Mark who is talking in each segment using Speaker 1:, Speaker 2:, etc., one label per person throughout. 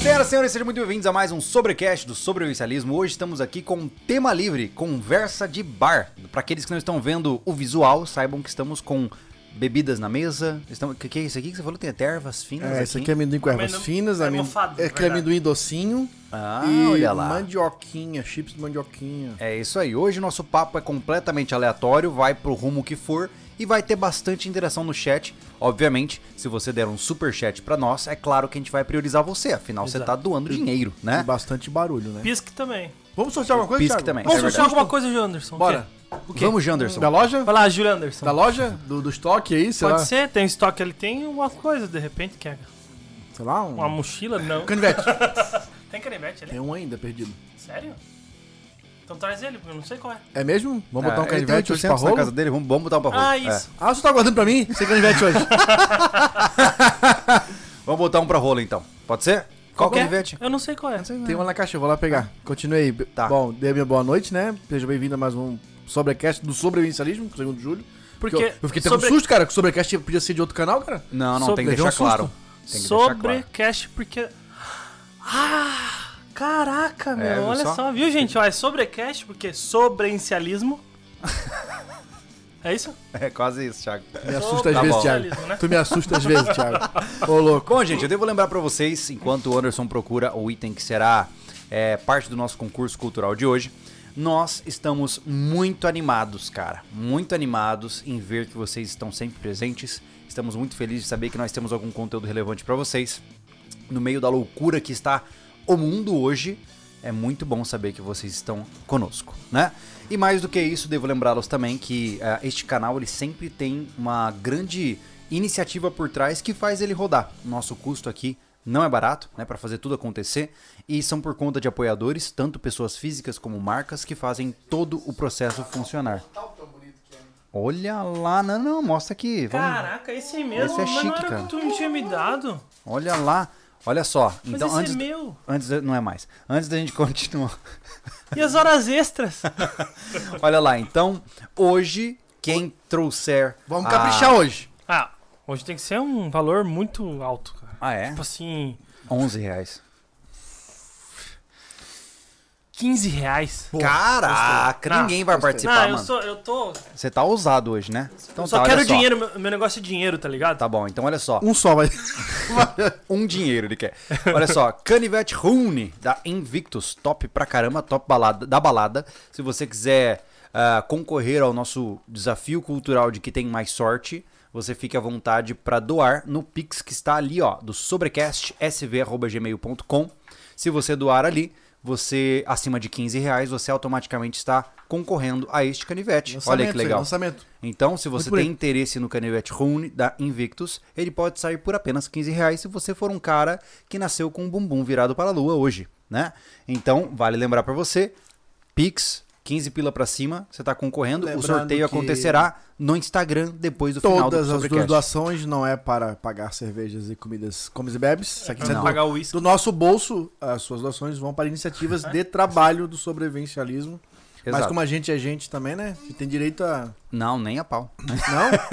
Speaker 1: Senhoras e senhores, sejam muito bem-vindos a mais um Sobrecast do Sobrevivencialismo. Hoje estamos aqui com um tema livre, conversa de bar. Para aqueles que não estão vendo o visual, saibam que estamos com bebidas na mesa. Estamos... O que, que é isso aqui que você falou? Tem até ervas finas
Speaker 2: É, esse aqui é amendoim com ervas
Speaker 3: Amendoim-
Speaker 2: finas,
Speaker 3: é
Speaker 2: amen-
Speaker 3: mofado,
Speaker 2: é que é
Speaker 3: verdade.
Speaker 2: amendoim docinho
Speaker 1: Ah,
Speaker 2: e
Speaker 1: olha lá.
Speaker 2: mandioquinha, chips de mandioquinha.
Speaker 1: É isso aí. Hoje o nosso papo é completamente aleatório, vai pro rumo que for e vai ter bastante interação no chat. Obviamente, se você der um super chat para nós, é claro que a gente vai priorizar você, afinal você
Speaker 3: Exato.
Speaker 1: tá doando dinheiro,
Speaker 2: E
Speaker 1: né?
Speaker 2: bastante barulho, né?
Speaker 3: Pisque também.
Speaker 2: É? Vamos sortear alguma coisa,
Speaker 1: Pisque
Speaker 2: Thiago?
Speaker 1: também,
Speaker 2: Vamos
Speaker 1: é
Speaker 3: Vamos
Speaker 2: sortear
Speaker 3: puxar
Speaker 1: verdade.
Speaker 3: alguma coisa, Júlio Anderson.
Speaker 2: Bora.
Speaker 1: Vamos, Janderson.
Speaker 2: Da loja?
Speaker 3: Vai lá, Júlio Anderson.
Speaker 1: Tá
Speaker 2: Da loja? Do, do estoque aí, sei
Speaker 3: Pode
Speaker 2: lá.
Speaker 3: ser, tem estoque, ele tem uma coisa, de repente, quer
Speaker 2: Sei lá, um...
Speaker 3: uma mochila? Não.
Speaker 2: Canivete.
Speaker 3: Tem canivete ali?
Speaker 2: Tem um ainda perdido.
Speaker 3: Sério? Então traz ele, eu não sei qual é.
Speaker 2: É mesmo? Vamos botar um
Speaker 1: É, ele tem
Speaker 2: canivete hoje pra
Speaker 1: 800 na casa
Speaker 2: rolo?
Speaker 1: dele, vamos, vamos botar um pra rolo.
Speaker 3: Ah,
Speaker 1: É.
Speaker 3: isso.
Speaker 2: Ah, você tá guardando pra mim? Sem canivete hoje.
Speaker 1: Vamos botar um pra rolo então. Pode ser? Qual
Speaker 3: Qual é?
Speaker 1: canivete?
Speaker 3: Eu não sei qual é.
Speaker 2: Tem uma na caixa, eu vou lá pegar. Continuei.
Speaker 1: Tá.
Speaker 2: Bom, dei a minha boa noite, né? Seja bem-vindo a mais um sobrecast do sobrevivencialismo, segundo Júlio.
Speaker 3: Porque
Speaker 2: eu, eu fiquei até
Speaker 3: sobre-
Speaker 2: com susto, cara, que o sobrecast podia ser de outro canal, cara.
Speaker 1: Não, não,
Speaker 3: Sobre-
Speaker 1: tem que
Speaker 2: Levei um
Speaker 1: deixar claro.
Speaker 2: susto.
Speaker 1: Tem que deixar
Speaker 3: Sobre
Speaker 1: claro.
Speaker 3: cash, porque... Ah, caraca, meu.
Speaker 1: É, viu
Speaker 3: olha
Speaker 1: só?
Speaker 3: só? viu, gente? Ó, é sobre cash, porque sobrencialismo. é isso?
Speaker 1: É quase isso, Thiago.
Speaker 2: Me assusta às
Speaker 1: Tá
Speaker 2: vezes,
Speaker 1: bom.
Speaker 2: Thiago.
Speaker 3: Socialismo, né?
Speaker 2: Tu me assusta às vezes, Thiago. Ô, louco.
Speaker 1: Bom, gente, eu devo lembrar pra vocês, enquanto o Anderson procura o item que será é, parte do nosso concurso cultural de hoje, nós estamos muito animados, cara. Muito animados em ver que vocês estão sempre presentes. Estamos muito felizes de saber que nós temos algum conteúdo relevante pra vocês. No meio da loucura que está o mundo hoje, é muito bom saber que vocês estão conosco, né? E mais do que isso, devo lembrá-los também que ah, este canal ele sempre tem uma grande iniciativa por trás que faz ele rodar. Nosso custo aqui não é barato, né, para fazer tudo acontecer, e são por conta de apoiadores, tanto pessoas físicas como marcas que fazem todo o processo funcionar. Olha lá, não, não, mostra aqui. Vamos...
Speaker 3: Caraca, esse é mesmo.
Speaker 1: Esse é
Speaker 3: mas
Speaker 1: chique,
Speaker 3: não era
Speaker 1: cara.
Speaker 3: que tu não tinha me dado.
Speaker 1: Olha lá. Olha só.
Speaker 3: Mas
Speaker 1: Então
Speaker 3: esse
Speaker 1: antes
Speaker 3: é meu.
Speaker 1: antes da- não é mais. Antes da gente continuar.
Speaker 3: E as horas extras?
Speaker 1: Olha lá, então, hoje, quem trouxer.
Speaker 2: Vamos
Speaker 1: a-
Speaker 2: caprichar hoje.
Speaker 3: Ah, hoje tem que ser um valor muito alto, cara.
Speaker 1: Ah, é?
Speaker 3: Tipo assim,
Speaker 1: 11 reais.
Speaker 3: 15 reais.
Speaker 1: Caraca,
Speaker 3: Não,
Speaker 1: ninguém vai
Speaker 2: gostei.
Speaker 1: participar,
Speaker 3: Não, eu,
Speaker 1: mano.
Speaker 3: sou, eu tô.
Speaker 1: Você tá ousado hoje, né? Então
Speaker 3: eu só
Speaker 1: tá, olha
Speaker 3: quero dinheiro, meu, meu negócio é dinheiro, tá ligado?
Speaker 1: Tá bom, então olha só.
Speaker 2: Um só, vai.
Speaker 1: Um dinheiro ele quer. Olha só, Canivete Rune, da Invictus. Top pra caramba, top balada, da balada. Se você quiser ah, concorrer ao nosso desafio cultural de que tem mais sorte, você fica à vontade pra doar no Pix que está ali, ó, do sobrecastsv.gmail.com. Se você doar ali, você, acima de 15 reais, você automaticamente está concorrendo a este canivete. Olha que
Speaker 2: Lançamento,
Speaker 1: legal.
Speaker 2: Lançamento.
Speaker 1: Então, se você
Speaker 2: Muito
Speaker 1: tem
Speaker 2: bonito.
Speaker 1: interesse no canivete Rune da Invictus, ele pode sair por apenas 15 reais se você for um cara que nasceu com um bumbum virado para a lua hoje, né? Então, vale lembrar pra você, Pix, 15 pila pra cima, você tá concorrendo. o
Speaker 2: Lembrando
Speaker 1: sorteio
Speaker 2: que-
Speaker 1: aconteceria no Instagram depois do final do
Speaker 2: Todas as duas
Speaker 1: Sobrecast.
Speaker 2: doações não é para pagar cervejas e comidas, comes e bebes. Isso aqui
Speaker 3: Pra
Speaker 2: é
Speaker 1: Não.
Speaker 2: do,
Speaker 3: pagar o uísque.
Speaker 2: do nosso bolso. As suas doações vão para iniciativas de trabalho do sobrevivencialismo. Mas
Speaker 1: Exato.
Speaker 2: como a gente é gente também, né? A gente tem direito a...
Speaker 1: Não, nem a pau.
Speaker 2: Não?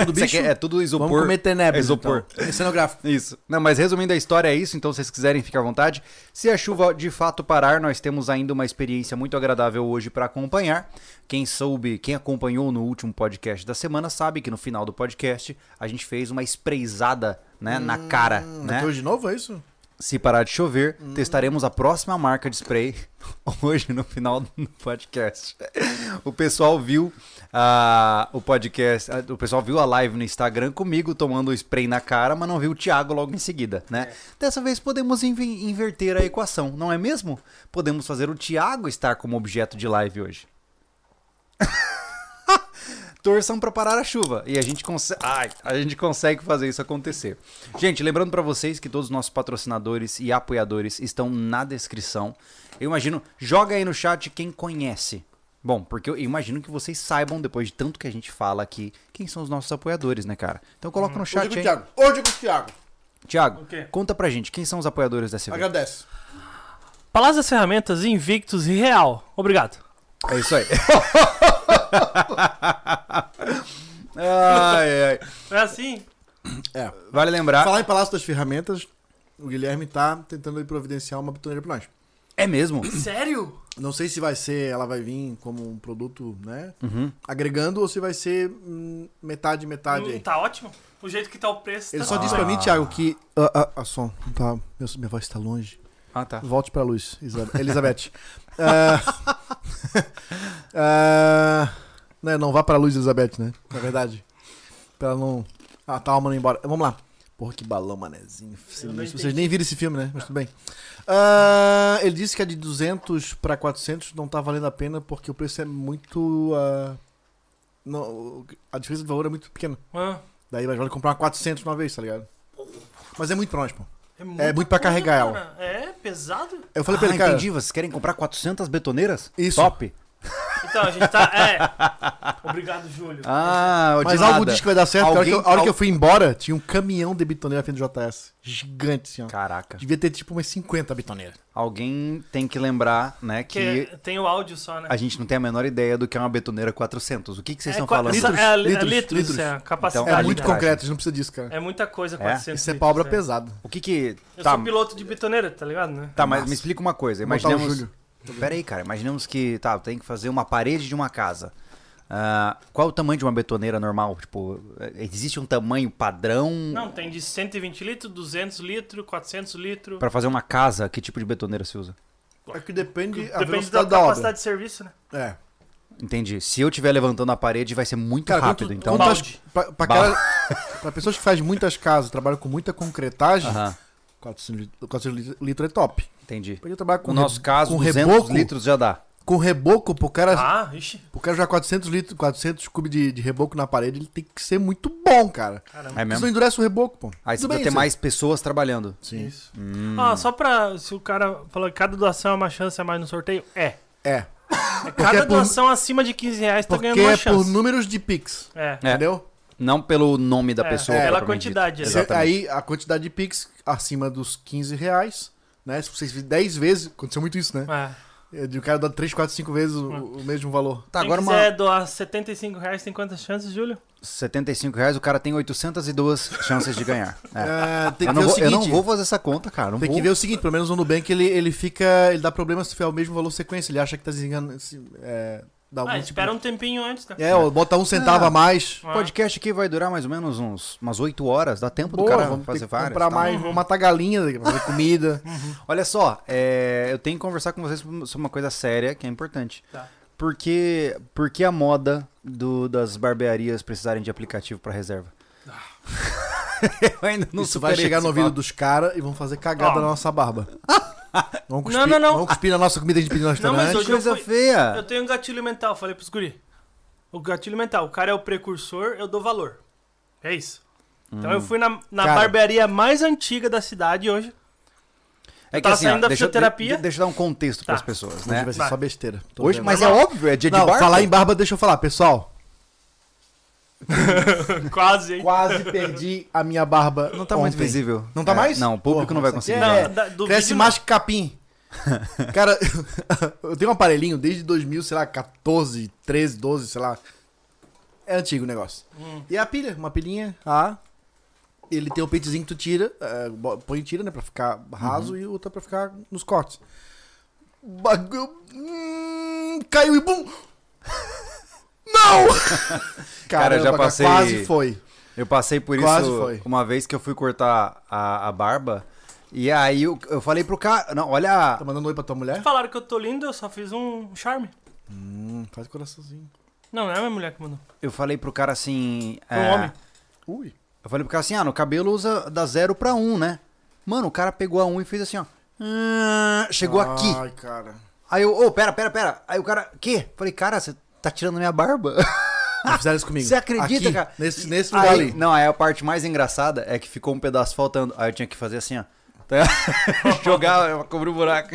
Speaker 2: Tudo
Speaker 1: Isso
Speaker 2: bicho?
Speaker 1: aqui é tudo isopor.
Speaker 2: Vamos comer tenebra.
Speaker 1: É isopor.
Speaker 2: Então. Cenográfico.
Speaker 1: Isso. Não, mas resumindo a história é isso, então se vocês quiserem ficar à vontade. Se a chuva de fato parar, nós temos ainda uma experiência muito agradável hoje para acompanhar. Quem soube, quem acompanhou no último podcast da semana sabe que no final do podcast a gente fez uma sprayzada, né, na cara, né?
Speaker 2: Então, de novo, é isso?
Speaker 1: Se parar de chover, testaremos a próxima marca de spray hoje no final do podcast. O pessoal viu ah, o podcast, ah, o pessoal viu a live no Instagram comigo tomando o spray na cara, mas não viu o Thiago logo em seguida, né? Dessa vez podemos inven- inverter a equação, não é mesmo? Podemos fazer o Thiago estar como objeto de live hoje. Torçam para parar a chuva e a gente consegue, a gente consegue fazer isso acontecer. Gente, lembrando para vocês que todos os nossos patrocinadores e apoiadores estão na descrição. Eu imagino, joga aí no chat quem conhece. Bom, porque eu imagino que vocês saibam depois de tanto que a gente fala aqui quem são os nossos apoiadores, né, cara? Então
Speaker 3: Uhum.
Speaker 1: coloca no
Speaker 2: Hoje
Speaker 1: chat
Speaker 2: com o
Speaker 1: aí.
Speaker 2: Thiago. Hoje com o Thiago.
Speaker 1: Tiago,
Speaker 3: O quê?
Speaker 1: conta pra gente quem são os apoiadores da CV.
Speaker 2: Agradece.
Speaker 3: Palácio das Ferramentas, Invictus e Real. Obrigado.
Speaker 1: É isso aí. ai, ai.
Speaker 3: É assim?
Speaker 2: É.
Speaker 1: Vale lembrar.
Speaker 3: É assim?
Speaker 1: Ah.
Speaker 2: Falar em Palácio das Ferramentas, O Guilherme tá tentando aí providenciar uma bitoneira pra nós.
Speaker 1: É mesmo?
Speaker 3: Sério?
Speaker 2: Não sei se vai ser, ela vai vir como um produto, né?
Speaker 1: Uhum.
Speaker 2: Agregando ou se vai ser hum, metade, metade
Speaker 3: Não
Speaker 2: aí.
Speaker 3: tá ótimo? O jeito que tá o preço.
Speaker 2: Ele
Speaker 3: tá
Speaker 2: só
Speaker 3: tudo
Speaker 2: disse
Speaker 3: bem.
Speaker 2: pra mim, Thiago, que. Ah, ah, ah, som, tá. Meu, minha voz tá longe.
Speaker 1: Ah, tá.
Speaker 2: Volte pra luz, Isa- Elizabeth. Ah, ah, né, não vá pra luz, Elizabeth, né? Na verdade. Pra ela não. Ah, tá, a alma não ir embora. Vamos lá. Porra, que balão, manezinho.
Speaker 3: não
Speaker 2: Sinistro.
Speaker 3: entendi.
Speaker 2: Vocês nem viram esse filme, né? Mas tudo bem. Ah, ele disse que a de 200 pra 400 não tá valendo a pena porque o preço é muito. ah, não, a diferença de valor é muito pequena.
Speaker 3: Ah,
Speaker 2: Daí vai vale comprar uma 400 uma vez, tá ligado? Mas é muito pra nós, pô.
Speaker 3: é, muito
Speaker 2: muito pra carregar ela.
Speaker 3: cara. É, pesado.
Speaker 2: Eu falei pra ele, cara.
Speaker 1: Ah, entendi. Vocês querem comprar 400 betoneiras?
Speaker 2: Isso.
Speaker 1: Top.
Speaker 3: Então, a gente tá. É. Obrigado, Júlio.
Speaker 1: Ah, de
Speaker 2: Mas
Speaker 1: nada.
Speaker 2: algo diz que vai dar certo. porque
Speaker 1: Alguém-
Speaker 2: a hora, que eu, a hora que eu
Speaker 1: al-
Speaker 2: fui embora, tinha um caminhão de bitoneira na frente do JS. Gigante, assim, ó.
Speaker 1: Caraca.
Speaker 2: Devia ter tipo umas 50 bitoneiras.
Speaker 1: Alguém tem que lembrar, né, que
Speaker 3: Porque tem o áudio só, né?
Speaker 1: a gente não tem a menor ideia do que é uma betoneira 400. O que, que vocês
Speaker 3: É
Speaker 1: estão
Speaker 3: qua-
Speaker 1: falando?
Speaker 3: essa-
Speaker 2: Litros,
Speaker 3: é, é
Speaker 2: litros,
Speaker 3: litros,
Speaker 2: litros.
Speaker 3: é a capacidade.
Speaker 1: Então,
Speaker 2: é
Speaker 1: Verdade,
Speaker 2: muito
Speaker 1: verdade.
Speaker 2: concreto, a gente não precisa disso, cara.
Speaker 3: É muita coisa, 400
Speaker 2: Isso é pra
Speaker 3: litros,
Speaker 2: obra
Speaker 3: né?
Speaker 2: pesada.
Speaker 1: O que que...
Speaker 3: Eu
Speaker 1: Tá,
Speaker 3: sou um piloto de bitoneira, tá ligado, né?
Speaker 1: tá mas me explica uma coisa.
Speaker 2: Botar o
Speaker 1: Imaginemos...
Speaker 2: Júlio.
Speaker 1: Pera aí, cara. Imaginemos que, tá, tem que fazer uma parede de uma casa. Ah, qual o tamanho de uma betoneira normal? Tipo, existe um tamanho padrão
Speaker 3: Não, tem de 120 litros, 200 litros, 400 litros.
Speaker 1: pra fazer uma casa? Que tipo de betoneira se usa?
Speaker 2: É que depende, a
Speaker 3: Depende da
Speaker 2: velocidade da,
Speaker 3: capacidade
Speaker 2: obra.
Speaker 3: de serviço, né?
Speaker 2: É.
Speaker 1: Entendi. Se eu estiver levantando a parede, vai ser muito
Speaker 2: Cara,
Speaker 1: rápido,
Speaker 2: quanto-
Speaker 1: então.
Speaker 3: quanto-
Speaker 2: quantas-
Speaker 3: Balde.
Speaker 2: pra, pra
Speaker 1: Balde.
Speaker 2: cara- pra pessoas que fazem muitas casas, trabalham com muita concretagem,
Speaker 1: Aham,
Speaker 2: 400 litros 400 litros é top.
Speaker 1: entendi.
Speaker 2: Pra ele trabalhar com
Speaker 1: No
Speaker 2: re-
Speaker 1: nosso caso,
Speaker 2: com
Speaker 1: 200
Speaker 2: reboco,
Speaker 1: litros já dá.
Speaker 2: com reboco, pro cara
Speaker 3: Ah, ixi.
Speaker 2: O cara jogar 400 litros, 400 cubos de, de reboco na parede, ele tem que ser muito bom, cara.
Speaker 3: Caramba.
Speaker 1: É
Speaker 2: Você não
Speaker 1: mesmo?
Speaker 2: endurece o reboco, pô.
Speaker 1: Aí você
Speaker 2: Tudo
Speaker 1: vai
Speaker 2: bem,
Speaker 1: ter
Speaker 2: isso
Speaker 1: mais pessoas trabalhando.
Speaker 2: Sim.
Speaker 3: Isso.
Speaker 2: Hum.
Speaker 3: Ah, só pra. Se o cara falou que cada doação é uma chance a mais no sorteio, é.
Speaker 2: É.
Speaker 3: É
Speaker 2: é
Speaker 3: cada
Speaker 2: por-
Speaker 3: doação acima de 15 reais tá
Speaker 2: Porque
Speaker 3: ganhando uma
Speaker 2: é por
Speaker 3: chance.
Speaker 2: números de Pix.
Speaker 3: É.
Speaker 1: É.
Speaker 2: Entendeu?
Speaker 1: Não pelo nome da
Speaker 3: É,
Speaker 1: pessoa.
Speaker 3: pela
Speaker 1: propriamente dito.
Speaker 3: quantidade, né?
Speaker 2: Você-
Speaker 1: Exatamente.
Speaker 2: aí a quantidade de Pix acima dos 15 reais, né? Se vocês virem 10 vezes, aconteceu muito isso, né?
Speaker 3: É.
Speaker 2: É, De o cara dar 3, 4, 5 vezes o,
Speaker 3: Ah.
Speaker 2: o mesmo valor.
Speaker 1: Tá,
Speaker 3: Quem
Speaker 1: agora
Speaker 3: quiser
Speaker 1: uma...
Speaker 3: doar 75 reais, tem quantas chances, Júlio?
Speaker 1: 75 reais, o cara tem 802 chances de ganhar. É.
Speaker 2: É, tem que
Speaker 1: eu, não
Speaker 2: ver
Speaker 1: vou,
Speaker 2: o seguinte.
Speaker 1: eu não vou fazer essa conta, cara. Não
Speaker 2: Tem
Speaker 1: vou.
Speaker 2: que ver o seguinte, pelo menos o Nubank ele, ele fica. Ele dá problema se for o mesmo valor sequência. Ele acha que tá desenganando. se- É, dá algum
Speaker 3: Ah,
Speaker 2: tipo-
Speaker 3: espera um tempinho antes, né?
Speaker 2: É, ó, bota um centavo
Speaker 1: Ah.
Speaker 2: a mais.
Speaker 1: O podcast aqui vai durar mais ou menos uns, umas 8 horas. Dá tempo
Speaker 2: Boa,
Speaker 1: do cara
Speaker 2: vamos ter
Speaker 1: fazer
Speaker 2: que
Speaker 1: várias.
Speaker 2: comprar
Speaker 1: tá?
Speaker 2: mais, vamos matar galinha, fazer comida.
Speaker 1: Olha só, é, eu tenho que conversar com vocês sobre uma coisa séria que é importante.
Speaker 3: Tá.
Speaker 1: Por que, por que a moda do- das barbearias precisarem de aplicativo pra reserva? eu ainda não
Speaker 2: Ah. Isso vai
Speaker 1: superei
Speaker 2: chegar
Speaker 1: esse
Speaker 2: no ouvido
Speaker 1: fato.
Speaker 2: dos caras e vão fazer cagada
Speaker 3: Ó.
Speaker 2: na nossa barba. Vamos cuspir,
Speaker 3: Não, não, não.
Speaker 2: Vamos cuspir na nossa comida de pedir no
Speaker 3: Não, mas
Speaker 2: restaurante.
Speaker 3: hoje eu
Speaker 1: é Coisa
Speaker 3: fui-
Speaker 1: feia.
Speaker 3: Eu tenho um gatilho mental, falei pros guri. O gatilho mental, o cara é o precursor, eu dou valor. É isso. Então eu fui na, na
Speaker 2: Cara.
Speaker 3: barbearia mais antiga da cidade hoje.
Speaker 1: É que
Speaker 3: tava
Speaker 1: assim, ó,
Speaker 3: saindo da
Speaker 1: deixa, eu-
Speaker 3: fisioterapia.
Speaker 1: de- deixa eu dar um contexto pras
Speaker 3: Tá.
Speaker 1: pessoas,
Speaker 2: Hoje
Speaker 1: né?
Speaker 2: vai ser
Speaker 3: Vai.
Speaker 2: é só besteira. Tô
Speaker 1: Hoje,
Speaker 2: vendo.
Speaker 1: mas é óbvio, é dia de
Speaker 2: não,
Speaker 1: barba.
Speaker 2: falar em barba, deixa eu falar. Pessoal,
Speaker 3: Quase, hein?
Speaker 2: quase perdi a minha barba
Speaker 1: Não tá muito
Speaker 2: ontem.
Speaker 1: visível.
Speaker 2: Não tá
Speaker 1: É,
Speaker 2: mais?
Speaker 1: Não, o público
Speaker 2: Porra,
Speaker 1: não vai
Speaker 2: isso aqui
Speaker 1: conseguir.
Speaker 3: é-
Speaker 1: ver.
Speaker 3: Não, da- do
Speaker 2: Cresce
Speaker 3: vídeo
Speaker 2: mais que capim. Cara, eu tenho um aparelhinho desde 2000, sei lá, 14, 13, 12, sei lá. É antigo o negócio. E é a pilha, uma pilhinha, ah, ele tem um peitezinho que tu tira, eh, bo- põe e tira, né, pra ficar
Speaker 1: Uhum.
Speaker 2: raso e outra pra ficar nos cortes. Bagulho... Hum, caiu e bum! Não!
Speaker 1: Cara, eu já
Speaker 2: Caramba,
Speaker 1: passei-
Speaker 2: Quase foi.
Speaker 1: Eu passei por
Speaker 2: Quase
Speaker 1: isso
Speaker 2: foi.
Speaker 1: uma vez que eu fui cortar a, a barba. E aí eu, eu falei pro cara. Não, olha.
Speaker 2: Tá mandando oi pra tua mulher?
Speaker 3: Falaram que eu tô lindo, eu só fiz um charme.
Speaker 2: Hum, faz coraçãozinho.
Speaker 3: Não, não é a minha mulher que mandou.
Speaker 1: Eu falei pro cara assim.
Speaker 2: um
Speaker 3: Pro homem.
Speaker 2: Ui.
Speaker 1: Eu falei pro cara assim, ah, no cabelo usa da 0 pra 1, um, né? Mano, o cara pegou a 1 um e fez assim, ó. Ah, Chegou aqui.
Speaker 2: Ai, cara.
Speaker 1: Aí eu, ô, pera, pera, pera. Aí o cara, quê? Falei, cara, você tá tirando minha barba?
Speaker 2: Já fizeram isso comigo.
Speaker 1: Você acredita,
Speaker 2: Aqui,
Speaker 1: cara?
Speaker 2: Nesse, nesse lugar
Speaker 1: Aí,
Speaker 2: ali.
Speaker 1: não, aí a parte mais engraçada é que ficou um pedaço faltando. Aí eu tinha que fazer assim, ó. Tá? Jogar, eu cobri o buraco.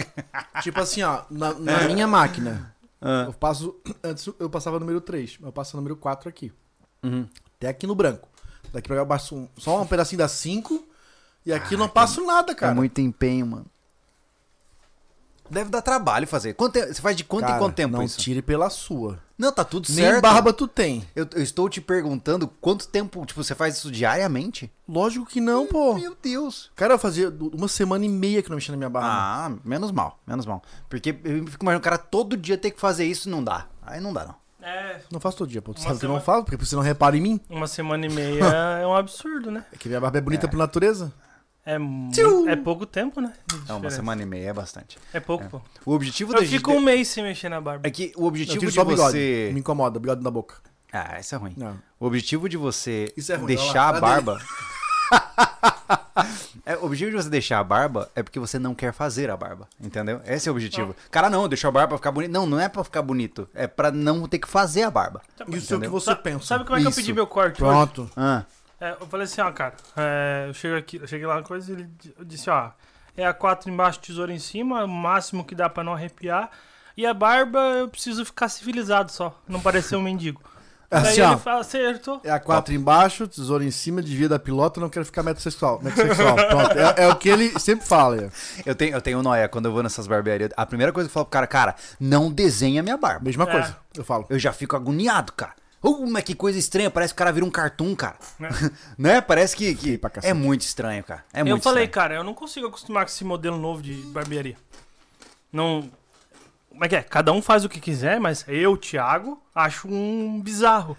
Speaker 2: Tipo assim, ó, na, na minha máquina,
Speaker 1: É. Ah.
Speaker 2: eu passo. Antes eu passava número 3, eu passo o número 4 aqui.
Speaker 1: Uhum.
Speaker 2: Até aqui no branco. Daqui pra cá eu passo um- só um pedacinho da 5. E aqui eu não passo nada,
Speaker 1: É
Speaker 2: cara.
Speaker 1: muito empenho, mano. Deve dar trabalho fazer. Quanto tempo- você faz de quanto em
Speaker 2: Cara,
Speaker 1: quanto tempo
Speaker 2: não
Speaker 1: isso?
Speaker 2: tire pela sua.
Speaker 1: Não, tá tudo
Speaker 2: Nem
Speaker 1: certo.
Speaker 2: barba tu tem.
Speaker 1: Eu, eu estou te perguntando quanto tempo, tipo, você faz isso diariamente?
Speaker 2: Lógico que não, pô.
Speaker 1: Meu Deus.
Speaker 2: Cara, eu fazia uma semana e meia que não mexia na minha barba.
Speaker 1: Ah, menos mal, menos mal. Porque eu fico imaginando o cara todo dia ter que fazer isso não dá. Aí não dá, não.
Speaker 3: É,
Speaker 2: Não faço todo dia, pô. Tu
Speaker 3: Uma
Speaker 2: sabe que eu
Speaker 3: semana-
Speaker 2: não faço, porque você não repara em mim.
Speaker 3: uma semana e meia é um absurdo, né?
Speaker 2: É que minha barba é bonita por natureza.
Speaker 3: É, mu-
Speaker 1: Tchum!
Speaker 3: é pouco tempo, né? de
Speaker 1: É uma
Speaker 3: diferença.
Speaker 1: semana e meia é bastante.
Speaker 3: É pouco, pô.
Speaker 1: O objetivo da
Speaker 3: Eu
Speaker 1: gente
Speaker 3: fico um mês sem mexer na barba.
Speaker 1: é que o
Speaker 2: Eu
Speaker 1: objetivo
Speaker 2: tiro
Speaker 1: de
Speaker 2: só o bigode.
Speaker 1: você
Speaker 2: Me incomoda, bigode na boca.
Speaker 1: Ah, isso é ruim.
Speaker 2: Não.
Speaker 1: O objetivo de você
Speaker 2: Isso é ruim, olha
Speaker 1: deixar
Speaker 2: lá,
Speaker 1: a
Speaker 2: cadê?
Speaker 1: barba. É, o objetivo de você deixar a barba é porque você não quer fazer a barba, entendeu? Esse é o objetivo. Cara, não, deixou a barba pra ficar bonito. Não, não é pra ficar bonito. É pra não ter que fazer a barba.
Speaker 2: Isso é o que
Speaker 1: Entendeu?
Speaker 2: você
Speaker 3: Sa-
Speaker 2: pensa.
Speaker 3: Sabe como é que
Speaker 2: Isso.
Speaker 3: eu pedi meu corte hoje?
Speaker 2: Pronto.
Speaker 1: Ah,
Speaker 3: É, eu falei assim, ó, cara, é, eu chego aqui, eu cheguei lá na coisa e ele di- eu disse, ó, é a 4 embaixo, tesoura em cima, o máximo que dá pra não arrepiar. E a barba eu preciso ficar civilizado só, não parecer um mendigo. Daí
Speaker 2: Assim,
Speaker 3: ele
Speaker 2: ó.
Speaker 3: fala, acertou.
Speaker 2: É a quatro embaixo, tesoura em cima, desvia da pilota, não quero ficar metrosexual. Metrosexual, pronto. É, é o que ele sempre fala.
Speaker 1: eu tenho, eu tenho noia quando eu vou nessas barbearias. A primeira coisa que eu falo pro cara, cara, não desenha minha barba.
Speaker 2: Mesma
Speaker 3: É.
Speaker 2: coisa, eu falo.
Speaker 1: Eu já fico agoniado, cara. Uh, mas que coisa estranha, parece que o cara vira um cartoon, cara. né? Parece que, que
Speaker 2: pra cacete.
Speaker 1: é muito estranho, cara. É
Speaker 3: eu
Speaker 1: muito
Speaker 3: falei,
Speaker 1: estranho.
Speaker 3: cara, eu não consigo acostumar com esse modelo novo de barbearia. Não. Como é que é? Cada um faz o que quiser, mas eu, Thiago, acho um bizarro.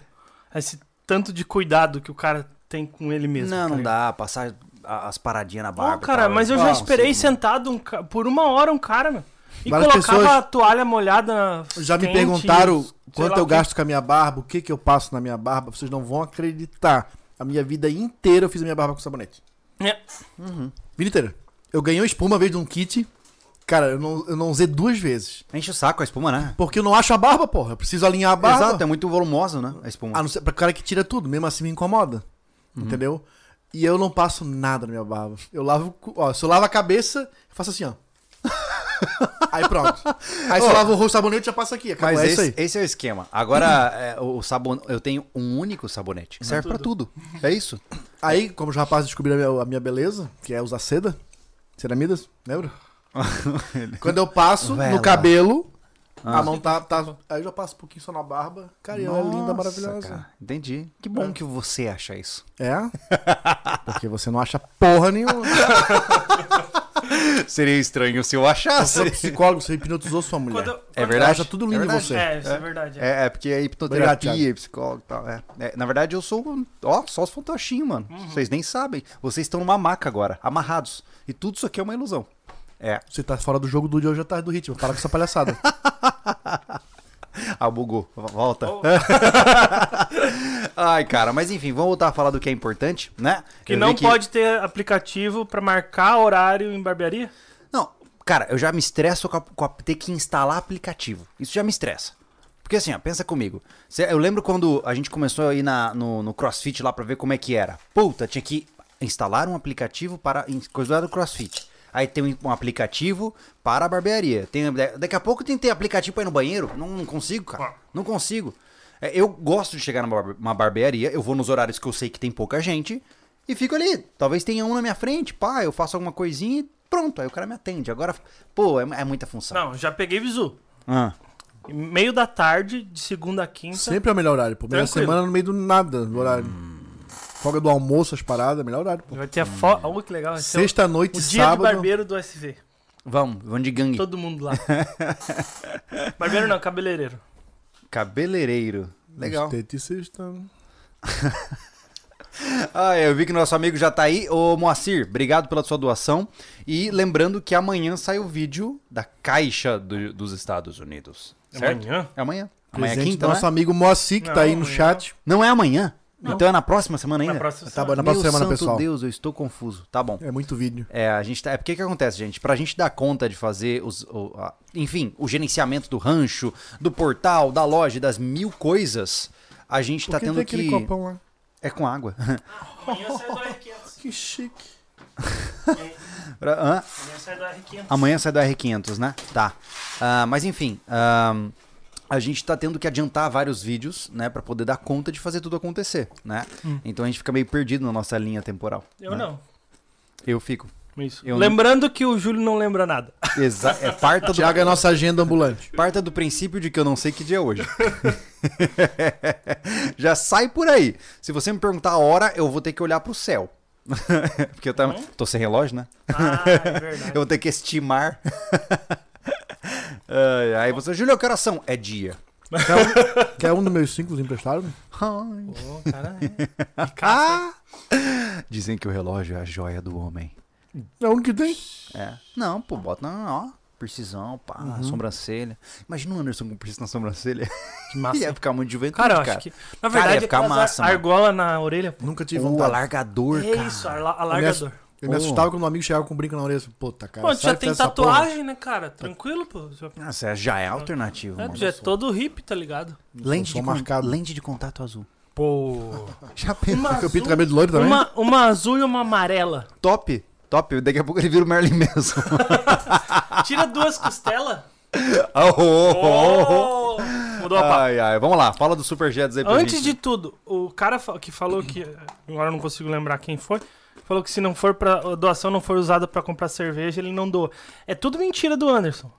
Speaker 3: Esse tanto de cuidado que o cara tem com ele mesmo.
Speaker 1: Não,
Speaker 3: tá
Speaker 1: não
Speaker 3: ligado?
Speaker 1: dá. Passar a- as paradinhas na barba.
Speaker 3: Não,
Speaker 1: tal,
Speaker 3: cara,
Speaker 1: é assim,
Speaker 3: mas eu
Speaker 1: não
Speaker 3: já
Speaker 1: consigo,
Speaker 3: esperei
Speaker 1: não.
Speaker 3: sentado um ca- por uma hora um cara, meu. E
Speaker 2: Várias
Speaker 3: colocava
Speaker 2: pessoas-
Speaker 3: a toalha molhada na.
Speaker 2: Já me
Speaker 3: quente,
Speaker 2: perguntaram
Speaker 3: sei
Speaker 2: quanto
Speaker 3: lá
Speaker 2: eu
Speaker 3: o quê.
Speaker 2: gasto com a minha barba, o que, que eu passo na minha barba. Vocês não vão acreditar. A minha vida inteira eu fiz a minha barba com sabonete.
Speaker 3: É,
Speaker 2: Vida inteira. Eu ganhei uma espuma uma vez de um kit. Cara, eu não, eu não usei duas vezes.
Speaker 1: Enche o saco a espuma, né?
Speaker 2: Porque eu não acho a barba, porra. Eu preciso alinhar a barba.
Speaker 1: Exato, é muito volumoso, né? A espuma.
Speaker 2: A não ser pra cara que tira tudo, mesmo assim me incomoda. Entendeu? E eu não passo nada na minha barba. Eu lavo. o cu- Ó, se eu lavo a cabeça, eu faço assim, ó. aí pronto. Aí se eu
Speaker 1: Ó,
Speaker 2: lavo o rosto sabonete, já passa aqui. Acabou.
Speaker 1: Mas
Speaker 2: é isso
Speaker 1: esse,
Speaker 2: aí.
Speaker 1: esse é o esquema. Agora, é, o sabon... eu tenho um único sabonete. que Serve pra tudo. É isso.
Speaker 2: Aí, como os rapazes descobriram a minha, a minha beleza, que é usar seda, ceramidas, lembra? Quando eu passo
Speaker 1: Vela. Ah.
Speaker 2: no cabelo, a mão tá, tá- Aí eu já passo um pouquinho só na barba. Cara, e ela é linda,
Speaker 1: Nossa,
Speaker 2: maravilhosa.
Speaker 1: cara, Entendi. Que bom que você acha isso.
Speaker 2: É? Porque você não acha porra nenhuma.
Speaker 1: Seria estranho se eu achasse.
Speaker 2: Você é psicólogo, você hipnotizou sua mulher.
Speaker 3: quando eu-
Speaker 1: É
Speaker 3: quando-
Speaker 1: verdade.
Speaker 2: Acha tudo lindo
Speaker 1: é
Speaker 2: em
Speaker 1: verdade.
Speaker 2: você.
Speaker 3: É, isso é, verdade. é.
Speaker 1: É, é, porque é hipnoterapia,
Speaker 2: Obrigado, Thiago.
Speaker 1: psicólogo e tal. É. É, na verdade, eu sou, um- ó, só os fantochinhos, mano.
Speaker 3: Uhum.
Speaker 1: Vocês nem sabem. Vocês estão numa maca agora, amarrados. E tudo isso aqui é uma ilusão. É,
Speaker 2: Você tá fora do jogo do de hoje à tarde do ritmo. Para com essa palhaçada.
Speaker 1: ah, bugou. V- Volta.
Speaker 3: Oh.
Speaker 1: Ai, cara, mas enfim, vamos voltar a falar do que é importante, né?
Speaker 3: Que
Speaker 1: Eu vi
Speaker 3: não pode ter aplicativo pra marcar horário em barbearia?
Speaker 1: Não, cara, eu já me estresso com, a- com a- ter que instalar aplicativo. Isso já me estressa. Porque assim, ó, pensa comigo. Cê- Eu lembro quando a gente começou a ir na- no, no CrossFit lá pra ver como é que era. Puta, tinha que instalar um aplicativo para em- coisa do CrossFit. Aí tem um, um aplicativo para a barbearia. Tem, da- daqui a pouco tem que ter aplicativo pra ir no banheiro. Não, não consigo, cara. Não consigo. É, eu gosto de chegar numa barbe- uma barbearia, eu vou nos horários que eu sei que tem pouca gente e fico ali. Talvez tenha um na minha frente, pá, eu faço alguma coisinha e pronto. Aí o cara me atende. Agora, pô, é, é muita função.
Speaker 3: Não, já peguei visu.
Speaker 1: Ah.
Speaker 3: Meio da tarde, de segunda a quinta.
Speaker 2: Sempre é o melhor horário, pô. Meia
Speaker 3: Tranquilo.
Speaker 2: semana no meio do nada do horário. Folga do almoço, as paradas, melhor horário, pô.
Speaker 3: Vai ter a foto. Olha que legal. Vai ser o-
Speaker 2: Sexta-noite,
Speaker 3: o dia do
Speaker 2: sábado.
Speaker 3: barbeiro do SV.
Speaker 1: Vamos, vamos de gangue.
Speaker 3: Todo mundo lá. barbeiro não, cabeleireiro.
Speaker 1: Cabeleireiro. Legal.
Speaker 2: Esteticista.
Speaker 1: Ah, eu vi que nosso amigo já tá aí. Ô, Moacir, obrigado pela sua doação. E lembrando que amanhã sai o vídeo da Caixa do- dos Estados Unidos. Certo?
Speaker 3: Amanhã?
Speaker 1: É amanhã. Amanhã é
Speaker 2: Presente
Speaker 1: quinta,
Speaker 2: do nosso
Speaker 1: né?
Speaker 2: amigo Moacir, que
Speaker 3: Não,
Speaker 2: tá aí no
Speaker 3: amanhã.
Speaker 2: chat.
Speaker 1: Não é amanhã? Então é na próxima semana ainda?
Speaker 3: Na próxima
Speaker 2: Tá bom, na
Speaker 1: Meu
Speaker 2: próxima semana,
Speaker 1: santo
Speaker 2: pessoal.
Speaker 1: Deus, eu estou confuso. Tá bom.
Speaker 2: É muito vídeo.
Speaker 1: É, a gente tá. É porque que acontece, gente? Pra gente dar conta de fazer os. o- a- enfim, o gerenciamento do rancho, do portal, da loja, das mil coisas, a gente tá
Speaker 2: Por que
Speaker 1: tendo
Speaker 2: tem
Speaker 1: que.
Speaker 2: aquele copão lá?
Speaker 1: É com água.
Speaker 3: Amanhã sai do R500.
Speaker 2: Que chique.
Speaker 1: Pra- hã?
Speaker 3: Amanhã sai do R500.
Speaker 1: Amanhã sai da R500, né? Tá. Ah, mas enfim, ah, a gente tá tendo que adiantar vários vídeos, né? Pra poder dar conta de fazer tudo
Speaker 2: Hum.
Speaker 1: acontecer, né? Então a gente fica meio perdido na nossa linha temporal.
Speaker 3: Eu
Speaker 1: né?
Speaker 3: não.
Speaker 1: Eu fico.
Speaker 3: Isso.
Speaker 1: Eu não-
Speaker 3: Lembrando que o Júlio não lembra nada.
Speaker 1: Exa- é parta do,
Speaker 2: Tiago é nossa agenda ambulante.
Speaker 1: parta do princípio de que eu não sei que dia é hoje. Já sai por aí. Se você me perguntar a hora, eu vou ter que olhar pro céu. Porque eu
Speaker 3: Hum?
Speaker 1: tava... tô sem relógio, né?
Speaker 3: Ah, é verdade.
Speaker 1: Eu vou ter que estimar. Ai, Aí você, Júlio, que horas são? É dia.
Speaker 2: Quer um dos meus cinco emprestaram?
Speaker 1: Ai.
Speaker 3: Pô, cara, é.
Speaker 1: Ah! Dizem que o relógio é a joia do homem.
Speaker 2: É o único que tem.
Speaker 1: É. Não, pô, bota na, ó, precisão, pá,
Speaker 3: Uhum.
Speaker 1: sobrancelha. Imagina o Anderson com piercing na sobrancelha.
Speaker 3: que massa.
Speaker 1: Ia ficar muito juventude,
Speaker 3: Cara, eu
Speaker 1: cara.
Speaker 3: acho que.
Speaker 1: Cara, ia
Speaker 3: Na verdade,
Speaker 1: ficar
Speaker 3: aquelas
Speaker 1: massa, mano.
Speaker 3: argola na orelha. pô.
Speaker 2: Nunca tive
Speaker 1: O
Speaker 2: vontade.
Speaker 1: alargador,
Speaker 3: É
Speaker 1: Um cara.
Speaker 3: isso, ala-
Speaker 2: Eu me ass-
Speaker 3: alargador.
Speaker 2: Eu me
Speaker 1: Oh.
Speaker 2: assustava quando um amigo chegava com um brinco na orelha. assim, Puta, cara.
Speaker 3: Pô, tu
Speaker 2: sai
Speaker 3: já tem
Speaker 2: dessa porra.
Speaker 3: tatuagem, né, cara? Tranquilo, pô. Já-
Speaker 1: Nossa, já é alternativo,
Speaker 3: É,
Speaker 1: mano.
Speaker 3: tu já é todo hippie, tá ligado?
Speaker 1: Lente,
Speaker 2: Sou
Speaker 1: de con-
Speaker 2: marcado.
Speaker 1: lente de contato azul.
Speaker 3: Pô.
Speaker 1: Ah, Já pensa.
Speaker 3: Uma
Speaker 2: Porque eu pinto
Speaker 3: azul-
Speaker 2: cabelo de loiro também.
Speaker 3: Uma, uma azul e uma amarela.
Speaker 1: Top, top. Daqui a pouco ele vira o Merlin mesmo.
Speaker 3: Tira duas costelas.
Speaker 1: oh, oh, oh, oh.
Speaker 3: Oh! Mudou a pá.
Speaker 1: Ai, ai. Vamos lá, fala do Super Jets aí pra
Speaker 3: Antes
Speaker 1: gente.
Speaker 3: de tudo, o cara fa- que falou que. Agora eu não consigo lembrar quem foi. Falou que se não for pra. A doação não for usada pra comprar cerveja, ele não doa. É tudo mentira do Anderson.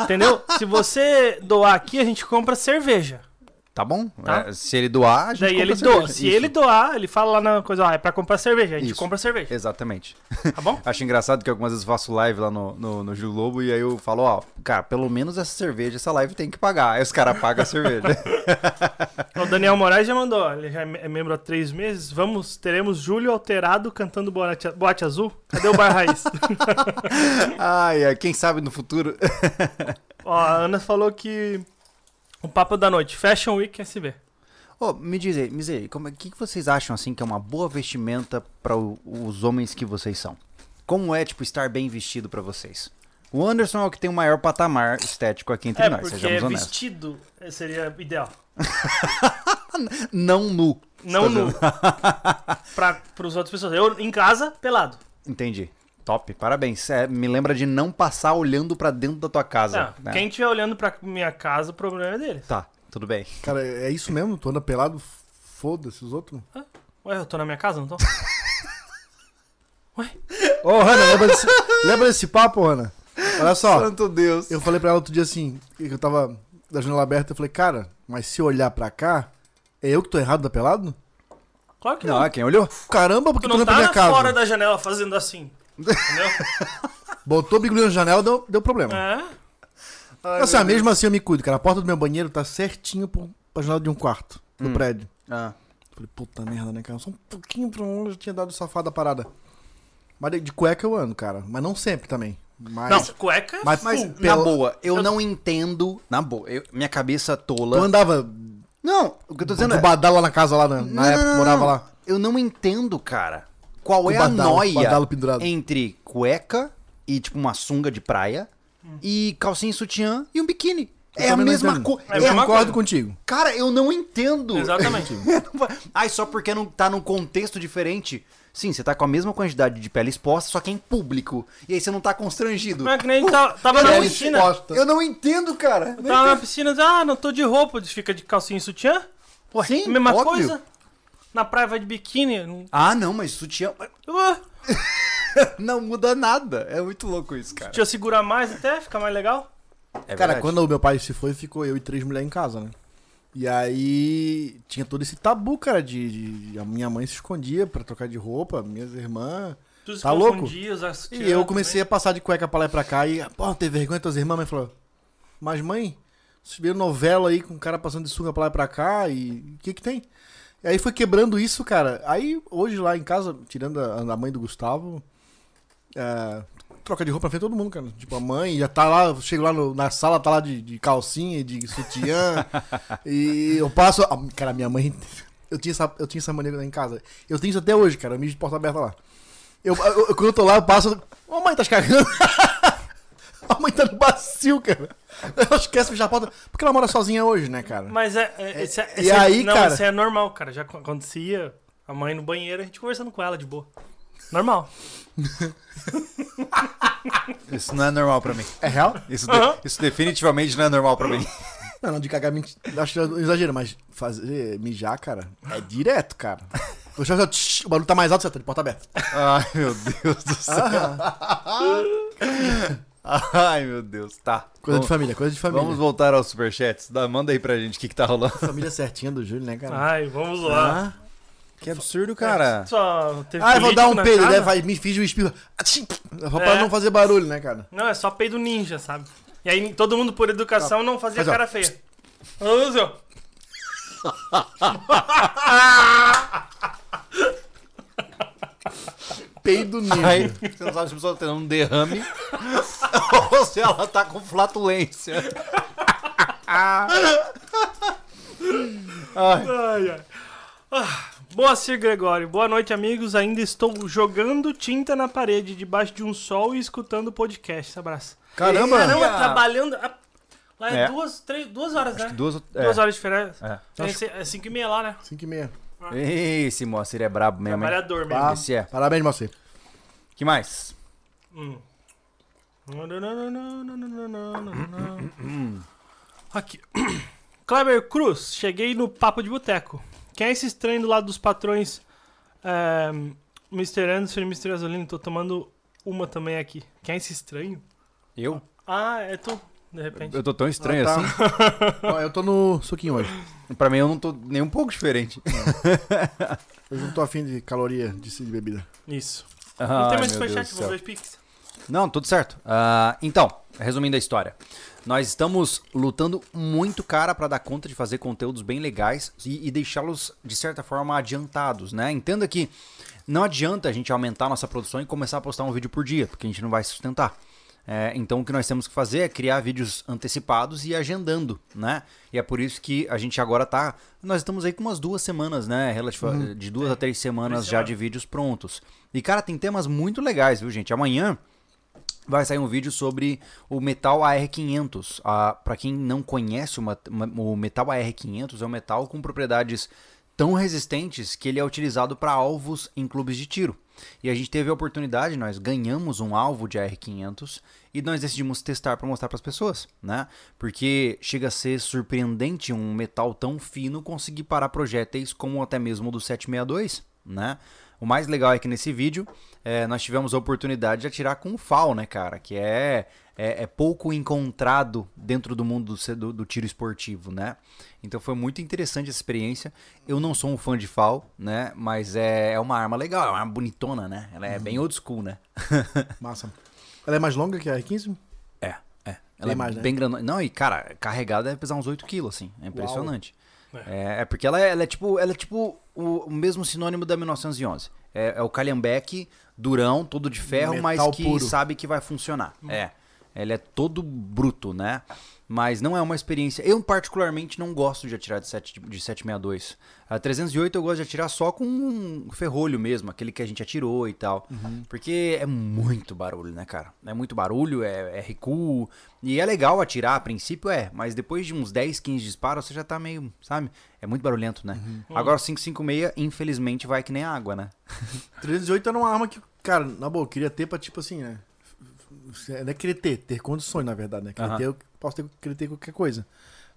Speaker 3: Entendeu? Se você doar aqui, a gente compra cerveja.
Speaker 1: Tá bom?
Speaker 3: Tá.
Speaker 1: É, se ele doar, a gente
Speaker 3: Daí
Speaker 1: compra
Speaker 3: ele
Speaker 1: cerveja.
Speaker 3: doa. Se
Speaker 1: Isso.
Speaker 3: ele doar, ele fala lá na coisa, ó, é pra comprar cerveja. A gente
Speaker 1: Isso. É.
Speaker 3: compra cerveja,
Speaker 1: Exatamente.
Speaker 3: tá bom?
Speaker 1: Acho engraçado que algumas vezes eu faço live lá no, no, no Gil Lobo e aí eu falo, ó, cara, pelo menos essa cerveja, essa live tem que pagar. Aí os caras pagam a cerveja.
Speaker 3: O Daniel Moraes já mandou, ó, ele já é me- é membro há três meses. Vamos, teremos Júlio Alterado cantando Boate, Boate Azul. Cadê o Bar Raiz?
Speaker 1: Ai, ai, quem sabe no futuro.
Speaker 3: Ó, a Ana falou que o papo da noite, Fashion Week SB.
Speaker 1: Ô, me diz aí, me diz aí, como é- que, que vocês acham, assim, que é uma boa vestimenta para os homens que vocês são? Como é, tipo, estar bem vestido pra vocês? O Anderson é o que tem o maior patamar estético aqui entre
Speaker 3: É,
Speaker 1: nós,
Speaker 3: porque
Speaker 1: sejamos honestos.
Speaker 3: vestido eh, seria ideal.
Speaker 1: Não nu.
Speaker 3: Não
Speaker 1: Tá
Speaker 3: nu. pra, pros outras pessoas. Eu, em casa, pelado.
Speaker 1: Entendi. Top, parabéns. É, me lembra de não passar olhando pra dentro da tua casa.
Speaker 3: É,
Speaker 1: né?
Speaker 3: Quem estiver olhando pra minha casa, o problema é dele.
Speaker 1: Tá, tudo bem.
Speaker 2: Cara, é isso mesmo? Tu anda pelado? Foda-se os outros. mano.
Speaker 3: Ué, eu tô na minha casa, não tô? Ué?
Speaker 2: Ô, Hanna, lembra desse, lembra desse papo, Hanna? Olha só.
Speaker 1: Santo Deus.
Speaker 2: Eu falei pra ela outro dia assim, que eu tava da janela aberta, eu falei, cara, mas se eu olhar pra cá, é eu que tô errado da pelado?
Speaker 3: Claro que não.
Speaker 1: Não, é quem olhou?
Speaker 2: Caramba, porque
Speaker 3: Tu
Speaker 2: tu, não
Speaker 3: não
Speaker 2: olhou é pra
Speaker 3: tá
Speaker 2: minha casa.
Speaker 3: fora da janela fazendo assim. Entendeu?
Speaker 2: Botou o bigolinho na janela, deu, deu problema.
Speaker 3: é.
Speaker 2: assim, ah, mesmo assim eu me cuido, cara. A porta do meu banheiro tá certinho pro, pra janela de um quarto do prédio.
Speaker 1: Ah.
Speaker 2: Eu Falei, puta merda, né, cara? Só um pouquinho pra longe eu tinha dado safado a parada. Mas de- de cueca eu ando, cara. Mas não sempre também. Mas
Speaker 3: Não, cueca é
Speaker 2: mas-
Speaker 3: full.
Speaker 2: mas-
Speaker 1: Na
Speaker 2: Pela-
Speaker 1: boa, eu não entendo. Na boa, eu- minha cabeça
Speaker 2: tu
Speaker 1: tola.
Speaker 2: andava
Speaker 1: Não, o que eu tô dizendo é.
Speaker 2: do badalo lá na casa, lá na,
Speaker 1: Não,
Speaker 2: na época
Speaker 1: não, não,
Speaker 2: que morava
Speaker 1: não.
Speaker 2: lá.
Speaker 1: Eu não entendo, cara. Qual
Speaker 2: O
Speaker 1: é a
Speaker 2: badalo, o
Speaker 1: noia
Speaker 2: badalo pendurado.
Speaker 1: entre cueca e, tipo, uma sunga de praia e calcinha e sutiã e um biquíni?
Speaker 2: Eu
Speaker 1: é a
Speaker 2: também não
Speaker 1: mesma
Speaker 2: entendo.
Speaker 1: coisa.
Speaker 3: É a
Speaker 2: Eu
Speaker 3: mesma
Speaker 2: concordo
Speaker 3: coisa.
Speaker 2: contigo.
Speaker 1: Cara, eu não entendo.
Speaker 3: Exatamente.
Speaker 1: Ai, só porque não tá num contexto diferente. Sim, você tá com a mesma quantidade de pele exposta, só que é em público. E aí você não tá constrangido.
Speaker 3: Não é que nem tá- tava
Speaker 1: Eu
Speaker 3: na
Speaker 1: não
Speaker 3: piscina.
Speaker 1: entendo. Eu não entendo, cara.
Speaker 3: Tava na piscina, ah, não tô de roupa, fica de calcinha e sutiã.
Speaker 1: Ué, Sim,
Speaker 3: Mesma
Speaker 1: óbvio.
Speaker 3: coisa. Na praia vai de biquíni. não-
Speaker 1: Ah, não, mas sutiã
Speaker 3: Ah,
Speaker 1: não muda nada. É muito louco isso, cara.
Speaker 3: Deixa eu segurar mais até, fica mais legal.
Speaker 1: É
Speaker 2: Cara,
Speaker 1: verdade.
Speaker 2: quando o meu pai se foi, ficou eu e três mulheres em casa, né? E aí tinha todo esse tabu, cara, de, de- a minha mãe se escondia pra trocar de roupa, minhas irmãs.
Speaker 3: Tu se
Speaker 2: Tá louco?
Speaker 3: confundia, usava sutiã
Speaker 2: E eu comecei a passar de cueca pra lá e pra cá e, pô, não tem vergonha tuas irmãs? Mãe falou, mas mãe, vocês viram novela aí com o cara passando de sunga pra lá e pra cá e o que que tem? E aí foi quebrando isso, cara. Aí hoje lá em casa, tirando a, a mãe do Gustavo, é, troca de roupa na frente de todo mundo, cara. Tipo, a mãe já tá lá, eu chego lá no- na sala, tá lá de, de calcinha, de sutiã. e eu passo. ah, Cara, minha mãe. Eu tinha, essa, eu tinha essa mania lá em casa. Eu tenho isso até hoje, cara. Eu mijo de porta aberta lá. Eu, eu- eu- quando eu tô lá, eu passo. Ô, mãe, tá cagando. a mãe tá no bacio, cara. Ela esquece de fechar a porta. Porque ela mora sozinha hoje, né, cara?
Speaker 3: Mas é. é, esse é-
Speaker 2: e
Speaker 3: esse é-
Speaker 2: aí,
Speaker 3: não,
Speaker 2: cara?
Speaker 3: Isso é normal, cara. Já ac- acontecia a mãe no banheiro, a gente conversando com ela de boa. Normal.
Speaker 1: Isso não é normal pra mim.
Speaker 2: É real?
Speaker 1: Isso,
Speaker 3: Aham.
Speaker 1: isso definitivamente não é normal pra mim.
Speaker 2: um Não, não, de cagar, menti- acho que eu exagero, mas fazer mijar, cara, é direto, cara. Eu já- já- tsh, o barulho tá mais alto, você tá de porta aberta.
Speaker 1: Ai, meu Deus do céu. Ai, meu Deus. Tá.
Speaker 2: Coisa
Speaker 1: Vamos-
Speaker 2: de família, coisa de família.
Speaker 1: Vamos voltar aos superchats. Dá- Manda aí pra gente o que, que tá rolando.
Speaker 2: Família certinha do Júlio, né, cara?
Speaker 3: Ai, vamos lá.
Speaker 2: Ah.
Speaker 1: Que absurdo, cara.
Speaker 3: Só teve
Speaker 2: Ah, eu vou dar um
Speaker 3: político na
Speaker 2: peido,
Speaker 3: casa?
Speaker 2: né? Vai, me finge um espirro. Atchim! Só pra
Speaker 3: É.
Speaker 2: não fazer barulho, né, cara?
Speaker 3: Não, é só peido ninja, sabe? E aí todo mundo por educação não fazia
Speaker 2: Faz, Tá. ó.
Speaker 3: cara feia. Ô, Lúcio.
Speaker 2: Peido ninja.
Speaker 1: Aí, você não sabe se a pessoa tá tendo um derrame ou se ela tá com flatulência.
Speaker 3: Ai, ai. Ah, Moacir Gregório, boa noite, amigos. Ainda estou jogando tinta na parede, debaixo de um sol e escutando o podcast. Abraço.
Speaker 2: Caramba!
Speaker 3: Caramba,
Speaker 1: Ia.
Speaker 3: trabalhando. ah, Lá é,
Speaker 1: É.
Speaker 3: duas, três, duas horas, né?
Speaker 1: Duas,
Speaker 3: Duas horas de diferença.
Speaker 1: É.
Speaker 3: É, ci- é cinco e meia lá, né?
Speaker 2: 5 e meia.
Speaker 1: Ei, esse Moacir é brabo mesmo, hein?
Speaker 3: Trabalhador mesmo.
Speaker 2: Bah.
Speaker 1: Esse é.
Speaker 2: Parabéns, você.
Speaker 1: que mais?
Speaker 3: Hum. Aqui. Kleber Cruz, cheguei no Papo de Boteco. Quem é esse estranho do lado dos patrões? É, Mr. Anderson e Mr. Azulino, tô tomando uma também aqui. Quem é esse estranho?
Speaker 1: Eu?
Speaker 3: Ah, é tu, de repente.
Speaker 1: Eu tô tão estranho
Speaker 2: Ah, tá.
Speaker 1: assim.
Speaker 2: Ó, eu tô no suquinho hoje.
Speaker 1: Pra mim, eu não tô nem um pouco diferente.
Speaker 2: Eu não tô afim de caloria de, de bebida.
Speaker 3: Isso. Não
Speaker 1: Ai,
Speaker 3: tem mais
Speaker 1: meu Deus
Speaker 3: superchat,
Speaker 1: do
Speaker 3: vou
Speaker 1: céu.
Speaker 3: dois pix.
Speaker 1: Não, tudo certo. Ah, então, resumindo a história. Nós estamos lutando muito, cara, pra dar conta de fazer conteúdos bem legais e, e deixá-los, de certa forma, adiantados, né? Entenda que não adianta a gente aumentar a nossa produção e começar a postar um vídeo por dia, porque a gente não vai sustentar. É, então, o que nós temos que fazer é criar vídeos antecipados e ir agendando, né? E é por isso que a gente agora tá. Nós estamos aí com umas duas semanas, né? Relativa, de duas a três semanas
Speaker 3: Três
Speaker 1: já
Speaker 3: semanas.
Speaker 1: de vídeos prontos. E, cara, tem temas muito legais, viu, gente? Amanhã. Vai sair um vídeo sobre o metal AR500. Ah, para quem não conhece, o mat- ma- o metal AR500 é um metal com propriedades tão resistentes que ele é utilizado para alvos em clubes de tiro. E a gente teve a oportunidade, nós ganhamos um alvo de AR500 e nós decidimos testar para mostrar para as pessoas, né? Porque chega a ser surpreendente um metal tão fino conseguir parar projéteis como até mesmo o do 762, né? O mais legal é que nesse vídeo é, nós tivemos a oportunidade de atirar com o FAL, né, cara? Que é, é, é pouco encontrado dentro do mundo do, ce- do- do tiro esportivo, né? Então foi muito interessante essa experiência. Eu não sou um fã de FAL, né? Mas é, é uma arma legal, é uma arma bonitona, né? Ela é bem old school, né?
Speaker 2: Massa. Ela é mais longa que a R15?
Speaker 1: É, é.
Speaker 2: Bem
Speaker 1: Ela é
Speaker 2: mais, né?
Speaker 1: bem grandona. Não, e cara, carregada deve pesar uns 8 quilos, assim. É impressionante.
Speaker 3: Uau.
Speaker 1: É, é porque ela é, ela é tipo, ela é tipo o, o mesmo sinônimo da 1911. É, é o calhambeque durão, todo de ferro,
Speaker 2: Metal
Speaker 1: mas É um que
Speaker 2: puro. Uhum.
Speaker 1: sabe que vai funcionar. É. Ele é todo bruto, né? Mas não é uma experiência. Eu, particularmente, não gosto de atirar de, 7, de 762. A 308 eu gosto de atirar só com um ferrolho mesmo, aquele que a gente atirou e tal.
Speaker 2: Uhum.
Speaker 1: Porque é muito barulho, né, cara? É muito barulho, é, é recuo. E é legal atirar, a princípio é, mas depois de uns 10, 15 disparos, você já tá meio, sabe? É muito barulhento, né?
Speaker 2: Uhum.
Speaker 1: Agora o 556, infelizmente, vai que nem água, né?
Speaker 2: 308 era uma arma que, cara, na boa, eu queria ter pra, tipo assim, né? Não é querer ter, ter condições, na verdade, né? Querer
Speaker 1: Aham.
Speaker 2: ter, eu posso ter, querer ter qualquer coisa.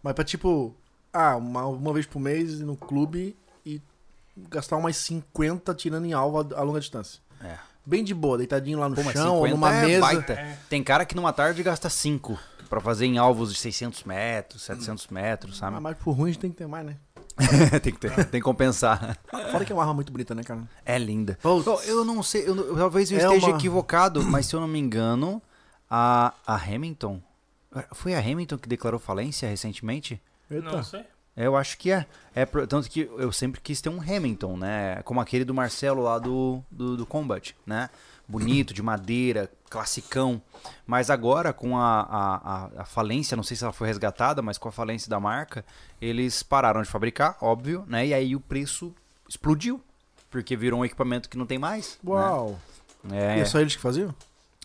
Speaker 2: Mas pra, tipo, ah, uma, uma vez por mês ir no clube e gastar umas 50 tirando em alvo a, a longa distância.
Speaker 1: É.
Speaker 2: Bem de boa, deitadinho lá no
Speaker 1: Pô, mas
Speaker 2: chão, ou
Speaker 1: 50
Speaker 2: numa
Speaker 1: é
Speaker 2: mesa.
Speaker 1: baita.
Speaker 3: É.
Speaker 1: Tem cara que numa tarde gasta 5 pra fazer em alvos de 600 metros, 700 metros,
Speaker 2: Ah,
Speaker 1: sabe?
Speaker 2: mas por ruim a gente tem que ter mais, né?
Speaker 1: tem, que ter- tem que compensar.
Speaker 2: Fora que é uma arma muito bonita, né, cara?
Speaker 1: É linda.
Speaker 2: Putz.
Speaker 1: Eu- Eu não sei, eu não- talvez eu
Speaker 2: É
Speaker 1: esteja
Speaker 2: uma-
Speaker 1: equivocado, mas se eu não me engano, a, a Hamilton. Foi a Hamilton que declarou falência recentemente?
Speaker 3: Não sei.
Speaker 1: Eu acho que é. é. pro- Tanto que eu sempre quis ter um Hamilton, né? Como aquele do Marcelo lá do, do, do Combat, né? Bonito, de madeira, classicão. Mas agora, com a, a, a, a falência, não sei se ela foi resgatada, mas com a falência da marca, eles pararam de fabricar, óbvio, né? E aí o preço explodiu. Porque virou um equipamento que não tem mais. né?
Speaker 2: Uau! E
Speaker 1: É,
Speaker 2: é só eles que faziam?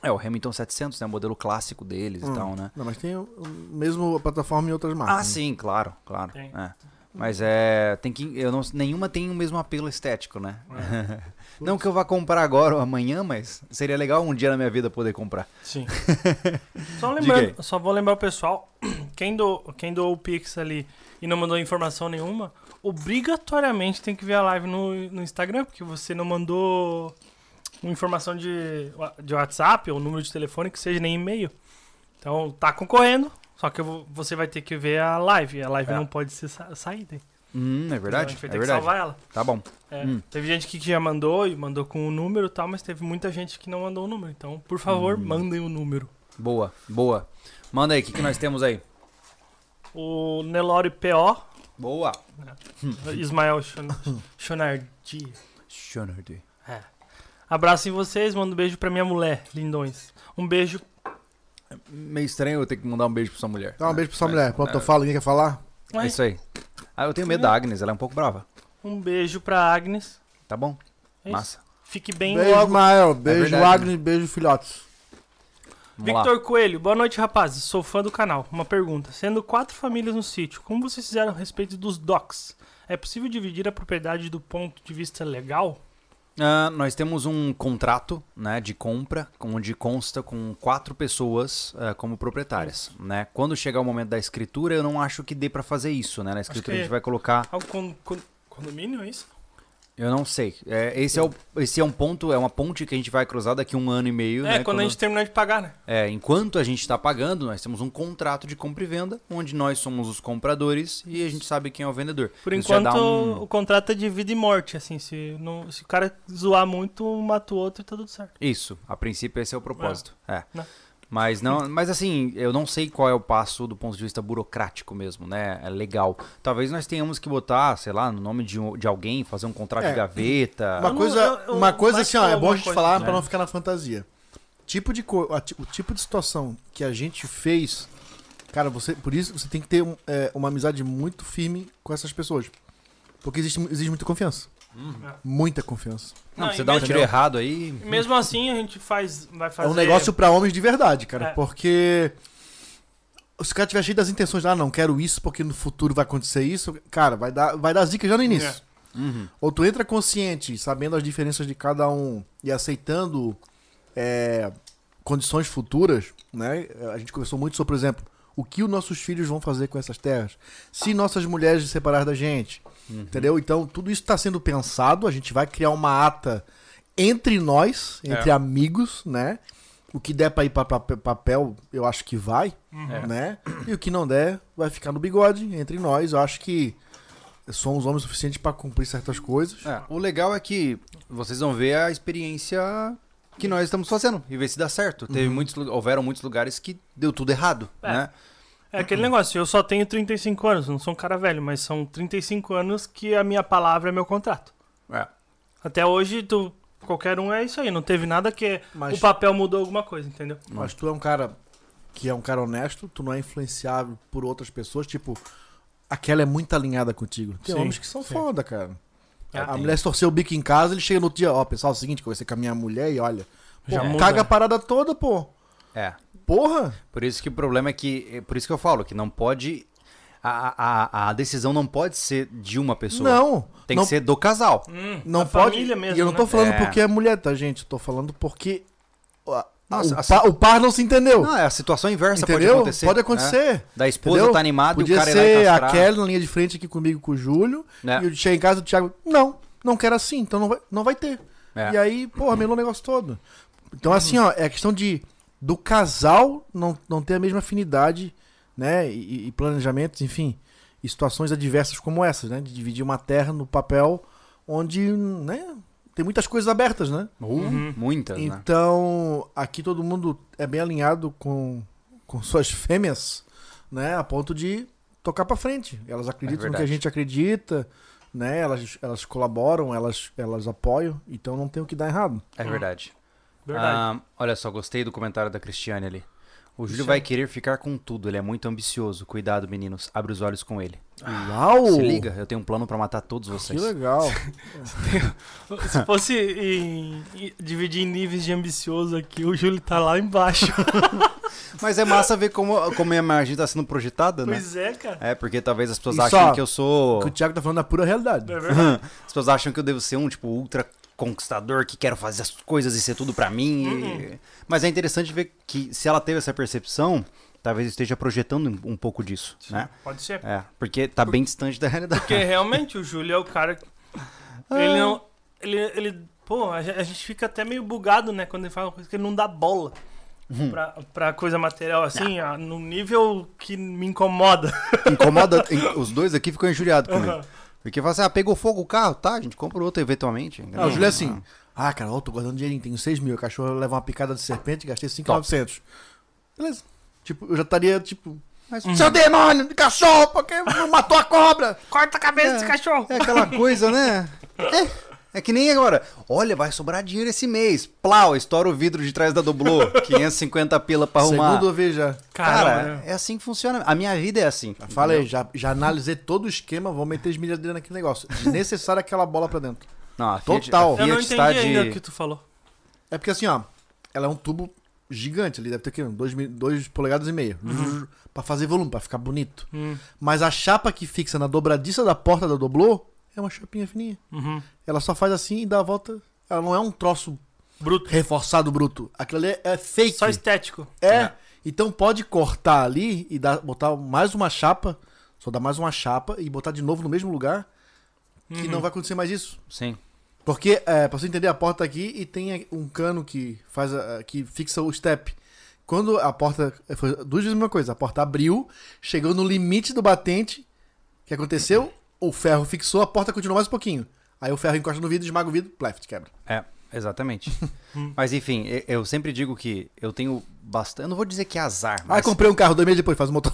Speaker 1: é, o Hamilton 700, né? O modelo clássico deles e
Speaker 2: Hum.
Speaker 1: tal, né?
Speaker 2: Não, mas tem o o mesmo a plataforma em outras marcas. né?
Speaker 1: Ah, sim, claro, claro.
Speaker 3: Tem.
Speaker 1: é. Mas é. Tem que. Eu não, nenhuma tem o mesmo apelo estético, né?
Speaker 3: É.
Speaker 1: não que eu vá comprar agora ou amanhã, mas seria legal um dia na minha vida poder comprar.
Speaker 3: Sim. só
Speaker 1: Diga aí.
Speaker 3: lembrando, só vou lembrar o pessoal quem doou, quem doou o Pix ali e não mandou informação nenhuma, obrigatoriamente tem que ver a live no, no Instagram, porque você não mandou uma informação de, wa- de WhatsApp ou número de telefone, que seja nem e-mail. Então tá concorrendo, só que eu vou- você vai ter que ver a live. A live
Speaker 1: É.
Speaker 3: não pode ser sa saída.
Speaker 1: Hum, é verdade?
Speaker 3: Então, a gente vai
Speaker 1: É
Speaker 3: ter que
Speaker 1: verdade.
Speaker 3: salvar ela.
Speaker 1: Tá bom.
Speaker 3: É,
Speaker 1: Hum.
Speaker 3: Teve gente que já mandou e mandou com o número e tal, mas teve muita gente que não mandou o número. Então, por favor,
Speaker 1: Hum.
Speaker 3: mandem o número.
Speaker 1: Boa, boa. Manda aí, o que, que nós temos aí?
Speaker 3: O Nelore PO,
Speaker 1: Boa.
Speaker 3: Ismael Chon- Chonardi.
Speaker 1: Xanardi.
Speaker 3: É. Abraço em vocês, mando um beijo pra minha mulher, lindões. Um beijo.
Speaker 1: Meio estranho eu ter que mandar um beijo pra sua mulher.
Speaker 2: Dá um beijo pra sua mulher. Pronto, eu falo, ninguém quer falar?
Speaker 1: É isso aí. Ah, eu tenho medo da Agnes, ela é um pouco brava.
Speaker 3: Um beijo pra Agnes.
Speaker 1: Tá bom?
Speaker 3: É isso.
Speaker 1: Massa.
Speaker 3: Fique bem
Speaker 2: Beijo,
Speaker 3: logo.
Speaker 2: Ismael. Beijo,
Speaker 1: verdade,
Speaker 2: Agnes. Beijo, filhotes.
Speaker 1: Vamos lá.
Speaker 3: Victor Coelho, boa noite, rapazes. Sou fã do canal. Uma pergunta. Sendo quatro famílias no sítio, como vocês fizeram a respeito dos docks? É possível dividir a propriedade do ponto de vista legal?
Speaker 1: Ah, nós temos um contrato né, de compra, onde consta com quatro pessoas ah, como proprietárias. Né? Quando chegar o momento da escritura, eu não acho que dê pra fazer isso. Né? Na escritura
Speaker 3: que-
Speaker 1: a gente vai colocar.
Speaker 3: Ao con- con- condomínio, é isso?
Speaker 1: Eu não sei. É, esse, é o- esse é um ponto, é uma ponte que a gente vai cruzar daqui um ano e meio.
Speaker 3: é,
Speaker 1: né,
Speaker 3: quando, a gente terminar de pagar, né?
Speaker 1: É, enquanto a gente está pagando, nós temos um contrato de compra e venda, onde nós somos os compradores e a gente sabe quem é o vendedor.
Speaker 3: Por
Speaker 1: Isso já dá
Speaker 3: enquanto,
Speaker 1: um-
Speaker 3: o contrato é de vida e morte, assim. Se, não, se o cara zoar muito, um mata o outro e tá tudo certo.
Speaker 1: Isso, a princípio esse é o propósito. É.
Speaker 3: Né?
Speaker 1: Mas não, mas assim, eu não sei qual é o passo do ponto de vista burocrático mesmo, né? É legal. Talvez nós tenhamos que botar, sei lá, no nome de, um- de alguém, fazer um contrato de
Speaker 2: É.
Speaker 1: gaveta.
Speaker 2: Uma
Speaker 3: não-
Speaker 2: coisa,
Speaker 3: eu- eu-
Speaker 2: uma coisa
Speaker 3: vai
Speaker 2: assim, ó, é
Speaker 3: falar
Speaker 2: bom a
Speaker 3: alguma
Speaker 2: gente
Speaker 3: coisa,
Speaker 2: falar
Speaker 3: né?
Speaker 2: pra não ficar na fantasia. Tipo de co- a ti- o tipo de situação que a gente fez, cara, você por isso você tem que ter um, é, uma amizade muito firme com essas pessoas. Porque existe, existe muita confiança.
Speaker 3: Uhum.
Speaker 2: Muita confiança.
Speaker 1: Não,
Speaker 3: Não,
Speaker 1: você
Speaker 3: e
Speaker 1: dá um
Speaker 3: mesmo-
Speaker 1: tiro errado aí.
Speaker 3: E Mesmo assim, a gente faz, vai fazer...
Speaker 2: É um negócio pra homens de verdade, cara.
Speaker 3: É.
Speaker 2: Porque se o cara tiver cheio das intenções, ah, não quero isso porque no futuro vai acontecer isso, cara, vai dar, vai dar zica já no início.
Speaker 3: É.
Speaker 1: Uhum.
Speaker 2: Ou tu entra consciente, sabendo as diferenças de cada um e aceitando é, condições futuras, né? A gente conversou muito sobre, por exemplo, o que os nossos filhos vão fazer com essas terras. Se nossas mulheres se separar da gente, entendeu? Então, tudo isso está sendo pensado, a gente vai criar uma ata entre nós, entre amigos, né? O que der para ir para papel, eu acho que vai, né? E o que não der, vai ficar no bigode entre nós. Eu acho que somos homens suficientes para cumprir certas coisas.
Speaker 1: É, o legal é que vocês vão ver a experiência que nós estamos fazendo e ver se dá certo. Teve muitos, lu- houveram muitos lugares que deu tudo errado,
Speaker 3: É.
Speaker 1: né?
Speaker 3: É aquele negócio, eu só tenho 35 anos, não sou um cara velho, mas são 35 anos que a minha palavra é meu contrato.
Speaker 1: É.
Speaker 3: Até hoje, tu, qualquer um é isso aí, não teve nada que
Speaker 2: Mas-
Speaker 3: o papel mudou alguma coisa, entendeu?
Speaker 2: Mas tu é um cara que é um cara honesto, tu não é influenciável por outras pessoas, tipo, aquela é muito alinhada contigo. Tem
Speaker 3: Sim,
Speaker 2: homens que são
Speaker 3: sim.
Speaker 2: foda, cara.
Speaker 3: É,
Speaker 2: a
Speaker 3: tem.
Speaker 2: mulher se torceu o bico em casa, ele chega no outro dia, ó, pessoal, é o seguinte, conversei com a minha mulher e olha, pô,
Speaker 3: Já muda,
Speaker 2: caga a
Speaker 3: né?
Speaker 2: parada toda, pô.
Speaker 1: É.
Speaker 2: Porra!
Speaker 1: Por isso que o problema é que. é Por isso que eu falo que não pode. A, a, a decisão não pode ser de uma pessoa.
Speaker 2: Não!
Speaker 1: Tem
Speaker 2: não,
Speaker 1: que ser do casal.
Speaker 3: Hum,
Speaker 2: não
Speaker 3: a
Speaker 2: pode.
Speaker 3: família mesmo,
Speaker 2: e eu não tô
Speaker 3: né?
Speaker 2: falando
Speaker 1: É.
Speaker 2: porque é mulher, tá, gente? Eu tô falando porque a-
Speaker 1: Nossa,
Speaker 2: o,
Speaker 1: a-
Speaker 2: pa- o par não se entendeu.
Speaker 1: Não, é a situação inversa
Speaker 2: entendeu?
Speaker 1: pode acontecer.
Speaker 2: Pode
Speaker 1: né?
Speaker 2: acontecer.
Speaker 1: Da esposa
Speaker 2: Entendeu?
Speaker 1: tá animada e o
Speaker 2: Podia
Speaker 1: cara ir lá e
Speaker 2: ser a
Speaker 1: castrar.
Speaker 2: Kelly na linha de frente aqui comigo com o Júlio.
Speaker 1: Né?
Speaker 2: E eu cheguei em casa do Thiago, não, não quero assim, então não vai, não vai ter.
Speaker 1: É.
Speaker 2: E aí, porra, melou o negócio todo. Então, assim, ó, é a questão de do casal não, não ter a mesma afinidade, né? E, e planejamentos, enfim, e situações adversas como essas, né? De dividir uma terra no papel onde, né? Tem muitas coisas abertas, né?
Speaker 1: Uh, Muitas, né?
Speaker 2: Então, aqui todo mundo é bem alinhado com, com suas fêmeas, né? A ponto de tocar pra frente. Elas acreditam no que a
Speaker 1: verdade.
Speaker 2: gente acredita, né? Elas, elas colaboram, elas, elas apoiam, então não tem o que dar errado.
Speaker 1: É verdade.
Speaker 2: Uhum.
Speaker 3: Verdade.
Speaker 1: Ah, olha só, gostei do comentário da Cristiane ali. O Júlio vai querer ficar com tudo, ele é muito ambicioso. Cuidado, meninos, abre os olhos com ele.
Speaker 2: Uau!
Speaker 1: Se liga, eu tenho um plano pra matar todos
Speaker 2: Uh. Que
Speaker 1: vocês.
Speaker 2: legal.
Speaker 3: Se fosse em- em- dividir em níveis de ambicioso aqui, o Júlio tá lá embaixo.
Speaker 1: Né? Mas é massa ver como, como a imagem tá sendo projetada, né?
Speaker 3: pois é, cara.
Speaker 1: É, porque talvez as pessoas
Speaker 2: E
Speaker 1: achem
Speaker 2: só-
Speaker 1: que eu sou.
Speaker 2: O que o Thiago tá falando é pura realidade.
Speaker 3: É verdade.
Speaker 1: As pessoas acham que eu devo ser um, tipo, ultra conquistador que quero fazer as coisas e ser tudo pra mim. e- Mas é interessante ver que se ela teve essa percepção, talvez esteja projetando um- um pouco disso, né?
Speaker 3: Pode ser.
Speaker 1: É, porque tá bem distante da realidade.
Speaker 3: Porque realmente o Júlio é o cara que. Ele não. Ele. ele pô, a gen- a gente fica até meio bugado, né? Quando ele fala uma coisa que ele não dá bola.
Speaker 1: Uhum.
Speaker 3: Pra, pra coisa material assim, ah, no nível que me incomoda.
Speaker 1: Incomoda. in- Os dois aqui ficam injuriados comigo.
Speaker 3: Aham.
Speaker 1: Porque fala assim, ah, pegou fogo o carro, tá? A gente compra outro eventualmente.
Speaker 2: Não, o Júlio é assim. Ah, cara, ó, tô guardando dinheirinho, tenho 6 mil. O cachorro leva uma picada de serpente, gastei 5,900. Beleza. Tipo, eu já estaria, tipo. Mas,
Speaker 1: Uhum.
Speaker 2: Seu demônio de cachorro, porque não matou a cobra!
Speaker 3: Corta a cabeça desse cachorro!
Speaker 1: É aquela coisa, né? É, é que nem agora. Olha, vai sobrar dinheiro esse mês. Plau, estoura o vidro de trás da Doblô. 550 pila pra arrumar.
Speaker 2: Segundo vez já.
Speaker 1: Cara,
Speaker 3: Caramba, né?
Speaker 1: é assim que funciona. A minha vida é assim.
Speaker 2: Falei, já, já analisei todo o esquema, vou meter as milhas dele naquele negócio. Desnecessário aquela bola pra dentro.
Speaker 1: Não, a Fiat,
Speaker 2: Total.
Speaker 1: A
Speaker 3: Eu
Speaker 1: Fiat
Speaker 3: não
Speaker 1: está
Speaker 3: entendi ainda
Speaker 1: de...
Speaker 3: o que tu falou.
Speaker 2: É porque assim, ó, ela é um tubo gigante ali, deve ter que 2 polegadas e meio. Pra fazer volume, pra ficar bonito.
Speaker 3: Hum,
Speaker 2: Mas a chapa que fixa na dobradiça da porta da doblô é uma chapinha fininha.
Speaker 3: uhum.
Speaker 2: Ela só faz assim e dá a volta. Ela não é um troço
Speaker 3: Bruto.
Speaker 2: reforçado bruto. Aquilo ali é fake.
Speaker 3: Só estético.
Speaker 2: É. Então pode cortar ali e dar, botar mais uma chapa, só dar mais uma chapa e botar de novo no mesmo lugar, que
Speaker 1: Uhum.
Speaker 2: não vai acontecer mais isso.
Speaker 1: Sim.
Speaker 2: Porque, é, pra você entender, a porta tá aqui e tem um cano que faz a- a- que fixa o step. Quando a porta. é, Foi duas vezes a mesma coisa. A porta abriu, chegou no limite do batente. O que aconteceu? O ferro fixou, a porta continuou mais um pouquinho. Aí o ferro encosta no vidro, esmaga o vidro, pleft, quebra.
Speaker 1: É, exatamente. mas enfim, e- eu sempre digo que eu tenho bastante... Eu não vou dizer que é azar,
Speaker 2: Aí
Speaker 1: mas...
Speaker 2: comprei um carro dois meses depois, faz o motor.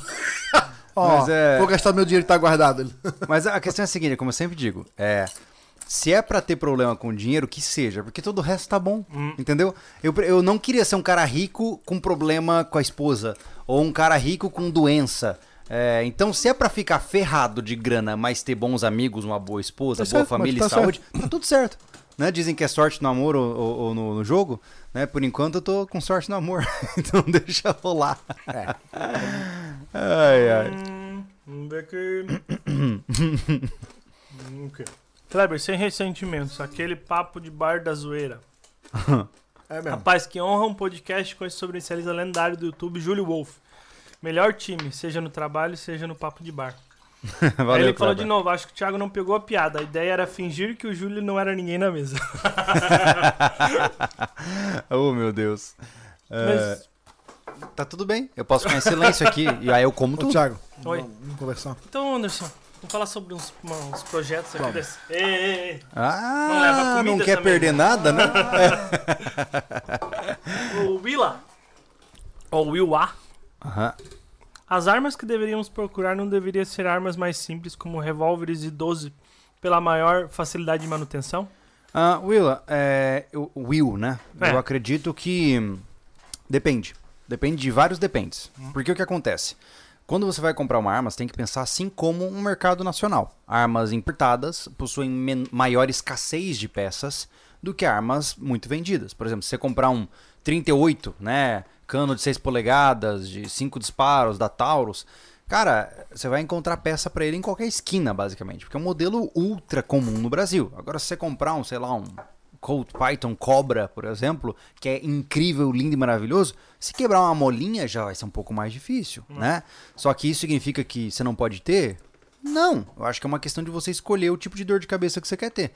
Speaker 2: Ó,
Speaker 1: Mas é-
Speaker 2: vou gastar meu dinheiro que tá guardado.
Speaker 1: Mas a questão é a seguinte, como eu sempre digo, é se é pra ter problema com dinheiro, que seja, porque todo o resto tá bom,
Speaker 2: Hum.
Speaker 1: entendeu? Eu, pre- eu não queria ser um cara rico com problema com a esposa, ou um cara rico com doença. É, então, se é pra ficar ferrado de grana, mas ter bons amigos, uma boa esposa,
Speaker 2: Tá
Speaker 1: boa
Speaker 2: certo,
Speaker 1: família e
Speaker 2: mas tá
Speaker 1: saúde, tá tudo certo. Né? Dizem que é sorte no amor ou, ou- ou no, no jogo, né? Por enquanto eu tô com sorte no amor, então deixa rolar.
Speaker 2: É.
Speaker 1: Ai, ai.
Speaker 3: Hum, vamos ver aqui. Hum, ok. Kleber, sem ressentimentos, aquele papo de bar da zoeira.
Speaker 2: É mesmo.
Speaker 3: Rapaz que honra um podcast com esse sobrencialista lendário do YouTube, Júlio Wolf. Melhor time, seja no trabalho, seja no papo de bar. Aí ele falou
Speaker 1: Kleber.
Speaker 3: de novo, acho que o Thiago não pegou a piada. A ideia era fingir que o Júlio não era ninguém na mesa.
Speaker 1: oh, meu Deus. É,
Speaker 3: Mas,
Speaker 1: Tá tudo bem. Eu posso ficar em silêncio aqui e aí eu como
Speaker 2: Ô,
Speaker 1: tudo.
Speaker 2: Thiago,
Speaker 3: Oi.
Speaker 2: vamos vamos conversar.
Speaker 3: então, Anderson, vamos falar sobre uns, uns projetos aqui desse. Ei, ei, ei. Não leva
Speaker 1: Ah,
Speaker 3: comida
Speaker 1: não, quer
Speaker 3: também,
Speaker 1: perder nada, né?
Speaker 3: O Willa, ou Willa,
Speaker 1: Aham.
Speaker 3: As armas que deveríamos procurar não deveriam ser armas mais simples, como revólveres de 12, pela maior facilidade de manutenção?
Speaker 1: Ah, Willa, é, eu- Will, né?
Speaker 3: É.
Speaker 1: Eu acredito que hum, depende. Depende de vários dependes.
Speaker 3: Uhum.
Speaker 1: Porque o que acontece? Quando você vai comprar uma arma, você tem que pensar assim como um mercado nacional. Armas importadas possuem men- maior escassez de peças do que armas muito vendidas. Por exemplo, se você comprar um 38, né, cano de 6 polegadas, de 5 disparos da Taurus, cara, você vai encontrar peça pra ele em qualquer esquina, basicamente, porque é um modelo ultra comum no Brasil. Agora se você comprar um, sei lá, um Cold Python Cobra, por exemplo, que é incrível, lindo e maravilhoso, se quebrar uma molinha já vai ser um pouco mais difícil, né? Só que isso significa que você não pode ter? Não, eu acho que é uma questão de você escolher o tipo de dor de cabeça que você quer ter.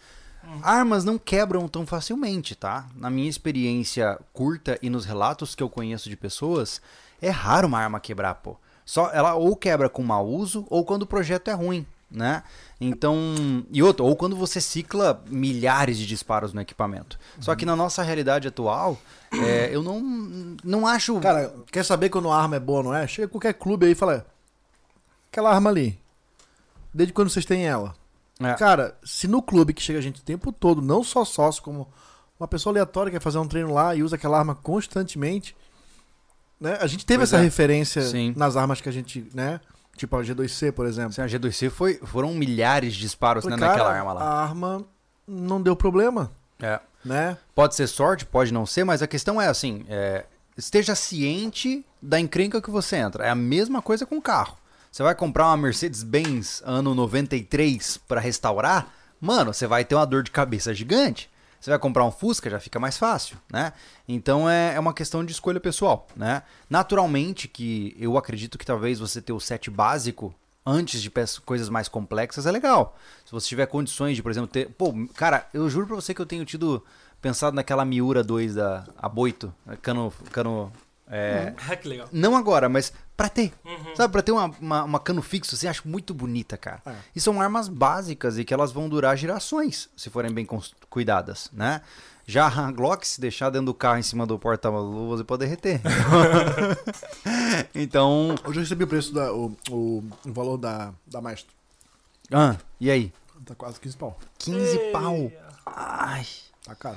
Speaker 1: Armas não quebram tão facilmente, tá? Na minha experiência curta e nos relatos que eu conheço de pessoas, é raro uma arma quebrar, pô. Só ela ou quebra com mau uso ou quando o projeto é ruim, né? Então, e outro, ou quando você cicla milhares de disparos no equipamento. Só que na nossa realidade atual, é, eu não, não acho.
Speaker 2: Cara, quer saber quando uma arma é boa ou não é? Chega em qualquer clube aí e fala: aquela arma ali, desde quando vocês têm ela?
Speaker 1: É.
Speaker 2: Cara, se no clube que chega gente o tempo todo, não só sócio, como uma pessoa aleatória que quer fazer um treino lá e usa aquela arma constantemente, né? A gente teve
Speaker 1: Pois
Speaker 2: essa
Speaker 1: é.
Speaker 2: referência
Speaker 1: Sim.
Speaker 2: nas armas que a gente, né? Tipo a G2C, por exemplo.
Speaker 1: Assim, a G2C foi, foram milhares de disparos né,
Speaker 2: Falei,
Speaker 1: naquela
Speaker 2: cara,
Speaker 1: arma lá.
Speaker 2: A arma não deu problema,
Speaker 1: É.
Speaker 2: né?
Speaker 1: Pode ser sorte, pode não ser, mas a questão é assim: é, esteja ciente da encrenca que você entra. É a mesma coisa com carro. Você vai comprar uma Mercedes-Benz ano 93 pra restaurar, mano, você vai ter uma dor de cabeça gigante. Você vai comprar um Fusca, já fica mais fácil, né? Então é, é uma questão de escolha pessoal, né? Naturalmente que eu acredito que talvez você ter o set básico antes de peças- coisas mais complexas é legal. Se você tiver condições de, por exemplo, ter... Pô, cara, eu juro pra você que eu tenho tido pensado naquela Miura 2 da Aboito, né, cano... cano é,
Speaker 3: Ah, que legal.
Speaker 1: não agora, mas pra ter. Sabe, pra ter uma, uma, uma cano fixo, assim, acho muito bonita, cara.
Speaker 2: É.
Speaker 1: E são armas básicas e que elas vão durar gerações, se forem bem cons- cuidadas, né? Já a Glock, se deixar dentro do carro em cima do porta-luvas, você pode derreter. então.
Speaker 2: Hoje eu recebi o preço, da, o, o, o valor da, da Maestro.
Speaker 1: Ah, e aí?
Speaker 2: Tá quase 15 pau.
Speaker 1: 15 pau.
Speaker 3: Eia.
Speaker 1: Ai.
Speaker 2: Tá caro.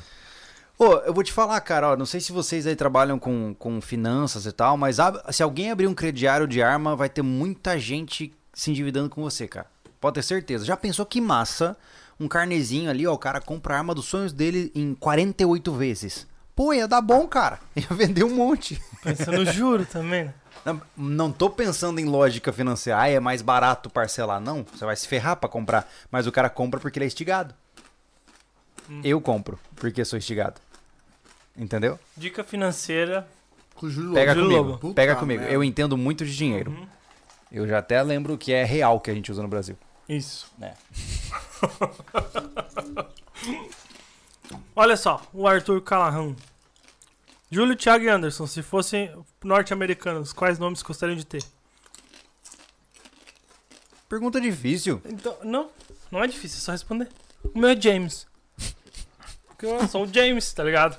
Speaker 1: Ô, eu vou te falar, cara, ó, não sei se vocês aí trabalham com, com finanças e tal, mas ab- se alguém abrir um crediário de arma, vai ter muita gente se endividando com você, cara. Pode ter certeza. Já pensou que massa um carnezinho ali, ó, o cara compra a arma dos sonhos dele em 48 vezes. Pô, ia dar bom, cara. Ia vender um monte.
Speaker 3: Pensa no juro também, né?
Speaker 1: Não, não tô pensando em lógica financeira. Ah, é mais barato parcelar. Não, você vai se ferrar pra comprar. Mas o cara compra porque ele é estigado. Eu compro porque sou estigado. Entendeu?
Speaker 3: Dica financeira.
Speaker 2: Com o Júlio
Speaker 1: Pega
Speaker 2: Lobo.
Speaker 3: Juro
Speaker 1: comigo.
Speaker 3: logo.
Speaker 2: Puta
Speaker 1: Pega comigo.
Speaker 2: merda.
Speaker 1: Eu entendo muito de dinheiro. Eu já até lembro que é real que a gente usa no Brasil.
Speaker 3: Isso.
Speaker 1: É.
Speaker 3: Olha só, o Arthur Callahan. Júlio, Thiago e Anderson, se fossem norte-americanos, quais nomes gostariam de ter?
Speaker 1: Pergunta difícil.
Speaker 3: Então, não, não é difícil, é só responder. O meu é James. Porque eu sou o James, tá ligado?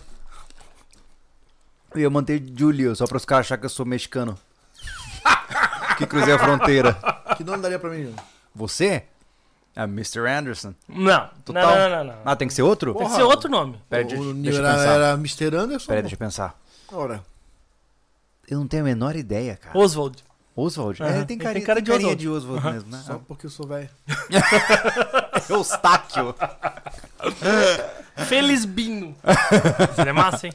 Speaker 1: Eu ia manter Julio, só para os caras acharem que eu sou mexicano. que cruzei a fronteira.
Speaker 2: Que nome daria pra mim?
Speaker 1: Você? É Mr. Anderson.
Speaker 3: Não, não,
Speaker 1: Total.
Speaker 3: não, não, não. não.
Speaker 1: Ah, tem que ser outro?
Speaker 3: Tem que
Speaker 2: Porra.
Speaker 3: ser outro nome.
Speaker 1: Pera,
Speaker 2: o,
Speaker 1: deixa, deixa
Speaker 2: o Neil
Speaker 1: eu
Speaker 2: era,
Speaker 1: pensar.
Speaker 2: era Mr. Anderson?
Speaker 3: um
Speaker 1: Pera, deixa eu pensar.
Speaker 2: Ora,
Speaker 1: Eu não tenho a menor ideia, cara.
Speaker 3: Oswald.
Speaker 1: Oswald?
Speaker 3: Aham,
Speaker 1: É,
Speaker 3: ele
Speaker 1: tem
Speaker 3: tem
Speaker 1: carinha,
Speaker 3: cara
Speaker 1: tem
Speaker 3: de
Speaker 1: carinha
Speaker 3: Oswald.
Speaker 1: de Oswald mesmo, né? É
Speaker 2: só porque eu sou velho.
Speaker 1: Eustáquio.
Speaker 3: Felizbinho. Ele é massa, hein?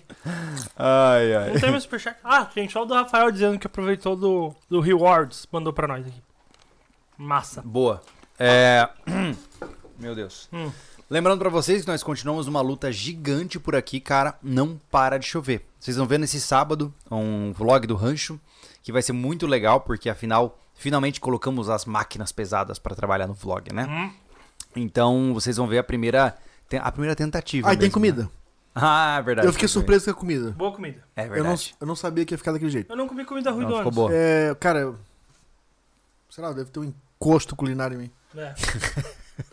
Speaker 1: ai, ai.
Speaker 3: Não tem mais superchat. Ah, gente, olha o do Rafael dizendo que aproveitou do, do Rewards. Mandou pra nós aqui. Massa.
Speaker 1: Boa. É... Meu Deus.
Speaker 3: Hum.
Speaker 1: Lembrando pra vocês que nós continuamos uma luta gigante por aqui, cara. Não para de chover. Vocês vão ver nesse sábado um vlog do rancho, que vai ser muito legal, porque afinal, finalmente colocamos as máquinas pesadas pra trabalhar no vlog, né?
Speaker 3: Hum,
Speaker 1: Então, vocês vão ver a primeira, te- a primeira tentativa.
Speaker 2: Ah, e tem
Speaker 1: mesmo, né?
Speaker 2: comida.
Speaker 1: Ah, é verdade.
Speaker 2: Eu fiquei
Speaker 1: tem comida.
Speaker 2: surpreso com a comida.
Speaker 3: Boa comida.
Speaker 1: É
Speaker 2: Eu não,
Speaker 1: verdade.
Speaker 2: eu não sabia que ia ficar daquele jeito.
Speaker 3: Eu não comi comida ruim
Speaker 1: Não,
Speaker 3: do
Speaker 1: ficou
Speaker 3: ônibus.
Speaker 1: boa.
Speaker 2: É, cara, eu- sei lá, deve ter um encosto culinário em mim.
Speaker 3: É.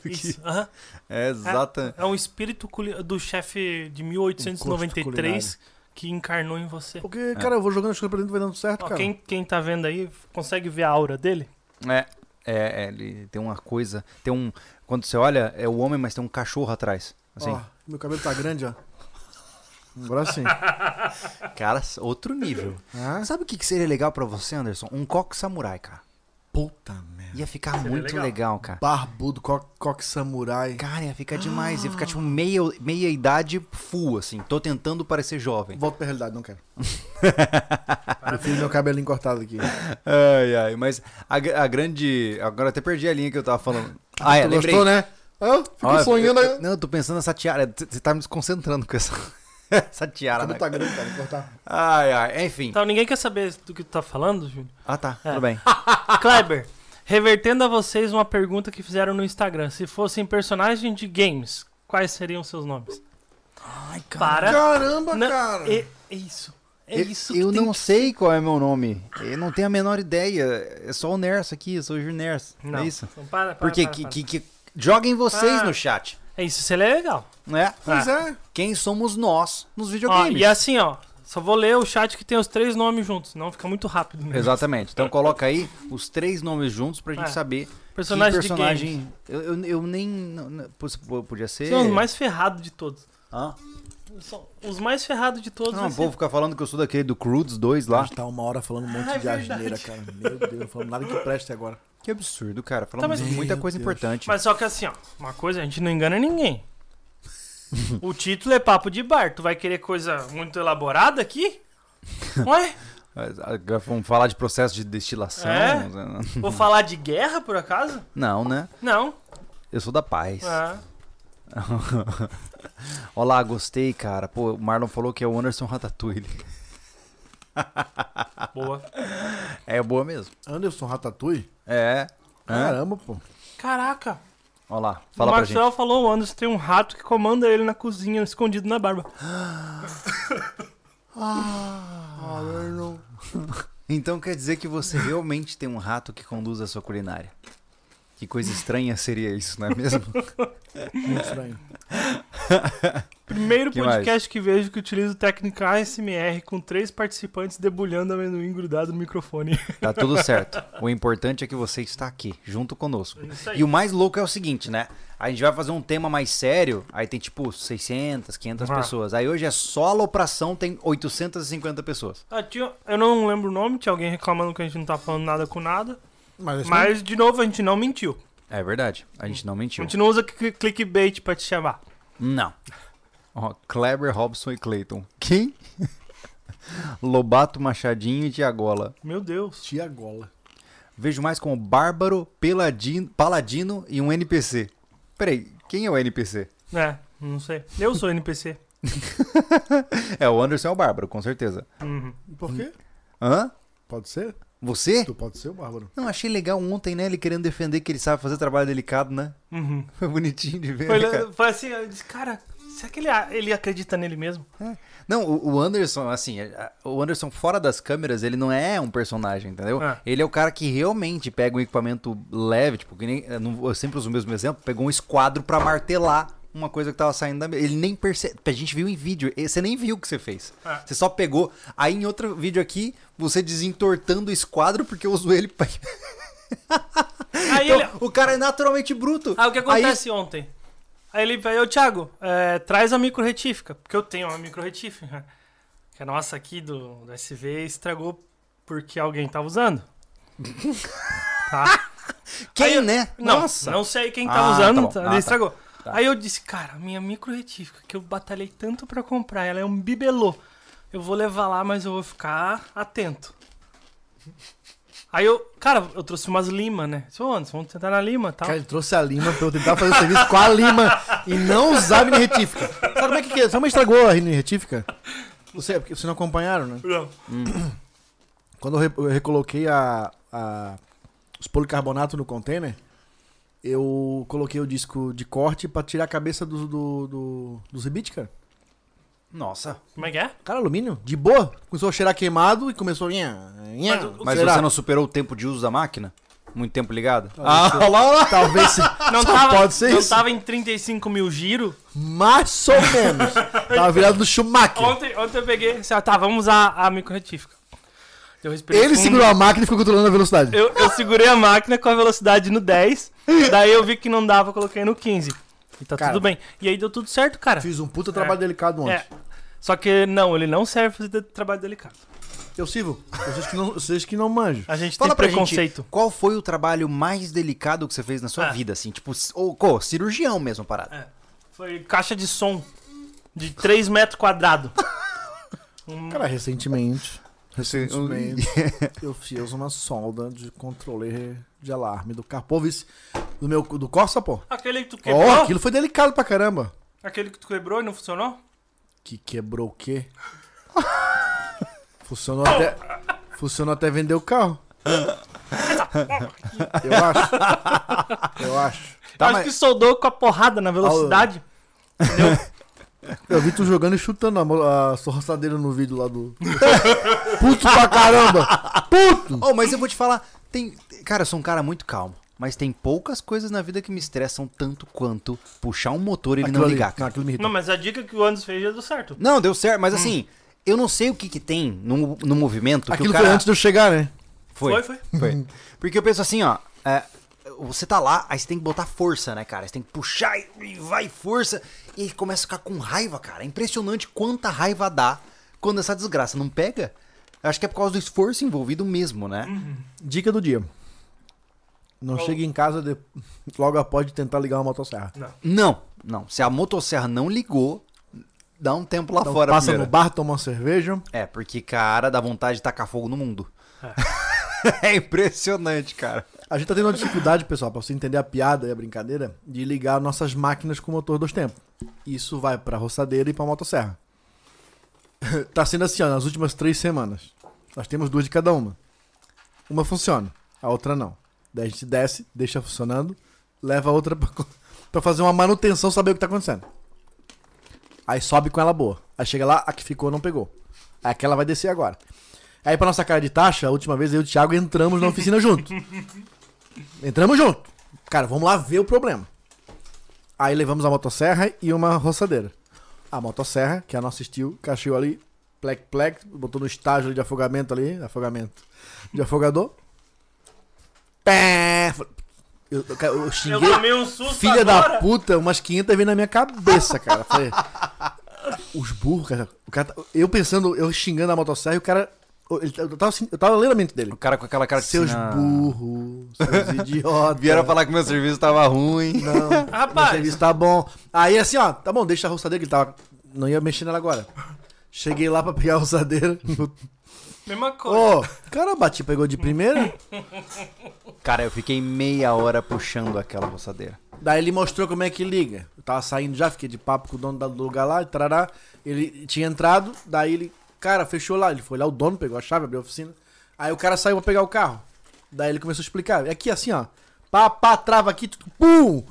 Speaker 3: Isso. aham.
Speaker 1: É exata.
Speaker 3: É um espírito culi- do chefe de
Speaker 2: Um gosto
Speaker 3: 1893 que encarnou em você.
Speaker 2: Porque,
Speaker 1: É.
Speaker 2: cara, eu vou jogando as coisas pra dentro, vai dando certo,
Speaker 3: Ó,
Speaker 2: cara.
Speaker 3: quem, quem tá vendo aí consegue ver a aura dele?
Speaker 1: É, é, é, ele tem uma coisa, tem um, quando você olha, é o homem, mas tem um cachorro atrás, assim.
Speaker 2: Ó, meu cabelo tá grande, ó. Agora sim.
Speaker 1: Cara, outro nível.
Speaker 2: Ah,
Speaker 1: Sabe o que que seria legal pra você, Anderson? Um coque samurai, cara.
Speaker 2: puta merda.
Speaker 1: Ia ficar
Speaker 3: Seria
Speaker 1: muito legal.
Speaker 3: legal.
Speaker 1: cara.
Speaker 2: Barbudo, co- coque samurai.
Speaker 1: Cara, ia ficar demais,
Speaker 3: Ah.
Speaker 1: ia ficar tipo meia, meia idade full, assim. Tô tentando parecer jovem.
Speaker 2: Volto pra realidade, não quero. Prefiro meu cabelinho cortado aqui.
Speaker 1: Ai, ai, mas a, gr- a grande. Agora até perdi a linha que eu tava falando. Ah, é,
Speaker 2: tu
Speaker 1: lembrei.
Speaker 2: gostou, né? Eu fico
Speaker 1: Ó,
Speaker 2: sonhando
Speaker 1: eu-
Speaker 2: aí.
Speaker 1: Não, eu tô pensando nessa tiara. Você- Você tá me desconcentrando com essa, essa
Speaker 2: O
Speaker 1: tiara, né?
Speaker 2: cabelo tá grande, cara, vou cortar.
Speaker 1: Ai, ai, enfim.
Speaker 3: Então ninguém quer saber do que tu tá falando, Júlio.
Speaker 1: Ah, tá,
Speaker 3: É.
Speaker 1: tudo bem.
Speaker 3: Kleber, revertendo a vocês uma pergunta que fizeram no Instagram. Se fossem personagens de games, quais seriam seus nomes?
Speaker 1: Ai,
Speaker 3: Para.
Speaker 2: Caramba,
Speaker 3: Não,
Speaker 2: cara.
Speaker 3: É, é isso. É
Speaker 1: Eu-
Speaker 3: isso que
Speaker 1: eu
Speaker 3: tem
Speaker 1: não sei qual é meu nome. Eu não tenho a menor ideia. É só o Nerso aqui, eu sou o Júlio Nerso.
Speaker 3: Não.
Speaker 1: É isso?
Speaker 3: Então para, para,
Speaker 1: Porque
Speaker 3: para,
Speaker 1: que,
Speaker 3: para.
Speaker 1: que, que- joguem vocês
Speaker 3: Para.
Speaker 1: no chat,
Speaker 3: É isso, isso é legal.
Speaker 1: né?
Speaker 2: Ah. Pois é.
Speaker 1: Quem somos nós nos
Speaker 3: Ó,
Speaker 1: videogames.
Speaker 3: e assim, ó. Só vou ler o chat que tem os três nomes juntos, senão fica muito rápido. Mesmo.
Speaker 1: Exatamente. Então coloca aí os três nomes juntos pra gente
Speaker 3: É.
Speaker 1: saber
Speaker 3: Personagem,
Speaker 1: que personagem... Eu, eu, eu nem... não- não- pô, se- pô, Podia ser...
Speaker 3: de games. São os mais ferrados de todos.
Speaker 1: Hã?
Speaker 3: São os mais ferrados de todos. assim.
Speaker 1: Não, o
Speaker 3: vai ser-
Speaker 1: povo fica falando que eu sou daquele do Crudes 2
Speaker 2: A
Speaker 1: lá.
Speaker 2: gente tá uma hora falando um monte
Speaker 3: Ah, é
Speaker 2: de asneira, cara. Meu Deus, não falamos nada que preste agora.
Speaker 1: Que absurdo, cara. Falamos
Speaker 3: Tá, mas-
Speaker 1: de muita
Speaker 2: Meu
Speaker 1: coisa
Speaker 2: Deus.
Speaker 1: importante.
Speaker 3: Mas só que assim, ó. Uma coisa, a gente não engana ninguém. o título é papo de bar. Tu vai querer coisa muito elaborada aqui? Ué?
Speaker 1: Mas, ah, Vamos falar de processo de destilação.
Speaker 3: É? Vou falar de guerra, por acaso?
Speaker 1: Não, né?
Speaker 3: Não.
Speaker 1: Eu sou da paz.
Speaker 3: Ah,
Speaker 1: Olá, gostei, cara. Pô, o Marlon falou que é o Anderson Ratatouille.
Speaker 3: Boa.
Speaker 1: É boa mesmo.
Speaker 2: Anderson Ratatouille?
Speaker 1: É. Hã?
Speaker 2: Caramba, pô.
Speaker 3: Caraca.
Speaker 1: Olha lá, fala
Speaker 3: o
Speaker 1: pra
Speaker 3: Marcel
Speaker 1: gente.
Speaker 3: falou, o Anderson tem um rato que comanda ele na cozinha, escondido na barba.
Speaker 2: Ah, Arnold.
Speaker 1: Então quer dizer que você realmente tem um rato que conduz a sua culinária. Que coisa estranha seria isso, não é mesmo?
Speaker 2: Muito estranho.
Speaker 3: Primeiro
Speaker 1: Que
Speaker 3: podcast que vejo que utiliza técnica ASMR com três participantes debulhando amendoim grudado no microfone.
Speaker 1: Tá tudo certo. O importante é que você está aqui, junto conosco.
Speaker 3: Isso aí.
Speaker 1: E o mais louco é o seguinte, né? A gente vai fazer um tema mais sério, aí tem tipo 600, 500
Speaker 3: Ah.
Speaker 1: pessoas. Aí hoje é só alopração, tem 850 pessoas.
Speaker 3: Ah, tinha- eu não lembro o nome, tinha alguém reclamando que a gente não tá falando nada com nada.
Speaker 2: Mas, é acho
Speaker 3: Mas, de novo, a gente não mentiu.
Speaker 1: É verdade, a gente não
Speaker 3: A
Speaker 1: mentiu.
Speaker 3: gente não usa cli- clickbait pra te chamar.
Speaker 1: Não. Ó, Kleber, Robson e Clayton. Quem? Lobato, Machadinho e Diagola.
Speaker 3: Meu
Speaker 2: que-
Speaker 3: Deus.
Speaker 2: Tiagola.
Speaker 1: Vejo mais como Bárbaro, Peladino, Paladino e um NPC. Peraí, quem é o NPC?
Speaker 3: É, não sei. Eu sou NPC.
Speaker 1: É, o Anderson é o Bárbaro, com certeza.
Speaker 3: Uhum.
Speaker 2: Por quê?
Speaker 1: Hum. Hã?
Speaker 2: Pode ser?
Speaker 1: Você?
Speaker 2: Tu pode ser o Bárbaro.
Speaker 1: Não, achei legal ontem, né? Ele querendo defender que ele sabe fazer trabalho delicado, né?
Speaker 3: Uhum.
Speaker 1: Foi bonitinho de ver.
Speaker 3: Foi,
Speaker 1: né, cara?
Speaker 3: foi assim, eu disse, cara, será que ele, ele acredita nele mesmo?
Speaker 1: É. Não, o o Anderson, assim, é- a- o Anderson fora das câmeras, ele não é um personagem, entendeu?
Speaker 3: É.
Speaker 1: Ele é o cara que realmente pega um equipamento leve, tipo, que nem. Eu, não- eu sempre uso o mesmo exemplo, pegou um esquadro pra martelar uma coisa que tava saindo da mesa. Ele nem percebe. A gente viu em vídeo, e você nem viu o que você fez.
Speaker 3: É.
Speaker 1: Você só pegou. Aí em outro vídeo aqui, você desentortando o esquadro porque eu uso ele pra.
Speaker 3: Aí
Speaker 1: Então,
Speaker 3: ele...
Speaker 1: o cara é naturalmente bruto.
Speaker 3: Ah, o que acontece ontem? Aí ele vai, ô Thiago, é, traz a micro retífica, porque eu tenho uma micro retífica. Que a nossa aqui do, do SV estragou porque alguém tava usando. tá? Aí
Speaker 1: Quem,
Speaker 3: eu-
Speaker 1: né?
Speaker 3: Não,
Speaker 1: Nossa.
Speaker 3: não sei quem
Speaker 1: Ah,
Speaker 3: tava usando,
Speaker 1: tá bom.
Speaker 3: tá-
Speaker 1: Ah,
Speaker 3: ele
Speaker 1: tá.
Speaker 3: estragou.
Speaker 1: Tá.
Speaker 3: Aí eu disse, cara, minha micro retífica que eu batalhei tanto pra comprar, ela é um bibelô. Eu vou levar lá, mas eu vou ficar atento. Aí eu, cara, eu trouxe umas lima, né? Disse, ô Anderson, vamos tentar na lima, tal.
Speaker 2: Cara, ele trouxe a Lima pra eu tentar fazer o serviço com a Lima e não usar a mini retífica. Sabe como é que que é? Sabe como estragou a mini retífica? Você, é porque vocês não acompanharam, né?
Speaker 3: Não.
Speaker 2: Quando eu, re- eu recoloquei a, a- os policarbonato no container, eu coloquei o disco de corte pra tirar a cabeça do, do, do, dos rebite, cara.
Speaker 1: Nossa.
Speaker 3: Como é que é?
Speaker 2: Cara, alumínio, de boa. Começou a cheirar queimado e começou. Nha, nha,
Speaker 3: Mas o- o-
Speaker 1: Mas
Speaker 2: Será?
Speaker 1: você não superou o tempo de uso da máquina? Muito tempo ligado? Ah, olha lá, olha lá.
Speaker 2: Talvez se...
Speaker 3: Não
Speaker 2: Só
Speaker 3: tava,
Speaker 2: pode ser
Speaker 3: não
Speaker 2: isso.
Speaker 3: tava em 35 mil giro.
Speaker 2: Mais ou menos. Tava virado do Schumacher.
Speaker 3: Ontem, ontem eu peguei. Assim, ah, tá, vamos usar a micro retífica. Eu respirei
Speaker 2: Ele
Speaker 3: fundo.
Speaker 2: segurou a máquina e ficou controlando a velocidade.
Speaker 3: Eu, eu segurei a máquina com a velocidade no 10. daí eu vi que não dava, eu coloquei no 15. E tá
Speaker 2: Cara.
Speaker 3: tudo bem. E aí deu tudo certo, cara.
Speaker 2: Fiz um puta trabalho
Speaker 3: É.
Speaker 2: delicado ontem.
Speaker 3: É. Só que não, ele não serve pra fazer trabalho delicado.
Speaker 2: Eu sirvo. Vocês que não, vocês que não manjam.
Speaker 3: A gente
Speaker 1: Fala
Speaker 3: tem
Speaker 1: pra gente,
Speaker 3: preconceito.
Speaker 1: qual foi o trabalho mais delicado que você fez na sua
Speaker 3: Ah.
Speaker 1: vida, assim? Tipo, c- ou, co, cirurgião mesmo, parada.
Speaker 3: É. Foi caixa de som de 3 metros quadrados. Um-
Speaker 2: Cara, recentemente. Recentemente. eu fiz uma solda de controle de alarme do carro. Pô, vice, do meu do Corsa, pô.
Speaker 3: Aquele que tu
Speaker 2: Ó,
Speaker 3: quebrou?
Speaker 2: aquilo foi delicado pra caramba.
Speaker 3: Aquele que tu quebrou e não funcionou?
Speaker 2: Que quebrou o quê? Funcionou até. Funcionou até vender o carro. Eu acho. Eu acho.
Speaker 1: Tá,
Speaker 3: acho
Speaker 1: mas-
Speaker 3: que soldou com a porrada na velocidade.
Speaker 2: Eu vi tu jogando e chutando a, mo- a sorraçadeira no vídeo lá do. Puto pra caramba! Puto!
Speaker 1: Oh, mas eu vou te falar, tem. Cara, eu sou um cara muito calmo. Mas tem poucas coisas na vida que me estressam tanto quanto puxar um motor e ele
Speaker 2: Aquilo
Speaker 1: não
Speaker 2: ali-
Speaker 1: ligar,
Speaker 2: não,
Speaker 1: cara.
Speaker 2: aquilo me irritou.
Speaker 3: Não, mas a dica é que o Anderson fez já deu certo.
Speaker 1: Então. Não, deu certo,
Speaker 2: Hum.
Speaker 1: mas assim, eu não sei o que que tem no, no movimento que
Speaker 2: Aquilo
Speaker 1: o cara...
Speaker 2: foi antes de eu chegar, né?
Speaker 1: Foi,
Speaker 3: Foi,
Speaker 1: foi. Porque eu penso assim, ó. é, você tá lá, aí você tem que botar força, né, cara? Você tem que puxar e, e vai força. E aí começa a ficar com raiva, cara. É impressionante quanta raiva dá quando essa desgraça não pega. Eu acho que é por causa do esforço envolvido mesmo, né?
Speaker 2: Dica do dia. Não
Speaker 3: Qual?
Speaker 2: chegue em casa de- logo após de tentar ligar uma motosserra.
Speaker 1: Não, não. Se a motosserra não ligou, dá um tempo lá
Speaker 2: Então
Speaker 1: fora
Speaker 2: passa
Speaker 1: primeiro.
Speaker 2: no bar, toma uma cerveja.
Speaker 1: É, porque, cara, dá vontade de tacar fogo no mundo. é impressionante, cara.
Speaker 2: A gente tá tendo uma dificuldade, pessoal, pra você entender a piada e a brincadeira, de ligar nossas máquinas com o motor dois tempos. Isso vai pra roçadeira e pra motosserra. tá sendo assim, ó, nas últimas três semanas. Nós temos duas de cada uma. Uma funciona, a outra não. Daí a gente desce, deixa funcionando, leva a outra pra, co- pra fazer uma manutenção, saber o que tá acontecendo. Aí sobe com ela boa. Aí chega lá, a que ficou não pegou. Aí aquela vai descer agora. Aí pra nossa cara de taxa, a última vez eu e o Thiago entramos na oficina junto. Entramos junto. Cara, vamos lá ver o problema. Aí levamos a motosserra e uma roçadeira. A motosserra, que é a nossa estilo, cachou ali, plec, plec, botou no estágio de afogamento ali, afogamento, de afogador. Pé! Eu, eu, eu
Speaker 3: Eu
Speaker 2: xinguei,
Speaker 3: tomei um susto
Speaker 2: Filha
Speaker 3: agora.
Speaker 2: da puta, umas 500 vêm na minha cabeça, cara. Falei, os burros, cara. O cara tá- eu pensando, eu xingando a motosserra e o cara. ele tá- Eu tava, assim- eu tava lendo a mente dele.
Speaker 1: O cara com aquela cara de
Speaker 2: Seus
Speaker 1: assim, "Ah,
Speaker 2: burros, seus idiotas.
Speaker 1: Vieram falar que meu serviço tava ruim.
Speaker 2: Não,
Speaker 3: Rapaz.
Speaker 2: Rapaz. serviço tá bom. Aí assim, ó, tá bom, deixa a roçadeira que ele tava. Não ia mexer nela agora. Cheguei lá pra pegar a roçadeira.
Speaker 3: Mesma
Speaker 2: Ô,
Speaker 3: coisa.
Speaker 2: cara, bati, pegou de primeira.
Speaker 1: Cara, eu fiquei meia hora puxando aquela roçadeira.
Speaker 2: Daí ele mostrou como é que liga. Eu tava saindo já, fiquei de papo com o dono da- do lugar lá, e tarará. Ele tinha entrado, daí ele, cara, fechou lá. Ele foi lá, o dono pegou a chave, abriu a oficina. Aí o cara saiu pra pegar o carro. Daí ele começou a explicar. É aqui assim, ó. Pá, pá, trava aqui, tudo, pum!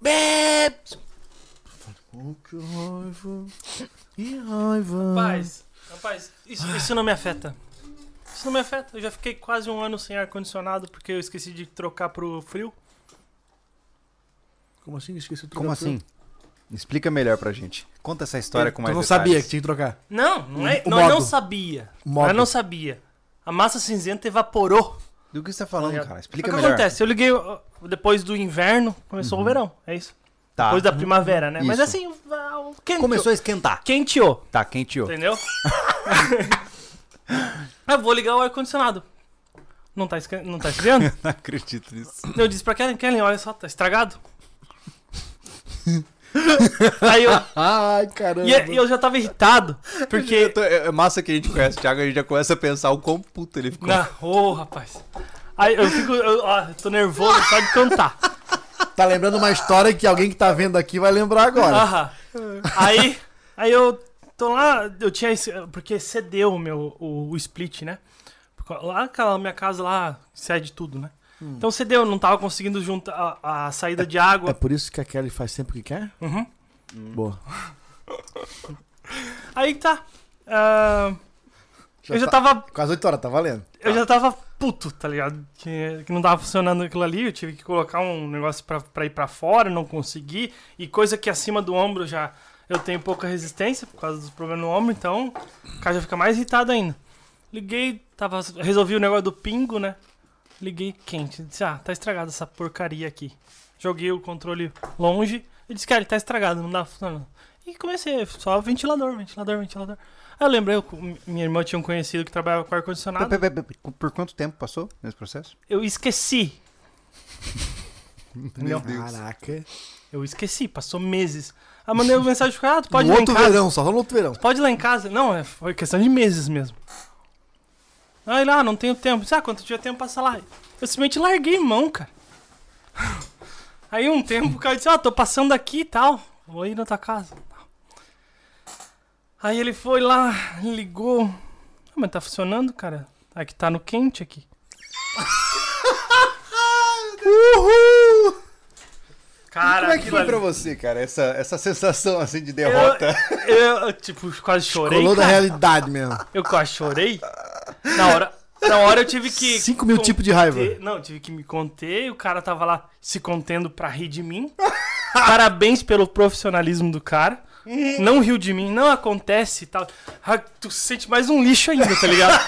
Speaker 2: Bê! Oh, que raiva. Que
Speaker 1: Oh.
Speaker 2: raiva.
Speaker 3: Rapaz, rapaz, isso,
Speaker 1: Ah.
Speaker 3: isso não me afeta. Isso não me afeta. Eu já fiquei quase um ano sem ar-condicionado porque eu esqueci de trocar pro frio.
Speaker 2: Como assim? Esqueci o
Speaker 1: Como assim? Explica melhor pra gente. Conta essa história com mais
Speaker 2: Eu não
Speaker 1: detalhes.
Speaker 2: sabia que tinha que trocar.
Speaker 3: Não, não é.
Speaker 2: O
Speaker 3: Não, eu não
Speaker 2: modo.
Speaker 3: sabia.
Speaker 2: Modo.
Speaker 3: Eu não sabia. A massa cinzenta evaporou.
Speaker 1: Do que você tá falando, cara? Explica
Speaker 3: o que
Speaker 1: melhor. Uhum.
Speaker 3: acontece? Eu liguei ó, depois do inverno, começou o verão. É isso.
Speaker 1: Tá.
Speaker 3: Depois da primavera, né? Mas
Speaker 1: Isso.
Speaker 3: assim, o- quenteou.
Speaker 1: Começou a esquentar.
Speaker 3: Quenteou,
Speaker 1: Tá, quenteou.
Speaker 3: entendeu? eu vou ligar o ar-condicionado. Não tá, esque- não tá esfriando?
Speaker 1: Não acredito nisso.
Speaker 3: Eu disse pra Kellen, Kellen, olha só, tá estragado. Aí eu,
Speaker 2: Ai, caramba.
Speaker 3: é- e é- eu- e eu já tava irritado, porque...
Speaker 1: Eu tô- é é massa que a gente conhece o Thiago, a gente já começa a pensar o quão puto ele ficou.
Speaker 3: Na- Ô, rapaz. Aí eu fico, eu, ó, eu tô nervoso só de cantar.
Speaker 2: Tá lembrando uma história que alguém que tá vendo aqui vai lembrar agora.
Speaker 3: Aham. Aí, aí eu tô lá, eu tinha. esse- Porque cedeu o meu o, o split, né? Porque Lá aquela minha casa lá cede tudo, né? Então cedeu, eu não tava conseguindo juntar a, a saída de
Speaker 2: Hum. É
Speaker 3: água.
Speaker 2: por isso que a Kelly faz sempre o que quer?
Speaker 3: Uhum.
Speaker 2: Boa.
Speaker 3: Aí tá. ah, eu já tava.
Speaker 2: Tá Quase 8 horas, tá valendo.
Speaker 3: Eu já tava puto, tá ligado? Que, que não tava funcionando aquilo ali, eu tive que colocar um negócio pra, pra ir pra fora, não consegui. E coisa que acima do ombro já eu tenho pouca resistência por causa dos problemas no ombro, então o cara já fica mais irritado ainda. Liguei, tava, resolvi o negócio do pingo, né? Liguei quente, disse, ah, tá estragada essa porcaria aqui. Joguei o controle longe e disse, cara, ele tá estragado, não dá funcionando. E comecei, só ventilador, ventilador, ventilador. Aí eu lembrei, eu- minha irmã tinha um conhecido que trabalhava com ar-condicionado.
Speaker 1: Pe- pe- pe- pe- Por quanto tempo passou nesse processo?
Speaker 3: Eu esqueci.
Speaker 1: Meu
Speaker 2: Caraca.
Speaker 3: Eu esqueci, passou meses. Aí mandei uma mensagem pro cara, ah, tu pode
Speaker 2: no
Speaker 3: ir lá em
Speaker 2: outro
Speaker 3: casa.
Speaker 2: verão, só no outro verão.
Speaker 3: Pode ir lá em casa. Não, é- foi questão de meses mesmo. Aí lá, não tenho tempo. Ah, quando tiver tempo, passa lá. Eu simplesmente larguei mão, cara. Aí um tempo o cara disse, ó, tô passando aqui e tal. Vou ir na tua casa. Aí ele foi lá, ligou. Ah, mas tá funcionando, cara. Aqui tá no quente aqui.
Speaker 1: Uhul!
Speaker 3: Cara,
Speaker 1: Como é que
Speaker 3: aquilo
Speaker 1: foi
Speaker 3: é ali-
Speaker 1: pra você, cara? Essa, essa sensação assim de derrota.
Speaker 3: eu, eu, tipo, quase chorei.
Speaker 2: Colou da
Speaker 3: cara.
Speaker 2: realidade mesmo.
Speaker 3: Eu quase chorei. Na hora, na hora eu tive que.
Speaker 2: 5 mil
Speaker 3: conter-
Speaker 2: tipos de raiva.
Speaker 3: Não, eu tive que me conter. E o cara tava lá se contendo pra rir de mim. Parabéns pelo profissionalismo do cara. Não riu de mim, não acontece e tal. Ah, tu se sente mais um lixo ainda, tá ligado?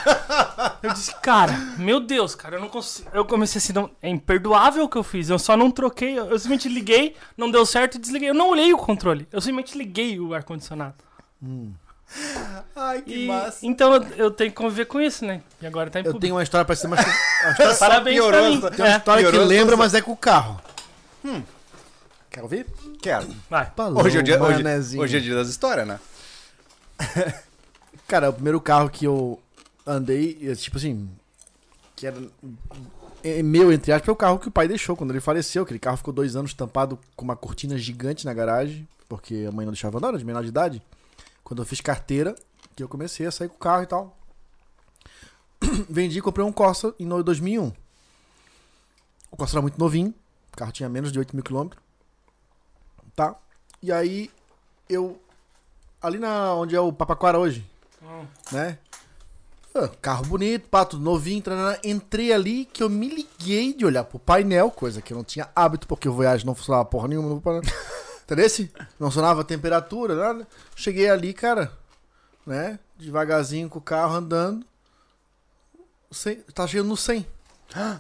Speaker 3: Eu disse, cara, meu Deus, cara, eu não consigo. Eu comecei assim, não, é imperdoável o que eu fiz. Eu só não troquei, eu eu simplesmente liguei, não deu certo e desliguei. Eu não olhei o controle, eu simplesmente liguei o ar-condicionado.
Speaker 1: Ai, que
Speaker 3: E- Então eu, eu tenho que conviver com isso, né? E agora tá em
Speaker 2: Eu
Speaker 3: pub-
Speaker 2: tenho uma história pra ser mais.
Speaker 3: Parabéns pra
Speaker 1: um piorou um
Speaker 3: mim.
Speaker 1: essa-
Speaker 2: Tem uma
Speaker 3: É.
Speaker 2: história que
Speaker 1: Piorou,
Speaker 2: lembra, mas é com o carro. Hum. Quer ouvir?
Speaker 1: Quero.
Speaker 3: Vai.
Speaker 2: Palou,
Speaker 1: Hoje é, o dia, hoje,
Speaker 2: manezinho.
Speaker 1: hoje é dia das histórias, né?
Speaker 2: é, Cara, o primeiro carro que eu andei, eu, tipo assim, que era é meu, entre aspas, é o carro que o pai deixou quando ele faleceu. Aquele carro ficou dois anos tampado com uma cortina gigante na garagem, porque a mãe não deixava andar, era de menor de idade. Quando eu fiz carteira, que eu comecei a sair com o carro e tal. Vendi e comprei um Corsa em no- 2001. O Corsa era muito novinho, o carro tinha menos de 8 mil quilômetros. Tá? E aí, eu... Ali na, onde é o Papaquara hoje,
Speaker 3: Hum.
Speaker 2: né? Ah, carro bonito, pá, tudo novinho, tranana. entrei ali que eu me liguei de olhar pro painel, coisa que eu não tinha hábito, porque o Voyage não funcionava porra nenhuma no painel. Entendesse? Não funcionava a temperatura, nada. Cheguei ali, cara, né? Devagarzinho com o carro andando. Cem- tá chegando no 100.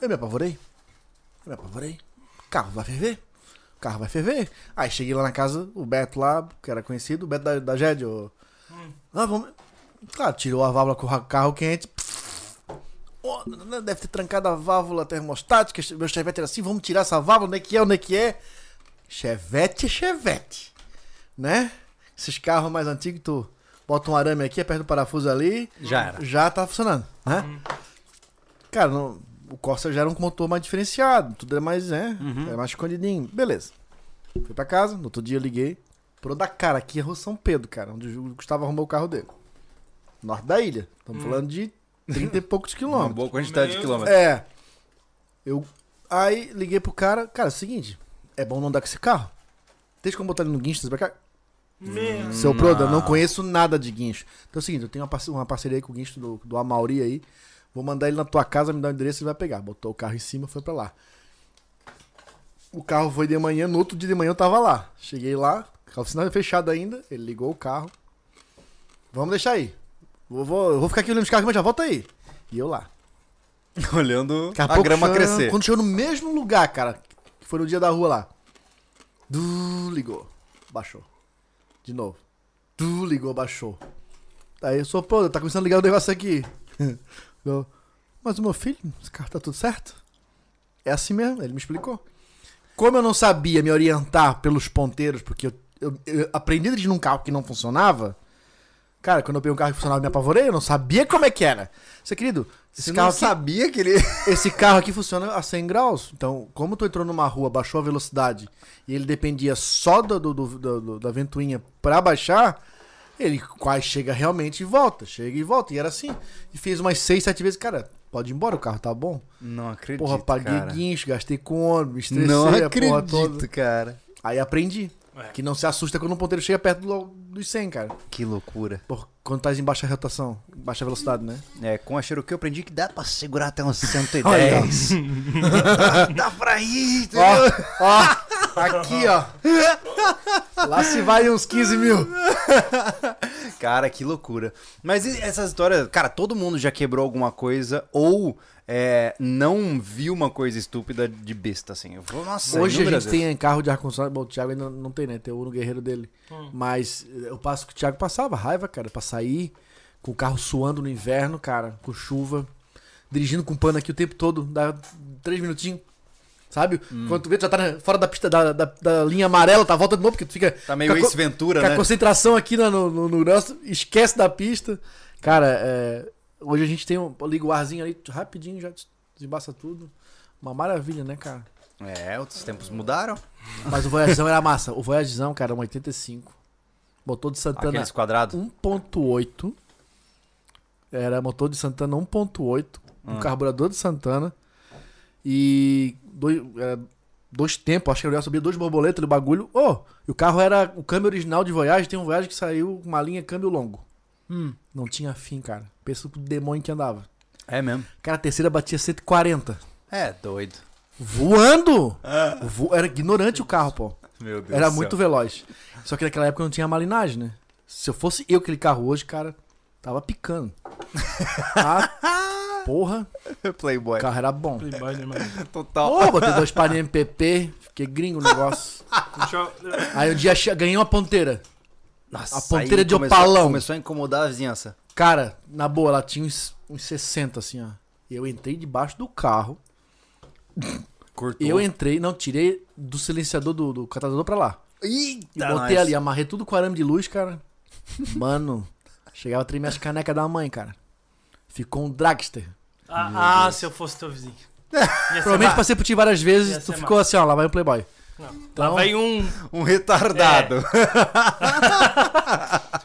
Speaker 2: Eu me apavorei. Eu me apavorei. O carro vai ferver. O carro vai ferver. Aí cheguei lá na casa, o Beto lá, que era conhecido, o Beto da, da GED. o- Ah, vamos... Claro, tirou a válvula com o ra- carro quente. Ó, né, deve ter trancado a válvula termostática. Meu chevette era assim, vamos tirar essa válvula, onde é que é, onde é que é? Chevette, é chevette. Né? Esses carros mais antigos, tu bota um arame aqui, aperta o parafuso ali,
Speaker 1: Já era. Uhum.
Speaker 2: já tá funcionando, né? Cara, não- o Corsa já era um motor mais diferenciado, tudo era mais, né?
Speaker 1: Uhum.
Speaker 2: Era mais escondidinho. Beleza. Fui pra casa, no outro dia eu liguei. Pro da cara, aqui é Rua São Pedro, cara, onde o Gustavo arrumou o carro dele. Norte da ilha.
Speaker 1: Hum.
Speaker 2: Estamos falando de 30 e poucos
Speaker 1: Uma
Speaker 2: quilômetros.
Speaker 1: boa quantidade de
Speaker 3: Meu
Speaker 1: quilômetros.
Speaker 2: É. Eu. Aí liguei pro cara, cara, é o seguinte, é bom não andar com esse carro? Deixa eu botar ele no guincho, desse pra cá.
Speaker 3: Meu.
Speaker 2: Seu Proda, eu não conheço nada de guincho. Então é o seguinte, eu tenho uma, parce- uma parceria aí com o guincho do, do Amauri aí. Vou mandar ele na tua casa, me dá o endereço, ele vai pegar. Botou o carro em cima, foi pra lá. O carro foi de manhã, no outro dia de manhã eu tava lá. Cheguei lá, a oficina era fechada ainda, ele ligou o carro. Vamos deixar aí. Vou, vou- eu vou ficar aqui olhando os carros, mas já volta aí. E eu lá.
Speaker 1: Olhando
Speaker 2: Daqui
Speaker 1: a
Speaker 2: pouco
Speaker 1: grama
Speaker 2: chegou-
Speaker 1: crescer.
Speaker 2: Quando chegou no mesmo lugar, cara, que foi no dia da rua lá. Du, ligou, baixou. De novo. Du, ligou, baixou. Aí eu sou, pô, tá começando a ligar o negócio aqui. Eu, Mas o meu filho, esse carro tá tudo certo? É assim mesmo, ele me explicou. Como eu não sabia me orientar pelos ponteiros, porque eu, eu- eu aprendi a dirigir num carro que não funcionava, cara, quando eu peguei um carro que funcionava, eu me apavorei, eu não sabia como é que era. Você, querido, esse carro aqui,
Speaker 1: sabia que ele.
Speaker 2: esse carro aqui funciona a 100 graus. Então, como tu entrou numa rua, baixou a velocidade e ele dependia só do, do- do- do- do- da ventoinha pra baixar, ele quase chega realmente e volta. Chega e volta. E era assim. E fez umas 6, 7 vezes. Cara, pode ir embora, o carro tá bom.
Speaker 1: Não acredito.
Speaker 2: Porra, paguei
Speaker 1: cara.
Speaker 2: guincho, gastei com ônibus, me estressei
Speaker 1: Não
Speaker 2: a porra toda.
Speaker 1: acredito, cara.
Speaker 2: Aí aprendi.
Speaker 3: É.
Speaker 2: Que não se assusta quando um ponteiro chega perto do- dos 100, cara.
Speaker 1: Que loucura.
Speaker 2: Por, quando tá em baixa rotação, baixa velocidade, né?
Speaker 1: É, com a Cherokee eu aprendi que dá pra segurar até uns
Speaker 2: Olha.
Speaker 1: 110. dá pra ir, entendeu?
Speaker 2: Ó, ó, aqui, ó. Lá se vai uns 15 mil.
Speaker 1: Cara, que loucura. Mas e essas histórias, cara, todo mundo já quebrou alguma coisa ou é, não viu uma coisa estúpida de besta, assim. Eu vou, nossa,
Speaker 2: Hoje a gente
Speaker 1: inúmeras vezes.
Speaker 2: tem carro de ar-condicionado. Bom, o Thiago ainda não tem, né? Tem o Uno Guerreiro dele. Mas eh, eu passo que o Thiago passava raiva, cara, pra sair com o carro suando no inverno, cara, com chuva, dirigindo com pano aqui o tempo todo, dá três minutinhos. Sabe?
Speaker 1: Hum.
Speaker 2: Quando tu vê, tu já tá na- fora da pista da, da- da linha amarela, tá volta de novo, porque tu fica.
Speaker 1: Tá meio
Speaker 2: com a co-
Speaker 1: Ace Ventura,
Speaker 2: com a
Speaker 1: né?
Speaker 2: concentração aqui na- no, no, no negócio, esquece da pista. Cara, é, hoje a gente tem um. Liga o arzinho ali rapidinho, já desembaça tudo. Uma maravilha, né, cara?
Speaker 1: É, outros tempos mudaram.
Speaker 2: Tá Mas o Voyagezão era massa. O Voyagezão, cara, era um 85. Motor de Santana
Speaker 1: Aqueles quadrados.
Speaker 2: 1.8. Era motor de Santana 1.8. Um carburador de Santana. E dois, era dois tempos, acho que era subir dois borboletas do bagulho. Oh, e o carro era. O câmbio original de Voyage tem um Voyage que saiu com uma linha câmbio longo. Não tinha fim, cara. Pensa pro demônio que andava.
Speaker 1: É mesmo.
Speaker 2: Cara, a terceira batia 140.
Speaker 1: É, doido.
Speaker 2: Voando! Vo- Era ignorante o carro, pô.
Speaker 1: Meu Deus
Speaker 2: Era
Speaker 1: do céu.
Speaker 2: muito veloz. Só que naquela época não tinha malinagem, né? Se eu fosse eu aquele carro hoje, cara, tava picando. Ah, porra, o
Speaker 1: Playboy.
Speaker 2: carro era bom.
Speaker 3: Playboy, né, mano?
Speaker 1: Total.
Speaker 2: Pô, botei dois paninhos MPP, fiquei gringo no negócio.
Speaker 3: Deixa eu-
Speaker 2: Aí um dia che- ganhei uma ponteira.
Speaker 1: Nossa,
Speaker 2: A ponteira
Speaker 1: aí
Speaker 2: de
Speaker 1: começou-
Speaker 2: opalão.
Speaker 1: Começou a incomodar a vizinhança.
Speaker 2: Cara, na boa, ela tinha uns, uns 60, assim, ó. Eu entrei debaixo do carro.
Speaker 1: Cortou.
Speaker 2: Eu entrei, não, tirei do silenciador do, do catalisador pra lá. E
Speaker 1: Eita,
Speaker 2: botei
Speaker 1: nós.
Speaker 2: ali, amarrei tudo com arame de luz, cara. Mano, chegava a tremer minhas canecas da mãe, cara. Ficou um dragster.
Speaker 3: Ah, ah, se eu fosse teu vizinho. Ia ser
Speaker 2: Provavelmente
Speaker 3: massa.
Speaker 2: passei por ti várias
Speaker 3: Ia
Speaker 2: vezes,
Speaker 3: ser
Speaker 2: tu ficou assim, ó, lá vai um Playboy.
Speaker 3: Lá
Speaker 2: Então,
Speaker 3: vai um.
Speaker 1: Um retardado.
Speaker 2: É.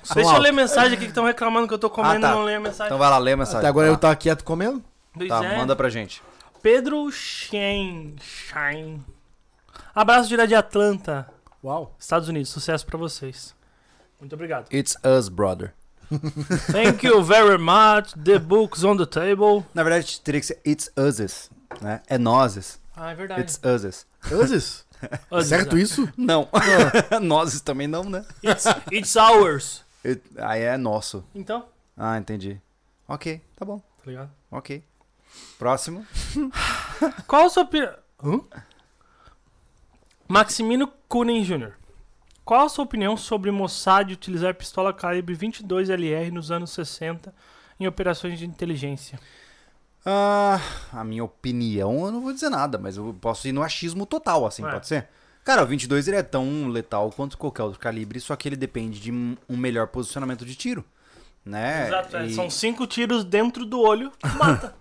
Speaker 2: som
Speaker 3: Deixa eu
Speaker 2: alto.
Speaker 3: ler mensagem aqui que estão reclamando que eu tô comendo
Speaker 1: um Ah,
Speaker 3: e
Speaker 1: tá.
Speaker 3: não leio a mensagem.
Speaker 1: Então vai lá, lê a mensagem.
Speaker 2: Até agora
Speaker 1: Vai
Speaker 2: eu tava quieto comendo?
Speaker 1: lá.
Speaker 3: Pois
Speaker 1: Tá,
Speaker 3: é.
Speaker 1: manda pra gente.
Speaker 3: Pedro Shen. Shen. Abraço direto de Atlanta,
Speaker 2: Uau.
Speaker 3: Estados Unidos. Sucesso pra vocês. Muito obrigado.
Speaker 1: It's us, brother.
Speaker 3: Thank you very much. The books on the table.
Speaker 1: Na verdade, teria que ser It's uses, né? É nozes.
Speaker 3: Ah, é verdade.
Speaker 1: It's uses.
Speaker 2: Antes, É né? certo isso?
Speaker 1: Não.
Speaker 2: Ah.
Speaker 1: nozes também não, né?
Speaker 3: It's, it's ours.
Speaker 1: It, aí é nosso.
Speaker 3: Então, tá
Speaker 1: Ah, entendi. Ok, tá bom.
Speaker 3: ligado?
Speaker 1: Ok. Próximo.
Speaker 3: Qual a sua opinião. Maximino Kunen Jr. Qual a sua opinião sobre Mossad utilizar pistola calibre 22LR nos anos 60 em operações de inteligência?
Speaker 1: Ah, a minha opinião, eu não vou dizer nada, mas eu posso ir no achismo total, assim,
Speaker 3: É.
Speaker 1: pode ser? Cara, o 22 ele é tão letal quanto qualquer outro calibre, só que ele depende de um um melhor posicionamento de tiro, né?
Speaker 3: Exato, é,
Speaker 1: E-
Speaker 3: são cinco tiros dentro do olho que mata.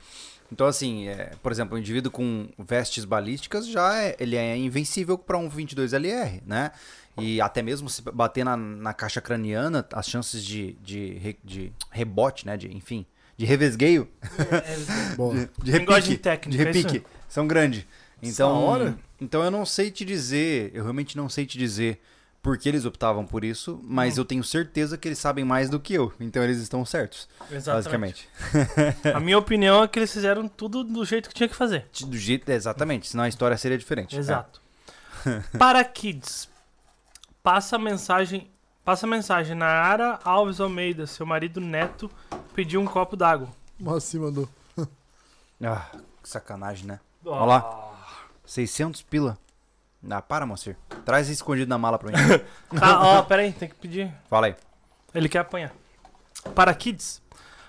Speaker 1: Então, assim, é, por exemplo, um indivíduo com vestes balísticas já é, ele é invencível para um 22LR, né? E até mesmo se bater na, na caixa craniana, as chances de, de, re- de rebote, né? De, enfim, de revesgueio,
Speaker 2: Boa.
Speaker 1: de
Speaker 3: Linguagem
Speaker 1: repique,
Speaker 3: técnica, é
Speaker 1: de repique
Speaker 3: isso.
Speaker 1: são grandes. Então,
Speaker 2: Essa hora?
Speaker 1: então eu não sei te dizer, eu realmente não sei te dizer por que eles optavam por isso,
Speaker 3: Hum.
Speaker 1: mas eu tenho certeza que eles sabem mais do que eu. Então eles estão certos, basicamente.
Speaker 3: A minha opinião é que eles fizeram tudo do jeito que tinha que fazer.
Speaker 1: Do jeito, exatamente, senão a história seria diferente.
Speaker 3: Exato. Para Kids, passa a mensagem. Passa a mensagem. Nara Alves Almeida, seu marido neto, pediu um copo d'água.
Speaker 2: Nossa, se mandou.
Speaker 1: É. Ah, que sacanagem, né? Olha lá. 600 pila. Ah, para, Moacir. Traz escondido na mala pra mim.
Speaker 3: Tá, ó, peraí, tem que pedir.
Speaker 1: Fala aí.
Speaker 3: Ele quer apanhar. Para Kids,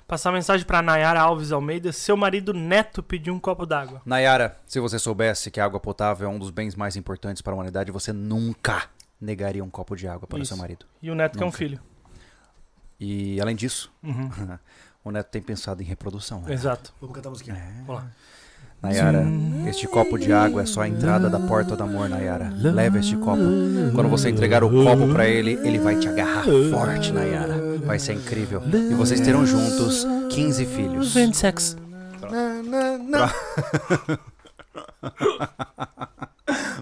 Speaker 3: passar a mensagem para Nayara Alves Almeida, seu marido neto pediu um copo d'água.
Speaker 1: Nayara, se você soubesse que a água potável é um dos bens mais importantes para a humanidade, você nunca negaria um copo de água para o
Speaker 3: Isso.
Speaker 1: seu marido.
Speaker 3: E o neto quer um filho.
Speaker 1: E além disso,
Speaker 3: Uhum. É.
Speaker 1: o Neto tem pensado em reprodução. Né?
Speaker 3: Exato.
Speaker 2: Vamos cantar a musiquinha.
Speaker 3: Vamos lá.
Speaker 1: Nayara, este copo de água é só a entrada da porta do amor, Nayara. Leva este copo. Quando você entregar o copo pra ele, ele vai te agarrar forte, Nayara. Vai ser incrível. E vocês terão juntos 15 filhos.
Speaker 3: sexo.
Speaker 2: É, Na, na, na.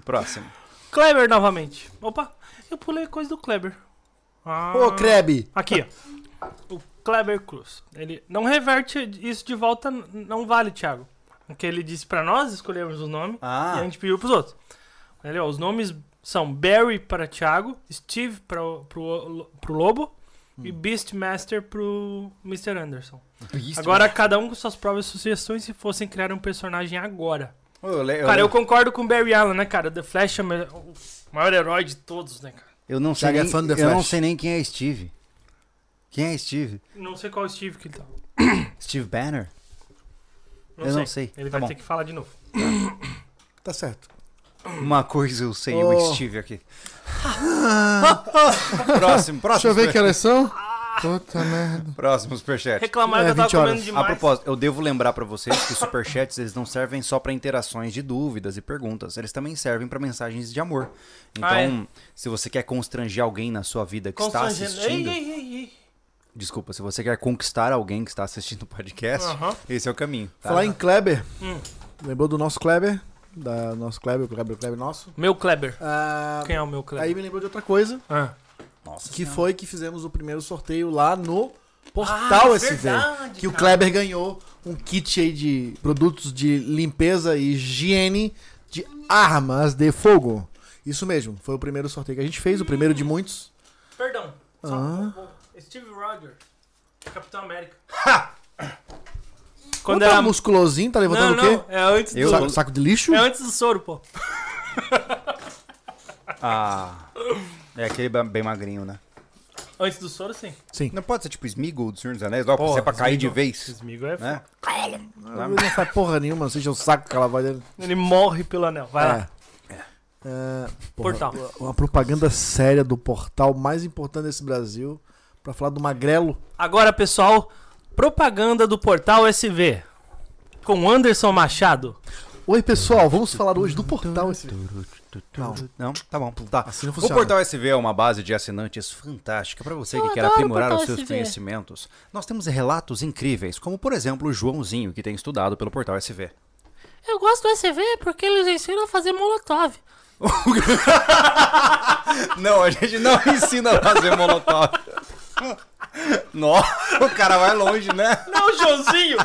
Speaker 1: Próximo.
Speaker 3: Kleber novamente. Opa, eu pulei coisa do Kleber. Ah.
Speaker 2: Ô, Kreb.
Speaker 3: Aqui, ó. O Kleber Cruz. Ele não reverte isso de volta, n- não vale, Thiago. Porque ele disse pra nós escolhermos o nome e a
Speaker 1: Ah,
Speaker 3: gente pediu pros outros. Ele, ó, os nomes são Barry para Thiago, Steve para o- pro, o- pro Lobo
Speaker 1: Hum.
Speaker 3: e Beastmaster pro Mr. Anderson. agora, cada um com suas próprias sugestões se fossem criar um personagem agora.
Speaker 1: eu, le- eu
Speaker 3: cara,
Speaker 1: le-
Speaker 3: eu concordo com o Barry Allen, né, cara? The Flash é o me- o maior herói de todos, né, cara?
Speaker 1: eu não sei
Speaker 2: Thiago é
Speaker 1: nem,
Speaker 2: fã do The
Speaker 1: eu não
Speaker 2: Flash.
Speaker 1: sei nem quem é Steve. Quem é Steve?
Speaker 3: Não sei qual Steve que ele tá.
Speaker 1: Steve Banner?
Speaker 3: Não
Speaker 1: eu
Speaker 3: sei.
Speaker 1: não sei.
Speaker 3: Ele
Speaker 1: Tá
Speaker 3: vai
Speaker 1: bom.
Speaker 3: ter que falar de novo.
Speaker 2: Tá certo.
Speaker 1: Uma coisa eu sei,
Speaker 2: Oh.
Speaker 1: o Steve aqui. próximo, próximo.
Speaker 2: Deixa eu ver
Speaker 1: super-
Speaker 2: que horas são. Puta merda.
Speaker 1: Próximo superchat.
Speaker 3: Reclamar que
Speaker 2: É,
Speaker 3: eu tava
Speaker 2: 20 horas.
Speaker 3: comendo
Speaker 1: A
Speaker 3: demais.
Speaker 1: propósito, eu devo lembrar pra vocês que os superchats eles não servem só pra interações de dúvidas e perguntas, eles também servem pra mensagens de amor. Então,
Speaker 3: Ah, é?
Speaker 1: se você quer constranger alguém na sua vida que está
Speaker 3: Constrangendo.
Speaker 1: assistindo,
Speaker 3: Ei, ei, ei, ei.
Speaker 1: desculpa, se você quer conquistar alguém que está assistindo o podcast,
Speaker 3: Aham.
Speaker 1: esse é o caminho. tá?
Speaker 2: Falar em Kleber.
Speaker 3: Hum.
Speaker 2: Lembrou do nosso Kleber? Da nosso Kleber, o Kleber, o Kleber nosso.
Speaker 3: Meu Kleber.
Speaker 2: Ah,
Speaker 3: Quem é o meu Kleber?
Speaker 2: aí me lembrou de outra coisa,
Speaker 3: Ah.
Speaker 1: Nossa,
Speaker 2: que
Speaker 1: Senhora.
Speaker 2: foi que fizemos o primeiro sorteio lá no
Speaker 3: Ah,
Speaker 2: Portal
Speaker 3: é
Speaker 2: SV.
Speaker 3: verdade,
Speaker 2: que o
Speaker 3: cara.
Speaker 2: Kleber ganhou um kit aí de produtos de limpeza e higiene de armas de fogo. Isso mesmo, foi o primeiro sorteio que a gente fez, o primeiro
Speaker 3: Hum.
Speaker 2: de muitos.
Speaker 3: Perdão. Só
Speaker 2: Ah.
Speaker 3: o- o Steve Rogers. Capitão América.
Speaker 2: Quando
Speaker 3: Quando
Speaker 2: tá
Speaker 3: era...
Speaker 2: musculosinho, tá
Speaker 3: Não,
Speaker 2: levantando o
Speaker 3: não.
Speaker 2: quê?
Speaker 3: É antes
Speaker 1: Eu-
Speaker 2: Saco,
Speaker 3: do...
Speaker 2: saco de lixo?
Speaker 3: É antes do soro, pô.
Speaker 1: Ah, é aquele ba- bem magrinho, né?
Speaker 3: Antes do soro, sim.
Speaker 2: Sim.
Speaker 1: Não pode ser tipo Smeagol do Senhor dos Anéis, ó, pra você é pra cair de vez,
Speaker 3: Smigo é...
Speaker 1: né?
Speaker 2: Ele não faz porra nenhuma, não seja o saco que ela vai dele.
Speaker 3: Ele morre pelo anel. Vai
Speaker 2: É.
Speaker 3: lá.
Speaker 2: É, porra,
Speaker 3: Portal.
Speaker 2: Uma propaganda séria do portal mais importante desse Brasil pra falar do magrelo.
Speaker 3: Agora, pessoal, propaganda do Portal SV. Com Anderson Machado.
Speaker 2: Oi, pessoal, vamos falar hoje do portal esse. Não.
Speaker 1: Não? Tá bom. Tá.
Speaker 2: Assim não
Speaker 1: o
Speaker 2: funciona.
Speaker 1: Portal SV é uma base de assinantes fantástica para você que
Speaker 4: Eu
Speaker 1: quer
Speaker 4: adoro o
Speaker 1: aprimorar os
Speaker 4: Portal
Speaker 1: seus
Speaker 4: SV.
Speaker 1: conhecimentos. Nós temos relatos incríveis, como por exemplo o Joãozinho, que tem estudado pelo Portal SV.
Speaker 4: Eu gosto do SV porque eles ensinam a fazer molotov.
Speaker 1: Não, a gente não ensina a fazer molotov. Nossa, o cara vai longe, né?
Speaker 3: Não, Joãozinho!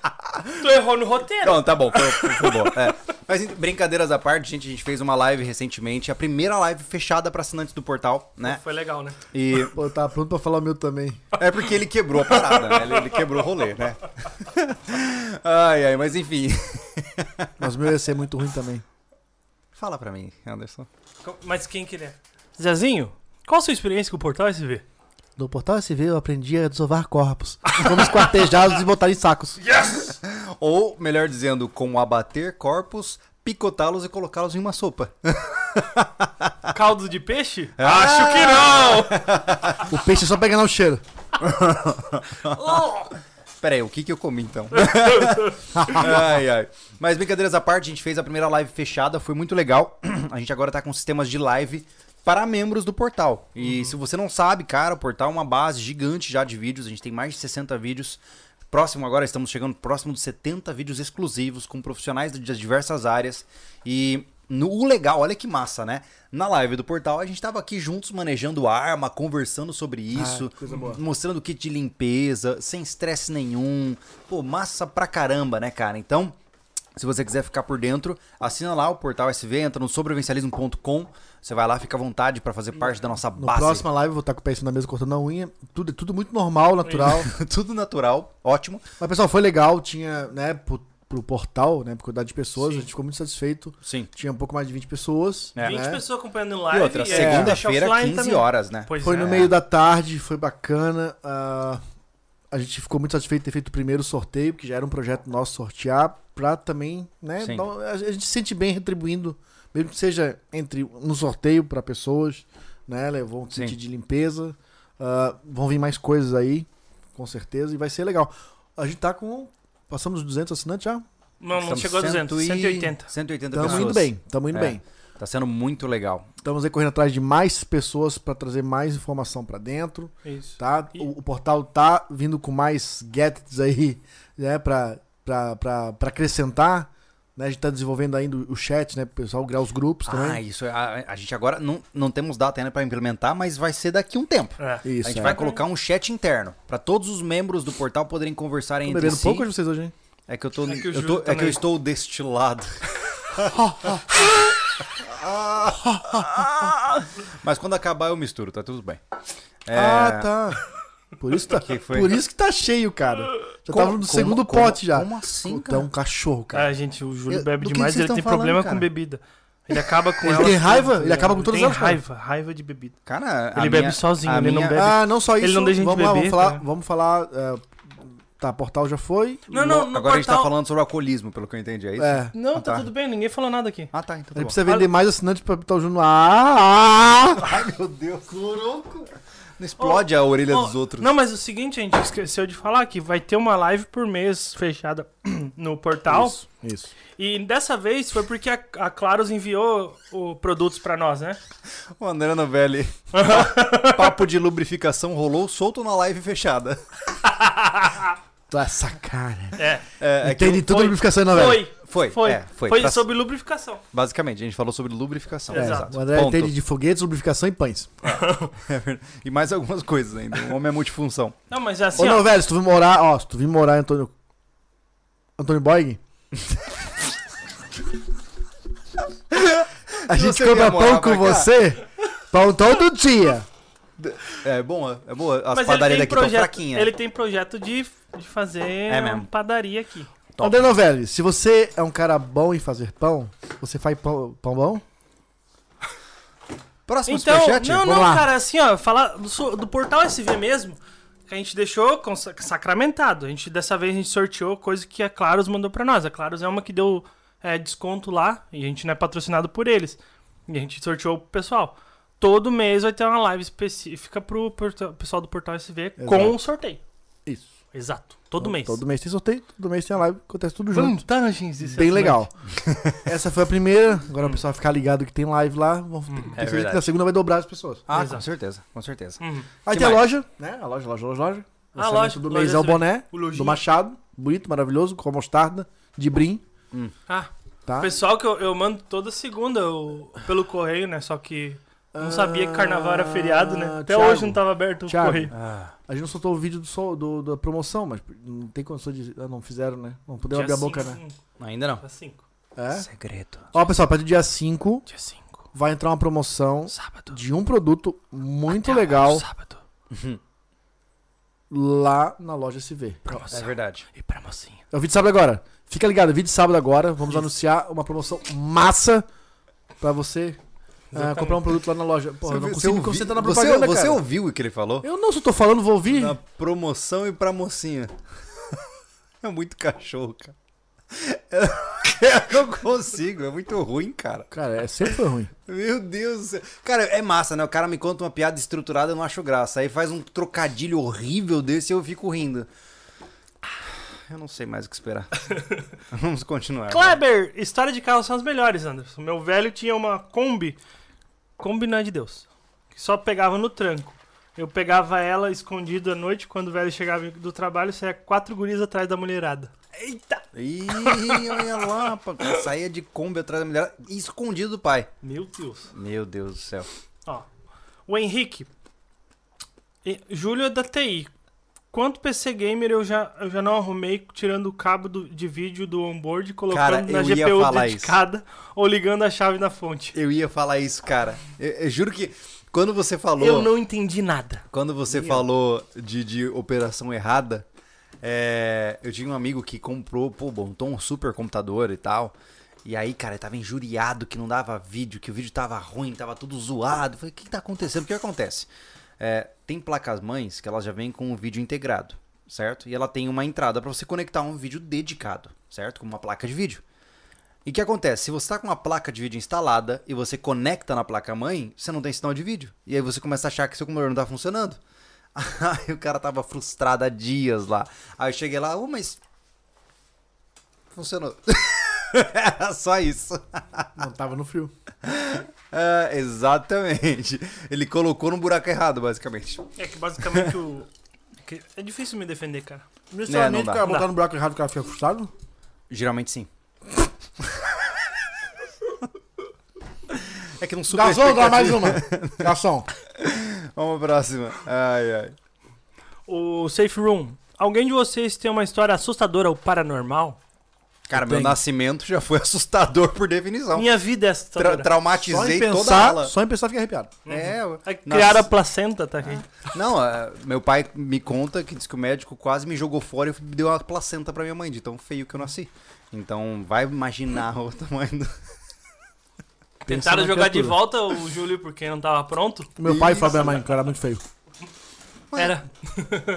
Speaker 3: tu errou no roteiro.
Speaker 1: Não, tá bom, foi, foi- foi bom. é. Mas ent- brincadeiras à parte, gente, a gente fez uma live recentemente, a primeira live fechada para assinantes do portal, né?
Speaker 3: Foi legal, né?
Speaker 1: E
Speaker 2: Pô, eu tava pronto pra falar o meu também.
Speaker 1: É porque ele quebrou a parada, né? Ele, ele quebrou o rolê, né? Ai, ai, mas enfim.
Speaker 2: Mas o meu ia ser muito ruim também.
Speaker 1: Fala pra mim, Anderson.
Speaker 3: Mas quem que ele é? Zezinho, qual a sua experiência com o Portal SV?
Speaker 2: No portal SV eu aprendi a desovar corpos. Como esquartejados e botar em sacos.
Speaker 3: Yes!
Speaker 1: Ou, melhor dizendo, com abater corpos, picotá-los e colocá-los em uma sopa.
Speaker 3: Caldo de peixe?
Speaker 1: É. Acho que não!
Speaker 2: O peixe é só pegar no cheiro.
Speaker 1: Pera aí, o que, que eu comi então? ai, ai. Mas brincadeiras à parte, a gente fez a primeira live fechada, foi muito legal. A gente agora tá com sistemas de live para membros do portal. E se você não sabe, cara, o portal é uma base gigante já de vídeos, a gente tem mais de 60 vídeos. Próximo agora, estamos chegando próximo de 70 vídeos exclusivos com profissionais de diversas áreas. E no, o legal, olha que massa, né? Na live do portal, a gente tava aqui juntos manejando arma, conversando sobre isso,
Speaker 2: que coisa boa.
Speaker 1: mostrando kit de limpeza, sem estresse nenhum. Pô, massa pra caramba, né, cara? Então, se você quiser ficar por dentro, assina lá o portal SV, entra no sobrevivencialismo.com. Você vai lá, fica à vontade pra fazer parte da nossa
Speaker 2: No
Speaker 1: base.
Speaker 2: próxima live eu vou estar com o peixe na mesa cortando a unha. Tudo, tudo muito normal, natural.
Speaker 1: Tudo natural, ótimo.
Speaker 2: Mas, pessoal, foi legal. Tinha, né, pro, pro portal, né, por quantidade de pessoas. A gente ficou muito satisfeito.
Speaker 1: Sim.
Speaker 2: Tinha um pouco mais de 20 pessoas.
Speaker 1: É.
Speaker 3: 20
Speaker 2: né?
Speaker 3: pessoas acompanhando em
Speaker 1: E
Speaker 3: live.
Speaker 1: outra,
Speaker 3: aí a gente
Speaker 1: segunda-feira,
Speaker 3: deixa offline
Speaker 1: 15
Speaker 3: também.
Speaker 1: horas, né?
Speaker 3: Pois
Speaker 2: Foi
Speaker 3: é.
Speaker 2: no meio da tarde, foi bacana. ah, a gente ficou muito satisfeito de ter feito o primeiro sorteio, que já era um projeto nosso sortear, pra também, né?
Speaker 1: Sim.
Speaker 2: dar um- a gente se sente bem retribuindo, mesmo que seja entre um sorteio pra pessoas, né? Levou um kit
Speaker 1: Sim.
Speaker 2: de limpeza. ah, vão vir mais coisas aí, com certeza, e vai ser legal. A gente tá com. Passamos os 200 assinantes já?
Speaker 3: Não, não
Speaker 1: Estamos
Speaker 3: chegou a 200,
Speaker 1: 100 e-
Speaker 3: 180.
Speaker 1: 180
Speaker 2: Estamos
Speaker 1: pessoas.
Speaker 2: indo bem, estamos indo
Speaker 1: É.
Speaker 2: bem.
Speaker 1: Tá sendo muito legal.
Speaker 2: Estamos aí correndo atrás de mais pessoas pra trazer mais informação pra dentro.
Speaker 3: Isso.
Speaker 2: tá?
Speaker 3: E-
Speaker 2: O, o portal tá vindo com mais gadgets aí, né, pra, pra, pra, pra acrescentar. Né, a gente tá desenvolvendo ainda o o chat, né, pro pessoal criar os grupos
Speaker 1: Ah,
Speaker 2: também.
Speaker 1: isso. é- A, a gente agora não, não temos data ainda pra implementar, mas vai ser daqui um tempo.
Speaker 3: É.
Speaker 2: Isso,
Speaker 1: a gente
Speaker 2: é.
Speaker 1: vai colocar um chat interno pra todos os membros do portal poderem conversar
Speaker 2: Tô
Speaker 1: entre
Speaker 2: bebendo
Speaker 1: si.
Speaker 2: pouco de vocês hoje, hein?
Speaker 1: É que eu tô,
Speaker 3: É que o
Speaker 1: eu
Speaker 3: Júlio
Speaker 1: tô- é que eu
Speaker 3: também.
Speaker 1: estou destilado. Mas quando acabar eu misturo, tá tudo bem. É,
Speaker 2: Ah, tá. Por isso, tá,
Speaker 1: Que foi?
Speaker 2: por isso que tá cheio, cara. Já
Speaker 1: Como-
Speaker 2: tava
Speaker 1: como-
Speaker 2: no segundo
Speaker 1: como-
Speaker 2: pote já.
Speaker 1: como assim,
Speaker 2: Tá um
Speaker 1: cara?
Speaker 2: cachorro, cara.
Speaker 3: Ah, gente, o Júlio
Speaker 2: Eu-
Speaker 3: bebe
Speaker 2: do que
Speaker 3: demais,
Speaker 2: vocês
Speaker 3: ele
Speaker 2: tão
Speaker 3: tem
Speaker 2: falando,
Speaker 3: problema
Speaker 2: cara?
Speaker 3: com bebida. Ele acaba com
Speaker 2: Ele
Speaker 3: ela.
Speaker 2: tem raiva? Ele acaba com todas
Speaker 3: tem
Speaker 2: elas, cara?
Speaker 3: raiva, raiva de bebida.
Speaker 1: Cara, a
Speaker 3: Ele bebe
Speaker 1: minha-
Speaker 3: sozinho,
Speaker 1: a
Speaker 3: ele não
Speaker 1: minha-
Speaker 3: bebe.
Speaker 2: Ah, não só
Speaker 3: Ele
Speaker 2: isso.
Speaker 3: não deixa a gente
Speaker 2: vamos lá, vamos
Speaker 3: beber,
Speaker 2: falar.
Speaker 3: cara.
Speaker 2: Vamos falar é, tá, portal já foi.
Speaker 3: Não, não, no
Speaker 1: Agora a gente tá
Speaker 3: portal-
Speaker 1: falando sobre o alcoolismo, pelo que eu entendi, é isso?
Speaker 2: É.
Speaker 3: Não,
Speaker 1: Ah,
Speaker 3: tá,
Speaker 1: tá.
Speaker 3: tudo bem, ninguém falou nada aqui.
Speaker 1: Ah, tá, então tá
Speaker 2: Ele
Speaker 1: bom.
Speaker 2: precisa vender mais assinante pra Portal Júnior. Ah, ah!
Speaker 1: Ai, meu Deus. Coroco. Não explode a orelha
Speaker 3: Ó,
Speaker 1: dos outros.
Speaker 3: Não, mas é o seguinte, a gente esqueceu de falar que vai ter uma live por mês fechada no portal.
Speaker 2: Isso, isso.
Speaker 3: E dessa vez foi porque a, a Claros enviou o produtos pra nós, né?
Speaker 1: O André Novelli. Papo de lubrificação rolou solto na live fechada.
Speaker 2: Tu é essa cara.
Speaker 3: É.
Speaker 1: É, é que
Speaker 2: Entende
Speaker 1: eu-
Speaker 2: tudo
Speaker 3: foi-
Speaker 2: a lubrificação na novela.
Speaker 3: Foi.
Speaker 1: Foi,
Speaker 3: Foi.
Speaker 1: é, foi.
Speaker 3: foi.
Speaker 1: Pra-
Speaker 3: sobre lubrificação.
Speaker 1: Basicamente, a gente falou sobre lubrificação.
Speaker 3: É,
Speaker 1: Exato.
Speaker 2: O André
Speaker 1: Ponto. É
Speaker 2: entende de foguetes, lubrificação e pães.
Speaker 1: E mais algumas coisas ainda. O homem é multifunção.
Speaker 3: Não, mas assim,
Speaker 2: Ô,
Speaker 3: ó,
Speaker 2: não, velho, se tu vir morar, ó, se tu vir morar em Antônio... Antônio Boing... A
Speaker 1: Se
Speaker 2: gente
Speaker 1: você
Speaker 2: compra
Speaker 1: vier morar
Speaker 2: pão
Speaker 1: pra
Speaker 2: com
Speaker 1: cá.
Speaker 2: você, pão todo dia.
Speaker 1: É boa, é boa. As
Speaker 3: mas
Speaker 1: padarias
Speaker 3: ele tem
Speaker 1: daqui estão
Speaker 3: projeto,
Speaker 1: fraquinhas. É
Speaker 3: ele tem projeto de, de fazer
Speaker 1: mesmo.
Speaker 3: uma padaria aqui.
Speaker 1: Top.
Speaker 2: André Novelli, se você é um cara bom em fazer pão, você faz pão, pão bom?
Speaker 1: Próximo
Speaker 3: Então,
Speaker 1: superchat?
Speaker 3: não,
Speaker 2: Vamos
Speaker 3: não,
Speaker 2: lá.
Speaker 3: cara, assim, ó, falar do, so- do portal SV mesmo, que a gente deixou com- sacramentado. A gente, dessa vez, a gente sorteou coisa que a Claros mandou pra nós. A Claros é uma que deu é, desconto lá, e a gente não é patrocinado por eles. E a gente sorteou pro pessoal. Todo mês vai ter uma live específica pro porta- pessoal do Portal SV com
Speaker 2: Exato.
Speaker 3: o sorteio.
Speaker 2: Isso.
Speaker 3: Exato.
Speaker 1: Então,
Speaker 3: Todo mês.
Speaker 2: Todo mês tem sorteio, todo mês tem a live, acontece tudo junto.
Speaker 3: Vantagens de ser
Speaker 2: Bem
Speaker 3: assinante.
Speaker 2: legal. é Essa foi a primeira. Agora
Speaker 3: Hum.
Speaker 2: o pessoal vai ficar ligado que tem live lá. Vão- tem
Speaker 3: é
Speaker 2: certeza que
Speaker 5: verdade.
Speaker 2: na segunda vai dobrar as pessoas.
Speaker 5: Ah, com
Speaker 3: Exato.
Speaker 5: certeza, com certeza.
Speaker 3: Uhum.
Speaker 2: Aí
Speaker 5: Que
Speaker 2: tem a
Speaker 5: mais?
Speaker 2: loja, né? A loja, loja, loja, loja.
Speaker 3: A
Speaker 2: Lançamento
Speaker 3: loja,
Speaker 2: do
Speaker 3: loja
Speaker 2: mês é o
Speaker 3: também.
Speaker 2: boné,
Speaker 3: O lojinha.
Speaker 2: do Machado. Bonito, maravilhoso, com a mostarda, de brim,
Speaker 3: Ah,
Speaker 2: tá?
Speaker 3: pessoal que eu, eu mando toda segunda o- pelo correio, né? Só que eu não sabia que carnaval era feriado, né?
Speaker 2: Ah,
Speaker 3: Até
Speaker 2: Thiago.
Speaker 3: hoje não tava aberto o
Speaker 2: Thiago. ah,
Speaker 3: correio.
Speaker 2: A gente não soltou o vídeo do, sol- do- da promoção, mas não tem condição de. Ah, não fizeram, né? Não podemos abrir
Speaker 3: Dia
Speaker 2: a boca,
Speaker 3: cinco,
Speaker 2: né?
Speaker 5: Ainda não.
Speaker 3: Dia 5.
Speaker 2: É?
Speaker 5: Segredo.
Speaker 2: Ó, pessoal, a partir do dia 5
Speaker 3: Dia 5.
Speaker 2: vai entrar uma promoção
Speaker 3: Sábado.
Speaker 2: de um produto muito
Speaker 3: Até
Speaker 2: legal
Speaker 3: Sábado.
Speaker 2: lá na loja SV.
Speaker 5: É
Speaker 3: Promoção.
Speaker 5: verdade.
Speaker 3: e pra mocinha.
Speaker 2: É o vídeo de sábado agora. Fica ligado, é vídeo de sábado agora. Vamos anunciar uma promoção massa pra você ah,
Speaker 3: Exatamente.
Speaker 2: comprar um produto lá na loja. Porra, eu não consigo me concentrar na
Speaker 1: você,
Speaker 2: propaganda,
Speaker 1: você
Speaker 2: cara.
Speaker 1: ouviu o que ele falou?
Speaker 2: Eu não, se eu tô falando, vou ouvir.
Speaker 1: Na promoção e pra mocinha. É muito cachorro, cara. Eu não consigo, é muito ruim, cara.
Speaker 2: Cara, é, sempre foi ruim.
Speaker 1: Meu Deus do céu. Cara, é massa, né? O cara me conta uma piada estruturada, eu não acho graça. Aí faz um trocadilho horrível desse e eu fico rindo. Ah, Eu não sei mais o que esperar. Vamos continuar.
Speaker 3: Kleber, história de carro são as melhores, Anderson. Meu velho tinha uma Kombi. Kombi não é de Deus. Que só pegava no tranco. Eu pegava ela escondida à noite, quando o velho chegava do trabalho, saia quatro guris atrás da mulherada. Eita!
Speaker 1: Ih, olha lá, pá. Saía de Kombi atrás da mulher e escondido do pai.
Speaker 3: Meu Deus.
Speaker 1: Meu Deus do céu.
Speaker 3: Ó. O Henrique. E- Júlio é da TI. Quanto PC Gamer eu já, eu já não arrumei tirando o cabo do- de vídeo do onboard, colocando
Speaker 1: Cara,
Speaker 3: na
Speaker 1: eu ia
Speaker 3: GPU
Speaker 1: falar isso.
Speaker 3: dedicada ou ligando a chave na fonte?
Speaker 1: Eu ia falar isso, cara. Eu, eu juro que quando você falou.
Speaker 3: Eu não entendi nada.
Speaker 1: Quando você falou de, de operação errada, é, eu tinha um amigo que comprou, pô, montou um super computador e tal. E aí, cara, ele tava injuriado que não dava vídeo, que o vídeo tava ruim, tava tudo zoado. Eu falei, o que, que tá acontecendo? O que acontece? É, tem placas mães que elas já vêm com o vídeo integrado, certo? E ela tem uma entrada pra você conectar um vídeo dedicado, certo? Com uma placa de vídeo. E o que acontece? Se você está com uma placa de vídeo instalada e você conecta na placa mãe, você não tem sinal de vídeo. E aí você começa a achar que seu computador não tá funcionando. Aí o cara tava frustrado há dias lá. Aí eu cheguei lá, oh, mas. Funcionou. Era só isso.
Speaker 2: Não, tava no frio.
Speaker 1: É, exatamente. Ele colocou no buraco errado, basicamente.
Speaker 3: É que basicamente o. que é difícil me defender, cara.
Speaker 2: Principalmente
Speaker 1: não dá.
Speaker 2: o cara
Speaker 3: É, Não dá.
Speaker 2: botar no buraco errado, o cara fica frustrado.
Speaker 5: Geralmente sim.
Speaker 1: É que não super.
Speaker 2: Garçom, dá mais uma. Garçom.
Speaker 1: Vamos pra próxima. Ai, ai.
Speaker 3: O Safe Room. Alguém de vocês tem uma história assustadora ou paranormal?
Speaker 1: Cara, meu nascimento já foi assustador por definição.
Speaker 3: Minha vida
Speaker 1: Tra-
Speaker 3: é assustadora.
Speaker 2: Só em
Speaker 1: traumatizei toda
Speaker 2: pensar,
Speaker 1: ela.
Speaker 2: só em pensar fica arrepiado.
Speaker 1: É, eu-
Speaker 3: É que Criaram
Speaker 1: Nas-
Speaker 3: a placenta, tá aqui.
Speaker 1: Não, é, meu pai me conta que diz que o médico quase me jogou fora e deu uma placenta pra minha mãe, de tão feio que eu nasci. Então, vai imaginar o tamanho do...
Speaker 3: Tentaram
Speaker 2: na
Speaker 3: jogar de
Speaker 2: criatura.
Speaker 3: volta o Júlio porque não tava pronto.
Speaker 2: Meu pai e o Fábio, minha mãe, que era muito feio.
Speaker 3: Era.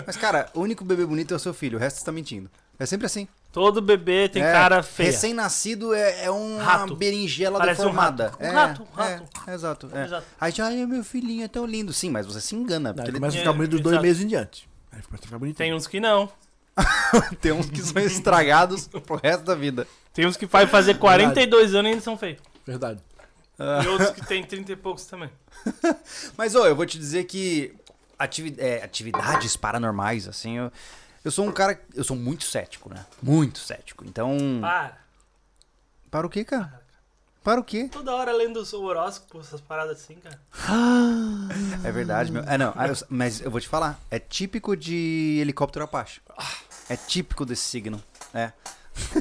Speaker 1: Mas, cara, o único bebê bonito é o seu filho, o resto você tá mentindo. É sempre assim.
Speaker 3: Todo bebê tem
Speaker 1: É,
Speaker 3: cara feia.
Speaker 1: Recém-nascido é, é uma
Speaker 3: Rato.
Speaker 1: berinjela
Speaker 3: Parece um
Speaker 1: deformada.
Speaker 3: rato. Um rato, um
Speaker 1: é,
Speaker 3: rato.
Speaker 1: é, exato, é.
Speaker 3: Exato.
Speaker 1: Aí já, ai, meu filhinho é tão lindo. Sim, mas você se engana.
Speaker 2: Aí
Speaker 1: Porque ele
Speaker 2: começa a
Speaker 3: É,
Speaker 2: ficar bonito dos dois
Speaker 3: exato.
Speaker 2: meses em diante. Aí começa a ficar bonito.
Speaker 3: Tem uns que não.
Speaker 1: tem uns que são estragados pro resto da vida.
Speaker 3: Tem uns que vai fazer 42 anos e ainda são feios.
Speaker 2: Verdade.
Speaker 1: Ah.
Speaker 3: E outros que tem 30 e poucos também.
Speaker 1: Mas, ô, eu vou te dizer que ativi- é, atividades paranormais, assim, eu, eu sou um cara. Eu sou muito cético, né? Muito cético. Então.
Speaker 3: Para.
Speaker 1: Para o quê, cara? Para o quê?
Speaker 3: Toda hora lendo o horóscopo, essas paradas assim, cara.
Speaker 1: É verdade, meu. É, não, ah, eu- mas eu vou te falar. É típico de helicóptero Apache. É típico desse signo. É.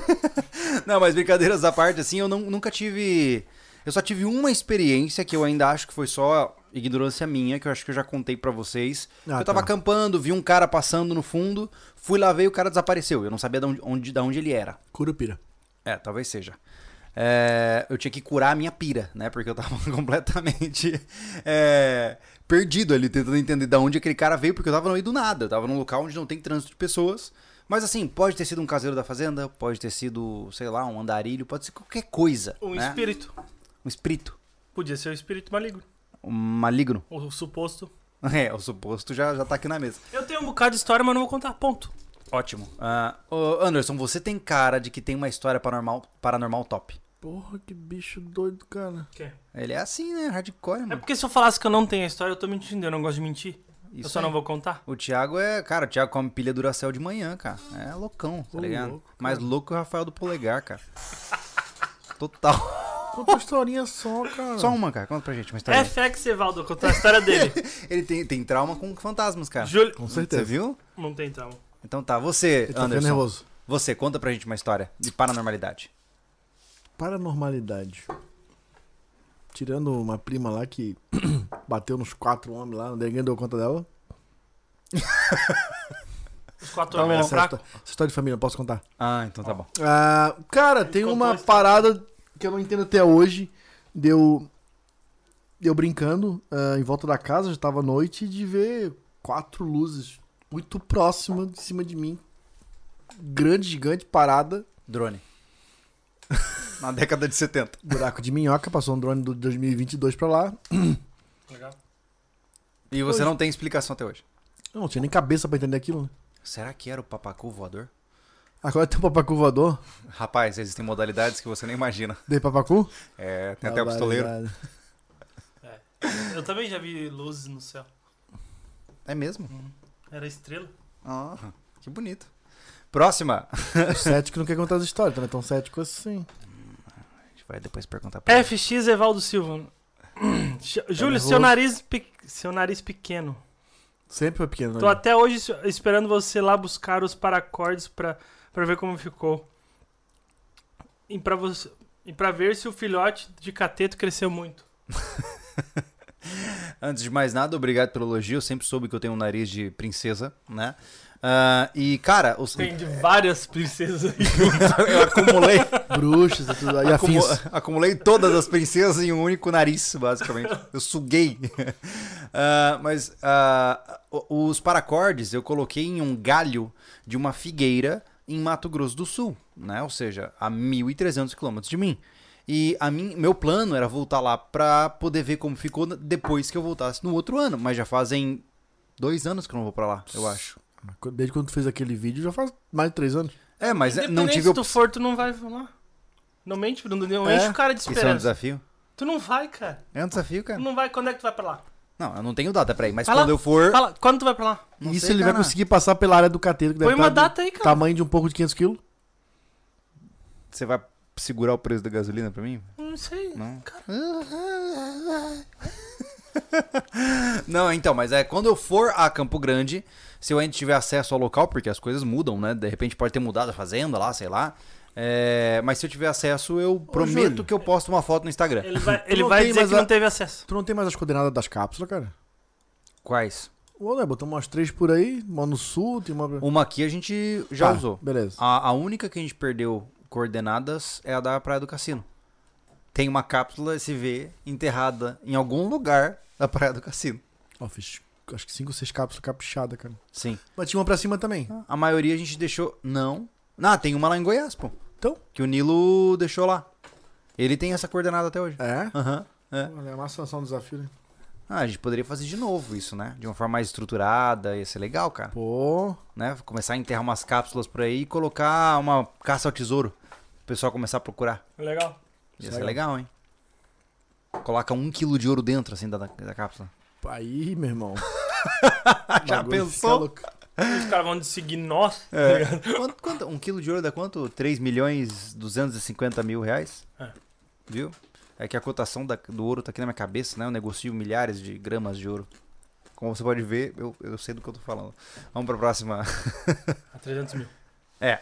Speaker 1: não, mas brincadeiras à parte, assim, eu não- nunca tive. Eu só tive uma experiência que eu ainda acho que foi só ignorância minha, que eu acho que eu já contei pra vocês.
Speaker 2: Ah,
Speaker 1: eu tava
Speaker 2: tá.
Speaker 1: acampando, vi um cara passando no fundo, fui lá ver e o cara desapareceu. Eu não sabia de onde, onde, de onde ele era.
Speaker 2: Curupira.
Speaker 1: É, talvez seja. É, eu tinha que curar a minha pira, né? Porque eu tava completamente é, perdido ali, tentando entender de onde aquele cara veio, porque eu tava no meio do nada. Eu tava num local onde não tem trânsito de pessoas. Mas assim, pode ter sido um caseiro da fazenda, pode ter sido, sei lá, um andarilho, pode ser qualquer coisa.
Speaker 3: Um
Speaker 1: né?
Speaker 3: espírito.
Speaker 1: Um espírito.
Speaker 3: Podia ser o espírito maligno.
Speaker 1: Um maligno.
Speaker 3: O suposto.
Speaker 1: É, o suposto já, já tá aqui na mesa.
Speaker 3: Eu tenho um bocado de história, mas não vou contar. Ponto.
Speaker 1: Ótimo. Ah, ô, Anderson, você tem cara de que tem uma história paranormal, paranormal top.
Speaker 2: Porra, que bicho doido, cara.
Speaker 1: Ele é assim, né? Hardcore,
Speaker 3: É
Speaker 1: mano.
Speaker 3: porque se eu falasse que eu não tenho a história, eu tô mentindo, eu não gosto de mentir. eu
Speaker 1: Isso
Speaker 3: só
Speaker 1: aí.
Speaker 3: não vou contar.
Speaker 1: O Thiago é, cara, o Thiago come pilha Duracell de manhã, cara. É loucão, tá
Speaker 2: Ô,
Speaker 1: ligado?
Speaker 2: louco,
Speaker 1: Mais louco que o Rafael do Polegar, cara. Total.
Speaker 2: Conta uma historinha só, um cara.
Speaker 1: Só uma, cara. Conta pra gente uma
Speaker 3: É
Speaker 1: história.
Speaker 3: FX, Evaldo, contar a história dele.
Speaker 1: Ele tem, tem trauma com fantasmas, cara.
Speaker 3: Júlio.
Speaker 2: Com
Speaker 1: Você
Speaker 2: certeza.
Speaker 1: viu?
Speaker 3: Não tem trauma.
Speaker 1: Então tá, você,
Speaker 2: Ele tá ficando
Speaker 1: Anderson.
Speaker 2: nervoso.
Speaker 1: Você, conta pra gente uma história de paranormalidade.
Speaker 2: Paranormalidade. Tirando uma prima lá que bateu nos quatro homens lá, ninguém deu conta dela.
Speaker 3: Os quatro
Speaker 1: Tá
Speaker 3: homens eram
Speaker 2: essa, é
Speaker 3: fracos.
Speaker 2: histó- essa história de família, posso contar?
Speaker 1: Ah, então tá bom.
Speaker 2: Ah, cara, tem
Speaker 3: contou a
Speaker 2: uma
Speaker 3: história.
Speaker 2: parada que eu não entendo até hoje. Deu. Deu brincando ah, em volta da casa, já tava à noite, de ver quatro luzes muito próximas de cima de mim. Grande, gigante, parada.
Speaker 1: Drone. Na década de 70.
Speaker 2: Buraco de minhoca, passou um drone do 2022 pra lá.
Speaker 3: Legal.
Speaker 1: E você não tem explicação até hoje.
Speaker 2: Eu Não tinha nem cabeça pra entender aquilo, né?
Speaker 1: Será que era o papacu voador?
Speaker 2: Agora tem o papacu voador.
Speaker 1: Rapaz, existem modalidades que você nem imagina.
Speaker 2: Dei papacu?
Speaker 1: É, tem até o pistoleiro.
Speaker 2: Barbaridade.
Speaker 3: Eu também já vi luzes no céu.
Speaker 1: É mesmo?
Speaker 3: Era estrela.
Speaker 1: Ah, que bonito. Próxima.
Speaker 2: O cético não quer contar as histórias, também tão cético assim.
Speaker 1: A gente vai depois perguntar pra ele.
Speaker 3: FX Evaldo Silva. Júlio,
Speaker 2: nervoso.
Speaker 3: seu nariz, pe- seu nariz pequeno.
Speaker 2: Sempre foi pequeno, né?
Speaker 3: Tô até hoje s- esperando você lá buscar os paracordes pra, pra ver como ficou. E pra, você, e pra ver se o filhote de cateto cresceu muito.
Speaker 1: Antes de mais nada, obrigado pelo elogio. Eu sempre soube que eu tenho um nariz de princesa, né? Ah, e, cara, os...
Speaker 3: Tem de várias princesas aí.
Speaker 1: eu acumulei,
Speaker 2: Bruxas e tudo. E
Speaker 1: acumu-
Speaker 2: afins.
Speaker 1: acumulei todas as princesas em um único nariz, basicamente. Eu suguei. Ah, mas ah, o- os paracordes eu coloquei em um galho de uma figueira em Mato Grosso do Sul, né? Ou seja, a 1.300 quilômetros de mim. E a mim, meu plano era voltar lá pra poder ver como ficou depois que eu voltasse no outro ano. Mas já fazem dois anos que eu não vou pra lá, eu acho.
Speaker 2: Desde quando tu fez aquele vídeo, já faz mais de três anos.
Speaker 1: É, mas é- não
Speaker 3: Independente
Speaker 1: tive
Speaker 3: se
Speaker 1: o...
Speaker 3: tu for, tu não vai lá. Não mente, Bruno. Não
Speaker 1: É?
Speaker 3: enche o cara de
Speaker 1: Isso é um
Speaker 3: esperança.
Speaker 1: desafio?
Speaker 3: tu não vai, cara.
Speaker 1: É um desafio, cara.
Speaker 3: Tu não vai. Quando é que tu vai pra lá?
Speaker 1: Não, eu não tenho data pra ir, mas
Speaker 3: Vai lá,
Speaker 1: quando eu for...
Speaker 3: Fala, quando tu vai pra lá?
Speaker 1: Não
Speaker 2: Isso
Speaker 1: sei,
Speaker 2: ele vai
Speaker 1: cara.
Speaker 2: conseguir passar pela área do cateiro, que deve
Speaker 3: Põe uma
Speaker 2: tá do
Speaker 3: data aí, cara.
Speaker 2: tamanho de um pouco de 500 quilos.
Speaker 1: Você vai segurar o preço da gasolina pra mim?
Speaker 3: Não sei.
Speaker 1: Não.
Speaker 3: Cara,
Speaker 1: Não, então, mas é quando eu for a Campo Grande, se eu ainda tiver acesso ao local, porque as coisas mudam, né? De repente pode ter mudado a fazenda lá, sei lá. É, mas se eu tiver acesso, eu prometo
Speaker 2: Júlio.
Speaker 1: que eu posto uma foto no Instagram.
Speaker 3: ele vai, ele
Speaker 2: não
Speaker 3: vai
Speaker 2: tem
Speaker 3: dizer
Speaker 2: mais
Speaker 3: que
Speaker 2: a-
Speaker 3: não teve acesso.
Speaker 2: Tu não tem mais as coordenadas das cápsulas, cara?
Speaker 1: Quais?
Speaker 2: Ou né? Botamos umas três por aí, uma no sul, tem uma.
Speaker 1: Uma aqui a gente Um já
Speaker 2: Tá,
Speaker 1: usou.
Speaker 2: Beleza.
Speaker 1: A, a única que a gente perdeu coordenadas é a da Praia do Cassino. Tem uma cápsula SV enterrada em algum lugar da Praia do Cassino.
Speaker 2: Ó, fiz acho que cinco ou seis cápsulas caprichada, cara.
Speaker 1: Sim.
Speaker 2: Mas tinha uma pra cima também.
Speaker 1: A maioria a gente deixou. Não. Ah, tem uma lá em Goiás, pô.
Speaker 2: Então?
Speaker 1: Que o Nilo deixou lá. Ele tem essa coordenada até hoje.
Speaker 2: É?
Speaker 1: Aham. é.
Speaker 2: Olha, é massa lançar um desafio, né?
Speaker 1: Ah, a gente poderia fazer de novo isso, né? De uma forma mais estruturada, ia ser legal, cara.
Speaker 2: Pô.
Speaker 1: Né? Começar a enterrar umas cápsulas por aí e colocar uma caça ao tesouro. O pessoal começar a procurar.
Speaker 3: Legal.
Speaker 1: Ia
Speaker 2: Isso
Speaker 1: ser
Speaker 2: é
Speaker 1: legal, hein? Coloca um quilo de ouro dentro, assim, da, da cápsula.
Speaker 2: Aí, meu irmão.
Speaker 1: Já
Speaker 2: Bagulho fica
Speaker 1: pensou?
Speaker 2: louco.
Speaker 3: Os caras vão tá seguir nós.
Speaker 1: É. Tá Quanto, quanto- um quilo de ouro dá quanto? 3 milhões 250 mil reais?
Speaker 3: É.
Speaker 1: Viu? É que a cotação da- do ouro tá aqui na minha cabeça, né? Eu negocio milhares de gramas de ouro. Como você pode ver, eu, eu sei do que eu tô falando. Vamos pra próxima.
Speaker 3: A 300 mil.
Speaker 1: É.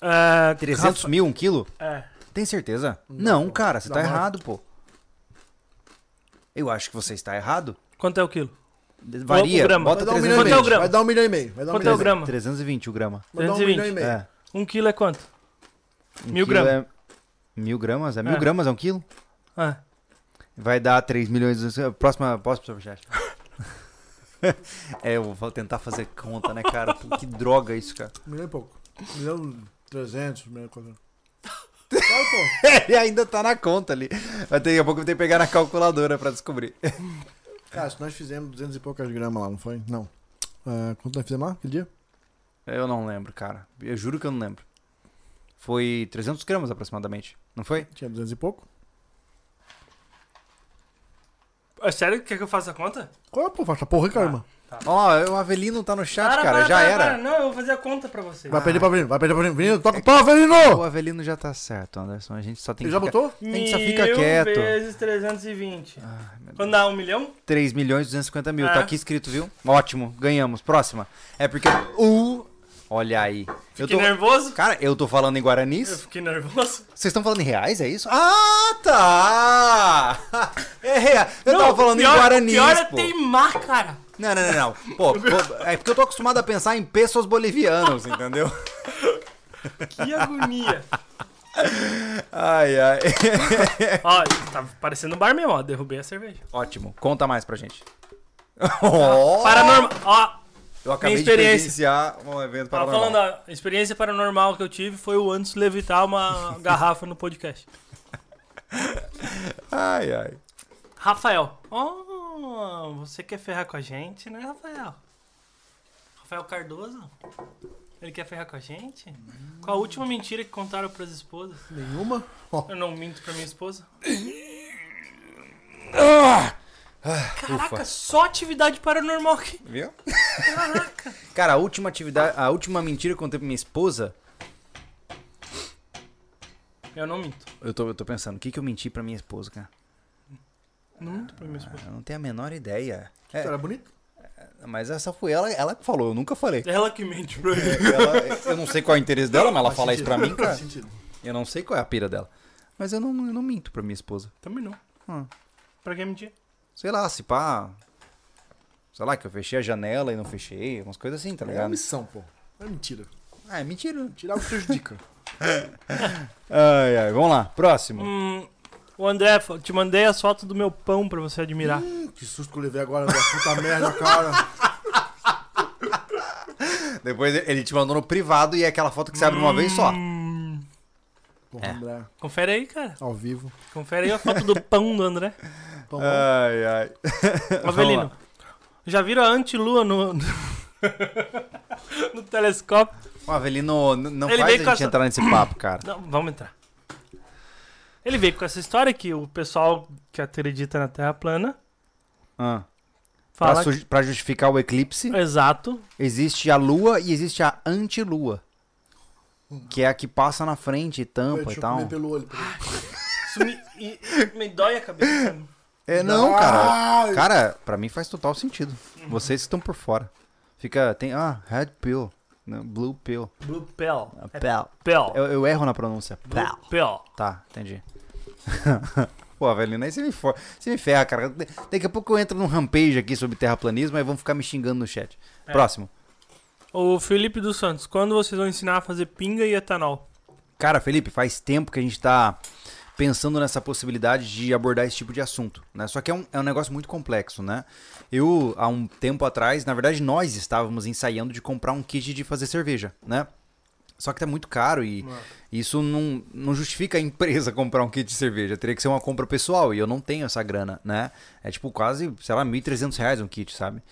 Speaker 3: Ah,
Speaker 1: 300 mil, um quilo?
Speaker 3: É.
Speaker 1: Tem certeza? Não, cara, você
Speaker 2: Dá
Speaker 1: tá
Speaker 2: uma-
Speaker 1: errado, pô. Eu acho que você está errado.
Speaker 3: Quanto é o quilo?
Speaker 1: Varia.
Speaker 3: o grama.
Speaker 1: Bota
Speaker 2: Vai dar, um
Speaker 1: 300
Speaker 2: milhão e
Speaker 3: Quanto é o
Speaker 2: meio.
Speaker 3: grama?
Speaker 2: vai dar um milhão e meio. Vai dar um
Speaker 3: Quanto é o
Speaker 2: milhão e meio.
Speaker 3: grama?
Speaker 1: 320 o grama.
Speaker 2: Vai dar um milhão e
Speaker 3: 320.
Speaker 2: meio.
Speaker 1: É.
Speaker 3: Um quilo é quanto?
Speaker 1: Um quilo
Speaker 3: Mil grama.
Speaker 1: é- Mil gramas? É mil
Speaker 3: É.
Speaker 1: gramas, é um quilo?
Speaker 3: Ah,
Speaker 1: Vai dar 3 milhões. e- Próxima, posso superchat? é, eu vou tentar fazer conta, né, cara? Pô, Que droga isso, cara.
Speaker 2: Um milhão e pouco. Um milhão e trezentos, um milhão e quatrocentos. Vai, pô.
Speaker 1: Ele ainda tá na conta ali. Mas daqui a pouco eu vou ter que pegar na calculadora pra descobrir.
Speaker 2: É, Cara, se nós fizemos duzentos e poucas gramas lá, não foi? Não. Ah, quanto nós fizemos lá aquele dia?
Speaker 1: Eu não lembro, cara. Eu juro que eu não lembro. Foi 300 gramas aproximadamente, não foi?
Speaker 2: Tinha 200 e pouco.
Speaker 3: É sério que quer que eu faça a conta?
Speaker 2: Qual é, pô? Faixa porra, cara, irmão.
Speaker 1: Tá. Ó, o Avelino tá no chat, cara. já era.
Speaker 3: Não, eu vou fazer a conta pra vocês.
Speaker 2: Vai perder pra Avelino, vai perder pra Avelino. Avelino, toca o pau,
Speaker 1: O
Speaker 2: Avelino!
Speaker 1: Avelino já tá certo, Anderson. A gente só tem
Speaker 2: Ele
Speaker 1: que.
Speaker 2: já
Speaker 1: ficar-
Speaker 2: botou?
Speaker 1: A gente só fica quieto. Ah,
Speaker 3: vezes 320. Quando dá um milhão?
Speaker 1: 3 milhões e 250 mil.
Speaker 3: É.
Speaker 1: Tá aqui escrito, viu? Ótimo, ganhamos. Próxima. É porque. Uh, olha aí. Eu
Speaker 3: Fiquei
Speaker 1: tô...
Speaker 3: nervoso.
Speaker 1: Cara, eu tô falando em
Speaker 3: Eu
Speaker 1: guaranis?
Speaker 3: fiquei nervoso.
Speaker 1: Vocês estão falando em reais, é isso? Ah, tá! É real. Eu tava falando
Speaker 3: pior,
Speaker 1: em guaranis,
Speaker 3: Pior é
Speaker 1: pô.
Speaker 3: teimar, cara.
Speaker 1: Não, não, não, não. Pô, pô, é porque eu tô acostumado a pensar em pesos bolivianos, entendeu?
Speaker 3: Que agonia.
Speaker 1: Ai, ai. É.
Speaker 3: ó, tá parecendo um bar mesmo, ó. Derrubei a cerveja.
Speaker 1: Ótimo. Conta mais pra gente.
Speaker 3: Paranormal. Ó,
Speaker 1: Eu acabei
Speaker 3: Minha
Speaker 1: de
Speaker 3: experiência.
Speaker 1: presenciar um evento
Speaker 3: tava
Speaker 1: paranormal.
Speaker 3: falando, a experiência paranormal que eu tive foi o antes levitar uma garrafa no podcast.
Speaker 1: Ai, ai.
Speaker 3: Rafael. Oh, você quer ferrar com a gente, né, Rafael? Rafael Cardoso? Ele quer ferrar com a gente? Qual a última mentira que contaram pras esposas?
Speaker 2: Nenhuma. Ó,
Speaker 3: Eu não minto pra minha esposa. Ah! Caraca,
Speaker 1: Ufa.
Speaker 3: só atividade paranormal aqui.
Speaker 1: Viu? Cara, a última atividade, a última mentira que eu contei pra minha esposa,
Speaker 3: Eu não minto.
Speaker 1: eu tô, eu tô pensando, o que que eu menti pra minha esposa, cara?
Speaker 3: Não minto pra minha esposa.
Speaker 1: Eu não tenho a menor ideia. É,
Speaker 2: Cara, é bonito.
Speaker 1: mas essa foi ela, ela que falou, eu nunca falei.
Speaker 3: Ela que mente pra mim.
Speaker 1: Ela- eu não sei qual é o interesse dela, mas ela fala isso pra mim, cara.
Speaker 2: Faz sentido.
Speaker 1: Eu não sei qual é a pira dela. Mas eu não, eu não minto pra minha esposa.
Speaker 3: Também não.
Speaker 1: Hum.
Speaker 3: Pra quem mentir?
Speaker 1: Sei lá, se pá. Sei lá, que eu fechei a janela e não fechei, umas coisas assim, tá
Speaker 2: É uma
Speaker 1: ligado?
Speaker 2: missão, pô. É mentira.
Speaker 1: Ah, é mentira.
Speaker 2: Tirar o que prejudica.
Speaker 1: Ai, ai, vamos lá, próximo.
Speaker 3: Hum, o André, fa- te mandei as fotos do meu pão pra você admirar.
Speaker 2: Hum, que susto que eu levei agora, da puta merda, cara.
Speaker 1: Depois ele te mandou no privado e é aquela foto que você abre uma vez só.
Speaker 3: Hum,
Speaker 2: Porra,
Speaker 1: É.
Speaker 2: André,
Speaker 3: confere aí, cara.
Speaker 2: ao vivo. Então,
Speaker 3: Confere aí a foto do pão do André.
Speaker 2: Pão,
Speaker 1: Ai, ai.
Speaker 3: Avelino, já viram a antilua no... no no telescópio?
Speaker 1: O Avelino n- não
Speaker 3: Ele
Speaker 1: faz a
Speaker 3: veio
Speaker 1: gente
Speaker 3: com essa-
Speaker 1: entrar nesse papo, cara.
Speaker 3: Não, vamos entrar. Ele veio com essa história que o pessoal que acredita na Terra plana
Speaker 1: Ah, pra,
Speaker 3: fala... É.
Speaker 1: su- pra justificar o eclipse,
Speaker 3: Exato.
Speaker 1: existe a lua e existe a antilua. Que é a que passa na frente e tampa
Speaker 2: Deixa
Speaker 1: e
Speaker 2: eu
Speaker 1: tal.
Speaker 2: comer pelo olho. peraí.
Speaker 3: Isso me, e- e me dói a cabeça.
Speaker 1: É, não, cara.
Speaker 2: Ai.
Speaker 1: Cara, pra mim faz total sentido. Vocês que estão por fora. Fica, tem, ah, red pill, né, blue pill.
Speaker 3: Blue Pell. É
Speaker 1: Pell.
Speaker 3: Pell.
Speaker 1: Eu, eu erro na pronúncia. Pell.
Speaker 3: Blue Pell.
Speaker 1: Tá, entendi. Pô, velho, aí você me, for... você me ferra, cara. Da- Daqui a pouco eu entro num rampage aqui sobre terraplanismo e vão ficar me xingando no chat. Próximo.
Speaker 3: O Felipe dos Santos, quando vocês vão ensinar a fazer pinga e etanol?
Speaker 1: Cara, Felipe, faz tempo que a gente tá pensando nessa possibilidade de abordar esse tipo de assunto, né? Só que é um, é um negócio muito complexo, né? Eu, há um tempo atrás, na verdade, nós estávamos ensaiando de comprar um kit de fazer cerveja, né? Só que tá muito caro e isso não, não justifica a empresa comprar um kit de cerveja. Teria que ser uma compra pessoal e eu não tenho essa grana, né? É tipo quase, sei lá, 1.300 reais um kit, sabe?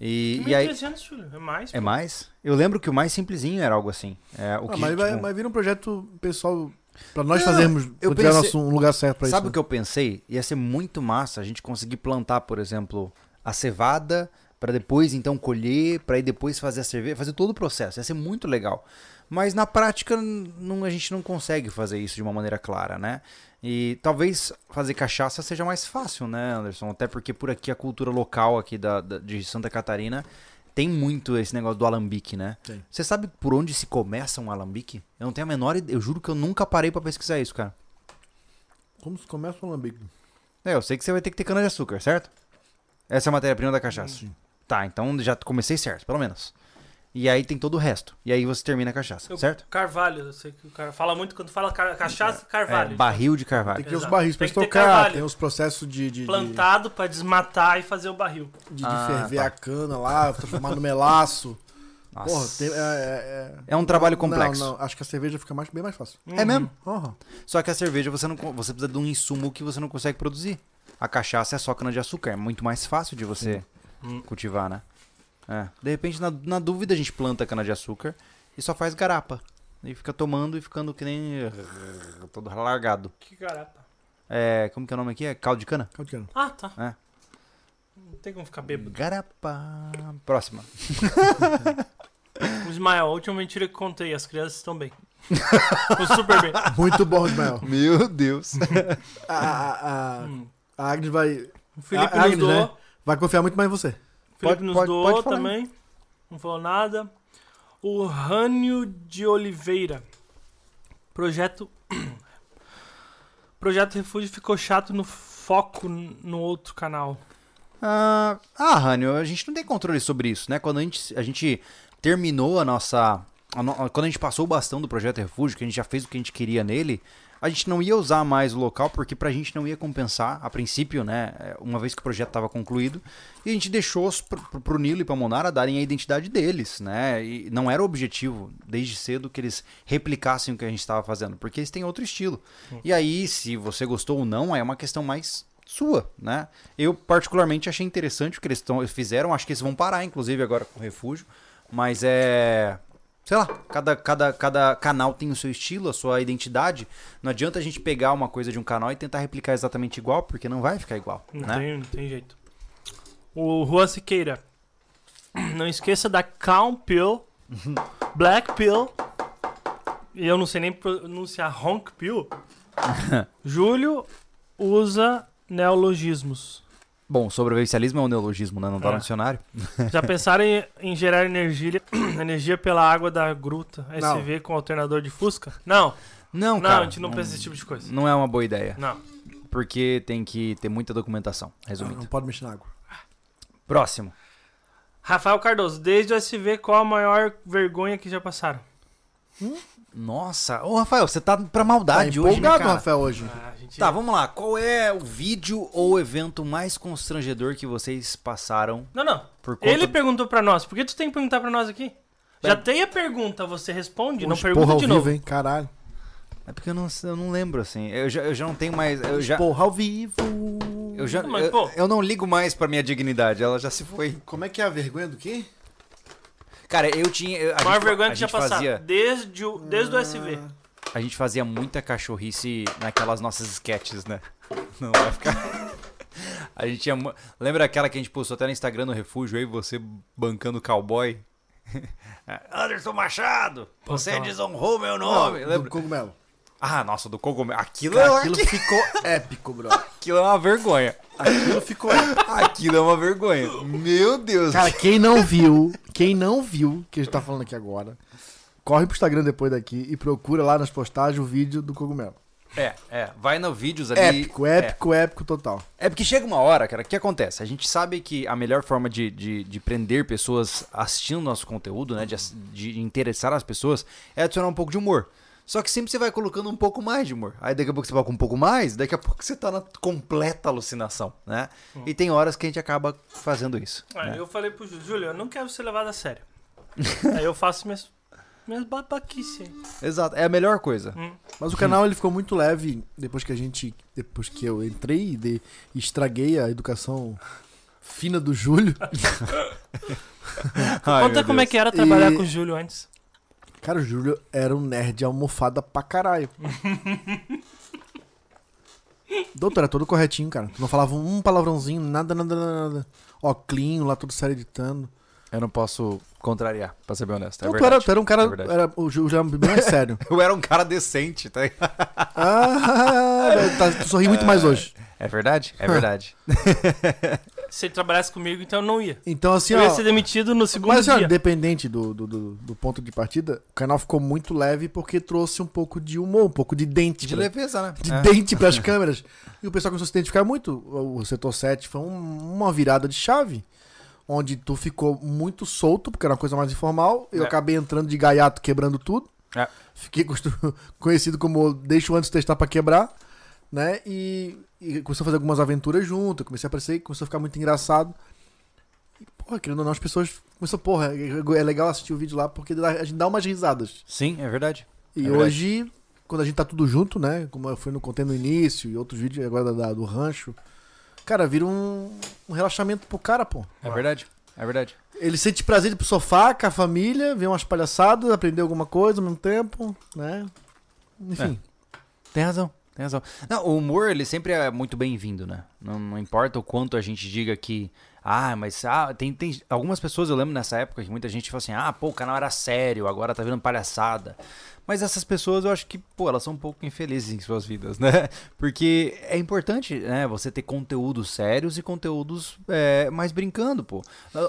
Speaker 1: E, e aí...
Speaker 3: 1.300, filho, é mais.
Speaker 1: É mais? Eu lembro que o mais simplesinho era algo assim. É, o
Speaker 2: Ah,
Speaker 1: kit,
Speaker 2: mas, vai,
Speaker 1: tipo-
Speaker 2: mas vira um projeto pessoal pra nós
Speaker 1: Não,
Speaker 2: fazermos
Speaker 1: eu
Speaker 2: quando tiver
Speaker 1: pensei-
Speaker 2: nosso, um lugar certo pra
Speaker 1: Sabe o
Speaker 2: isso.
Speaker 1: que eu pensei? Ia ser muito massa a gente conseguir plantar, por exemplo, a cevada pra depois então colher, pra aí depois fazer a cerveja, fazer todo o processo. Ia ser muito legal. Mas na prática n- não, a gente não consegue fazer isso de uma maneira clara, né? E talvez fazer cachaça seja mais fácil, né, Anderson? Até porque por aqui a cultura local aqui da, da- de Santa Catarina tem muito esse negócio do alambique, né?
Speaker 2: Tem.
Speaker 1: Você sabe por onde se começa um alambique? Eu não tenho a menor ideia. Eu juro que eu nunca parei pra pesquisar isso, cara.
Speaker 2: Como se começa um lambique?
Speaker 1: É, eu sei que você vai ter que ter cana-de-açúcar, certo? Essa é a matéria-prima da cachaça. Tá, então já comecei certo, pelo menos. E aí tem todo o resto. E aí você termina a cachaça,
Speaker 3: Eu-
Speaker 1: certo?
Speaker 3: Carvalho, eu sei que o cara fala muito quando fala ca- cachaça,
Speaker 1: É,
Speaker 3: carvalho.
Speaker 1: barril de
Speaker 2: Tem
Speaker 1: carvalho.
Speaker 2: que ter os
Speaker 3: Exato.
Speaker 2: barris pra
Speaker 3: Tem que ter
Speaker 2: estocar,
Speaker 3: carvalho.
Speaker 2: tem os processos de, de, de-
Speaker 3: plantado pra desmatar e fazer o barril.
Speaker 2: de- de
Speaker 1: Ah,
Speaker 2: ferver
Speaker 1: tá.
Speaker 2: a cana lá, transformar no melaço.
Speaker 1: Nossa.
Speaker 2: Porra, tem, é, é, é-
Speaker 1: É um trabalho complexo.
Speaker 2: Não, não, acho que a cerveja fica mais, bem mais fácil.
Speaker 3: Uhum.
Speaker 1: É mesmo?
Speaker 2: Porra.
Speaker 1: Só que a cerveja você não con- você precisa de um insumo que você não consegue
Speaker 3: Hum.
Speaker 1: produzir. A cachaça é só cana de açúcar, é muito mais fácil de você cultivar, né? É. De repente, na, na dúvida, a gente planta cana-de-açúcar e só faz garapa. E fica tomando e ficando que nem. todo largado.
Speaker 3: Que garapa.
Speaker 1: É, como que é o nome aqui? É caldo de cana?
Speaker 2: Caldo de cana.
Speaker 3: Ah, tá.
Speaker 1: É.
Speaker 3: Não tem como ficar bêbado.
Speaker 1: Garapa. Próxima.
Speaker 3: Ismael, a última mentira que contei, as crianças estão bem. Estão super bem.
Speaker 2: Muito bom, Ismael.
Speaker 1: Meu Deus.
Speaker 2: A, a, a,
Speaker 3: Hum.
Speaker 2: a Agnes vai,
Speaker 3: O
Speaker 2: A-
Speaker 3: Felipe
Speaker 2: a
Speaker 3: nos
Speaker 2: Agnes,
Speaker 3: doou.
Speaker 2: né? vai confiar muito mais em você.
Speaker 3: Felipe
Speaker 1: Ah, Pode-
Speaker 3: nos
Speaker 1: pode-
Speaker 3: doou
Speaker 1: pode falar.
Speaker 3: também. Não falou nada. O Rânio de Oliveira. Projeto. Projeto Refúgio ficou chato no foco n- no outro canal.
Speaker 1: Ah, ah, Rânio, a gente não tem controle sobre isso, né? Quando a gente, a gente terminou a nossa. a no- a- quando a gente passou o bastão do Projeto Refúgio, que a gente já fez o que a gente queria nele, a gente não ia usar mais o local porque pra gente não ia compensar, a princípio, né? é, Uma vez que o projeto estava concluído, e a gente deixou os pro, pro- pro Nilo e pra Monara darem a identidade deles, né? E não era o objetivo, desde cedo, que eles replicassem o que a gente estava fazendo, porque eles têm outro estilo. E aí, se você gostou ou não, aí é uma questão mais sua, né? Eu particularmente achei interessante o que eles tão, fizeram, acho que eles vão parar, inclusive, agora com o refúgio, mas é... Sei lá, cada, cada, cada canal tem o seu estilo, a sua identidade. Não adianta a gente pegar uma coisa de um canal e tentar replicar exatamente igual, porque não vai ficar igual,
Speaker 3: Não,
Speaker 1: né?
Speaker 3: tem, não tem jeito. O Juan Siqueira. Não esqueça da Calm Pill, Black Pill, e eu não sei nem pronunciar Honk Pill. Júlio usa neologismos.
Speaker 1: Bom, sobrevivencialismo é um neologismo, né? Não tá
Speaker 3: É.
Speaker 1: no dicionário.
Speaker 3: Já pensaram em, em gerar energia, energia pela água da gruta
Speaker 2: Não.
Speaker 3: SV com alternador de fusca? Não,
Speaker 1: Não,
Speaker 3: não,
Speaker 1: cara.
Speaker 3: a gente não pensa nesse tipo de coisa.
Speaker 1: Não é uma boa ideia,
Speaker 3: Não.
Speaker 1: porque tem que ter muita documentação,
Speaker 2: Não
Speaker 1: resumindo.
Speaker 2: pode mexer na água.
Speaker 1: Próximo.
Speaker 3: Rafael Cardoso, desde o SV, qual a maior vergonha que já passaram?
Speaker 1: Nossa, ô Rafael, você tá pra maldade hoje, né,
Speaker 2: empolgado,
Speaker 1: cara?
Speaker 2: Rafael, hoje.
Speaker 3: Ah, a gente-
Speaker 1: Tá, vamos lá. Qual é o vídeo ou evento mais constrangedor que vocês passaram
Speaker 3: Não, não.
Speaker 1: por conta...
Speaker 3: Ele perguntou pra nós. Por que tu tem que perguntar pra nós aqui? Já tem a pergunta, você responde, não
Speaker 2: Hoje,
Speaker 3: pergunta
Speaker 2: porra,
Speaker 3: de
Speaker 2: ao
Speaker 3: novo.
Speaker 2: vivo, hein? Caralho.
Speaker 1: É porque eu não, eu não lembro, assim. Eu já, eu já não tenho mais... Eu já,
Speaker 2: Porra, ao vivo.
Speaker 1: eu, já,
Speaker 3: Não, mas,
Speaker 1: eu-
Speaker 3: pô.
Speaker 1: eu não ligo mais pra minha dignidade. Ela já se foi.
Speaker 2: Como é que é a vergonha do quê?
Speaker 1: Cara, eu tinha... eu- a
Speaker 3: A maior
Speaker 1: gente-
Speaker 3: vergonha
Speaker 1: a
Speaker 3: que já
Speaker 1: gente fazia-
Speaker 3: passaram. Desde o, desde o SV.
Speaker 1: A gente fazia muita cachorrice naquelas nossas sketches, né? Não vai ficar. A gente tinha. mu- Lembra aquela que a gente postou até no Instagram no Refúgio aí, você bancando cowboy? Anderson Machado! Você
Speaker 3: Puta.
Speaker 1: desonrou meu nome!
Speaker 2: tá. Do
Speaker 1: lembra?
Speaker 2: cogumelo.
Speaker 1: Ah, nossa, do cogumelo. Aquilo,
Speaker 2: Cara,
Speaker 1: é,
Speaker 2: aquilo
Speaker 1: aquilo...
Speaker 2: ficou épico, bro.
Speaker 1: aquilo é uma vergonha.
Speaker 2: Aquilo ficou épico.
Speaker 1: Aquilo é uma vergonha. Meu Deus!
Speaker 2: Cara, quem não viu, quem não viu, que a gente tá falando aqui agora, corre pro Instagram depois daqui e procura lá nas postagens o vídeo do cogumelo.
Speaker 1: É, é. Vai no vídeos ali.
Speaker 2: Épico,
Speaker 1: É.
Speaker 2: épico, épico total.
Speaker 1: É porque chega uma hora, cara, que acontece? A gente sabe que a melhor forma de, de, de prender pessoas assistindo nosso conteúdo, né? De, ass- de interessar as pessoas, é adicionar um pouco de humor. Só que sempre você vai colocando um pouco mais de humor. Aí daqui a pouco você vai com um pouco mais, daqui a pouco você tá na completa alucinação, né?
Speaker 3: Hum.
Speaker 1: E tem horas que a gente acaba fazendo isso.
Speaker 3: Aí
Speaker 2: é.
Speaker 1: né?
Speaker 3: eu falei pro Júlio, Júlio, eu não quero ser levado a sério. Aí eu faço minhas, minhas babaquices. aí.
Speaker 1: Exato, é a melhor coisa.
Speaker 3: Hum.
Speaker 2: Mas o canal ele ficou muito leve depois que a gente. Depois que eu entrei e de- estraguei a educação fina do Júlio.
Speaker 3: Conta como é que era trabalhar com o Júlio antes.
Speaker 2: Cara, o Júlio era um nerd almofada pra caralho. Doutor, era todo corretinho, cara. Tu não falava um palavrãozinho, nada, nada, nada, nada. Ó, clean, lá tudo sério editando.
Speaker 3: é.
Speaker 1: Eu não posso contrariar, pra ser bem honesto. É
Speaker 2: Então, tu, era,
Speaker 1: verdade.
Speaker 2: tu era um cara.
Speaker 1: É verdade.
Speaker 2: era, o Júlio era bem mais sério.
Speaker 1: Eu era um cara decente, tá?
Speaker 2: ah, tá- tu sorri muito mais hoje.
Speaker 1: É verdade? É verdade.
Speaker 3: Se ele trabalhasse comigo, então eu não ia.
Speaker 2: Então, assim,
Speaker 3: Eu ia
Speaker 2: ó.
Speaker 3: ser demitido no segundo
Speaker 2: Mas, olha,
Speaker 3: dia.
Speaker 2: independente do, do, do- do ponto de partida, o canal ficou muito leve porque trouxe um pouco de humor, um pouco de dente.
Speaker 1: De
Speaker 2: pra-
Speaker 1: leveza, né?
Speaker 2: de
Speaker 1: É.
Speaker 2: dente pras câmeras. E o pessoal começou a se identificar muito. O o setor 7 foi um- uma virada de chave. Onde tu ficou muito solto, porque era uma coisa mais informal. Eu
Speaker 1: É.
Speaker 2: acabei entrando de gaiato, quebrando tudo.
Speaker 1: É.
Speaker 2: Fiquei constru- conhecido como Deixo antes testar pra quebrar. Né? E, e começou a fazer algumas aventuras junto. Eu comecei a aparecer, começou a ficar muito engraçado. E, porra, querendo ou não, as pessoas. Começou, porra, é é legal assistir o vídeo lá porque dá- a gente dá umas risadas.
Speaker 1: Sim, é verdade. É
Speaker 2: E
Speaker 1: verdade.
Speaker 2: hoje, quando a gente tá tudo junto, né? Como eu fui no Contendo no início e outros vídeos agora da- do rancho, cara, vira um, um relaxamento pro cara, pô.
Speaker 1: É verdade. É verdade.
Speaker 2: Ele sente prazer de ir pro sofá com a família, ver umas palhaçadas, aprender alguma coisa ao mesmo tempo, né? Enfim.
Speaker 1: É. Tem razão, tem razão. Não, o humor, ele sempre é muito bem-vindo, né? Não, não importa o quanto a gente diga que. Ah, mas ah, tem, tem algumas pessoas, eu lembro nessa época que muita gente falou assim: ah, pô, o canal era sério, agora tá virando palhaçada. Mas essas pessoas, eu acho que, pô, elas são um pouco infelizes em suas vidas, né? Porque é importante, né, você ter conteúdos sérios e conteúdos é, mais brincando, pô.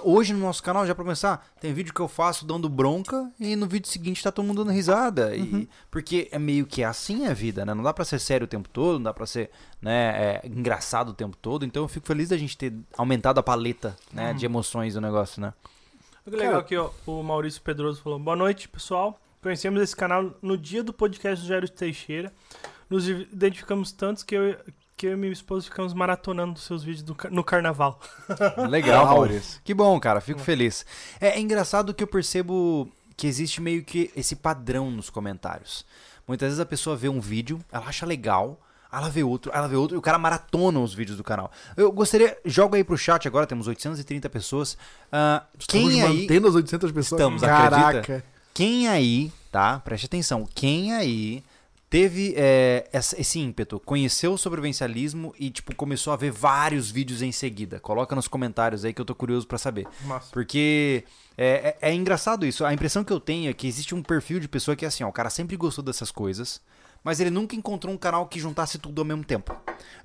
Speaker 1: Hoje no nosso canal, já pra começar, tem vídeo que eu faço dando bronca e no vídeo seguinte tá todo mundo dando risada. E- porque é meio que assim a vida, né? Não dá pra ser sério o tempo todo, não dá pra ser né, é, engraçado o tempo todo. Então eu fico feliz da gente ter aumentado a paleta né, de emoções do negócio, né?
Speaker 3: Olha que legal aqui, ó. O Maurício Pedroso falou: Boa noite, pessoal. Conhecemos esse canal no dia do podcast do Jairo Teixeira. Nos identificamos tantos que eu, que eu e minha esposa ficamos maratonando os seus vídeos do ca- no carnaval.
Speaker 1: Legal, Maurício. Que bom, cara. Fico feliz. É, é engraçado que eu percebo que existe meio que esse padrão nos comentários. Muitas vezes a pessoa vê um vídeo, ela acha legal, ela vê outro, ela vê outro, e o cara maratona os vídeos do canal. Eu gostaria, joga aí pro chat agora, temos 830 pessoas. Ah, quem
Speaker 2: Estamos
Speaker 1: aí
Speaker 2: mantendo as 800 pessoas.
Speaker 1: Estamos,
Speaker 2: Caraca.
Speaker 1: acredita? Quem aí, tá? Preste atenção. Quem aí teve é, essa- esse ímpeto, conheceu o sobrevivencialismo e, tipo, começou a ver vários vídeos em seguida? Coloca nos comentários aí que eu tô curioso pra saber.
Speaker 3: Massa.
Speaker 1: Porque é, é- é engraçado isso. A impressão que eu tenho é que existe um perfil de pessoa que é assim, ó, o cara sempre gostou dessas coisas, mas ele nunca encontrou um canal que juntasse tudo ao mesmo tempo.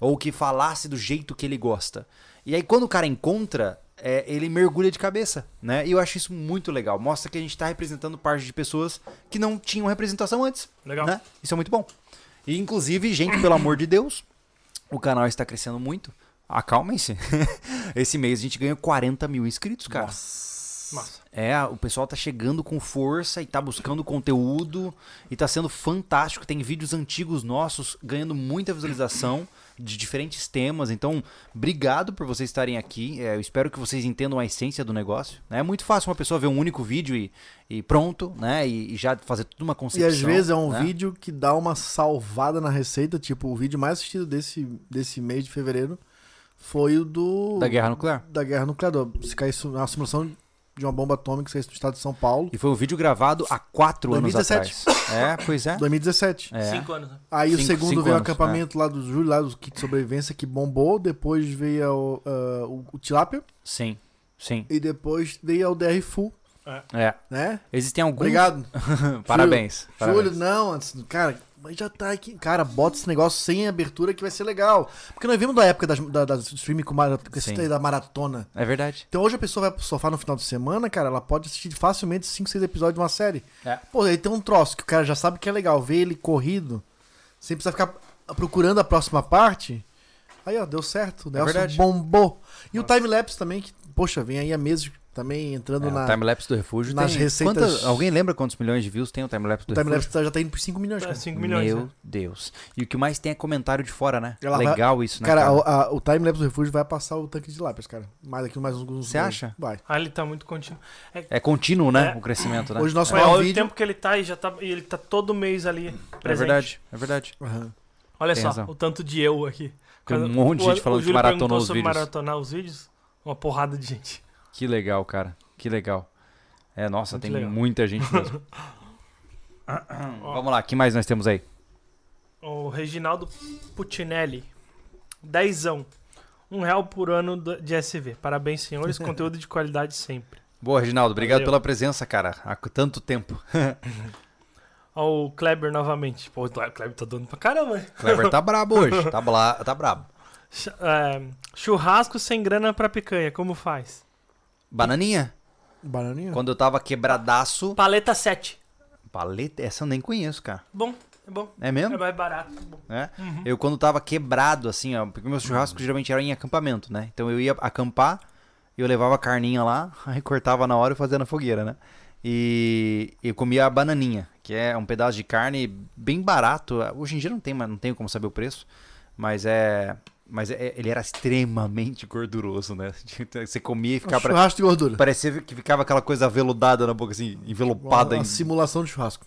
Speaker 1: Ou que falasse do jeito que ele gosta. E aí, quando o cara encontra, é, ele mergulha de cabeça, né? E eu acho isso muito legal. Mostra que a gente tá representando parte de pessoas que não tinham representação antes.
Speaker 3: Legal.
Speaker 1: né? Isso é muito bom. E, inclusive, gente, pelo amor de Deus, o canal está crescendo muito. Acalmem-se. Esse mês a gente ganhou 40 mil inscritos, cara.
Speaker 3: Massa.
Speaker 1: É, o pessoal tá chegando com força e tá buscando conteúdo e tá sendo fantástico. Tem vídeos antigos nossos ganhando muita visualização de diferentes temas. Então, obrigado por vocês estarem aqui. É, eu espero que vocês entendam a essência do negócio. né? É muito fácil uma pessoa ver um único vídeo e, e pronto, né? E, e já fazer tudo uma
Speaker 2: E
Speaker 1: concepção.
Speaker 2: às vezes é um
Speaker 1: né?
Speaker 2: vídeo que dá uma salvada na receita. Tipo, o vídeo mais assistido desse, desse mês de fevereiro foi o do.
Speaker 1: da guerra nuclear.
Speaker 2: da guerra nuclear. do- Se caísse na simulação de uma bomba atômica, se caísse no estado de São Paulo,
Speaker 1: E foi um vídeo gravado há quatro anos
Speaker 2: 2017.
Speaker 1: atrás. É, pois é.
Speaker 2: 2017.
Speaker 1: É.
Speaker 3: Cinco anos, né?
Speaker 2: Aí o
Speaker 1: Cinco-
Speaker 2: segundo
Speaker 1: cinco
Speaker 2: veio
Speaker 1: anos,
Speaker 2: o acampamento lá do Júlio, lá do kit de sobrevivência que bombou. Depois veio o, ah, o, o Tilápia.
Speaker 1: Sim, sim.
Speaker 2: E depois veio o DR Full,
Speaker 1: É.
Speaker 2: né?
Speaker 1: Existem alguns.
Speaker 2: Obrigado.
Speaker 1: Parabéns.
Speaker 2: Júlio, não, antes, cara, mas já tá aqui. Cara, bota esse negócio sem abertura que vai ser legal. Porque nós vimos da época das, da, das streaming com mara, com esse
Speaker 1: Sim.
Speaker 2: daí da maratona.
Speaker 1: É verdade.
Speaker 2: Então hoje a pessoa vai pro sofá no final de semana, cara, ela pode assistir facilmente 5, 6 episódios de uma série.
Speaker 1: É.
Speaker 2: Pô, aí tem um troço que o cara já sabe que é legal, ver ele corrido, sem precisar ficar procurando a próxima parte. Aí, ó, deu certo. O Nelson
Speaker 1: É verdade.
Speaker 2: bombou. E o time-lapse também, que, poxa, vem aí a mesa também entrando
Speaker 1: É,
Speaker 2: na.
Speaker 1: O timelapse do refúgio
Speaker 2: nas
Speaker 1: tem...
Speaker 2: receitas-
Speaker 1: quantas- Alguém lembra quantos milhões de views tem o timelapse do
Speaker 2: O
Speaker 1: refúgio?
Speaker 2: time-lapse tá- já tá indo por 5 milhões,
Speaker 3: É,
Speaker 2: cara.
Speaker 3: 5 milhões.
Speaker 1: Meu
Speaker 3: né?
Speaker 1: Deus. E o que mais tem é comentário de fora, né?
Speaker 2: Ela vai-
Speaker 1: Legal isso, né,
Speaker 2: Cara,
Speaker 1: cara?
Speaker 2: a- a- o time-lapse do refúgio vai passar o tanque de lápis, cara. Mais aqui, mais uns. uns
Speaker 1: Você acha?
Speaker 2: Vai.
Speaker 3: Ah, ele tá muito contínuo.
Speaker 1: É contínuo, né?
Speaker 3: É.
Speaker 1: O crescimento, né?
Speaker 2: Hoje nosso
Speaker 3: Olha,
Speaker 2: maior
Speaker 3: olha o
Speaker 2: vídeo.
Speaker 3: tempo que ele tá e já tá. E ele tá todo mês ali.
Speaker 1: É
Speaker 3: Presente.
Speaker 1: verdade, é verdade.
Speaker 2: Aham.
Speaker 3: Olha
Speaker 1: Tem
Speaker 3: só,
Speaker 1: razão.
Speaker 3: o tanto de eu aqui.
Speaker 1: Tem um
Speaker 3: Quando-
Speaker 1: monte de
Speaker 3: o-
Speaker 1: gente falando
Speaker 3: o
Speaker 1: que
Speaker 3: Júlio
Speaker 1: maratonou
Speaker 3: perguntou
Speaker 1: os
Speaker 3: sobre
Speaker 1: vídeos.
Speaker 3: maratonar os vídeos. Uma porrada de gente.
Speaker 1: Que legal, cara. Que legal. É, nossa,
Speaker 3: Muito
Speaker 1: tem
Speaker 3: legal.
Speaker 1: muita gente mesmo. Vamos lá, que mais nós temos aí?
Speaker 3: O Reginaldo Puccinelli. Dezão. Um real por ano do- de SV. Parabéns, senhores. Conteúdo de qualidade sempre.
Speaker 1: Boa, Reginaldo. Obrigado
Speaker 3: Valeu.
Speaker 1: pela presença, cara. Há tanto tempo.
Speaker 3: Ó, o Kleber novamente. Pô, o Kleber tá dando pra caramba, hein?
Speaker 1: Kleber tá brabo hoje. Tá, bla... tá brabo.
Speaker 3: Ch- é, churrasco sem grana pra picanha, como faz?
Speaker 1: Bananinha?
Speaker 2: Bananinha?
Speaker 1: Quando eu tava quebradaço.
Speaker 3: Paleta 7.
Speaker 1: Paleta? Essa eu nem conheço, cara.
Speaker 3: Bom, é bom.
Speaker 1: É
Speaker 3: É
Speaker 1: mesmo?
Speaker 3: mais barato. Bom.
Speaker 1: né? Eu quando tava quebrado, assim, ó, porque meus churrascos geralmente eram em acampamento, né? Então eu ia acampar, eu levava a carninha lá, aí cortava na hora e fazia na fogueira, né? E eu comia a bananinha, que é um pedaço de carne bem barato. Hoje em dia não tem, mas não tenho como saber o preço, mas é Mas é- ele era extremamente gorduroso, né? Você comia e ficava.
Speaker 2: Churrasco de gordura.
Speaker 1: Parecia que ficava aquela coisa aveludada na boca, assim, envelopada.
Speaker 2: Uma
Speaker 1: em-
Speaker 2: simulação de churrasco.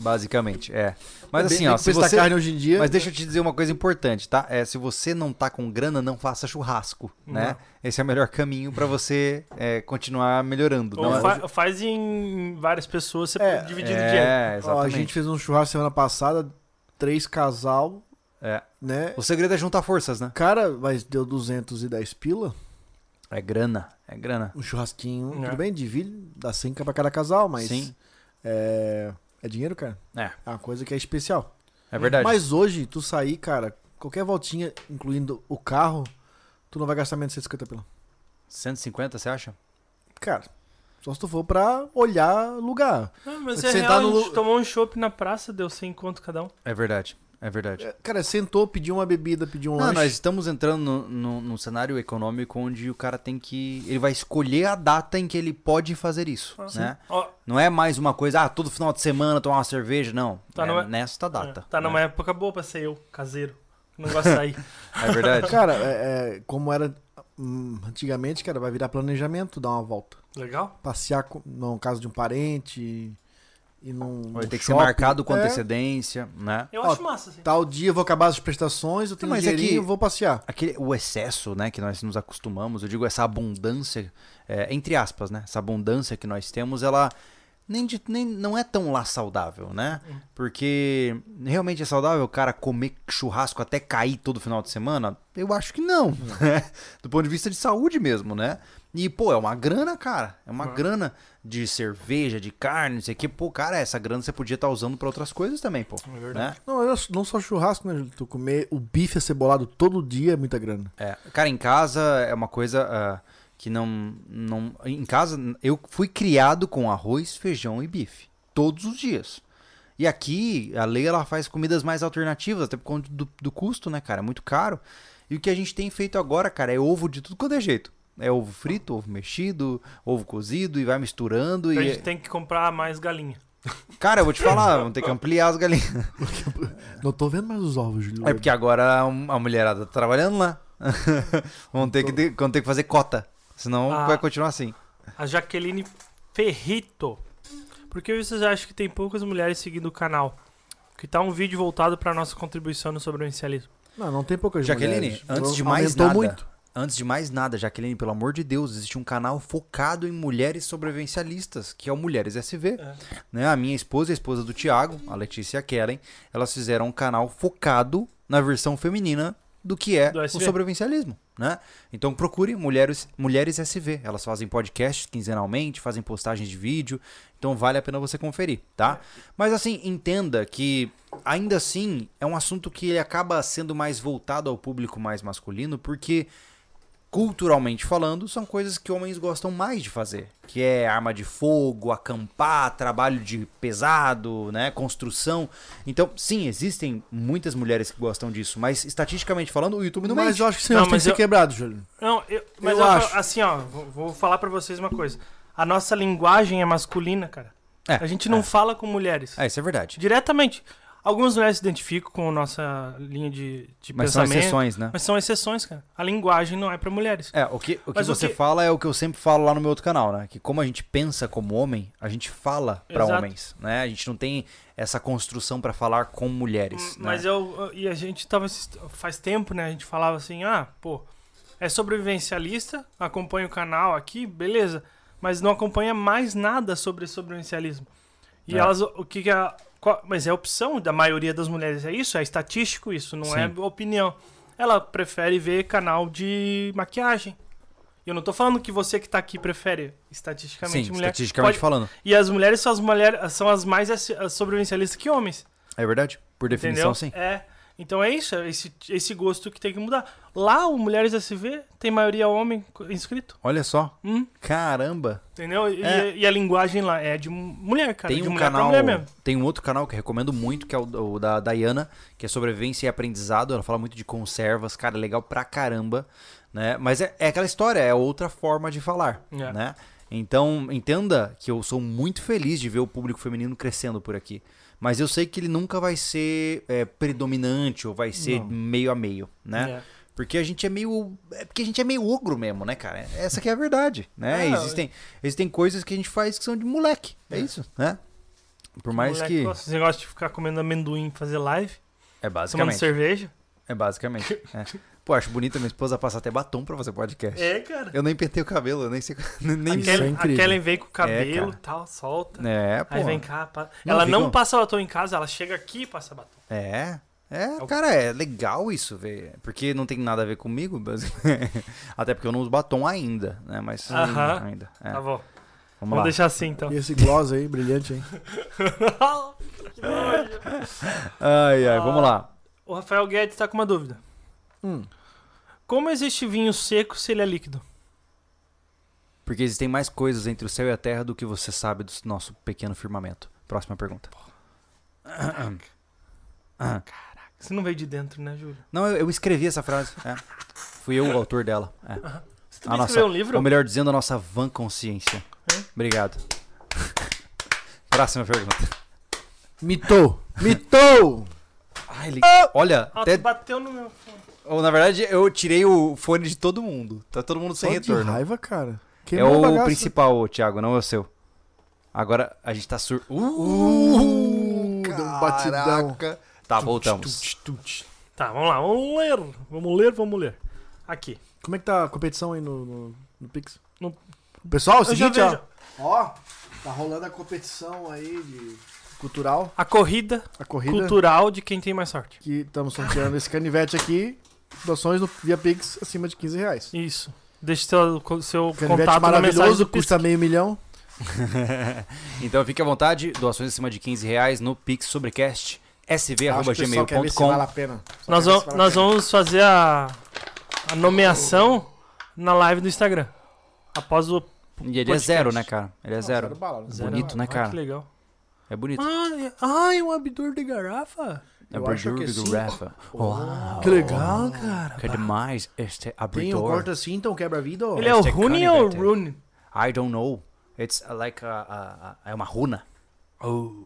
Speaker 1: Basicamente, é. Mas assim,
Speaker 2: Bem
Speaker 1: ó,
Speaker 2: que
Speaker 1: se
Speaker 2: custa
Speaker 1: você...
Speaker 2: carne hoje em dia. né?
Speaker 1: Mas deixa eu te dizer uma coisa importante, tá? É, se você não tá com grana, não faça churrasco, né? Esse é o melhor caminho pra você é, continuar melhorando.
Speaker 3: Ou
Speaker 1: não é-
Speaker 3: fa- faz em várias pessoas, você
Speaker 2: É,
Speaker 3: dividindo dinheiro.
Speaker 1: É,
Speaker 2: Ó, a
Speaker 1: exatamente.
Speaker 2: gente fez um churrasco semana passada, três casal,
Speaker 1: É.
Speaker 2: né?
Speaker 1: O segredo é juntar forças, né?
Speaker 2: Cara, mas deu 210 pila,
Speaker 1: É grana, é grana.
Speaker 2: um churrasquinho,
Speaker 3: É.
Speaker 2: tudo bem, divide, dá 100 pra cada casal, mas
Speaker 1: Sim.
Speaker 2: É, é dinheiro, cara.
Speaker 1: É.
Speaker 2: É uma coisa que é especial.
Speaker 1: É verdade.
Speaker 2: Mas hoje, tu sair, cara, qualquer voltinha, incluindo o carro, tu não vai gastar menos de 150 pila.
Speaker 1: 150, você acha?
Speaker 2: Cara, só se tu for pra olhar lugar.
Speaker 3: Ah, mas
Speaker 2: Você
Speaker 3: é
Speaker 2: sentar
Speaker 3: real,
Speaker 2: no
Speaker 3: a gente
Speaker 2: lu-
Speaker 3: tomou um chopp na praça, deu 100 conto cada um.
Speaker 1: É verdade, é verdade.
Speaker 2: É, Cara, sentou, pediu uma bebida, pediu um
Speaker 1: Não,
Speaker 2: lanche.
Speaker 1: nós estamos entrando no- no- num cenário econômico onde o cara tem que. Ele vai escolher a data em que ele pode fazer isso.
Speaker 2: Ah,
Speaker 1: né?
Speaker 3: Ó,
Speaker 1: Não é mais uma coisa, ah, todo final de semana tomar uma cerveja, não.
Speaker 3: Tá
Speaker 1: é
Speaker 3: numa-
Speaker 1: nesta data.
Speaker 3: tá
Speaker 1: né?
Speaker 3: numa época boa pra ser eu, caseiro. Não gosto de sair.
Speaker 1: É verdade.
Speaker 2: Cara, é, é, como era hum, antigamente, cara, vai virar planejamento, dar uma volta.
Speaker 3: Legal?
Speaker 2: Passear com, no caso de um parente e num.
Speaker 1: Vai ter que ser
Speaker 2: shopping.
Speaker 1: marcado com
Speaker 2: É,
Speaker 1: antecedência, né?
Speaker 3: Eu
Speaker 2: Ó,
Speaker 3: acho massa, assim.
Speaker 2: Tal dia eu vou acabar as prestações, eu tenho
Speaker 1: Mas
Speaker 2: mas
Speaker 1: é que-
Speaker 2: dinheirinho, eu vou passear.
Speaker 1: Aquele, o excesso, né, que nós nos acostumamos, eu digo essa abundância, é, entre aspas, né? Essa abundância que nós temos, ela nem, de- nem não é tão lá saudável, né? Porque realmente é saudável o cara comer churrasco até cair todo final de semana? Eu acho que não. né? Do ponto de vista de saúde mesmo, né? E, pô, é uma grana, cara. É uma grana de cerveja, de carne, não sei o que. Pô, cara, essa grana você podia estar usando pra outras coisas também, pô.
Speaker 3: É
Speaker 1: né?
Speaker 3: verdade.
Speaker 2: Não, olha só- não só churrasco, né, Júlio? Tu comer o bife acebolado todo dia é muita grana.
Speaker 1: É, cara, em casa é uma coisa ah, que não, não. Em casa, eu fui criado com arroz, feijão e bife. Todos os dias. E aqui, a lei ela faz comidas mais alternativas, até por conta do, do custo, né, cara? É muito caro. E o que a gente tem feito agora, cara, é ovo de tudo quanto é jeito. É ovo frito, ovo mexido, ovo cozido e vai misturando.
Speaker 3: Então a
Speaker 1: E...
Speaker 3: gente tem que comprar mais galinha.
Speaker 1: Cara, eu vou te falar, vamos ter que ampliar as galinhas.
Speaker 2: Não tô vendo mais os ovos, Júlio.
Speaker 1: É porque agora a a mulherada tá trabalhando lá. vão, ter que, ter- vão ter que fazer cota. Senão
Speaker 3: Ah.
Speaker 1: vai continuar assim.
Speaker 3: A Jaqueline Ferrito. Por que vocês acham que tem poucas mulheres seguindo o canal? Que tá um vídeo voltado pra nossa contribuição no sobrevivencialismo.
Speaker 2: Não, não tem poucas
Speaker 1: Jaqueline,
Speaker 2: mulheres.
Speaker 1: antes de
Speaker 2: Aumentou
Speaker 1: mais nada,
Speaker 2: muito.
Speaker 1: antes de mais nada, Jaqueline, pelo amor de Deus, existe um canal focado em mulheres sobrevivencialistas, que é o Mulheres SV. Né? A minha esposa e a esposa do Thiago, a Letícia e a Kellen, elas fizeram um canal focado na versão feminina do que é
Speaker 3: Do
Speaker 1: o
Speaker 3: SV.
Speaker 1: sobrevivencialismo, né? Então procure Mulheres, Mulheres SV. Elas fazem podcasts quinzenalmente, fazem postagens de vídeo, então vale a pena você conferir, tá? Mas assim, entenda que ainda assim é um assunto que ele acaba sendo mais voltado ao público mais masculino, porque culturalmente falando, são coisas que homens gostam mais de fazer, que é arma de fogo, acampar, trabalho de pesado, né, construção. Então, sim, existem muitas mulheres que gostam disso, mas estatisticamente falando, o YouTube não
Speaker 2: Mas
Speaker 1: mente.
Speaker 2: eu acho que sim,
Speaker 3: Não,
Speaker 2: mas tem
Speaker 3: mas
Speaker 2: que ser
Speaker 3: eu-
Speaker 2: quebrado, Júlio.
Speaker 3: Não, eu,
Speaker 2: Eu
Speaker 3: mas eu
Speaker 2: acho.
Speaker 3: falo- assim, ó, vou, vou falar pra vocês uma coisa. A nossa linguagem é masculina, cara.
Speaker 1: É,
Speaker 3: a gente não
Speaker 1: é.
Speaker 3: fala com mulheres.
Speaker 1: É, isso é verdade.
Speaker 3: Diretamente. Algumas mulheres se identificam com a nossa linha de, de
Speaker 1: Mas são
Speaker 3: pensamento.
Speaker 1: exceções, né?
Speaker 3: Mas são exceções, cara. A linguagem não é pra mulheres.
Speaker 1: É, o que, o que
Speaker 3: Mas o
Speaker 1: você
Speaker 3: que-
Speaker 1: fala é o que eu sempre falo lá no meu outro canal, né? Que como a gente pensa como homem, a gente fala pra
Speaker 3: Exato.
Speaker 1: homens, né? A gente não tem essa construção pra falar com mulheres, né?
Speaker 3: Hum, Mas eu. E a gente tava. assist- Faz tempo, né? A gente falava assim, ah, pô, é sobrevivencialista, acompanha o canal aqui, beleza. Mas não acompanha mais nada sobre sobrevivencialismo. E
Speaker 1: É.
Speaker 3: elas. O que que a. qual- mas é opção da maioria das mulheres, é isso? É estatístico isso, não é
Speaker 1: Sim.
Speaker 3: opinião. Ela prefere ver canal de maquiagem. E eu não tô falando que você que tá aqui prefere, estatisticamente,
Speaker 1: Sim,
Speaker 3: mulher.
Speaker 1: estatisticamente
Speaker 3: pode-
Speaker 1: falando.
Speaker 3: E as mulheres são as, mulheres, são as mais ass- sobrevivencialistas que homens.
Speaker 1: É verdade? Por definição,
Speaker 3: Entendeu?
Speaker 1: sim.
Speaker 3: É. Então é isso, é esse, esse gosto que tem que mudar. Lá, o Mulheres SV tem maioria homem co- inscrito,
Speaker 1: Olha só.
Speaker 3: Hum.
Speaker 1: Caramba.
Speaker 3: entendeu? E,
Speaker 1: É.
Speaker 3: e a linguagem lá é de mu- mulher, cara.
Speaker 1: tem
Speaker 3: de
Speaker 1: um
Speaker 3: mulher pra
Speaker 1: canal,
Speaker 3: mulher mesmo.
Speaker 1: tem um outro canal que eu recomendo muito, que é o, o da Dayana, que é sobrevivência e aprendizado. Ela fala muito de conservas, cara, é legal pra caramba, né? Mas é, é aquela história, é outra forma de falar,
Speaker 3: É.
Speaker 1: né? Então, entenda que eu sou muito feliz de ver o público feminino crescendo por aqui. Mas eu sei que ele nunca vai ser é, predominante ou vai ser meio a meio, né?
Speaker 3: É.
Speaker 1: Porque a gente é meio. É porque a gente é meio ogro mesmo, né, cara? Essa que é a verdade. Né?
Speaker 3: É,
Speaker 1: existem, existem coisas que a gente faz que são de moleque. É, isso, né? Por mais
Speaker 3: Moleque
Speaker 1: que.
Speaker 3: gosta- Esse negócio de ficar comendo amendoim e fazer live,
Speaker 1: É
Speaker 3: tomando
Speaker 1: basicamente.
Speaker 3: cerveja.
Speaker 1: É basicamente. é. Pô, acho bonito minha esposa passar até batom pra fazer podcast.
Speaker 3: É, cara.
Speaker 1: Eu nem pentei o cabelo, eu nem sei. Nem
Speaker 3: A
Speaker 1: me-
Speaker 2: Isso é
Speaker 3: Kellen, a
Speaker 2: incrível.
Speaker 3: Kellen vem com o cabelo
Speaker 1: cara.
Speaker 3: e tal, solta.
Speaker 1: É, pô.
Speaker 3: Aí vem cá, pa-
Speaker 1: Não,
Speaker 3: ela
Speaker 1: fica-
Speaker 3: não passa batom em casa, ela chega aqui e passa batom.
Speaker 1: É. É, cara, é legal isso, ver. Porque não tem nada a ver comigo, mas- até porque eu não uso batom ainda, né? Mas
Speaker 3: Aham.
Speaker 1: ainda. é.
Speaker 3: Tá bom.
Speaker 1: Vamos
Speaker 3: Vamos
Speaker 1: lá.
Speaker 3: deixar assim então.
Speaker 2: E esse gloss aí, brilhante, hein?
Speaker 1: Ai, ai,
Speaker 3: Ah.
Speaker 1: vamos lá.
Speaker 3: o Rafael Guedes tá com uma dúvida.
Speaker 2: Hum.
Speaker 3: Como existe vinho seco se ele é líquido?
Speaker 1: Porque existem mais coisas entre o céu e a terra do que você sabe do nosso pequeno firmamento. Próxima pergunta.
Speaker 3: Você não veio de dentro, né, Júlio?
Speaker 1: Não, eu, eu escrevi essa frase. é. Fui eu o autor dela. É.
Speaker 3: Você
Speaker 1: A
Speaker 3: também
Speaker 1: nossa,
Speaker 3: escreveu um livro? É?
Speaker 1: Ou melhor dizendo, a nossa van consciência.
Speaker 3: Hã?
Speaker 1: Obrigado. Próxima pergunta.
Speaker 2: Mitou! Mitou!
Speaker 1: Ai, ele- Olha,
Speaker 3: Ah,
Speaker 1: até...
Speaker 3: tu bateu no meu fone.
Speaker 1: ou, na verdade eu tirei o fone de todo mundo. Tá todo mundo sem
Speaker 2: Só de
Speaker 1: retorno.
Speaker 2: raiva, cara.
Speaker 1: É
Speaker 2: Queimou a
Speaker 1: o
Speaker 2: bagaça.
Speaker 1: principal, ô, Thiago, não é o seu. Agora a gente tá sur...
Speaker 2: Uh, deu um batidão.
Speaker 1: Caraca. Tá, voltamos.
Speaker 2: Tut, tut.
Speaker 3: Tá, vamos lá, vamos ler. Vamos ler, vamos ler. Aqui.
Speaker 2: Como é que tá a competição aí no, no, no Pix?
Speaker 3: No-
Speaker 2: Pessoal, é o
Speaker 3: Eu já
Speaker 2: seguinte, ó.
Speaker 3: vejo
Speaker 2: Ó, tá rolando a competição aí de cultural,
Speaker 3: a corrida
Speaker 2: a corrida.
Speaker 3: cultural de quem tem mais sorte.
Speaker 2: Que estamos sorteando esse canivete aqui. Doações no, via Pix acima de 15 reais.
Speaker 3: Isso. Deixe seu, co- seu
Speaker 2: Canivete
Speaker 3: contato na mensagem
Speaker 2: maravilhoso,
Speaker 3: do custa...
Speaker 2: custa meio milhão.
Speaker 1: Então fique à vontade, doações acima de 15 reais no Pix Sobrecast, É,
Speaker 2: Acho que o pessoal quer ver se vale
Speaker 1: sv.gmail.com.
Speaker 2: a pena. Só
Speaker 3: Nós,
Speaker 2: quer ver
Speaker 3: vamos-
Speaker 2: se vale a
Speaker 3: nós
Speaker 2: pena.
Speaker 3: vamos fazer a, a nomeação na live do Instagram. Após o.
Speaker 1: E ele é zero, né, cara? Ele é
Speaker 2: Não,
Speaker 1: zero.
Speaker 2: bala, né?
Speaker 1: Zero. Bonito, né,
Speaker 3: Ah,
Speaker 1: cara?
Speaker 3: Que legal.
Speaker 1: É bonito.
Speaker 3: Ai, ai, um abridor de garrafa.
Speaker 1: É
Speaker 2: eu acho
Speaker 1: Abridor
Speaker 2: que
Speaker 1: do
Speaker 2: sim.
Speaker 1: Rafa. Uau.
Speaker 2: Que legal,
Speaker 3: cara.
Speaker 1: Que é demais este
Speaker 2: Tem um
Speaker 1: abridor.
Speaker 2: corta-cinto, um quebra-vida. ó.
Speaker 3: Ele é o
Speaker 1: Este é
Speaker 3: Rune ou o
Speaker 1: canivete.
Speaker 3: Rune?
Speaker 1: I don't know. It's like a, a- a- é uma runa.
Speaker 3: Oh.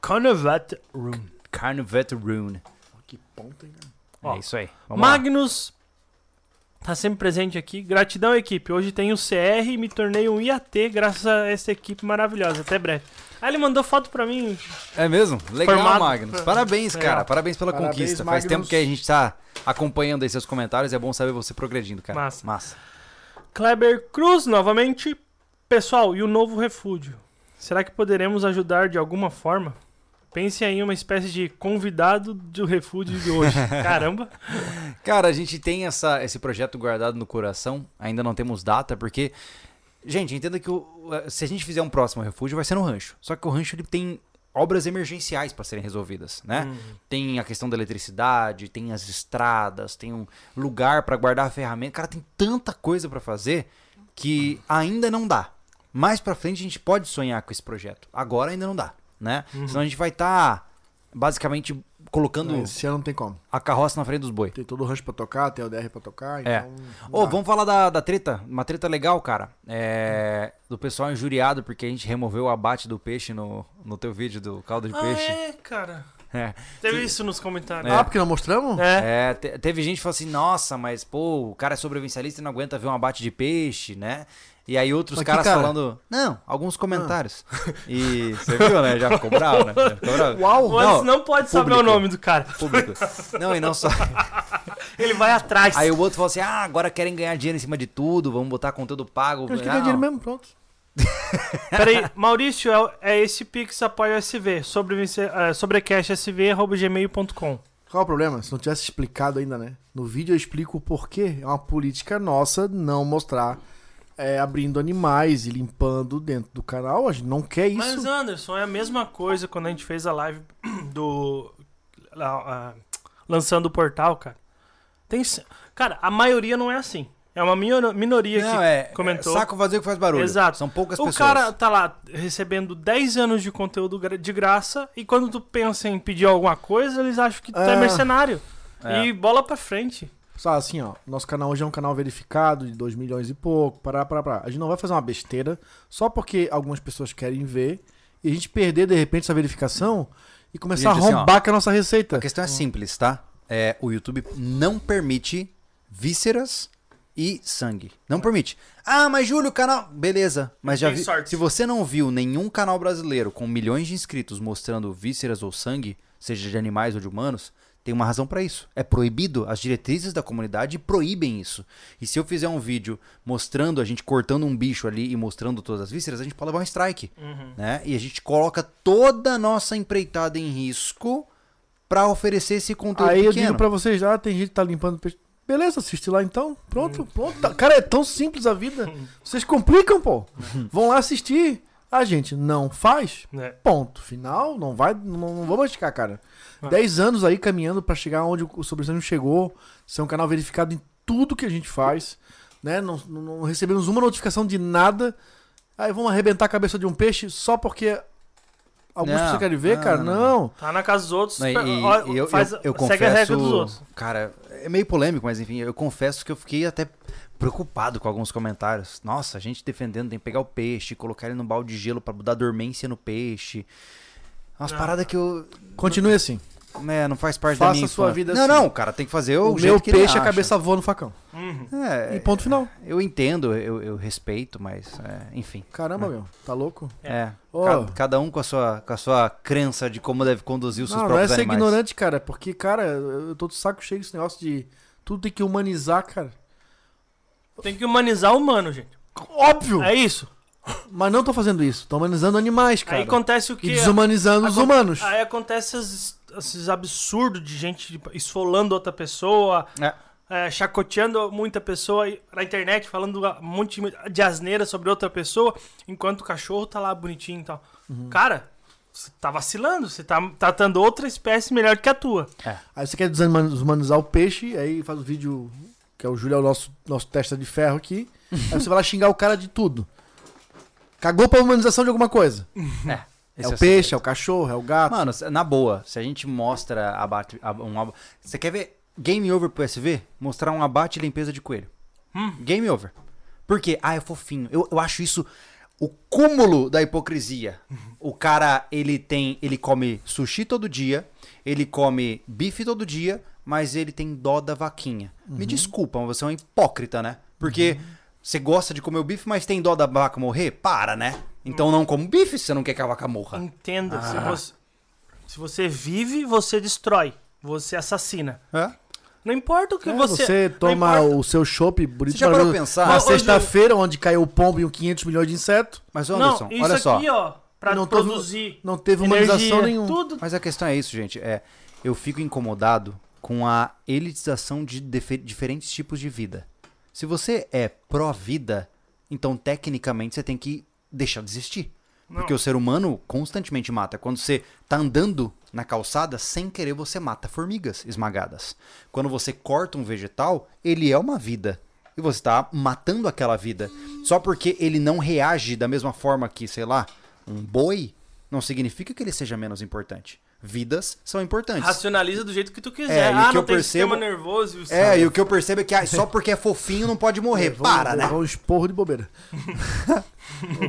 Speaker 3: Canivete Rune.
Speaker 1: Carnivet rune.
Speaker 2: Que ponta, hein, cara.
Speaker 3: Ó,
Speaker 1: é isso aí. Vamos lá.
Speaker 3: Magnus tá sempre presente aqui. Gratidão, equipe. Hoje tenho CR e me tornei um IAT graças a essa equipe maravilhosa. Até breve. Ah, ele mandou foto pra mim.
Speaker 1: É mesmo? Legal,
Speaker 3: Formado.
Speaker 1: Magnus. Parabéns,
Speaker 3: Legal.
Speaker 1: cara. Parabéns pela
Speaker 2: Parabéns,
Speaker 1: conquista. Faz
Speaker 2: Magnus.
Speaker 1: tempo que a gente tá acompanhando aí seus comentários. É bom saber você progredindo, cara.
Speaker 3: Massa.
Speaker 1: Massa.
Speaker 3: Kleber Cruz, novamente. Pessoal, e o novo refúgio? Será que poderemos ajudar de alguma forma? Pense aí em uma espécie de convidado do refúgio de hoje. Caramba.
Speaker 1: Cara, a gente tem essa, esse projeto guardado no coração. Ainda não temos data, porque. Gente, entenda que o- o- se a gente fizer um próximo refúgio, vai ser no rancho. Só que o rancho ele tem obras emergenciais para serem resolvidas, né? Tem a questão da eletricidade, tem as estradas, tem um lugar para guardar a ferramenta. Cara, tem tanta coisa para fazer que ainda não dá. Mais para frente a gente pode sonhar com esse projeto. Agora ainda não dá, né? Senão a gente vai estar basicamente colocando
Speaker 2: Não, Esse ano não tem como.
Speaker 1: a carroça na frente dos boi.
Speaker 2: Tem todo o rancho pra tocar, tem o DR pra tocar,
Speaker 1: É.
Speaker 2: então...
Speaker 1: Ô, vamos falar da, da treta, uma treta legal, cara. É, do pessoal injuriado porque a gente removeu o abate do peixe no, no teu vídeo do caldo de
Speaker 3: Ah,
Speaker 1: peixe.
Speaker 3: é, cara.
Speaker 1: É.
Speaker 3: Teve isso nos comentários.
Speaker 2: Ah, porque não mostramos?
Speaker 3: É.
Speaker 1: É, te- teve gente que falou assim, nossa, mas pô, o cara é sobrevivencialista e não aguenta ver um abate de peixe, né? E aí outros
Speaker 2: Mas que
Speaker 1: caras
Speaker 2: cara?
Speaker 1: falando, não, alguns comentários. E você viu, né? Já ficou bravo, né? Já ficou bravo. Uau!
Speaker 3: Mas não pode saber o
Speaker 1: público.
Speaker 3: nome do cara.
Speaker 1: Público. Não, e não só.
Speaker 3: Ele vai atrás.
Speaker 1: Aí o outro falou assim: ah, agora querem ganhar dinheiro em cima de tudo, vamos botar conteúdo pago. né?"
Speaker 2: Tem que
Speaker 1: Não.
Speaker 2: ganhar dinheiro mesmo, pronto.
Speaker 3: Peraí, Maurício, é, é esse Pix apoia SV, sobrevivenci- eh, sobrecashsv.gmail.com.
Speaker 2: Qual é o problema? Se não tivesse explicado ainda, né? No vídeo eu explico o porquê. É uma política nossa não mostrar é, abrindo animais e limpando dentro do canal. A gente não quer isso.
Speaker 3: Mas, Anderson, é a mesma coisa quando a gente fez a live do. lá, ah, lançando o portal, cara. Tem, se- cara, a maioria não é assim. É uma minor- minoria
Speaker 1: Não,
Speaker 3: que
Speaker 1: é,
Speaker 3: comentou.
Speaker 1: é saco vazio que faz barulho.
Speaker 3: Exato.
Speaker 1: São poucas
Speaker 3: o
Speaker 1: pessoas.
Speaker 3: cara tá lá recebendo 10 anos de conteúdo gra- de graça e quando tu pensa em pedir alguma coisa, eles acham que tu é
Speaker 1: Ah.
Speaker 2: É.
Speaker 3: mercenário.
Speaker 1: É.
Speaker 3: E bola pra frente.
Speaker 2: Só assim, ó. Nosso canal hoje é um canal verificado de 2 milhões e pouco. Pará, pará, pará. A gente não vai fazer uma besteira só porque algumas pessoas querem ver e a gente perder, de repente, essa verificação e começar a
Speaker 1: Gente, assim, ó.
Speaker 2: rombar com a nossa receita.
Speaker 1: A questão é simples, tá? É, o YouTube não permite vísceras e sangue. Não permite. Ah, mas Júlio, o canal. Beleza, mas já
Speaker 3: Tem
Speaker 1: vi.
Speaker 3: sorte.
Speaker 1: Se você não viu nenhum canal brasileiro com milhões de inscritos mostrando vísceras ou sangue, seja de animais ou de humanos, tem uma razão pra isso. É proibido. As diretrizes da comunidade proíbem isso. E se eu fizer um vídeo mostrando a gente cortando um bicho ali e mostrando todas as vísceras, a gente pode levar um strike. Né? E a gente coloca toda a nossa empreitada em risco pra oferecer esse conteúdo
Speaker 2: Aí eu
Speaker 1: pequeno.
Speaker 2: digo pra vocês, ah, tem gente que tá limpando peixe. Beleza, assiste lá então. Pronto,
Speaker 1: Hum.
Speaker 2: pronto. Tá- Cara, é tão simples a vida. Vocês complicam, pô.
Speaker 1: Uhum.
Speaker 2: Vão lá assistir. A gente não faz.
Speaker 3: né?
Speaker 2: Ponto. Final, não vai, não, não vou machucar, cara.
Speaker 1: Ah.
Speaker 2: Dez anos aí caminhando pra chegar onde o Sobressânio chegou. Ser um canal verificado em tudo que a gente faz. Né? Não, não- não recebemos uma notificação de nada. Aí vamos arrebentar a cabeça de um peixe só porque algumas
Speaker 1: Não,
Speaker 2: pessoas querem ver,
Speaker 1: não,
Speaker 2: cara?
Speaker 1: não,
Speaker 2: não.
Speaker 3: Tá na casa dos outros,
Speaker 1: Não, e-
Speaker 3: pe-
Speaker 1: e-
Speaker 3: ó,
Speaker 1: e eu,
Speaker 3: faz-
Speaker 1: eu- eu
Speaker 3: segue
Speaker 1: confesso,
Speaker 3: a regra dos outros.
Speaker 1: Cara, é meio polêmico, mas enfim, eu confesso que eu fiquei até preocupado com alguns comentários. Nossa, a gente defendendo, tem que pegar o peixe, colocar ele num balde de gelo pra dar dormência no peixe. Umas paradas que eu.
Speaker 2: Continue assim.
Speaker 1: Né, não faz parte da
Speaker 2: Ah. Faça
Speaker 1: minha
Speaker 2: a sua
Speaker 1: infância.
Speaker 2: vida
Speaker 1: Não,
Speaker 2: assim.
Speaker 1: não, cara, tem que fazer o,
Speaker 2: o
Speaker 1: jeito
Speaker 2: meu
Speaker 1: que ele
Speaker 2: peixe, a
Speaker 1: acha.
Speaker 2: cabeça voa no facão.
Speaker 1: É,
Speaker 2: E ponto final.
Speaker 1: eu entendo, eu, eu respeito, mas, é, enfim.
Speaker 2: Caramba, meu, tá louco?
Speaker 1: É.
Speaker 2: Ô.
Speaker 1: Ca- Cada um com a, sua, com a sua crença de como deve conduzir os seus
Speaker 2: Não, não é
Speaker 1: próprios
Speaker 2: ser
Speaker 1: animais.
Speaker 2: ignorante, cara, porque, cara, eu tô de saco cheio desse negócio de tudo tem que humanizar, cara.
Speaker 3: Tem que humanizar o humano, gente.
Speaker 2: Óbvio!
Speaker 3: É isso.
Speaker 2: Mas não tô fazendo isso, tô humanizando animais, cara.
Speaker 3: Aí acontece o que?
Speaker 2: e desumanizando os
Speaker 3: Acon-
Speaker 2: humanos.
Speaker 3: Aí acontece esses, esses absurdos de gente tipo, esfolando outra pessoa,
Speaker 1: É.
Speaker 3: é, chacoteando muita pessoa e- na internet, falando um monte de asneira sobre outra pessoa, enquanto o cachorro tá lá bonitinho e tal.
Speaker 1: Uhum.
Speaker 3: Cara, você tá vacilando, você tá tratando outra espécie melhor que a tua.
Speaker 2: Aí você quer desuma- desumanizar o peixe, aí faz o vídeo, que é o Júlio, é o nosso, nosso testa de ferro aqui. aí você vai lá xingar o cara de tudo. Cagou pra humanização de alguma coisa.
Speaker 1: Esse
Speaker 2: é
Speaker 1: é
Speaker 2: o peixe, é o cachorro, é o gato.
Speaker 1: Mano, se- na boa, se a gente mostra abate, ab- um abate. Você quer ver game over pro SV? Mostrar um abate e limpeza de coelho.
Speaker 2: Hum.
Speaker 1: Game over. Por quê? Ah, é fofinho. Eu, eu acho isso o cúmulo da hipocrisia.
Speaker 2: Uhum.
Speaker 1: O cara, ele tem. Ele come sushi todo dia, ele come bife todo dia, mas ele tem dó da vaquinha.
Speaker 2: Uhum.
Speaker 1: Me desculpa, mas você é um hipócrita, né? Porque você gosta de comer o bife, mas tem dó da vaca morrer? Para, né?
Speaker 2: Uhum.
Speaker 1: Então não como bife se você não quer que a vaca morra.
Speaker 3: Entenda, se,
Speaker 1: Ah.
Speaker 3: você, se você vive, você destrói, você assassina.
Speaker 1: É?
Speaker 3: Não importa o que
Speaker 2: É,
Speaker 3: Então você...
Speaker 2: você,
Speaker 3: não
Speaker 2: toma
Speaker 3: importa-
Speaker 2: o seu chopp bonito
Speaker 1: Você já parou pra pensar?
Speaker 2: Na
Speaker 1: Ô, ô, Júlio.
Speaker 2: sexta-feira, onde caiu o pombo e um 500 milhões de inseto.
Speaker 1: Mas, ô,
Speaker 3: Não,
Speaker 1: Anderson,
Speaker 3: isso
Speaker 1: olha só.
Speaker 3: aqui, é ó, pra
Speaker 2: Não teve-
Speaker 3: produzir
Speaker 2: não teve humanização
Speaker 3: energia,
Speaker 2: nenhuma.
Speaker 3: Tudo
Speaker 1: Mas a questão é isso, gente. É, eu fico incomodado com a elitização de defe- diferentes tipos de vida. Se você é pró-vida, então tecnicamente você tem que deixar de existir. Porque o ser humano constantemente mata. Quando você tá andando na calçada, sem querer você mata formigas esmagadas. Quando você corta um vegetal, ele é uma vida. E você tá matando aquela vida. Só porque ele não reage da mesma forma que, sei lá, um boi, não significa que ele seja menos importante. Vidas são importantes.
Speaker 3: Racionaliza do jeito que tu
Speaker 1: É,
Speaker 3: quiser.
Speaker 1: e o
Speaker 3: ah,
Speaker 1: que
Speaker 3: não
Speaker 1: eu
Speaker 3: tem
Speaker 1: percebo-
Speaker 3: sistema nervoso. e
Speaker 1: É, e o que eu percebo é que ah, só porque é fofinho não pode morrer. Para, né?
Speaker 2: Levou um esporro de bobeira.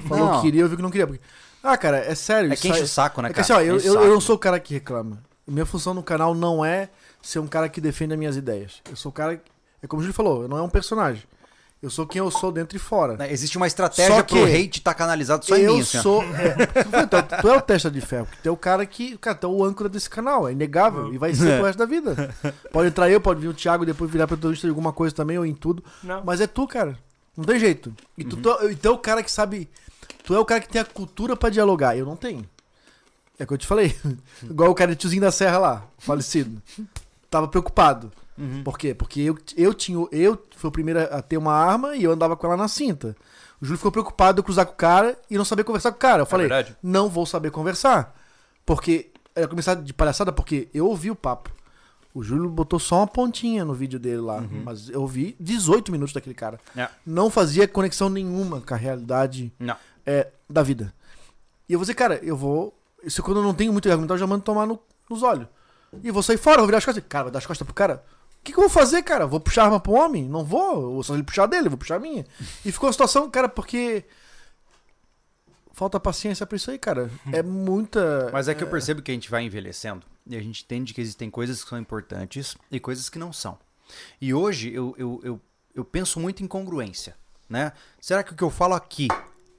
Speaker 2: Falou
Speaker 1: Não.
Speaker 2: que queria, eu vi que não queria. porque- Ah, cara, é sério.
Speaker 1: É
Speaker 2: isso
Speaker 1: que enche
Speaker 2: aí-
Speaker 1: o saco, né,
Speaker 2: é que
Speaker 1: cara?
Speaker 2: assim, ó, eu,
Speaker 1: Enche o
Speaker 2: eu,
Speaker 1: saco.
Speaker 2: eu não sou o cara que reclama. Minha função no canal não é ser um cara que defende as minhas ideias. Eu sou o cara. que- É como o Júlio falou, eu não é um personagem. Eu sou quem eu sou dentro e fora.
Speaker 1: Né, Existe uma estratégia
Speaker 2: Só
Speaker 1: pro
Speaker 2: que-
Speaker 1: hate tá canalizado só em
Speaker 2: eu
Speaker 1: mim. assim, ó.
Speaker 2: sou. é, tu, foi- tu- tu é o testa de ferro, porque tu é o cara que. Cara, tu é o âncora desse canal, é inegável. E vai ser pro resto da vida. Pode entrar eu, pode vir o Thiago depois virar protagonista de alguma coisa também, ou em tudo.
Speaker 3: Não.
Speaker 2: Mas é tu, cara. Não tem jeito. E
Speaker 1: Uhum.
Speaker 2: tu, tu- e tu é o cara que sabe. Tu é o cara que tem a cultura pra dialogar. Eu não tenho. É o que eu te falei. Igual o cara de tiozinho da serra lá, falecido. Tava preocupado.
Speaker 6: Uhum.
Speaker 2: Por quê? Porque eu, eu tinha. Eu fui o primeiro a ter uma arma e eu andava com ela na cinta. O Júlio ficou preocupado eu cruzar com o cara e não saber conversar com o cara. Eu falei,
Speaker 6: É verdade.
Speaker 2: não vou saber conversar. Porque. Eu ia começar de palhaçada porque eu ouvi o papo. O Júlio botou só uma pontinha no vídeo dele lá. Mas eu vi 18 minutos daquele cara.
Speaker 6: Uhum. É.
Speaker 2: Não fazia conexão nenhuma com a realidade
Speaker 6: Não.
Speaker 2: é, da vida. E eu vou dizer, cara, eu vou. Isso quando eu não tenho muito o que argumentar, eu já mando tomar no- nos olhos. E vou sair fora, vou virar as costas. Cara, vou dar as costas pro cara. O que, que eu vou fazer, cara? Vou puxar arma pro homem? Não vou. Eu vou só ele puxar dele, eu vou puxar a minha. E ficou a situação, cara, porque. Falta paciência pra isso aí, cara. É muita.
Speaker 1: Mas é que eu percebo que a gente vai envelhecendo e a gente entende que existem coisas que são importantes e coisas que não são. E hoje eu, eu, eu, eu penso muito em congruência, né? Será que o que eu falo aqui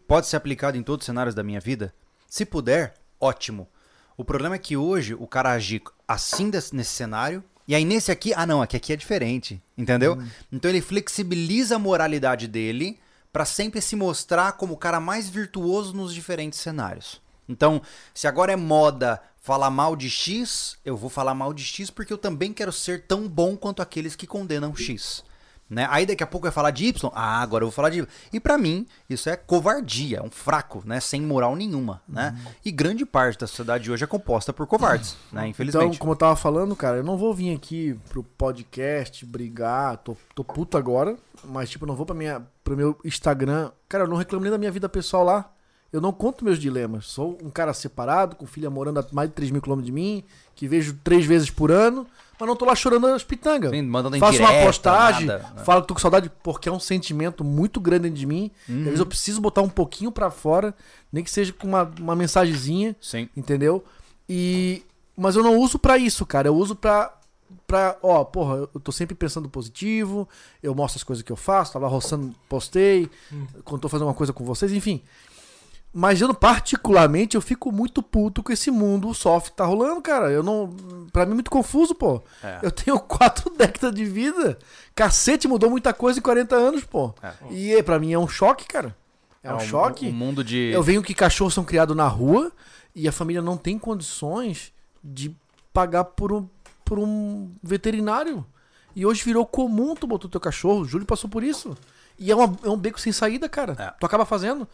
Speaker 1: pode ser aplicado em todos os cenários da minha vida? Se puder, ótimo. O problema é que hoje o cara agir assim desse- nesse cenário, e aí nesse aqui, ah não, aqui, aqui é diferente, entendeu? Então ele flexibiliza a moralidade dele pra sempre se mostrar como o cara mais virtuoso nos diferentes cenários. Então, se agora é moda falar mal de X, eu vou falar mal de X porque eu também quero ser tão bom quanto aqueles que condenam X. Né? Aí daqui a pouco vai falar de Y, ah, agora eu vou falar de Y. E pra mim, isso é covardia, é um fraco, né? Sem moral nenhuma, né? E grande parte da sociedade de hoje é composta por covardes, né?
Speaker 2: Então,
Speaker 1: Infelizmente.
Speaker 2: como eu tava falando, cara, eu não vou vir aqui pro podcast brigar, tô, tô puto agora, mas tipo, eu não vou pra minha, pro meu Instagram. Cara, eu não reclamo nem da minha vida pessoal lá. Eu não conto meus dilemas. Sou um cara separado, com filha morando a mais de 3 mil quilômetros de mim, que vejo três vezes por ano, mas não tô lá chorando as pitangas.
Speaker 1: Sim, mandando
Speaker 2: Faço uma
Speaker 1: indireta,
Speaker 2: postagem,
Speaker 1: nada, né?
Speaker 2: falo que tô com saudade, porque é um sentimento muito grande dentro de mim.
Speaker 1: Uhum.
Speaker 2: Às vezes eu preciso botar um pouquinho pra fora, nem que seja com uma, uma mensagenzinha
Speaker 1: Sim.
Speaker 2: entendeu? E mas eu não uso pra isso, cara. Eu uso pra para, ó, porra, eu tô sempre pensando positivo, eu mostro as coisas que eu faço, tava roçando, postei, quando tô fazendo uma coisa com vocês, enfim. Mas eu particularmente eu fico muito puto com esse mundo soft que tá rolando, cara. Eu não, Pra mim é muito confuso, pô. Eu tenho quatro décadas de vida. Cacete, mudou muita coisa em 40 anos, pô. E é, pra mim é um choque, cara. É, um, choque.
Speaker 1: Um mundo de.
Speaker 2: Eu venho que cachorros são criados na rua e a família não tem condições de pagar por um, por um veterinário. E hoje virou comum tu botou teu cachorro. O Júlio passou por isso. E é, uma- é um beco sem saída, cara.
Speaker 1: É.
Speaker 2: Tu acaba fazendo.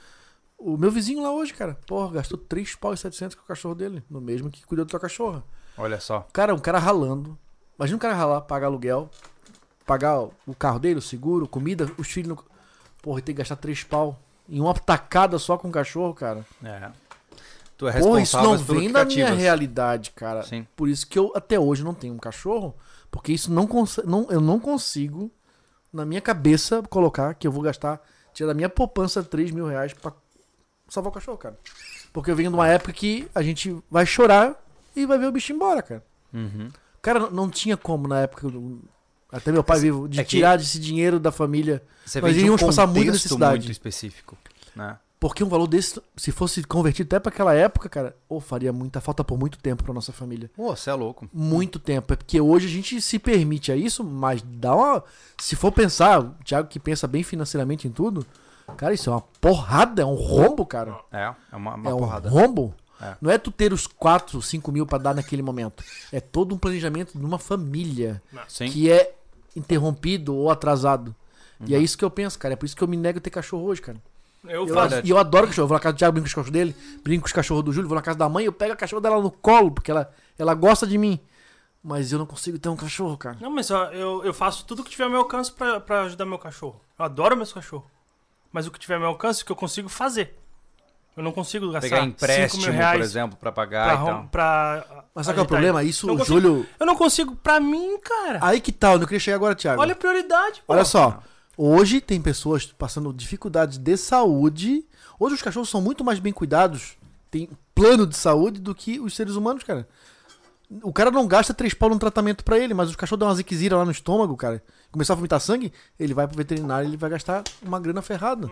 Speaker 2: O meu vizinho lá hoje, cara, porra, gastou 3 pau e 700 com o cachorro dele. No mesmo que cuidou da tua cachorra.
Speaker 1: Olha só.
Speaker 2: Cara, um cara ralando. Imagina um cara ralar, pagar aluguel, pagar o carro dele, o seguro, comida, os filhos. No... Porra, e tem que gastar 3 pau. Em uma tacada só com o cachorro, cara.
Speaker 1: É. Tu é
Speaker 2: Porra, isso
Speaker 1: responsável
Speaker 2: não
Speaker 1: pelo
Speaker 2: vem
Speaker 1: que
Speaker 2: da minha
Speaker 1: cativas.
Speaker 2: realidade, cara.
Speaker 1: Sim.
Speaker 2: Por isso que eu até hoje não tenho um cachorro, porque isso não, cons- não eu não consigo na minha cabeça colocar que eu vou gastar tirar da minha poupança 3 mil reais pra salvar o cachorro, cara. Porque eu venho de uma época que a gente vai chorar e vai ver o bicho embora, cara.
Speaker 1: Uhum.
Speaker 2: Cara, não- não tinha como na época do- até meu pai vivo de
Speaker 1: é que-
Speaker 2: tirar esse dinheiro da família.
Speaker 1: Você
Speaker 2: Nós
Speaker 1: vem de um
Speaker 2: iríamos passar muita
Speaker 1: contexto
Speaker 2: necessidade.
Speaker 1: muito específico, né?
Speaker 2: Porque um valor desse, se fosse convertido até pra aquela época, cara, ou faria muita falta por muito tempo pra nossa família.
Speaker 1: Pô, você é louco.
Speaker 2: Muito tempo. É porque hoje a gente se permite a isso, mas dá uma. Se for pensar, o Thiago que pensa bem financeiramente em tudo, cara, isso é uma porrada, é um rombo, cara.
Speaker 1: É, é uma, uma
Speaker 2: é um
Speaker 1: porrada.
Speaker 2: rombo.
Speaker 1: É.
Speaker 2: Não é tu ter os 4, 5 mil pra dar naquele momento. É todo um planejamento de uma família
Speaker 1: Sim.
Speaker 2: que é interrompido ou atrasado. E é
Speaker 1: Uhum.
Speaker 2: isso que eu penso, cara. É por isso que eu me nego a ter cachorro hoje, cara.
Speaker 3: Eu,
Speaker 2: Eu-
Speaker 3: faço.
Speaker 2: e eu adoro cachorro. Eu vou na casa do Thiago, brinco com os cachorros dele, brinco com os cachorros do Júlio, vou na casa da mãe, eu pego a cachorra dela no colo, porque ela, ela gosta de mim. Mas eu não consigo ter um cachorro, cara.
Speaker 3: Não, mas ó, eu, eu faço tudo que tiver ao meu alcance pra, pra ajudar meu cachorro. Eu adoro meus cachorros. Mas o que tiver ao meu alcance, o que eu consigo fazer. Eu não consigo gastar
Speaker 1: Pegar
Speaker 3: 5 mil
Speaker 1: empréstimo,
Speaker 3: reais
Speaker 1: por exemplo, Ah, então. pra pagar
Speaker 3: pra,
Speaker 1: e
Speaker 3: rom-
Speaker 1: tal.
Speaker 3: pra-
Speaker 2: Mas sabe qual é o
Speaker 3: ajeitar
Speaker 2: problema? Isso,
Speaker 3: Não
Speaker 2: o
Speaker 3: consigo.
Speaker 2: Júlio.
Speaker 3: Eu não consigo, pra mim, cara.
Speaker 2: Aí que tá, eu não queria chegar agora, Thiago.
Speaker 3: Olha a
Speaker 2: Olha,
Speaker 3: prioridade, pô.
Speaker 2: só. Hoje tem pessoas passando dificuldades de saúde. Hoje os cachorros são muito mais bem cuidados, tem plano de saúde do que os seres humanos, cara. O cara não gasta três pau num tratamento pra ele, mas o cachorro dá uma ziquezira lá no estômago, cara. Começar a vomitar sangue, ele vai pro veterinário, ele vai gastar uma grana ferrada.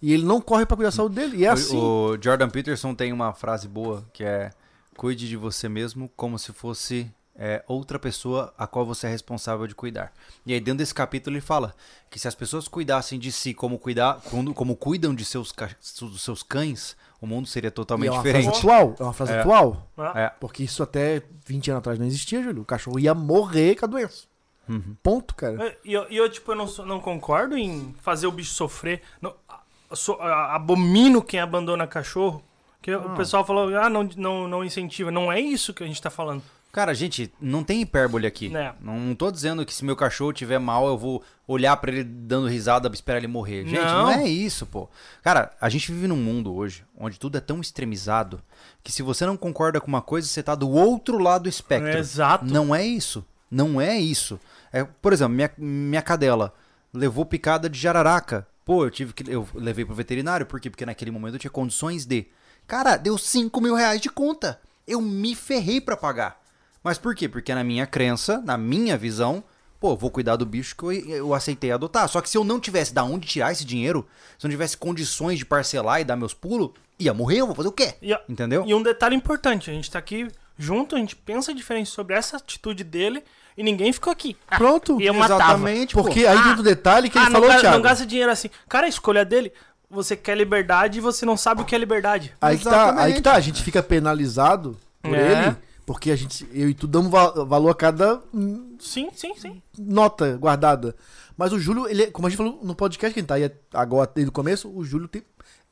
Speaker 2: E ele não corre pra cuidar da saúde dele. E é
Speaker 1: O-
Speaker 2: assim.
Speaker 1: O, Jordan Peterson tem uma frase boa que é: cuide de você mesmo como se fosse é, outra pessoa a qual você é responsável de cuidar. E aí, dentro desse capítulo, ele fala que se as pessoas cuidassem de si como, cuidar, quando- como cuidam de seus, ca- dos seus cães, o mundo seria
Speaker 2: E é
Speaker 1: totalmente
Speaker 2: uma
Speaker 1: diferente.
Speaker 2: frase atual. É uma frase
Speaker 1: É.
Speaker 2: atual.
Speaker 3: Ah,
Speaker 1: É,
Speaker 2: Porque isso até 20 anos atrás não existia, Júlio. O cachorro ia morrer com a doença.
Speaker 1: Uhum.
Speaker 2: Ponto, cara.
Speaker 3: E eu, e eu, tipo, eu não, sou- não concordo em fazer o bicho sofrer. Não, a- sou- a- abomino quem abandona cachorro. Que o pessoal falou, ah, não, não, não incentiva. Não é isso que a gente tá falando.
Speaker 1: Cara, gente, não tem hipérbole aqui.
Speaker 3: Né.
Speaker 1: Não, não tô dizendo que se meu cachorro tiver mal, eu vou olhar pra ele dando risada, esperar ele morrer. Gente, não.
Speaker 3: Não.
Speaker 1: é isso, pô. Cara, a gente vive num mundo hoje onde tudo é tão extremizado que se você não concorda com uma coisa, você tá do outro lado do espectro.
Speaker 3: Exato.
Speaker 1: Não é isso. Não é isso. É, por exemplo, minha, minha cadela levou picada de jararaca. Pô, eu tive que. Eu levei pro veterinário. Por quê? Porque naquele momento eu tinha condições de. Cara, deu 5 mil reais de conta. Eu me ferrei pra pagar. Mas por quê? Porque na minha crença, na minha visão, Pô, vou cuidar do bicho que eu, eu aceitei adotar. Só que se eu não tivesse da onde tirar esse dinheiro, se eu não tivesse condições de parcelar e dar meus pulos, ia morrer, eu vou fazer o quê?
Speaker 3: E, a-
Speaker 1: Entendeu?
Speaker 3: e um detalhe importante, a gente tá aqui junto, a gente pensa diferente sobre essa atitude dele e ninguém ficou aqui. Ah,
Speaker 2: Pronto.
Speaker 3: E eu matava.
Speaker 1: exatamente, pô.
Speaker 2: Porque aí
Speaker 3: Ah,
Speaker 2: dentro do detalhe que ele
Speaker 3: ah,
Speaker 2: falou,
Speaker 3: não, ga-
Speaker 2: Thiago.
Speaker 3: não gasta dinheiro assim. Cara, a escolha dele, você quer liberdade e você não sabe o que é liberdade.
Speaker 2: Aí que, tá,
Speaker 1: Exatamente.
Speaker 2: aí que tá, a gente fica penalizado por
Speaker 3: É.
Speaker 2: ele, porque a gente, eu e tu damos va- valor a cada hum,
Speaker 3: Sim, sim, sim.
Speaker 2: nota guardada. Mas o Júlio, ele, é- como a gente falou no podcast que a gente tá aí agora desde o começo, o Júlio tem,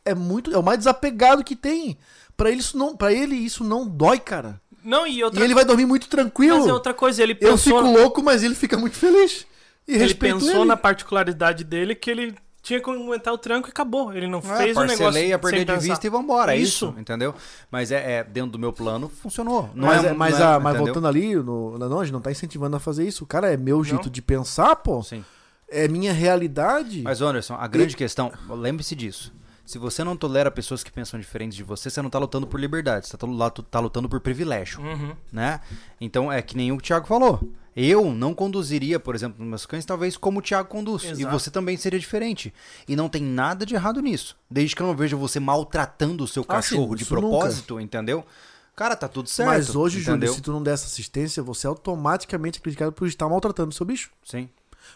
Speaker 2: é muito, é o mais desapegado que tem. Pra ele isso não, para ele isso não dói, cara.
Speaker 3: Não, e outra
Speaker 2: E ele vai dormir muito tranquilo.
Speaker 3: Mas é outra coisa, ele
Speaker 2: eu
Speaker 3: pensou,
Speaker 2: fico louco, mas ele fica muito feliz. E
Speaker 3: ele
Speaker 2: respeito
Speaker 3: pensou
Speaker 2: ele.
Speaker 3: na particularidade dele que ele tinha que aguentar o tranco e acabou. Ele não
Speaker 1: Ah,
Speaker 3: fez o negócio.
Speaker 1: parcelei, ia perder
Speaker 3: sem
Speaker 1: de
Speaker 3: pensar.
Speaker 1: vista e vambora. É isso,
Speaker 3: Isso.
Speaker 1: entendeu? Mas é, é, dentro do meu plano, funcionou. Não
Speaker 2: Mas,
Speaker 1: é,
Speaker 2: é- mas,
Speaker 1: não é-
Speaker 2: a- mas
Speaker 1: entendeu?
Speaker 2: voltando ali, no, não, a gente não tá incentivando a fazer isso. Cara, é meu jeito de pensar, pô.
Speaker 1: Sim.
Speaker 2: É minha realidade.
Speaker 1: Mas, Anderson, a grande questão, lembre-se disso. Se você não tolera pessoas que pensam diferentes de você, você não tá lutando por liberdade, você tá, lu- lá- tá lutando por privilégio,
Speaker 2: Uhum.
Speaker 1: né? Então, é que nem o Thiago falou. Eu não conduziria, por exemplo, meus cães, talvez como o Thiago conduz. E
Speaker 3: Exato.
Speaker 1: você também seria diferente. E não tem nada de errado nisso. Desde que eu não veja você maltratando o seu
Speaker 2: Ah, sim,
Speaker 1: cachorro de
Speaker 2: isso nunca.
Speaker 1: propósito, entendeu? Cara, tá tudo certo.
Speaker 2: Mas hoje,
Speaker 1: entendeu?
Speaker 2: Júlio, se tu não der essa assistência, você é automaticamente é criticado por estar maltratando o seu bicho.
Speaker 1: Sim.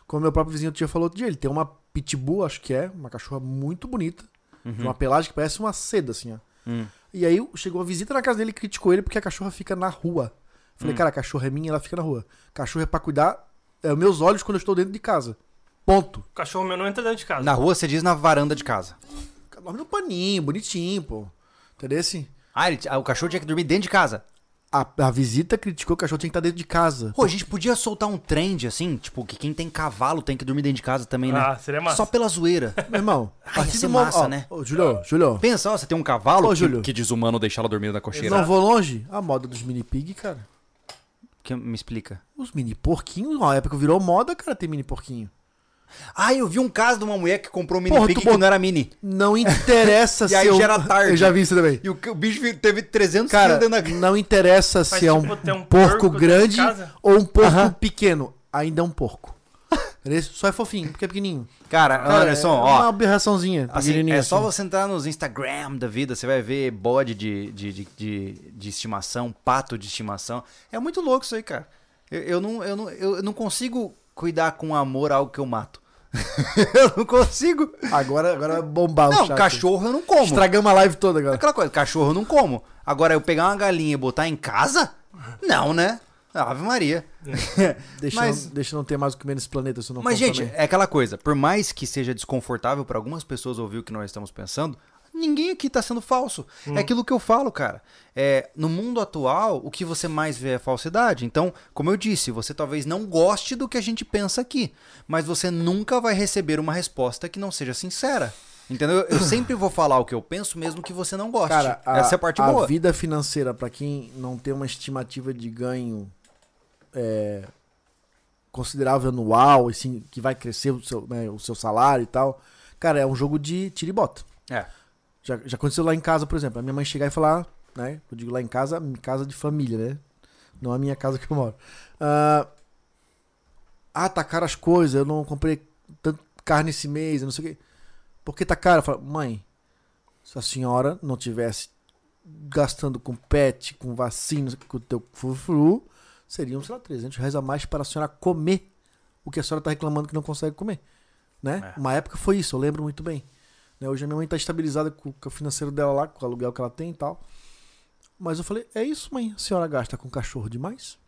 Speaker 2: Como meu próprio vizinho outro dia falou outro dia, ele tem uma pitbull, acho que é, uma cachorra muito bonita.
Speaker 1: Uhum.
Speaker 2: de Uma pelagem que parece uma seda, assim, ó.
Speaker 1: Hum.
Speaker 2: E aí chegou a visita na casa dele e criticou ele porque a cachorra fica na rua.
Speaker 1: Hum.
Speaker 2: Falei, cara, a cachorra é minha, ela fica na rua. Cachorro é pra cuidar, é os meus olhos quando eu estou dentro de casa. Ponto.
Speaker 3: O cachorro meu não entra dentro de casa.
Speaker 1: Na rua, você diz na varanda de casa.
Speaker 2: Dorme no é um paninho, bonitinho, pô. Entendeu assim?
Speaker 1: Ah, ele- ah, o cachorro tinha que dormir dentro de casa.
Speaker 2: A, a visita criticou que o cachorro tinha que estar dentro de casa.
Speaker 1: Pô, a gente podia soltar um trend assim, tipo, que quem tem cavalo tem que dormir dentro de casa também, né?
Speaker 3: Ah, seria massa.
Speaker 1: Só pela zoeira.
Speaker 2: Meu irmão, a
Speaker 1: ia
Speaker 2: partir
Speaker 1: ser
Speaker 2: do mo-
Speaker 1: massa,
Speaker 2: ó,
Speaker 1: né?
Speaker 2: Ô, Julio, Julio,
Speaker 1: Pensa, ó, você tem um cavalo
Speaker 2: Ô,
Speaker 1: que-
Speaker 2: Júlio.
Speaker 1: que, desumano deixá-lo dormir na cocheira.
Speaker 2: Não vou longe? A moda dos mini pig, cara.
Speaker 1: Que- me explica.
Speaker 2: Os mini porquinhos, na época virou moda, cara, ter mini porquinho.
Speaker 1: Ah, eu vi um caso de uma mulher que comprou um mini
Speaker 2: Porra,
Speaker 1: pig
Speaker 2: tu
Speaker 1: que
Speaker 2: bot-
Speaker 1: não era mini.
Speaker 2: Não interessa
Speaker 1: E aí
Speaker 2: se é um-
Speaker 1: já era tarde.
Speaker 2: Eu já vi isso também.
Speaker 1: E o, o bicho vi- teve 300
Speaker 2: Cara,
Speaker 1: quilos dentro da...
Speaker 2: não interessa
Speaker 3: Mas,
Speaker 2: se é um,
Speaker 3: tipo, tem um porco
Speaker 2: porco,
Speaker 3: dentro de
Speaker 2: grande
Speaker 3: casa?
Speaker 2: ou um porco pequeno. Ainda é um porco. Esse Só é fofinho, porque é pequenininho.
Speaker 1: Cara, Anderson,
Speaker 2: é
Speaker 1: ó...
Speaker 2: Uma aberraçãozinha.
Speaker 1: Assim,
Speaker 2: pequenininha,
Speaker 1: é só
Speaker 2: assim.
Speaker 1: você entrar nos Instagram da vida, você vai ver bode de, de, de, de, de estimação, pato de estimação. É muito louco isso aí, cara. Eu, eu não, eu, não, eu não consigo cuidar com amor algo que eu mato. eu não consigo.
Speaker 2: Agora, agora vai bombar o
Speaker 1: Não,
Speaker 2: chat.
Speaker 1: cachorro eu não como.
Speaker 2: Estragamos a live toda agora.
Speaker 1: Aquela coisa, cachorro eu não como. Agora, eu pegar uma galinha e botar em casa? Não, né? Ave Maria.
Speaker 2: Deixa,
Speaker 1: Mas-
Speaker 2: não, deixa não ter mais o que comer nesse planeta, se eu não
Speaker 1: Mas,
Speaker 2: como
Speaker 1: gente,
Speaker 2: também.
Speaker 1: é aquela coisa. Por mais que seja desconfortável para algumas pessoas ouvir o que nós estamos pensando, ninguém aqui tá sendo falso.
Speaker 2: Hum.
Speaker 1: É aquilo que eu falo, cara. É, no mundo atual, o que você mais vê é falsidade. Então, como eu disse, você talvez não goste do que a gente pensa aqui, mas você nunca vai receber uma resposta que não seja sincera. Entendeu? Eu sempre vou falar o que eu penso, mesmo que você não goste.
Speaker 2: Cara, a,
Speaker 1: Essa é a parte
Speaker 2: a
Speaker 1: boa.
Speaker 2: vida financeira, pra quem não tem uma estimativa de ganho é, considerável anual, assim, que vai crescer o seu, né, o seu salário e tal, cara, é um jogo de tira e bota.
Speaker 1: É.
Speaker 2: Já, já aconteceu lá em casa, por exemplo, a minha mãe chegar e falar, né? Eu digo lá em casa, minha casa de família, né? Não a minha casa que eu moro. Ah, ah, tá caro as coisas, eu não comprei tanto carne esse mês, eu não sei o quê. Por que tá caro? Eu falo, mãe, se a senhora não tivesse gastando com pet, com vacina, com o teu frufru, seriam, sei lá, 300 reais a mais para a senhora comer o que a senhora tá reclamando que não consegue comer. Né? Uma época foi isso, eu lembro muito bem. Né? Hoje a minha mãe tá estabilizada com, com o financeiro dela lá, com o aluguel que ela tem e tal. Mas eu falei, é isso, mãe, a senhora gasta com cachorro demais?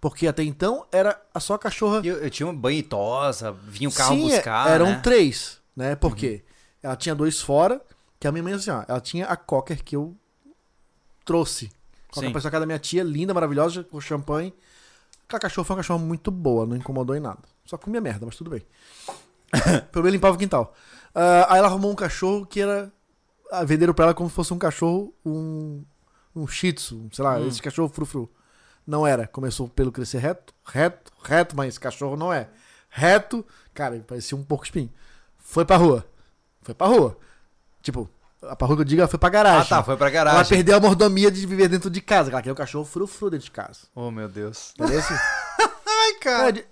Speaker 2: Porque até então era a só cachorra
Speaker 1: Eu, eu tinha uma banha e tosa, vinha o carro
Speaker 2: Sim, é-
Speaker 1: buscar.
Speaker 2: Eram
Speaker 1: né? Uhum.
Speaker 2: três, né? Por quê? Ela tinha dois fora, que a minha mãe, assim, ó, ela tinha a Cocker que eu trouxe. Cocker
Speaker 1: Sim.
Speaker 2: pra casa da minha tia, linda, maravilhosa, com champanhe. Aquela cachorra foi uma cachorra muito boa, não incomodou em nada. Só comia merda, mas tudo bem. Pelo menos limpava o quintal. Ah, aí ela arrumou um cachorro que era. ah, venderam pra ela como se fosse um cachorro, um. Um shih tzu, sei
Speaker 1: Hum.
Speaker 2: lá, esse cachorro frufru. Não era. Começou pelo crescer reto, reto, reto, mas esse cachorro não é. Reto, cara, ele parecia um porco espinho. Foi pra rua. Foi pra rua. Tipo, a pra rua que eu digo, ela foi pra garagem.
Speaker 1: Ah, tá, foi pra
Speaker 2: Ela
Speaker 1: garagem.
Speaker 2: perdeu a mordomia de viver um dentro de casa. Ela quer o cachorro frufru dentro de casa.
Speaker 1: Oh, meu Deus.
Speaker 2: Entendeu? assim?
Speaker 1: Ai, cara.
Speaker 2: Cara, de-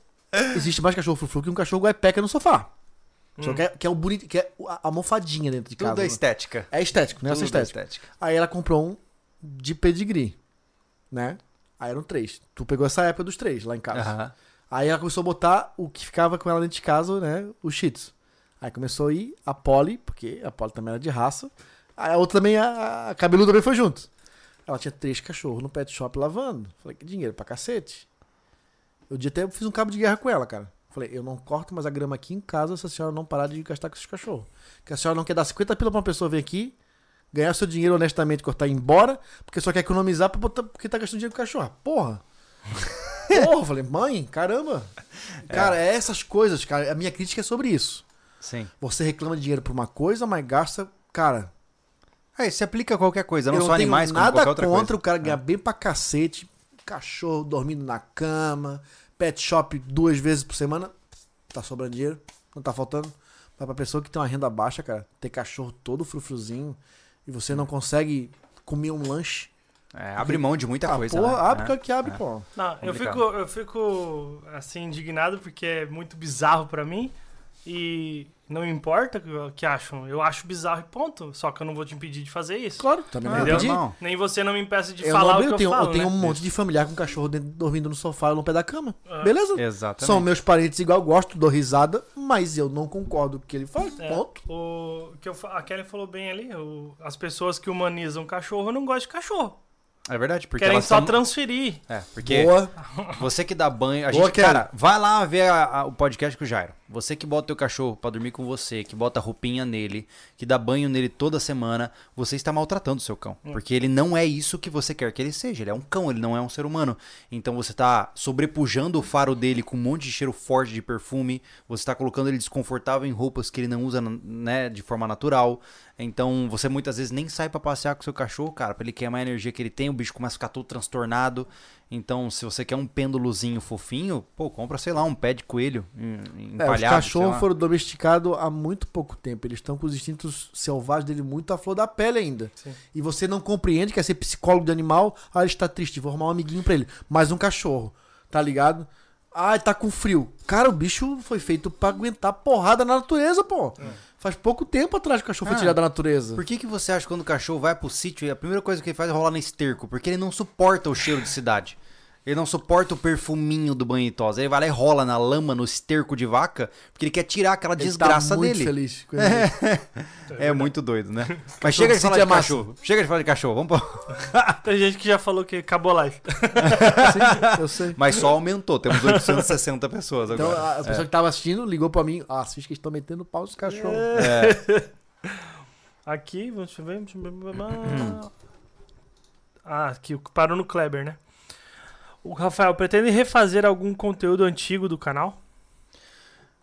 Speaker 2: Existe mais cachorro frufru que um cachorro guaipeca no sofá. Só que é, que é o bonito, que é a- a mofadinha dentro de casa.
Speaker 1: Hum. Tudo é
Speaker 2: né?
Speaker 1: estética.
Speaker 2: É estético, né? Essa
Speaker 1: Tudo é
Speaker 2: estética. Aí ela comprou um de pedigree, né? Aí eram três. Tu pegou essa época dos três lá em casa.
Speaker 1: Aham.
Speaker 2: Aí ela começou a botar o que ficava com ela dentro de casa, né? O Shih Tzu. Aí começou a ir a Polly, porque a Polly também era de raça. Aí a outra também, a, a cabeluda também foi junto. Ela tinha três cachorros no pet shop lavando. Falei, que dinheiro pra cacete. Eu dia até fiz um cabo de guerra com ela, cara. Falei, eu não corto mais a grama aqui em casa se a senhora não parar de gastar com esses cachorros. Que a senhora não quer dar 50 pila pra uma pessoa vir aqui, ganhar seu dinheiro honestamente, cortar e ir embora, porque só quer economizar pra botar, porque tá gastando dinheiro com cachorro. Porra! Porra, eu falei, mãe, caramba. Cara, é essas coisas, cara. A minha crítica é sobre isso.
Speaker 1: Sim.
Speaker 2: Você reclama de dinheiro por uma coisa, mas gasta. Cara,
Speaker 1: Aí É, se aplica a qualquer coisa, não
Speaker 2: eu
Speaker 1: só
Speaker 2: não tenho
Speaker 1: animais, como
Speaker 2: nada
Speaker 1: qualquer outra
Speaker 2: contra
Speaker 1: coisa. É.
Speaker 2: o cara ganhar bem pra cacete. Cachorro dormindo na cama, pet shop duas vezes por semana. Tá sobrando dinheiro, não tá faltando. Mas pra pessoa que tem uma renda baixa, cara, ter cachorro todo frufruzinho e você não consegue comer um lanche.
Speaker 1: É, abre mão de muita coisa.
Speaker 2: porra,
Speaker 1: né?
Speaker 2: abre
Speaker 1: É.
Speaker 2: que é que abre, pô.
Speaker 3: Não, eu
Speaker 1: Complicado.
Speaker 3: fico, eu fico assim indignado porque é muito bizarro pra mim e não importa o que- o que acham. Eu acho bizarro e ponto. Só que eu não vou te impedir de fazer isso.
Speaker 2: Claro, também não
Speaker 1: Ah,
Speaker 2: é pedir.
Speaker 1: normal.
Speaker 3: Nem você não me impeça de
Speaker 2: Eu, não
Speaker 3: falar
Speaker 2: abri,
Speaker 3: o que
Speaker 2: eu
Speaker 3: eu,
Speaker 2: tenho,
Speaker 3: falo,
Speaker 2: eu tenho
Speaker 3: né?
Speaker 2: um monte de familiar com cachorro dentro- dormindo no sofá ou no pé da cama.
Speaker 3: É.
Speaker 2: Beleza?
Speaker 1: Exatamente.
Speaker 2: São meus parentes igual, gosto, dou risada, mas eu não concordo com o que ele faz.
Speaker 3: É,
Speaker 2: Ponto.
Speaker 3: o que eu fa- a Kelly falou bem ali, o- as pessoas que humanizam cachorro não gostam de cachorro.
Speaker 1: É verdade, porque
Speaker 3: Querem
Speaker 1: elas
Speaker 3: só
Speaker 1: tão-
Speaker 3: transferir.
Speaker 1: É, porque
Speaker 2: Boa.
Speaker 1: você que dá banho... A
Speaker 2: Boa,
Speaker 1: gente,
Speaker 2: Kelly.
Speaker 1: cara, vai lá ver a- a- o podcast com o Jairo. Você que bota teu cachorro pra dormir com você, que bota roupinha nele, que dá banho nele toda semana, você está maltratando o seu cão. Porque ele não é isso que você quer que ele seja. Ele é um cão, ele não é um ser humano. Então você tá sobrepujando o faro dele com um monte de cheiro forte de perfume, você tá colocando ele desconfortável em roupas que ele não usa, né, de forma natural. Então você muitas vezes nem sai pra passear com o seu cachorro, cara, pra ele queimar a energia que ele tem, o bicho começa a ficar todo transtornado. Então, se você quer um pêndulozinho fofinho, pô, compra, sei lá, um pé de coelho em-
Speaker 2: É, os
Speaker 1: empalhado. sei
Speaker 2: cachorros
Speaker 1: lá.
Speaker 2: foram domesticados há muito pouco tempo. Eles estão com os instintos selvagens dele muito à flor da pele ainda.
Speaker 3: Sim.
Speaker 2: E você não compreende, quer ser psicólogo de animal. Ah, ele está triste, vou arrumar um amiguinho pra ele. Mais um cachorro, tá ligado? Ah, ele tá com frio. Cara, o bicho foi feito pra aguentar porrada na natureza, pô. Faz pouco tempo atrás que o cachorro
Speaker 1: É. Ah,
Speaker 2: foi tirado da natureza.
Speaker 1: Por que, que você acha que quando o cachorro vai pro sítio, a primeira coisa que ele faz é rolar no esterco? Porque ele não suporta o cheiro de cidade. Ele não suporta o perfuminho do banho e tosa. Ele vai lá e rola na lama, no esterco de vaca, porque ele quer tirar aquela
Speaker 2: Ele
Speaker 1: desgraça
Speaker 2: tá muito
Speaker 1: dele.
Speaker 2: feliz com ele.
Speaker 1: É muito doido, né? Mas chega de
Speaker 2: do
Speaker 1: falar
Speaker 2: sítio
Speaker 1: de
Speaker 2: é massa.
Speaker 1: cachorro. Chega de falar de cachorro, vamos pra...
Speaker 3: Tem gente que já falou que acabou a live.
Speaker 2: Sim, eu sei.
Speaker 1: Mas só aumentou, temos 860 pessoas
Speaker 2: Então,
Speaker 1: agora.
Speaker 2: a a pessoa que tava assistindo ligou pra mim. Ah, assiste que eles estão metendo pau nos cachorros.
Speaker 3: Aqui, vamos ver. deixa eu ver. Ah, aqui, o que parou no Kleber, né? O Rafael, pretende refazer algum conteúdo antigo do canal?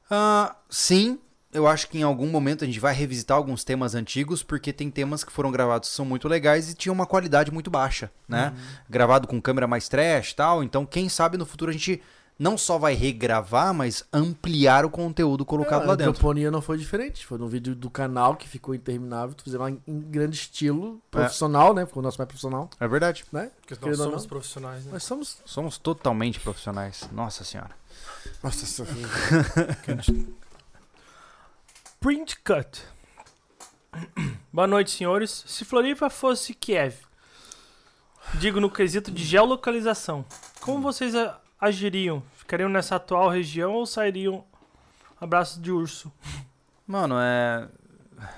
Speaker 1: Ah, sim, eu acho que em algum momento a gente vai revisitar alguns temas antigos, porque tem temas que foram gravados que são muito legais e tinham uma qualidade muito baixa, né? Gravado com câmera mais trash e tal, então quem sabe no futuro a gente não só vai regravar, mas ampliar o conteúdo colocado
Speaker 2: Ah,
Speaker 1: lá
Speaker 2: A
Speaker 1: dentro.
Speaker 2: antroponia não foi diferente. Foi num vídeo do canal que ficou interminável. Tu fizemos lá em grande estilo profissional, né? Ficou o nosso mais profissional,
Speaker 1: É verdade.
Speaker 2: né?
Speaker 3: Porque
Speaker 2: Querendo ou não.
Speaker 3: profissionais, né?
Speaker 2: Nós somos.
Speaker 1: Somos totalmente profissionais. Nossa senhora.
Speaker 2: Nossa senhora.
Speaker 3: Print Cut. Boa noite, senhores. Se Floripa fosse Kiev, digo no quesito de geolocalização,
Speaker 2: Hum.
Speaker 3: como vocês a- agiriam? Ficariam nessa atual região ou sairiam abraço de urso?
Speaker 1: Mano, é.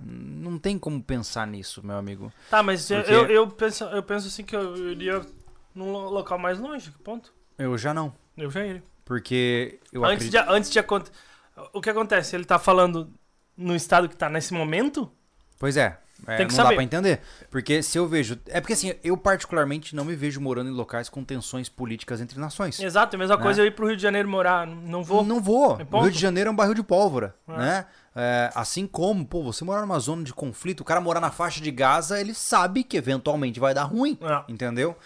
Speaker 1: Não tem como pensar nisso, meu amigo.
Speaker 3: Tá, mas eu-
Speaker 1: Porque-
Speaker 3: eu, eu, penso, eu penso assim que eu iria num lo- local mais longe, ponto.
Speaker 1: Eu já não.
Speaker 3: Eu já iria.
Speaker 1: Porque eu
Speaker 3: Antes de, antes de acontecer... O que acontece? Ele tá falando no estado que tá nesse momento?
Speaker 1: Pois é. é,
Speaker 3: Tem que
Speaker 1: não
Speaker 3: saber.
Speaker 1: dá pra entender. Porque se eu vejo. É porque assim, eu particularmente não me vejo morando em locais com tensões políticas entre nações.
Speaker 3: Exato, é a mesma
Speaker 1: Né?
Speaker 3: coisa eu ir pro Rio de Janeiro morar. Não vou...
Speaker 1: Não vou.
Speaker 3: É
Speaker 1: o
Speaker 3: ponto.
Speaker 1: Rio de Janeiro é um barril de pólvora,
Speaker 3: É.
Speaker 1: né? É, assim como, pô, você morar numa zona de conflito, o cara morar na faixa de Gaza, ele sabe que eventualmente vai dar ruim,
Speaker 3: É.
Speaker 1: entendeu?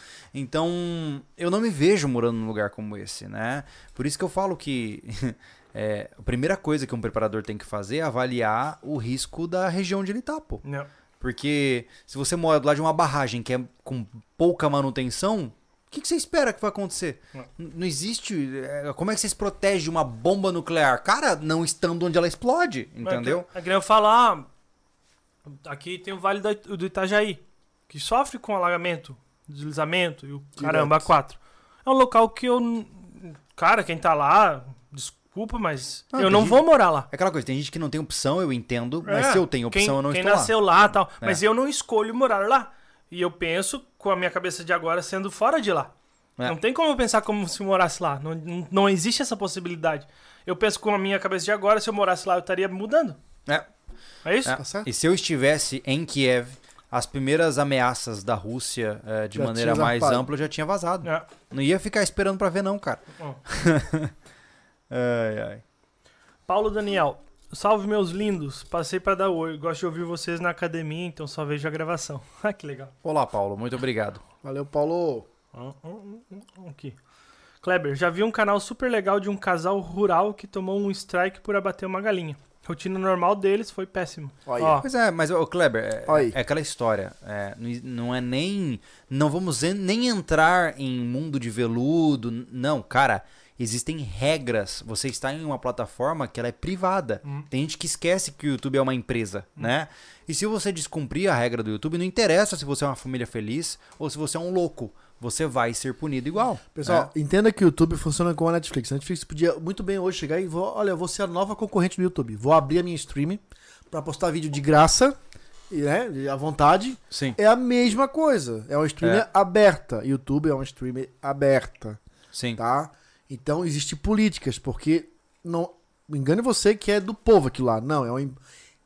Speaker 1: Então, eu não me vejo morando num lugar como esse, né? Por isso que eu falo que é, a primeira coisa que um preparador tem que fazer é avaliar o risco da região onde ele tá, pô.
Speaker 3: Não.
Speaker 1: Porque se você mora do lado de uma barragem que é com pouca manutenção, O que, que você espera que vai acontecer?
Speaker 3: Não.
Speaker 1: N- Não existe. é, Como é que vocês protegem de uma bomba nuclear? Cara, não estando onde ela explode, entendeu?
Speaker 3: É que nem eu falar, ah, aqui tem o Vale da- do Itajaí, que sofre com alagamento, deslizamento e o caramba, quatro. É um local que eu. n- Cara, quem tá lá, desculpa, mas
Speaker 1: Ah,
Speaker 3: eu não
Speaker 1: entendi.
Speaker 3: vou morar lá.
Speaker 1: É aquela coisa, tem gente que não tem opção, eu entendo, mas
Speaker 3: É,
Speaker 1: se eu tenho opção,
Speaker 3: quem,
Speaker 1: eu não
Speaker 3: quem
Speaker 1: estou lá. É.
Speaker 3: nasceu lá e tal. Mas eu não escolho morar lá. E eu penso com a minha cabeça de agora sendo fora de lá.
Speaker 1: É.
Speaker 3: Não tem como eu pensar como se eu morasse lá. Não, não, não existe essa possibilidade. Eu penso com a minha cabeça de agora, se eu morasse lá, eu estaria mudando.
Speaker 1: É.
Speaker 3: É isso?
Speaker 2: Tá certo?
Speaker 1: E se eu estivesse em Kiev, as primeiras ameaças da Rússia eh, de
Speaker 2: Já
Speaker 1: maneira
Speaker 2: tinha
Speaker 1: mais
Speaker 2: zarpado.
Speaker 1: ampla já tinha vazado.
Speaker 3: É.
Speaker 1: Não ia ficar esperando pra ver, não, cara.
Speaker 3: Ó.
Speaker 1: ai, ai.
Speaker 3: Paulo Daniel. Salve, meus lindos. Passei pra dar oi. Gosto de ouvir vocês na academia, então só vejo a gravação. Ah, que legal.
Speaker 1: Olá, Paulo, muito obrigado.
Speaker 2: Valeu, Paulo.
Speaker 3: Hum, hum, hum, hum, Aqui. Kleber, já vi um canal super legal de um casal rural que tomou um strike por abater uma galinha. Rotina normal deles foi péssima.
Speaker 2: Olha.
Speaker 3: Ó,
Speaker 1: Pois é, mas, ô Kleber, é,
Speaker 2: Oi.
Speaker 1: é aquela história. é, n- não é nem. Não vamos en- nem entrar em mundo de veludo. n- Não, cara. Existem regras. Você está em uma plataforma que ela é privada.
Speaker 2: Hum.
Speaker 1: Tem gente que esquece que o YouTube é uma empresa, né? E se você descumprir a regra do YouTube, não interessa se você é uma família feliz ou se você é um louco. Você vai ser punido igual. né?
Speaker 2: Pessoal,
Speaker 1: É.
Speaker 2: entenda que o YouTube funciona como a Netflix. A Netflix podia muito bem hoje chegar e vou, olha, eu vou ser a nova concorrente do YouTube. Vou abrir a minha stream pra postar vídeo de graça, e, né, de- à vontade.
Speaker 1: Sim.
Speaker 2: É a mesma coisa. É uma stream
Speaker 1: É.
Speaker 2: aberta. YouTube é uma stream aberta,
Speaker 1: Sim.
Speaker 2: tá? Então existem políticas, porque não me engane você que é do povo aquilo lá. Não, é uma, em-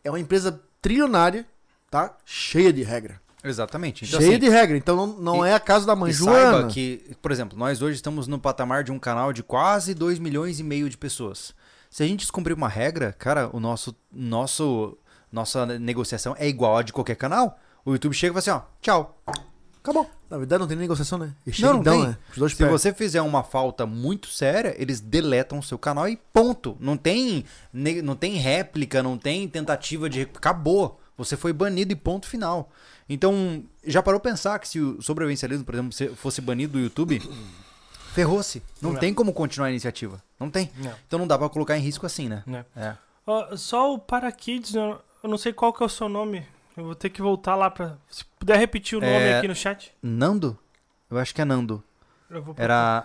Speaker 2: é uma empresa trilionária, tá? Cheia de regra.
Speaker 1: Exatamente.
Speaker 2: Cheia
Speaker 1: assim,
Speaker 2: de regra. Então não, não
Speaker 1: e-
Speaker 2: é a casa da mãe
Speaker 1: e
Speaker 2: Joana.
Speaker 1: saiba que, por exemplo, nós hoje estamos no patamar de um canal de quase 2 milhões e meio de pessoas. Se a gente descumprir uma regra, cara, o nosso, nosso nossa negociação é igual a de qualquer canal. O YouTube chega e fala assim, ó, tchau. Acabou.
Speaker 2: Na verdade não tem nem negociação, né? E
Speaker 1: Não, não
Speaker 2: cheguidão,
Speaker 1: tem.
Speaker 2: né? Os dois
Speaker 1: Se
Speaker 2: pés.
Speaker 1: você fizer uma falta muito séria, eles deletam o seu canal e ponto. Não tem, ne- não tem réplica, não tem tentativa de. recu- Acabou. Você foi banido e ponto final. Então, já parou pensar que se o sobrevivencialismo, por exemplo, se- fosse banido do YouTube, ferrou-se. Não,
Speaker 3: Não.
Speaker 1: tem como continuar a iniciativa. Não tem.
Speaker 3: Não.
Speaker 1: Então não dá pra colocar em risco assim, né?
Speaker 3: né?
Speaker 1: É.
Speaker 3: Ó, só o Parakids, eu eu não sei qual que é o seu nome. Eu vou ter que voltar lá pra. Se puder repetir o nome
Speaker 1: É.
Speaker 3: aqui no chat.
Speaker 1: Nando? Eu acho que é Nando.
Speaker 3: Eu vou procurar.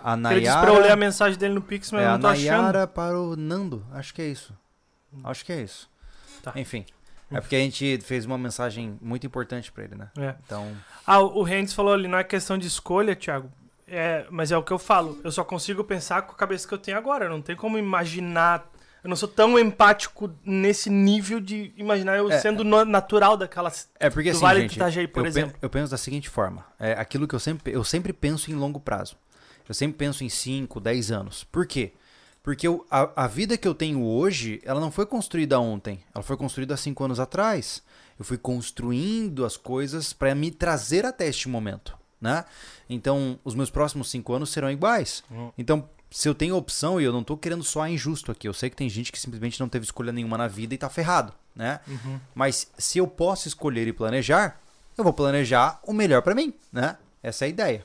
Speaker 1: Era a
Speaker 3: Ele disse pra eu ler a
Speaker 1: Nayara.
Speaker 3: mensagem dele no Pix, mas
Speaker 1: É
Speaker 3: eu
Speaker 1: a
Speaker 3: não tô achando.
Speaker 1: Nayara para o Nando. Acho que é isso. Acho que é isso.
Speaker 3: Tá.
Speaker 1: Enfim. É porque a gente fez uma mensagem muito importante pra ele, né?
Speaker 3: É.
Speaker 1: Então.
Speaker 3: Ah, o Rendes falou ali, não é questão de escolha, Thiago. É, mas é o que eu falo. Eu só consigo pensar com a cabeça que eu tenho agora. Eu não tenho como imaginar. Eu não sou tão empático nesse nível de imaginar eu
Speaker 1: É.
Speaker 3: sendo no- natural daquela. c-
Speaker 1: É porque
Speaker 3: Do
Speaker 1: assim,
Speaker 3: Vale do
Speaker 1: gente,
Speaker 3: Itajaí, por
Speaker 1: eu, pen-
Speaker 3: exemplo.
Speaker 1: eu penso da seguinte forma. É aquilo que eu sempre, eu sempre penso em longo prazo. Eu sempre penso em 5, 10 anos. Por quê? Porque eu- a, a vida que eu tenho hoje, ela não foi construída ontem. Ela foi construída há 5 anos atrás. Eu fui construindo as coisas pra me trazer até este momento, né? Então, os meus próximos 5 anos serão iguais. Então, se eu tenho opção, e eu não tô querendo soar injusto aqui, eu sei que tem gente que simplesmente não teve escolha nenhuma na vida e tá ferrado, né? Mas se eu posso escolher e planejar, eu vou planejar o melhor pra mim, né? Essa é a ideia.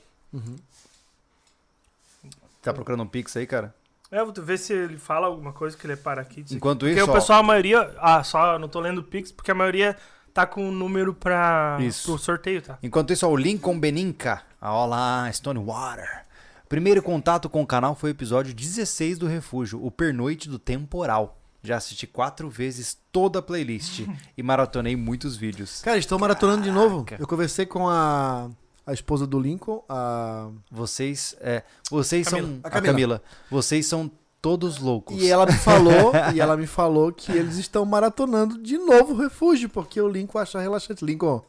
Speaker 1: Tá procurando um pix aí, cara?
Speaker 3: É, eu vou ver se ele fala alguma coisa que ele é paraquedas. aqui.
Speaker 1: Enquanto
Speaker 3: Porque
Speaker 1: isso,
Speaker 3: o
Speaker 1: ó,
Speaker 3: pessoal, a maioria. Ah, só não tô lendo o Pix, porque a maioria tá com o número pra.
Speaker 1: Isso.
Speaker 3: pro sorteio, tá?
Speaker 1: Enquanto isso, ó, o Lincoln Beninca. Ah, Olá, Stonewater. Primeiro contato com o canal foi o episódio 16 do Refúgio, o Pernoite do Temporal. Já assisti quatro vezes toda a playlist e maratonei muitos vídeos.
Speaker 2: Cara, estão maratonando de novo.
Speaker 1: Caraca.
Speaker 2: Eu conversei com a, a esposa do Lincoln, a...
Speaker 1: Vocês, é, vocês são...
Speaker 3: Camila.
Speaker 1: A
Speaker 2: A
Speaker 1: Camila.
Speaker 2: Camila.
Speaker 1: Vocês são todos loucos.
Speaker 2: e ela me falou, e ela me falou que eles estão maratonando de novo o refúgio, porque o Lincoln acha relaxante. Lincoln,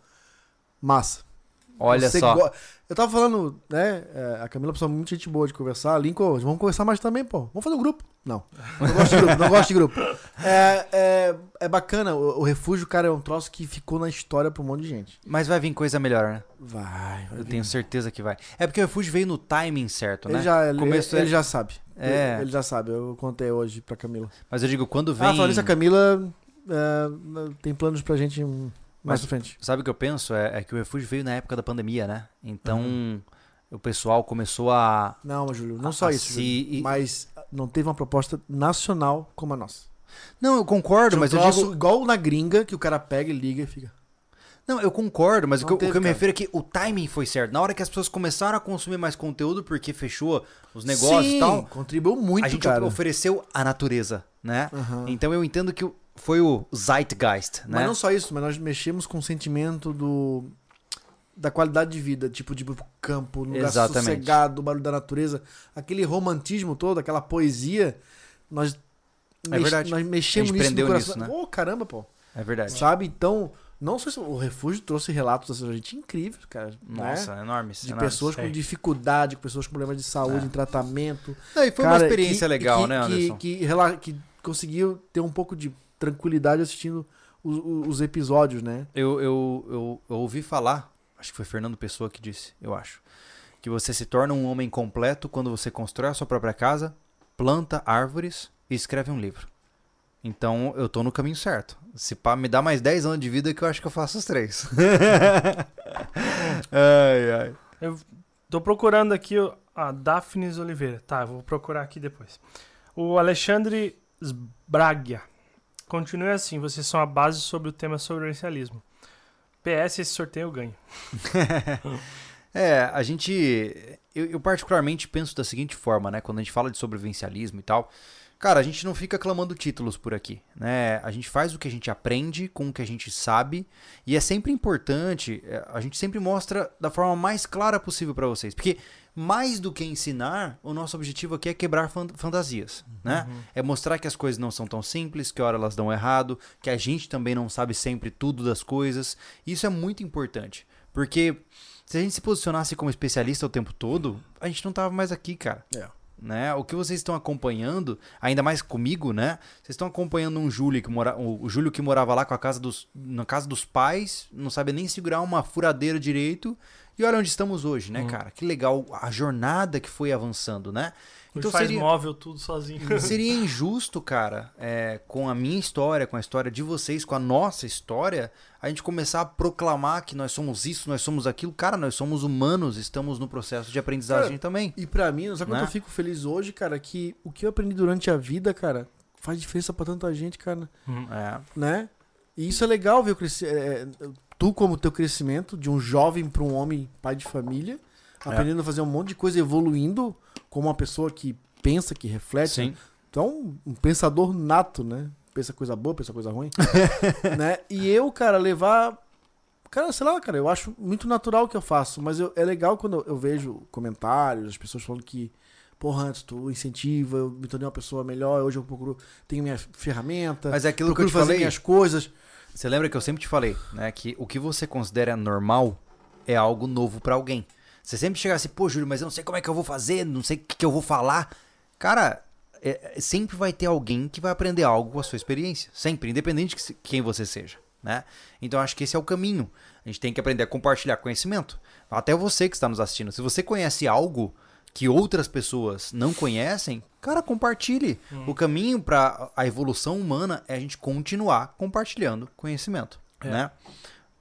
Speaker 2: massa.
Speaker 1: Olha
Speaker 2: Você
Speaker 1: só.
Speaker 2: go- Eu tava falando, né? é, A Camila é uma pessoa muito gente boa de conversar. Lincoln, vamos conversar mais também, pô. Vamos fazer um grupo. Não. Não gosto de grupo, não gosto de grupo. É, é, é bacana. O, o refúgio, cara, é um troço que ficou na história pra um monte de gente.
Speaker 1: Mas vai vir coisa melhor, né?
Speaker 2: Vai,
Speaker 1: Eu tenho certeza que vai. É porque o Refúgio veio no timing certo,
Speaker 2: Ele
Speaker 1: né?
Speaker 2: já, ele,
Speaker 1: Começo
Speaker 2: ele
Speaker 1: é-
Speaker 2: já sabe.
Speaker 1: É.
Speaker 2: Ele, ele já sabe. Eu contei hoje pra Camila.
Speaker 1: Mas eu digo, quando vem.
Speaker 2: Ah, falando isso, a Camila é, tem planos pra gente hum,
Speaker 1: Mas-
Speaker 2: mais pra frente.
Speaker 1: Sabe o que eu penso? É, é que o refúgio veio na época da pandemia, né? Então, o pessoal começou a.
Speaker 2: Não, Júlio, não só
Speaker 1: Ah,
Speaker 2: isso.
Speaker 1: se-
Speaker 2: Júlio,
Speaker 1: e-
Speaker 2: Mas não teve uma proposta nacional como a nossa.
Speaker 1: Não, eu concordo, mas eu
Speaker 2: Nosso-
Speaker 1: digo.
Speaker 2: um Igual na gringa, que o cara pega e liga e fica.
Speaker 1: Não, eu concordo, mas o
Speaker 2: Não
Speaker 1: que, eu- o
Speaker 2: teve,
Speaker 1: que eu me
Speaker 2: cara.
Speaker 1: refiro é que o timing foi certo. Na hora que as pessoas começaram a consumir mais conteúdo, porque fechou os negócios
Speaker 2: Sim,
Speaker 1: e tal,
Speaker 2: contribuiu muito,
Speaker 1: a gente
Speaker 2: cara.
Speaker 1: ofereceu a natureza, né? Então eu entendo que o- foi o zeitgeist, né?
Speaker 2: Mas não só isso, mas nós mexemos com o sentimento do da qualidade de vida, tipo de ir pro campo, no lugar
Speaker 1: Exatamente.
Speaker 2: sossegado, o barulho da natureza, aquele romantismo todo, aquela poesia, nós mex-
Speaker 1: É verdade.
Speaker 2: nós
Speaker 1: A
Speaker 2: mexemos
Speaker 1: gente
Speaker 2: nisso no
Speaker 1: prendeu
Speaker 2: coração.
Speaker 1: nisso, né?
Speaker 2: Ô, caramba, pô.
Speaker 1: É verdade.
Speaker 2: Sabe? Então, não só isso, o refúgio trouxe relatos dessa gente incríveis, cara, né?
Speaker 1: Nossa, é enorme.
Speaker 2: De pessoas com
Speaker 3: sei.
Speaker 2: dificuldade, com pessoas com problemas de saúde,
Speaker 1: É.
Speaker 2: em tratamento.
Speaker 1: Não, e foi uma
Speaker 2: Cara,
Speaker 1: experiência
Speaker 2: que-
Speaker 1: legal,
Speaker 2: que-
Speaker 1: né,
Speaker 2: que-
Speaker 1: Anderson?
Speaker 2: Que, rela- que conseguiu ter um pouco de tranquilidade assistindo os, os- os episódios, né?
Speaker 1: Eu, eu, eu, eu ouvi falar, acho que foi Fernando Pessoa que disse, eu acho, que você se torna um homem completo quando você constrói a sua própria casa, planta árvores e escreve um livro. Então eu tô no caminho certo. Se pá, me dá mais 10 anos de vida que eu acho que eu faço os três. ai, ai.
Speaker 3: Eu tô procurando aqui o- a Daphnis Oliveira. Tá, eu vou procurar aqui depois. O Alexandre Sbragia. Continue assim, vocês são a base sobre o tema sobrevivencialismo. PS, esse sorteio eu ganho.
Speaker 1: É, a gente. Eu, eu particularmente penso da seguinte forma, né? Quando a gente fala de sobrevivencialismo e tal. Cara, a gente não fica clamando títulos por aqui, né? A gente faz o que a gente aprende com o que a gente sabe e é sempre importante, é, a gente sempre mostra da forma mais clara possível pra vocês, porque mais do que ensinar, o nosso objetivo aqui é quebrar fan- fantasias, né? É mostrar que as coisas não são tão simples, que hora elas dão errado, que a gente também não sabe sempre tudo das coisas. Isso é muito importante, porque se a gente se posicionasse como especialista o tempo todo, a gente não tava mais aqui, cara né? O que vocês estão acompanhando, ainda mais comigo, né? Vocês estão acompanhando um Júlio que mora, o Júlio que morava lá com a casa dos, na casa dos pais, não sabe nem segurar uma furadeira direito. E olha onde estamos hoje, né, cara? Que legal a jornada que foi avançando, né?
Speaker 3: Então faz móvel tudo sozinho.
Speaker 1: Seria injusto, cara, é, com a minha história, com a história de vocês, com a nossa história, a gente começar a proclamar que nós somos isso, nós somos aquilo. Cara, nós somos humanos, estamos no processo de aprendizagem também.
Speaker 2: E pra mim, sabe quanto
Speaker 1: Né?
Speaker 2: eu fico feliz hoje, cara? Que o que eu aprendi durante a vida, cara, faz diferença pra tanta gente, cara,
Speaker 1: É.
Speaker 2: né? E isso é legal ver o cresci- é, é, tu como teu crescimento de um jovem pra um homem pai de família,
Speaker 1: É.
Speaker 2: aprendendo a fazer um monte de coisa, evoluindo como uma pessoa que pensa, que reflete, né?
Speaker 1: Sim.
Speaker 2: Então, um pensador nato, né? Pensa coisa boa, pensa coisa ruim. né? E eu, cara, levar. Cara, sei lá, cara, eu acho muito natural o que eu faço, mas eu- é legal quando eu, eu vejo comentários, as pessoas falando que, porra, antes tu incentiva, eu me tornei uma pessoa melhor, hoje eu procuro, tenho minha ferramenta,
Speaker 1: Mas é aquilo que eu
Speaker 2: procuro
Speaker 1: te
Speaker 2: fazer
Speaker 1: falei.
Speaker 2: minhas coisas.
Speaker 1: Você lembra que eu sempre te falei, né? Que o que você considera normal é algo novo pra alguém. Você sempre chega assim, pô, Júlio, mas eu não sei como é que eu vou fazer, não sei o que, que eu vou falar. Cara, é- é- sempre vai ter alguém que vai aprender algo com a sua experiência. Sempre, independente de que se- quem você seja, né? Então acho que esse é o caminho. A gente tem que aprender a compartilhar conhecimento. Até você que está nos assistindo. Se você conhece algo que outras pessoas não conhecem, cara, compartilhe. O caminho para a evolução humana é a gente continuar compartilhando conhecimento, né?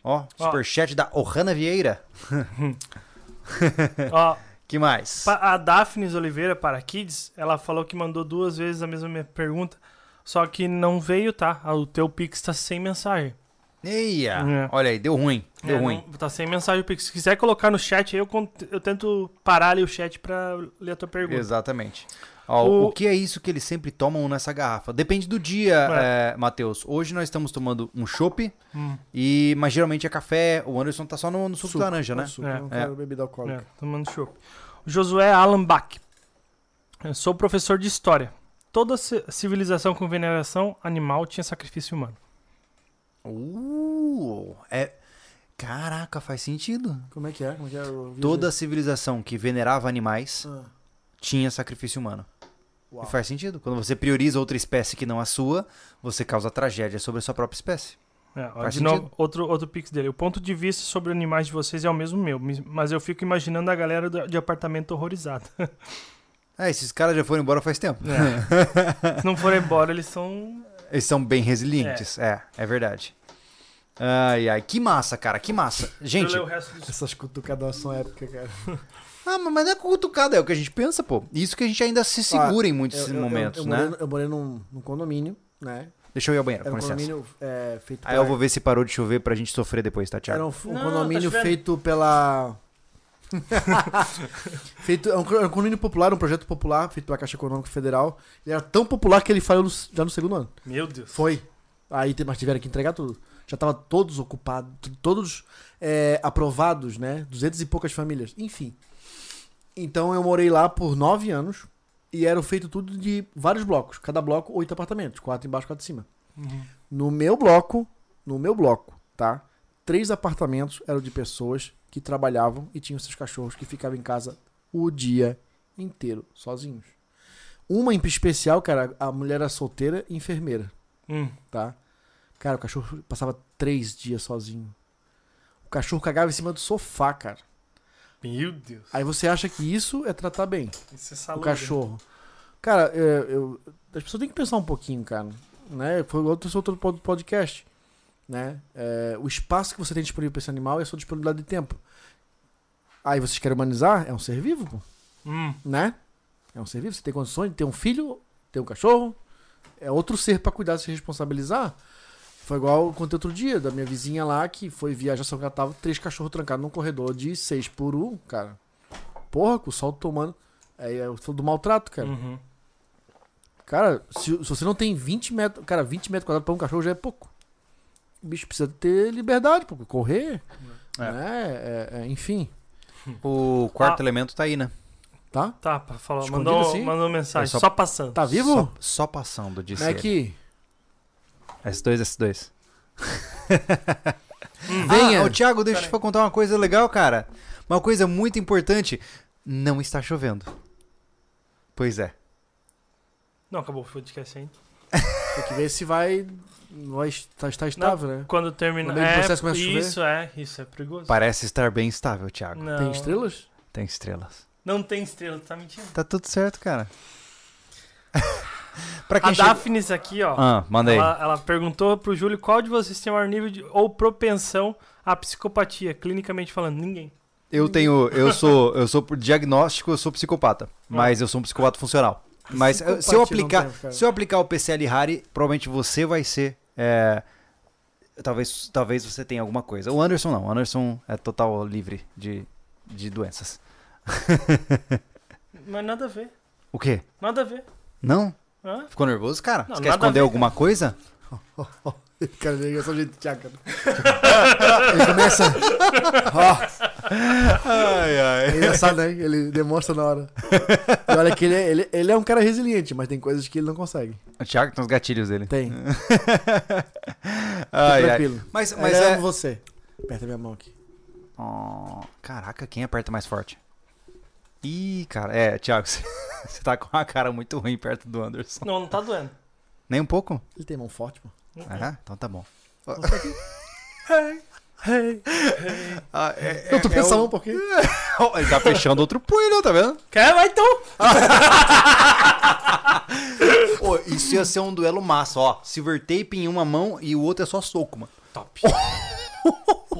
Speaker 1: Ó,
Speaker 3: É. Ó.
Speaker 1: superchat da Ohana Vieira.
Speaker 3: Ó,
Speaker 1: Que mais?
Speaker 3: Pa- A Daphnis Oliveira para Kids, ela falou que mandou duas vezes a mesma minha pergunta, só que não veio, tá? Ah, O teu Pix tá sem mensagem.
Speaker 1: Eia,
Speaker 3: É.
Speaker 1: olha aí, deu ruim, deu
Speaker 3: É,
Speaker 1: ruim.
Speaker 3: não- tá sem mensagem o Pix. Se quiser colocar no chat aí, eu, cont- eu tento parar ali o chat pra ler a tua pergunta.
Speaker 1: Exatamente. Ó, o...
Speaker 3: O-
Speaker 1: que é isso que eles sempre tomam nessa garrafa? Depende do dia, é, Matheus. Hoje nós estamos tomando um chopp,
Speaker 3: Hum.
Speaker 1: e mas geralmente é café. O Anderson tá só no, no suco, de laranja, né?
Speaker 2: Suco,
Speaker 3: É,
Speaker 2: eu não
Speaker 1: é.
Speaker 2: quero bebida
Speaker 3: É,
Speaker 2: alcoólica.
Speaker 3: tomando chopp. Josué Alan Bach. Eu sou professor de história. Toda ci- civilização com veneração animal tinha sacrifício humano.
Speaker 1: Uh, é... Caraca, faz sentido.
Speaker 2: Como é que é? Como é que é? Eu ouvi
Speaker 1: Toda civilização que venerava animais
Speaker 2: dizer. Ah,
Speaker 1: tinha sacrifício humano.
Speaker 2: uau.
Speaker 1: E faz sentido. Quando você prioriza outra espécie que não a sua, você causa tragédia sobre a sua própria espécie.
Speaker 3: É, ó,
Speaker 1: Faz
Speaker 3: de
Speaker 1: sentido.
Speaker 3: novo, outro, outro pix dele. O ponto de vista sobre animais de vocês é o mesmo meu, mis- mas eu fico imaginando a galera do- de apartamento horrorizada.
Speaker 1: É, esses caras já foram embora faz tempo.
Speaker 3: Se não for embora, eles são.
Speaker 1: Eles são bem resilientes. É, é, verdade. Ai, ai, que massa, cara, que massa.
Speaker 3: Deixa eu
Speaker 1: Gente,
Speaker 3: ler o resto dos-
Speaker 2: Essas cutucadas são épica, cara.
Speaker 1: Ah, mas mas não é cutucada, é o que a gente pensa, pô. Isso que a gente ainda se segura em muitos
Speaker 2: Ah, Eu- eu- eu-
Speaker 1: momentos,
Speaker 2: eu
Speaker 1: né?
Speaker 2: morei- Eu morei num, num condomínio, né?
Speaker 1: Deixa eu ir ao banheiro,
Speaker 2: Era
Speaker 1: com
Speaker 2: um
Speaker 1: licença.
Speaker 2: condomínio é, feito
Speaker 1: Aí eu vou ver se parou de chover pra gente sofrer depois, tá, Thiago?
Speaker 2: Era um, f- um
Speaker 3: Não,
Speaker 2: condomínio
Speaker 3: tá chovendo.
Speaker 2: feito pela. feito, é um, co- é um condomínio popular, um projeto popular feito pela Caixa Econômica Federal. Ele era tão popular que ele falhou no s- já no segundo ano.
Speaker 3: Meu Deus.
Speaker 2: Foi. Aí te- mas tiveram que entregar tudo. Já tava todos ocupados, t- todos é, aprovados, né? Duzentas e poucas famílias. Enfim. Então eu morei lá por nove anos e era feito tudo de vários blocos. Cada bloco, oito apartamentos. Quatro embaixo, quatro em cima. No meu bloco, no meu bloco, tá? Três apartamentos eram de pessoas que trabalhavam e tinham seus cachorros que ficavam em casa o dia inteiro, sozinhos. Uma em especial, cara, a mulher era solteira e enfermeira
Speaker 3: Hum.
Speaker 2: tá? Cara, o cachorro passava três dias sozinho. O cachorro cagava em cima do sofá, cara.
Speaker 3: Meu Deus.
Speaker 2: Aí você acha que isso é tratar bem
Speaker 3: Isso é
Speaker 2: o
Speaker 3: saludo.
Speaker 2: cachorro. Cara, é, eu, as pessoas têm que pensar um pouquinho, cara. Né? Foi igual esse outro pod- podcast. Né? É, o espaço que você tem disponível pra esse animal é a sua disponibilidade de tempo. Aí vocês querem humanizar? É um ser vivo, pô.
Speaker 3: Hum.
Speaker 2: né? É um ser vivo, você tem condições de ter um filho, ter um cachorro. É outro ser pra cuidar, se responsabilizar. Foi igual eu contei outro dia, da minha vizinha lá, que foi viajar São Catarina, três cachorros trancados num corredor de seis por um, cara. Porra, com o sol tomando. É, é o sol do maltrato, cara.
Speaker 7: Hum.
Speaker 3: Uhum.
Speaker 2: Cara, se, se você não tem 20 metros. Cara, 20 metros quadrados pra um cachorro já é pouco. O bicho precisa ter liberdade, pô, correr.
Speaker 7: É.
Speaker 2: Né? É, é, enfim,
Speaker 7: O quarto
Speaker 3: Ah.
Speaker 7: elemento tá aí, né?
Speaker 2: tá?
Speaker 3: Tá, pra falar.
Speaker 2: Escondido
Speaker 3: Mandou,
Speaker 2: assim?
Speaker 3: mandou mensagem,
Speaker 7: É só-
Speaker 3: só... passando.
Speaker 2: Tá vivo?
Speaker 7: Só, só passando, disse
Speaker 2: Como é
Speaker 7: ele.
Speaker 2: que.
Speaker 7: S2, S2.
Speaker 2: Venha.
Speaker 1: Ah, ô, Thiago, deixa eu te contar uma coisa legal, cara. Uma coisa muito importante. Não está chovendo. Pois é.
Speaker 3: Não, acabou o podcast ainda.
Speaker 2: Tem que ver se vai. vai estar, está estável, né?
Speaker 3: Quando
Speaker 2: No
Speaker 3: terminar.
Speaker 2: meio do
Speaker 3: É,
Speaker 2: processo começa a chover?
Speaker 3: isso é, isso é perigoso.
Speaker 1: Parece estar bem estável, Thiago.
Speaker 7: Hum.
Speaker 3: Não.
Speaker 2: Tem estrelas?
Speaker 1: Tem estrelas.
Speaker 3: Não tem estrela, tá mentindo.
Speaker 1: Tá tudo certo, cara.
Speaker 7: Ah,
Speaker 1: pra
Speaker 3: A
Speaker 1: quem chega-
Speaker 3: Daphnis aqui, ó.
Speaker 1: Ah, manda aí.
Speaker 3: Ela, ela perguntou pro Júlio qual de vocês tem maior nível de, ou propensão à psicopatia, clinicamente falando. Ninguém.
Speaker 1: Eu tenho, eu sou, eu sou por diagnóstico, eu sou psicopata, mas eu sou um psicopata funcional. Mas eh, se eu
Speaker 2: Psicopatia não
Speaker 1: aplicar,
Speaker 2: tem, cara.
Speaker 1: se eu aplicar o PCL Harry, provavelmente você vai ser eh, talvez, talvez você tenha alguma coisa. O Anderson não, o Anderson é total livre de, de doenças.
Speaker 3: Mas nada a ver.
Speaker 1: O quê?
Speaker 3: Nada a ver.
Speaker 1: Não?
Speaker 3: Hã?
Speaker 1: Ficou nervoso, cara?
Speaker 3: Não,
Speaker 1: você quer
Speaker 3: nada a
Speaker 1: esconder
Speaker 3: ver,
Speaker 1: alguma coisa?
Speaker 2: Cara, é só jeito de tchaca.
Speaker 1: Ai, ai.
Speaker 2: É engraçado, né? Ele demonstra na hora. E olha que ele é, ele, ele é um cara resiliente, mas tem coisas que ele não consegue.
Speaker 1: O Thiago tem os gatilhos dele.
Speaker 2: Tem.
Speaker 1: Ai, ai.
Speaker 2: tranquilo. um
Speaker 1: Mas,
Speaker 2: Mas
Speaker 1: mas
Speaker 2: eu
Speaker 1: é.
Speaker 2: amo você. Aperta minha mão aqui.
Speaker 1: Oh, caraca, quem aperta mais forte? Ih, cara, é, Thiago, você você tá com uma cara muito ruim perto do Anderson.
Speaker 3: Não, não tá doendo.
Speaker 1: Nem um pouco?
Speaker 2: Ele tem mão forte, pô.
Speaker 1: Ah, então tá bom. Ah, é,
Speaker 2: eu tô pensando um pouquinho.
Speaker 1: Oh, ele tá fechando outro punho, tá vendo?
Speaker 3: Quer? Vai então!
Speaker 1: Ô, isso ia ser um duelo massa, ó. Silver tape em uma mão e o outro é só soco, mano.
Speaker 3: Top.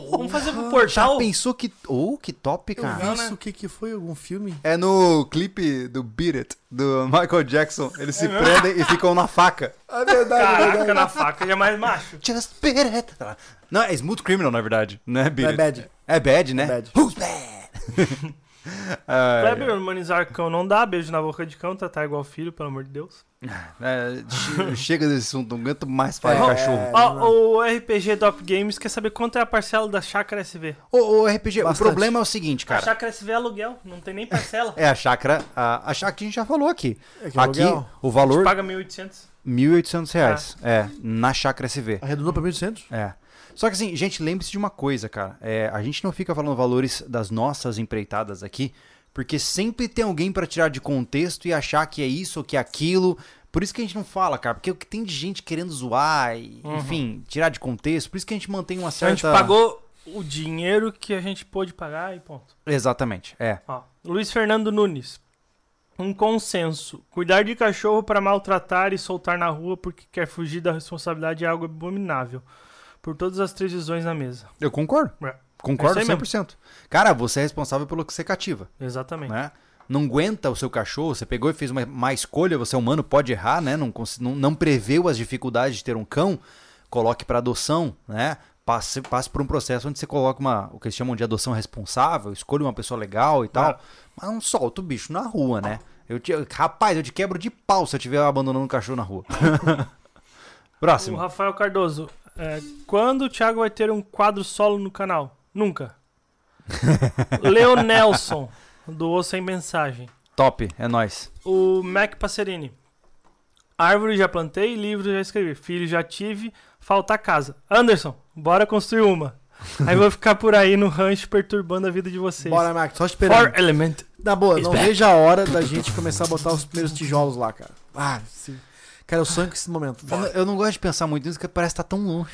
Speaker 3: Vamos fazer pro
Speaker 1: Tá
Speaker 3: portal?
Speaker 1: Ah, Pensou que. Ô, que top,
Speaker 2: Eu
Speaker 1: cara.
Speaker 2: vi
Speaker 3: Não,
Speaker 2: isso,
Speaker 3: né?
Speaker 2: o que que foi? Algum filme?
Speaker 1: É no clipe do Beat It, do Michael Jackson. Eles se prendem e ficam na faca.
Speaker 2: É verdade,
Speaker 3: Caraca, na faca, ele é mais macho.
Speaker 1: Just beat it. Não, é Smooth Criminal, na verdade. Não é Beat
Speaker 2: É
Speaker 1: It.
Speaker 2: bad.
Speaker 1: É bad, né?
Speaker 2: É bad.
Speaker 1: Who's bad?
Speaker 2: É,
Speaker 1: Ai,
Speaker 3: Kleber, humanizar cão não dá, beijo na boca de cão, tratar igual filho, pelo amor de Deus.
Speaker 1: é, che- chega desse assunto, não aguento mais falar
Speaker 2: É.
Speaker 1: de cachorro.
Speaker 3: Ó, o RPG Top Games quer saber quanto é a parcela da Chácara SV.
Speaker 1: Ô, ô, RPG,
Speaker 2: Bastante.
Speaker 1: o problema é o seguinte,
Speaker 3: A
Speaker 1: cara.
Speaker 3: Chácara SV é aluguel, não tem nem parcela.
Speaker 1: É a chácara, a, a chácara que a gente já falou aqui.
Speaker 2: É que
Speaker 1: Aqui,
Speaker 2: aluguel.
Speaker 1: o valor, R$
Speaker 3: Paga 1.800.
Speaker 1: 1.800. Reais, É, na chácara SV.
Speaker 2: Arredondou pra 1.200?
Speaker 1: É. Só que assim, gente, lembre-se de uma coisa, cara. É, a gente não fica falando valores das nossas empreitadas aqui, porque sempre tem alguém pra tirar de contexto e achar que é isso ou que é aquilo. Por isso que a gente não fala, cara, porque o que tem de gente querendo zoar, e, enfim, tirar de contexto, por isso que a gente mantém uma
Speaker 3: Uhum. Então A
Speaker 1: certa.
Speaker 3: gente pagou o dinheiro que a gente pôde pagar e ponto.
Speaker 1: Exatamente, é.
Speaker 3: Ó, Luiz Fernando Nunes. Um consenso. Cuidar de cachorro para maltratar e soltar na rua porque quer fugir da responsabilidade é algo abominável. Por todas as três visões na mesa.
Speaker 1: Eu concordo.
Speaker 3: É,
Speaker 1: Concordo
Speaker 3: É isso aí
Speaker 1: 100%. Cara, você é responsável pelo que você cativa,
Speaker 3: Exatamente.
Speaker 1: né? Não aguenta o seu cachorro, você pegou e fez uma, uma escolha, você é humano, pode errar, né? Não, cons- não, não preveu as dificuldades de ter um cão, coloque para adoção, né? Passe, passe por um processo onde você coloca uma, o que eles chamam de adoção responsável, escolha uma pessoa legal e tal.
Speaker 3: É.
Speaker 1: Mas não solta o bicho na rua, né? Eu te, rapaz, eu te quebro de pau se eu estiver abandonando um cachorro na rua.
Speaker 3: O
Speaker 1: Próximo.
Speaker 3: Rafael Cardoso, é, quando o Thiago vai ter um quadro solo no canal? Nunca. Leo Nelson, doou sem mensagem.
Speaker 1: Top, é nóis.
Speaker 3: O Mac Passerini. Árvore já plantei, livro já escrevi, filho já tive, falta casa. Anderson, bora construir uma. Aí vou ficar por aí no rancho perturbando a vida de vocês.
Speaker 2: Bora, Max, só esperando.
Speaker 3: For Element.
Speaker 2: Na boa, não
Speaker 3: Back.
Speaker 2: vejo a hora da gente começar a botar os primeiros tijolos lá, cara. Ah, sim. Cara, eu sonho com esse momento.
Speaker 1: Eu não- Eu não gosto de pensar muito nisso, porque parece que tá tão longe.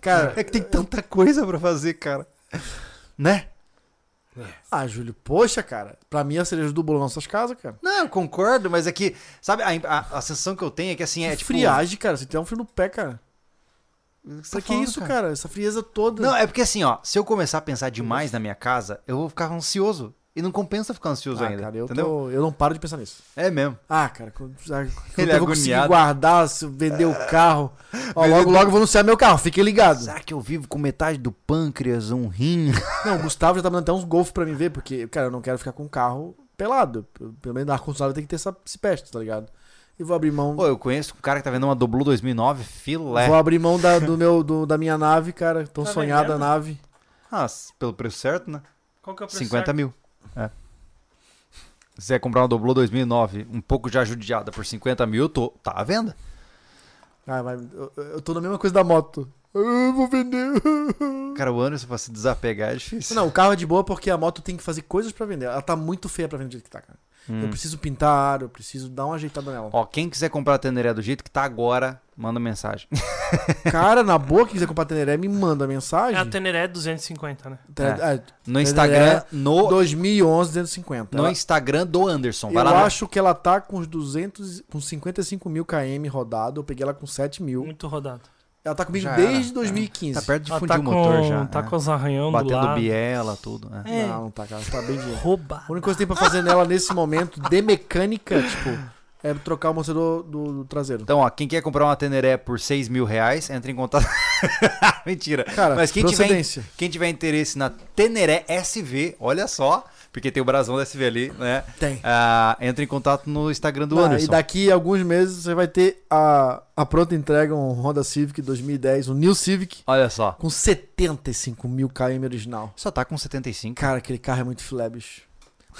Speaker 2: Cara,
Speaker 1: É que tem tanta coisa pra fazer, cara. Né?
Speaker 2: ah, Júlio, poxa, cara. Pra mim, a cereja do bolo é nossas casas, cara.
Speaker 1: Não, eu concordo, mas é que, sabe, a, a- a sensação que eu tenho é que assim, é tipo.
Speaker 2: friagem, cara. Você tem um frio no pé, cara. Pra que
Speaker 1: tá falando,
Speaker 2: isso,
Speaker 1: cara?
Speaker 2: cara? Essa frieza toda.
Speaker 1: Não, é porque assim, ó, se eu começar a pensar demais na minha casa, eu vou ficar ansioso. E não compensa ficar ansioso
Speaker 2: ah,
Speaker 1: ainda.
Speaker 2: cara, eu,
Speaker 1: entendeu?
Speaker 2: tô, eu não paro de pensar nisso.
Speaker 1: É mesmo.
Speaker 2: Ah, cara, quando, ah, quando
Speaker 1: Ele é
Speaker 2: eu vou conseguir
Speaker 1: agoniado.
Speaker 2: guardar, se eu vender o carro. Ó, logo, logo eu vou anunciar meu carro, fiquem ligados.
Speaker 1: Será que eu vivo com metade do pâncreas, um rim?
Speaker 2: Não, o Gustavo já tá mandando até uns golfos pra mim ver, porque, cara, eu não quero ficar com o carro pelado. P- Pelo menos na ar-condicionado tem que ter essa, esse peste, tá ligado? E vou abrir mão.
Speaker 1: Pô, eu conheço um cara que tá vendo uma Doblu 2009, filé.
Speaker 2: Vou abrir mão da, do meu, do- da minha nave, cara. Tão
Speaker 3: Tá
Speaker 2: sonhada a
Speaker 3: vendendo?
Speaker 2: nave.
Speaker 1: Ah, s- pelo preço certo, né?
Speaker 3: Qual que é o preço
Speaker 1: 50
Speaker 3: certo?
Speaker 1: mil. É. Se você comprar uma Doblo 2009, um pouco já judiada por 50 mil, eu tô, tá à venda.
Speaker 2: Ah, vai, eu, eu tô na mesma coisa da moto. Ah, Eu vou vender.
Speaker 1: Cara, o Anderson pra se desapegar é difícil.
Speaker 2: Não, o carro é de boa porque a moto tem que fazer coisas pra vender. Ela tá muito feia pra vender do jeito que tá, cara. Eu preciso pintar, eu preciso dar uma ajeitada nela.
Speaker 1: Ó, quem quiser comprar a Tenderé do jeito que tá agora, manda mensagem.
Speaker 2: Cara, na boa, quem quiser comprar Teneré, me manda
Speaker 3: É
Speaker 2: mensagem.
Speaker 3: a Teneré 250, né?
Speaker 2: Teneré- ah,
Speaker 1: No Instagram, no,
Speaker 2: 2011, 250.
Speaker 1: no
Speaker 2: é Ela-
Speaker 1: Instagram do Anderson. Então, Vai
Speaker 2: Eu
Speaker 1: lá. né? no-
Speaker 2: acho que ela tá com os 200, com 55 mil km rodado. Eu peguei ela com 7 mil.
Speaker 3: Muito rodado.
Speaker 2: Ela tá comigo
Speaker 1: Já
Speaker 2: desde
Speaker 1: era.
Speaker 2: 2015.
Speaker 1: Tá perto de
Speaker 3: Ela
Speaker 1: fundir
Speaker 3: tá
Speaker 1: o motor
Speaker 3: com-
Speaker 1: já.
Speaker 3: Tá
Speaker 1: é.
Speaker 3: com os arranhão do
Speaker 1: Batendo
Speaker 3: lado.
Speaker 1: biela, tudo. é.
Speaker 3: É.
Speaker 2: Não, não tá, cara. Tá bem dinheiro.
Speaker 3: Rouba.
Speaker 2: A única coisa que tem pra fazer nela nesse momento de mecânica, tipo, é trocar o amortecedor do, do traseiro.
Speaker 1: Então, ó, quem quer comprar uma Teneré por 6 mil reais, entra em contato. Mentira.
Speaker 2: Cara,
Speaker 1: Mas quem tiver,
Speaker 2: procedência.
Speaker 1: quem tiver interesse na Teneré SV, olha só, porque tem o brasão da SV ali, né?
Speaker 2: Tem.
Speaker 1: Ah, entra em contato no Instagram do
Speaker 2: Ah,
Speaker 1: Anderson.
Speaker 2: e daqui a alguns meses você vai ter a, a pronta entrega um Honda Civic 2010, um New Civic,
Speaker 1: Olha só.
Speaker 2: com 75 mil km original.
Speaker 1: Só tá com 75.
Speaker 2: Cara, aquele carro é muito filé, bicho.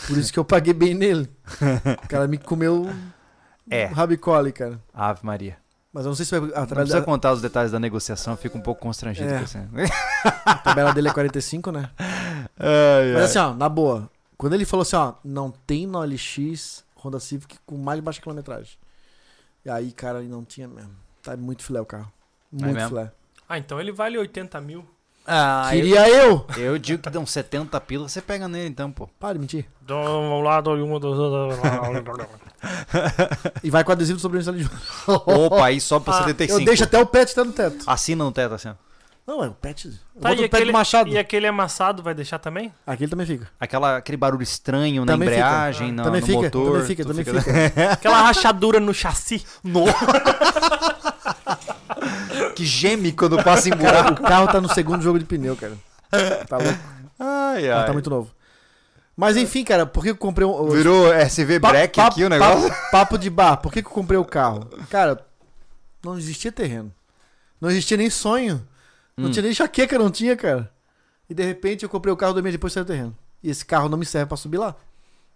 Speaker 2: Por isso que eu paguei bem nele. O cara me comeu um
Speaker 1: É.
Speaker 2: rabicole, cara.
Speaker 1: Ave Maria.
Speaker 2: Mas eu não sei se vai. A
Speaker 1: Não
Speaker 2: tabela,
Speaker 1: precisa
Speaker 2: da-
Speaker 1: contar os detalhes da negociação, eu fico um pouco constrangido
Speaker 2: É.
Speaker 1: com isso.
Speaker 2: a tabela dele é 45, né? Mas assim, ó, na boa. Quando ele falou assim, ó, não tem no LX Honda Civic com mais baixa quilometragem. E aí, cara, ele não tinha mesmo. Tá muito filé o carro. Muito
Speaker 1: É mesmo?
Speaker 2: filé.
Speaker 3: Ah, então ele vale 80 mil.
Speaker 1: Ah, eu,
Speaker 2: Queria eu!
Speaker 1: eu digo que dão 70 pila, você pega nele então, pô.
Speaker 2: Para de mentir.
Speaker 3: Do lado de uma dos
Speaker 2: E vai com adesivo sobre o de Júnior.
Speaker 1: Opa, aí sobe pra
Speaker 3: Ah,
Speaker 1: 75.
Speaker 2: Eu deixo até o pet tá no teto.
Speaker 1: Assina no teto, assim. ó.
Speaker 2: Não, é o pet. Eu
Speaker 3: Tá,
Speaker 2: boto
Speaker 3: e,
Speaker 2: o pet
Speaker 3: aquele,
Speaker 2: do machado.
Speaker 3: e aquele amassado vai deixar também?
Speaker 2: Aquele também fica.
Speaker 1: Aquela, aquele barulho estranho na
Speaker 2: Também fica.
Speaker 1: embreagem, na-
Speaker 2: também
Speaker 1: no
Speaker 2: fica,
Speaker 1: motor.
Speaker 2: também fica,
Speaker 1: tu
Speaker 2: também
Speaker 1: fica-
Speaker 2: fica.
Speaker 3: Aquela rachadura no chassi.
Speaker 1: que geme quando passa em
Speaker 2: Cara,
Speaker 1: buraco.
Speaker 2: o carro tá no segundo jogo de pneu, cara. Tá louco.
Speaker 1: ai,
Speaker 2: Ela
Speaker 1: ai.
Speaker 2: tá muito novo. Mas enfim, cara, por que eu comprei um.
Speaker 1: Virou SV
Speaker 2: Pa-
Speaker 1: break
Speaker 2: pa-
Speaker 1: aqui o negócio.
Speaker 2: Papo, papo de bar. Por que, que eu comprei o carro? Cara, não existia terreno. Não existia nem sonho.
Speaker 1: Hum.
Speaker 2: Não tinha nem enxaqueca, não tinha, cara. E de repente eu comprei o carro dois meses depois saiu o terreno. E esse carro não me serve pra subir lá.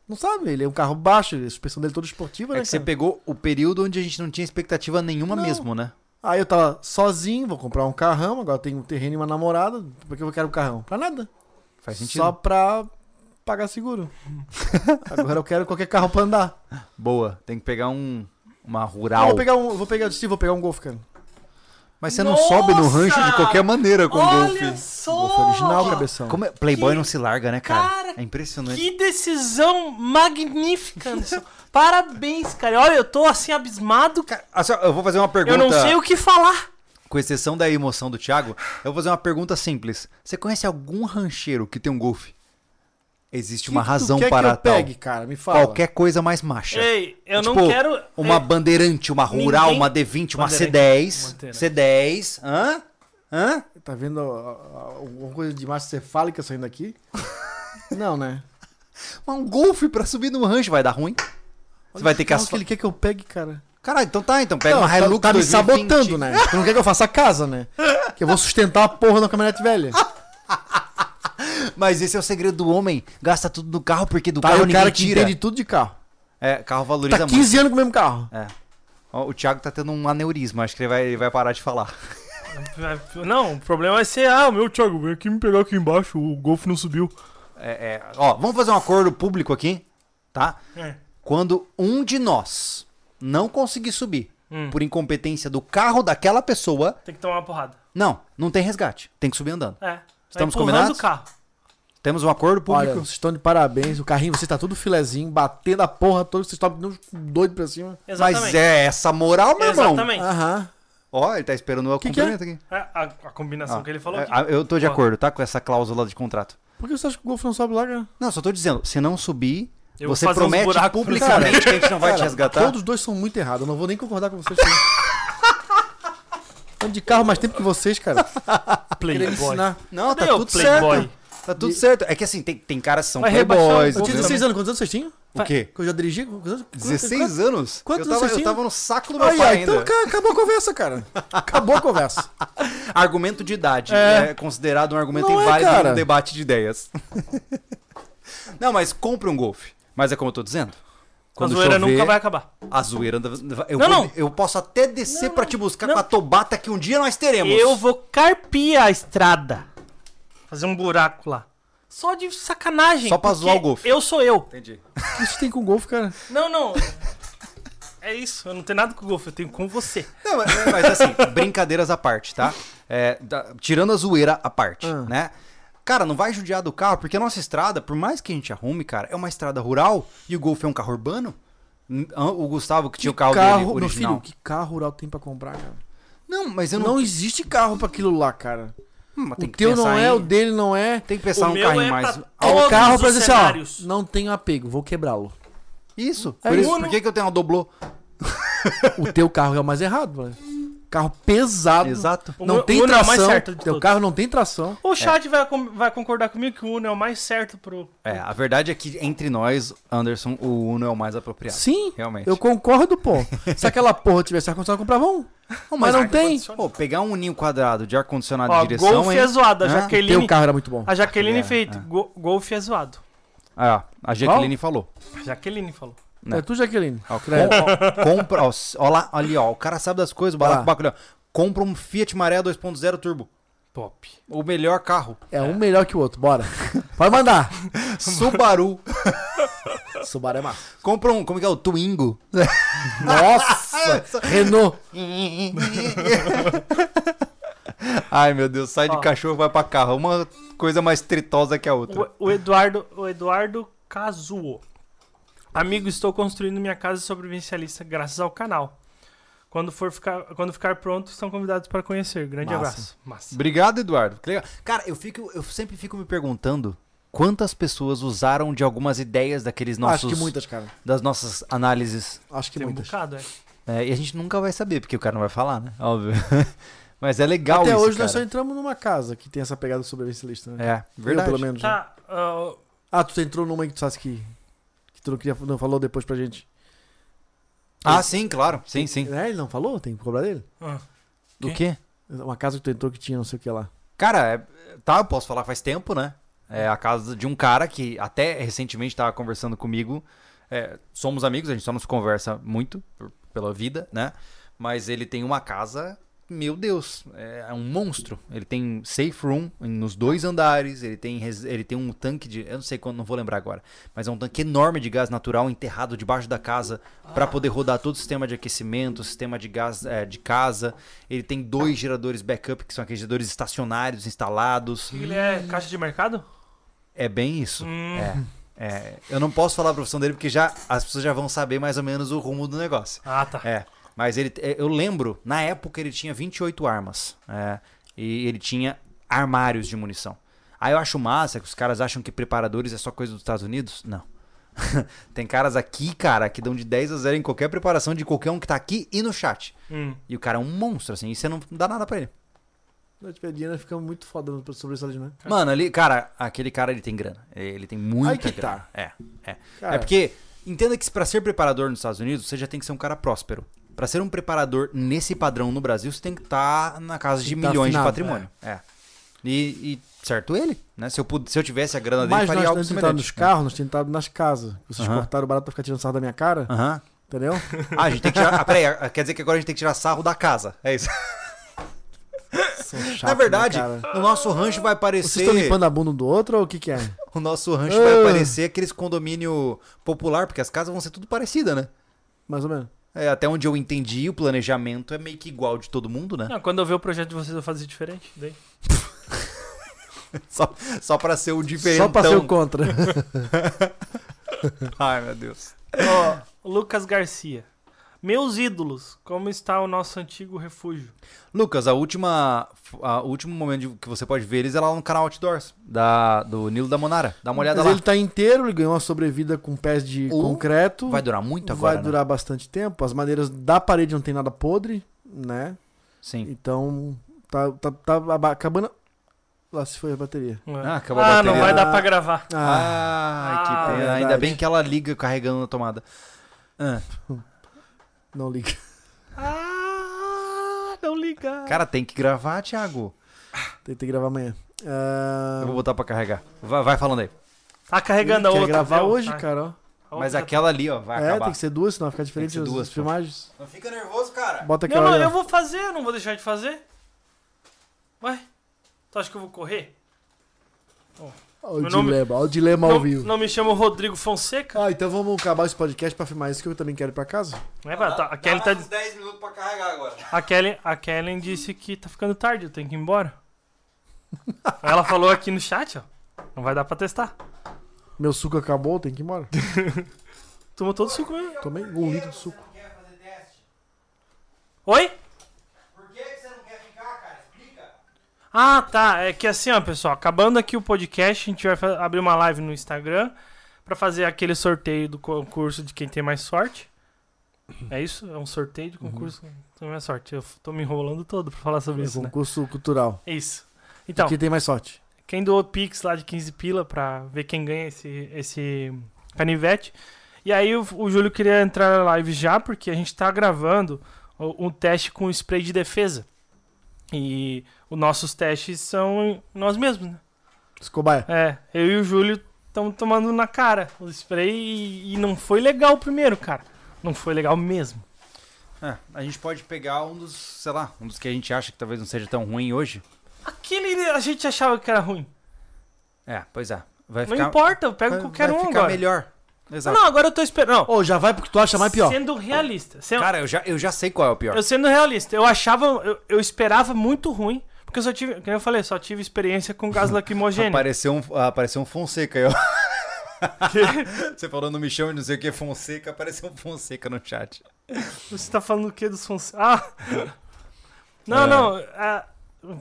Speaker 2: Não sabe, ele é um carro baixo, a suspensão dele é toda esportiva,
Speaker 1: É
Speaker 2: né?
Speaker 1: que você
Speaker 2: cara?
Speaker 1: pegou o período onde a gente não tinha expectativa nenhuma
Speaker 2: Não.
Speaker 1: mesmo, né?
Speaker 2: Aí eu tava sozinho, vou comprar um carrão, agora eu tenho um terreno e uma namorada. Por que eu quero um carrão? Pra nada.
Speaker 1: Faz sentido.
Speaker 2: Só pra pagar seguro. agora eu quero qualquer carro pra andar.
Speaker 1: Boa. Tem que pegar um uma
Speaker 2: Eu
Speaker 1: rural.
Speaker 2: vou pegar um, vou pegar, sim, vou pegar um Golf, cara.
Speaker 1: Mas você não sobe no
Speaker 3: Nossa!
Speaker 1: rancho de qualquer maneira com o
Speaker 3: Olha
Speaker 1: golfe.
Speaker 2: Golf
Speaker 3: só!
Speaker 2: original, cabeção.
Speaker 1: Como é- Playboy não se larga, né, cara?
Speaker 3: Cara,
Speaker 1: é impressionante.
Speaker 3: Que decisão magnífica, Anderson. Parabéns, cara. Olha, eu tô assim abismado.
Speaker 1: Assim, ó, ah, eu vou fazer uma pergunta.
Speaker 3: Eu não sei o que falar.
Speaker 1: com exceção da emoção do Thiago, eu vou fazer uma pergunta simples. Você conhece algum rancheiro que tem um golfe? Existe uma razão
Speaker 2: que tu quer
Speaker 1: para
Speaker 2: que eu
Speaker 1: tal.
Speaker 2: pegue, cara? Me fala.
Speaker 1: Qualquer coisa mais macha.
Speaker 3: Ei, É, eu não
Speaker 1: Tipo,
Speaker 3: quero.
Speaker 1: Uma
Speaker 3: Ei,
Speaker 1: bandeirante, uma rural,
Speaker 3: Ninguém-
Speaker 1: uma D20, uma
Speaker 3: Bandeirante.
Speaker 1: C10.
Speaker 3: Bandeirante.
Speaker 1: C10. Hã? Hã?
Speaker 2: Tá vendo ó, ó, alguma coisa de massa cefálica saindo aqui? Não, né?
Speaker 1: Mas um golfe pra subir no rancho vai dar ruim. Você vai ter que
Speaker 2: Carro
Speaker 1: asfal-
Speaker 2: que ele quer que eu pegue, cara.
Speaker 1: Caralho, então tá, então pega
Speaker 2: Não,
Speaker 1: uma
Speaker 2: tá-
Speaker 1: Hilux
Speaker 2: tá me
Speaker 1: 2020.
Speaker 2: sabotando, né? Tu não quer que eu faça casa, né? Que eu vou sustentar a porra da caminhonete velha. Tá
Speaker 1: Mas esse é o segredo do homem. Gasta tudo no carro porque do
Speaker 2: Tá aí
Speaker 1: carro
Speaker 2: o cara
Speaker 1: ninguém
Speaker 2: que
Speaker 1: tira.
Speaker 2: entende tudo de carro.
Speaker 1: É, carro valoriza
Speaker 2: Tá
Speaker 1: muito.
Speaker 2: 15 anos com o mesmo carro.
Speaker 1: Ó, o Thiago tá tendo um aneurisma, acho que ele vai, ele vai parar de falar.
Speaker 3: Não, o problema é ser. Ah, o meu Thiago, vem aqui me pegar aqui embaixo, o golfe não subiu.
Speaker 1: É, é, ó, vamos fazer um acordo público aqui, tá?
Speaker 3: É.
Speaker 1: Quando um de nós não conseguir subir
Speaker 3: Hum.
Speaker 1: por incompetência do carro daquela pessoa,
Speaker 3: Tem que tomar uma porrada.
Speaker 1: não, não tem resgate. Tem que subir andando.
Speaker 3: É.
Speaker 1: Estamos
Speaker 3: Vai empurrando
Speaker 1: combinados?
Speaker 3: o carro.
Speaker 1: Temos um acordo
Speaker 2: Olha,
Speaker 1: público.
Speaker 2: vocês estão de parabéns. O carrinho, você tá tudo filezinho, batendo a porra toda. Vocês estão doido pra cima.
Speaker 3: Exatamente.
Speaker 1: mas é essa moral, meu irmão.
Speaker 3: Exatamente.
Speaker 2: Aham.
Speaker 1: Ó, ele tá esperando o
Speaker 2: Que que é?
Speaker 1: cumprimento aqui.
Speaker 3: É, a, a combinação que ele falou
Speaker 1: É,
Speaker 3: aqui.
Speaker 1: ah, eu tô de
Speaker 3: Ó.
Speaker 1: acordo, tá? Com essa cláusula de contrato.
Speaker 2: Por que você acha que o Golf não sobe lá, cara?
Speaker 1: Não, só tô dizendo, se não subir,
Speaker 3: Eu vou
Speaker 1: você
Speaker 3: fazer uns
Speaker 1: promete
Speaker 3: buracos pra
Speaker 1: publicamente que a gente não vai te resgatar.
Speaker 2: Todos os dois são muito errados. Eu não vou nem concordar com vocês. cara. Ando de carro mais tempo que vocês, cara. Queria me
Speaker 3: Playboy.
Speaker 2: ensinar.
Speaker 1: Não,
Speaker 3: Cadê
Speaker 1: tá
Speaker 3: o
Speaker 1: tudo
Speaker 3: Playboy?
Speaker 1: certo. Tá tudo certo. É que assim, tem, tem caras que são
Speaker 3: Vai rebaixar um
Speaker 1: playboys.
Speaker 2: Eu
Speaker 3: pouco
Speaker 2: tinha
Speaker 1: entendeu?
Speaker 2: 16 anos. Quantos anos vocês tinham?
Speaker 1: O quê?
Speaker 2: Que eu já dirigi? Quantos anos? Quantos-
Speaker 1: 16 anos?
Speaker 2: quantos
Speaker 1: eu, tava,
Speaker 2: vocês
Speaker 1: eu
Speaker 2: tinham?
Speaker 1: tava no saco do meu
Speaker 2: Aí,
Speaker 1: pai
Speaker 2: aí,
Speaker 1: ainda.
Speaker 2: então ca- acabou a conversa, cara. Acabou a conversa.
Speaker 1: Argumento de idade
Speaker 3: É.
Speaker 1: é considerado um argumento
Speaker 2: Não é,
Speaker 1: inválido
Speaker 2: cara.
Speaker 1: no debate de ideias. não, mas compre um golfe. Mas é como eu tô dizendo.
Speaker 3: A
Speaker 1: Quando
Speaker 3: zoeira
Speaker 1: chover,
Speaker 3: nunca vai acabar.
Speaker 1: A zoeira... anda- Eu, vou-
Speaker 3: Não, não.
Speaker 1: eu posso até descer pra te buscar
Speaker 3: não.
Speaker 1: com a tobata que um dia nós teremos.
Speaker 3: Eu vou carpir a estrada. Fazer um buraco lá. Só de sacanagem.
Speaker 1: Só pra
Speaker 3: porque
Speaker 1: zoar o golfe.
Speaker 3: Eu sou eu.
Speaker 1: Entendi.
Speaker 2: O que isso tem com o Golf, cara?
Speaker 3: Não, não. É isso. Eu não tenho nada com o golfe. Eu tenho com você.
Speaker 1: Não, mas, mas assim, brincadeiras à parte, tá? É, da- tirando a zoeira à parte,
Speaker 2: Ah.
Speaker 1: né? Cara, não vai judiar do carro, porque a nossa estrada, por mais que a gente arrume, cara, é uma estrada rural e o Golf é um carro urbano. N- ah, O Gustavo que tinha o carro, dele
Speaker 2: meu
Speaker 1: original.
Speaker 2: filho, que carro rural tem pra comprar, cara?
Speaker 1: Não, mas eu
Speaker 2: Não,
Speaker 1: não.
Speaker 2: existe carro pra aquilo lá, cara.
Speaker 1: Hum, mas
Speaker 2: O
Speaker 1: tem que
Speaker 2: teu
Speaker 1: pensar
Speaker 2: não é,
Speaker 1: em-
Speaker 2: o dele não é.
Speaker 1: Tem que pensar
Speaker 3: O
Speaker 1: um
Speaker 3: meu
Speaker 1: carro
Speaker 3: é pra
Speaker 1: mais.
Speaker 3: todos
Speaker 1: Ao
Speaker 2: o carro pra
Speaker 3: os
Speaker 2: dizer assim, ó,
Speaker 3: cenários.
Speaker 2: não tenho apego, vou quebrá-lo.
Speaker 1: Isso.
Speaker 2: É
Speaker 1: por isso.
Speaker 3: isso.
Speaker 1: Por que, que eu tenho uma doblô?
Speaker 2: O teu carro é o mais errado, velho. Carro pesado.
Speaker 1: Exato.
Speaker 3: O
Speaker 2: Não
Speaker 3: meu-
Speaker 2: tem
Speaker 3: o Uno é o mais
Speaker 2: tração.
Speaker 3: certo de
Speaker 2: teu
Speaker 3: todos.
Speaker 2: carro não tem tração.
Speaker 3: O chat vai, com- vai concordar comigo que o Uno é o mais certo pro.
Speaker 1: É, a verdade é que entre nós, Anderson, o Uno é o mais apropriado.
Speaker 2: Sim,
Speaker 1: Realmente.
Speaker 2: eu concordo, pô. Se aquela porra tivesse ar-condicionado, eu comprava um.
Speaker 1: Não,
Speaker 2: mas não tem.
Speaker 1: Pô, pegar um ninho quadrado de ar-condicionado
Speaker 3: Ó,
Speaker 1: de direção.
Speaker 3: golfe
Speaker 1: hein?
Speaker 3: é zoado. A
Speaker 1: Ah,
Speaker 3: Jaqueline,
Speaker 2: Teu carro era muito bom.
Speaker 3: a Jaqueline
Speaker 1: É,
Speaker 3: feito. Go- golfe é zoado.
Speaker 1: Ah, a Jaqueline falou.
Speaker 3: A Jaqueline falou.
Speaker 1: né?
Speaker 2: É tu, Jaqueline.
Speaker 1: Ó, com- ó, compra, ó, s- ó lá, ali, ó. O cara sabe das coisas, o
Speaker 2: Ah.
Speaker 1: balaco bagulho. ó. Compra um Fiat Maré 2.0 Turbo.
Speaker 3: Top.
Speaker 1: O melhor carro.
Speaker 2: É um melhor que o outro, bora. Pode mandar.
Speaker 1: Subaru.
Speaker 2: Subaru é massa.
Speaker 1: compra um, como que é? O Twingo.
Speaker 2: Nossa, Renault.
Speaker 1: Ai, meu Deus. Sai
Speaker 3: Ó.
Speaker 1: de cachorro, vai pra carro. Uma coisa mais tritosa que a outra.
Speaker 3: O, o Eduardo, o Eduardo Kazuo. Amigo, estou construindo minha casa sobrevivencialista graças ao canal. Quando, for ficar, quando ficar pronto, estão convidados para conhecer. Grande
Speaker 1: Massa.
Speaker 3: abraço. Massa.
Speaker 1: Obrigado, Eduardo. Que legal. Cara, eu, fico, eu sempre fico me perguntando quantas pessoas usaram de algumas ideias daqueles nossos...
Speaker 2: Acho que muitas, cara.
Speaker 1: Das nossas análises
Speaker 2: Acho que
Speaker 3: Tem um
Speaker 2: muitas.
Speaker 3: bocado, é.
Speaker 1: É, e a gente nunca vai saber, porque o cara não vai falar, né? Óbvio. Mas é legal
Speaker 2: Até
Speaker 1: isso,
Speaker 2: hoje nós só
Speaker 1: cara.
Speaker 2: entramos numa casa que tem essa pegada sobrevivencialista, né?
Speaker 1: É,
Speaker 2: Eu,
Speaker 1: verdade.
Speaker 2: pelo menos. né?
Speaker 3: Tá, ah,
Speaker 2: Ah, tu entrou numa que tu sabe que, que tu não, queria, não falou depois pra gente.
Speaker 1: Ah, sim, claro. Sim, sim.
Speaker 2: É, ele não falou? Tem que cobrar dele?
Speaker 3: ah,
Speaker 1: Do quê?
Speaker 2: Uma casa que tu entrou que tinha não sei o que lá.
Speaker 1: Cara, é- tá, eu posso falar faz tempo, né? É a casa de um cara que até recentemente tava conversando comigo. É, somos amigos, a gente só nos conversa muito por- pela vida, né? Mas ele tem uma casa, meu Deus, é é um monstro. Ele tem safe room nos dois andares, ele tem, res- ele tem um tanque de. Eu não sei quando, não vou lembrar agora. Mas é um tanque enorme de gás natural enterrado debaixo da casa para poder rodar todo o sistema de aquecimento, sistema de gás é, de casa. Ele tem dois geradores backup, que são aqueles geradores estacionários instalados.
Speaker 3: ele é caixa de mercado?
Speaker 1: É bem isso.
Speaker 3: Hum.
Speaker 1: É, é. eu não posso falar a profissão dele porque já as pessoas já vão saber mais ou menos o rumo do negócio.
Speaker 3: Ah, tá.
Speaker 1: É. Mas ele, é, eu lembro, na época ele tinha 28 armas. é, e ele tinha armários de munição. Aí eu acho massa que os caras acham que preparadores é só coisa dos Estados Unidos. Não. Tem caras aqui, cara, que dão de 10 a 0 em qualquer preparação de qualquer um que tá aqui e no chat.
Speaker 3: Hum.
Speaker 1: E o cara é um monstro, assim, e você não dá nada pra ele.
Speaker 2: Noite Pediana tipo, fica muito foda no- sobre né? essa demais.
Speaker 1: Mano, ali, cara, aquele cara ele tem grana. Ele tem muita
Speaker 2: Aí que
Speaker 1: grana. É, é.
Speaker 2: Cara.
Speaker 1: É porque entenda que se pra ser preparador nos Estados Unidos, você já tem que ser um cara próspero. Pra ser um preparador nesse padrão no Brasil, você tem que estar na casa de
Speaker 2: que tá
Speaker 1: milhões
Speaker 2: afinado,
Speaker 1: de patrimônio. É. E, e certo ele, né? Se eu, pude, se eu tivesse a grana dele,
Speaker 2: Mas nós
Speaker 1: faria algo
Speaker 2: temos tentado
Speaker 1: semelhante.
Speaker 2: nos carros, nós tentado nas casas. Vocês
Speaker 1: Aham.
Speaker 2: cortaram o barato pra ficar tirando sarro da minha cara,
Speaker 1: É. Aham.
Speaker 2: entendeu?
Speaker 1: Ah, a gente tem que tirar. Ah, peraí, ah, quer dizer que agora a gente tem que tirar sarro da casa. É isso.
Speaker 2: São chatos,
Speaker 1: Na verdade,
Speaker 2: né, cara?
Speaker 1: o nosso rancho vai
Speaker 2: Vocês
Speaker 1: parecer.
Speaker 2: estão limpando a bunda um do outro ou o que que é?
Speaker 1: O nosso rancho
Speaker 2: Ah.
Speaker 1: vai parecer aqueles condomínio popular, porque as casas vão ser tudo parecidas, né?
Speaker 2: Mais ou menos.
Speaker 1: É, até onde eu entendi, o planejamento é meio que igual de todo mundo, né?
Speaker 3: Não, quando eu ver o projeto de vocês, eu fazer diferente. Daí.
Speaker 1: Só, só pra ser o diferentão.
Speaker 2: Só passei o contra.
Speaker 1: Ai, meu Deus.
Speaker 3: Ó, Lucas Garcia. Meus ídolos, como está o nosso antigo refúgio?
Speaker 1: Lucas, a última, a o último momento de- que você pode ver eles é lá no canal Outdoors, da, do Nilo da Monara. Dá uma olhada
Speaker 2: Mas
Speaker 1: lá.
Speaker 2: ele tá inteiro, ele ganhou uma sobrevida com pés de
Speaker 1: Ou
Speaker 2: concreto.
Speaker 1: Vai durar
Speaker 3: Então
Speaker 1: muito
Speaker 2: tá- vai
Speaker 1: agora, né?
Speaker 2: durar bastante tempo. As madeiras da parede não tem nada podre, né?
Speaker 3: Hum.
Speaker 1: Sim.
Speaker 2: Então, tá, tá, tá aba- acabando. Lá se foi a bateria.
Speaker 1: Ah, acabou a
Speaker 3: ah
Speaker 1: bateria.
Speaker 3: não vai dar pra gravar.
Speaker 2: Ah,
Speaker 1: Ah,
Speaker 3: Ah,
Speaker 1: que pena.
Speaker 2: verdade.
Speaker 1: Ainda bem que ela liga carregando na tomada. Ah,
Speaker 2: não liga.
Speaker 3: Ah, não liga.
Speaker 1: cara, tem que gravar, Thiago.
Speaker 2: Tentei gravar amanhã. Ah,
Speaker 1: Eu vou botar pra carregar. Vai, vai falando aí.
Speaker 3: Tá carregando a
Speaker 2: quer
Speaker 3: outra.
Speaker 2: gravar
Speaker 3: viu?
Speaker 2: hoje,
Speaker 3: Tá.
Speaker 2: cara, ó.
Speaker 3: A outra
Speaker 1: Mas
Speaker 3: já
Speaker 1: aquela ali, ó, vai
Speaker 2: É,
Speaker 1: acabar.
Speaker 2: tem que ser duas, senão vai ficar diferente
Speaker 1: Tem que ser
Speaker 2: as
Speaker 1: duas,
Speaker 2: as filmagens.
Speaker 1: Não fica nervoso, cara.
Speaker 2: Bota
Speaker 3: Não,
Speaker 2: aquela
Speaker 3: não,
Speaker 2: ali, ó.
Speaker 3: eu vou fazer, não vou deixar de fazer. Ué? Tu acha que eu vou correr?
Speaker 2: Olha o
Speaker 3: Meu nome-
Speaker 2: dilema, olha o dilema ao
Speaker 3: não,
Speaker 2: vivo.
Speaker 3: não me chamo Rodrigo Fonseca?
Speaker 2: Ah, então vamos acabar esse podcast pra filmar isso que eu também quero ir pra casa.
Speaker 3: É, vai, tá, a, Kellen tá,
Speaker 1: 10 minutos pra carregar agora.
Speaker 3: a, Kellen, a Kellen disse que tá ficando tarde, eu tenho que ir embora. Ela falou aqui no chat, ó. Não vai dar pra testar.
Speaker 2: Meu suco acabou, tem que ir embora.
Speaker 3: Tomou todo o suco mesmo.
Speaker 2: Tomei um litro de suco.
Speaker 1: quer fazer teste?
Speaker 3: Oi?
Speaker 1: Por que você não quer ficar, cara? Explica.
Speaker 3: Ah, tá. É que assim, ó, pessoal, acabando aqui o podcast, a gente vai fa- abrir uma live no Instagram pra fazer aquele sorteio do concurso de quem tem mais sorte. É isso? É um sorteio de concurso de quem tem mais sorte. Eu f- tô me enrolando todo pra falar sobre
Speaker 2: Uhum. É
Speaker 3: isso, né?
Speaker 2: concurso cultural.
Speaker 3: É isso. Então,
Speaker 2: Aqui tem mais sorte.
Speaker 3: quem doou Pix lá de 15 pila pra ver quem ganha esse, esse canivete. E aí o, o Júlio queria entrar na live já, porque a gente tá gravando o- um teste com spray de defesa. E os nossos testes são nós mesmos, né?
Speaker 2: Escobaia.
Speaker 3: É, eu e o Júlio estamos tomando na cara o spray e, e não foi legal o primeiro, cara. Não foi legal mesmo.
Speaker 1: É, a gente pode pegar um dos, sei lá, um dos que a gente acha que talvez não seja tão ruim hoje.
Speaker 3: Aquele a gente achava que era ruim.
Speaker 1: É, pois é. Vai
Speaker 3: Não
Speaker 1: ficar,
Speaker 3: importa, eu pego
Speaker 1: vai,
Speaker 3: qualquer
Speaker 1: vai
Speaker 3: um
Speaker 1: ficar
Speaker 3: agora.
Speaker 1: melhor. Exato.
Speaker 3: Não, agora eu tô esperando.
Speaker 2: Ô, já vai porque tu acha mais é pior.
Speaker 3: Sendo realista. se-
Speaker 1: Cara, eu já, eu já sei qual é o pior.
Speaker 3: Eu sendo realista, eu achava, eu, eu esperava muito ruim, porque eu só tive, como eu falei, só tive experiência com gás lacrimogêneo.
Speaker 1: Apareceu um, apareceu um Fonseca aí, ó. Você falou no Michão e não sei o que, Fonseca, apareceu um Fonseca no chat.
Speaker 3: Você tá falando o que dos sons? Ah! Não,
Speaker 1: É.
Speaker 3: não. ah,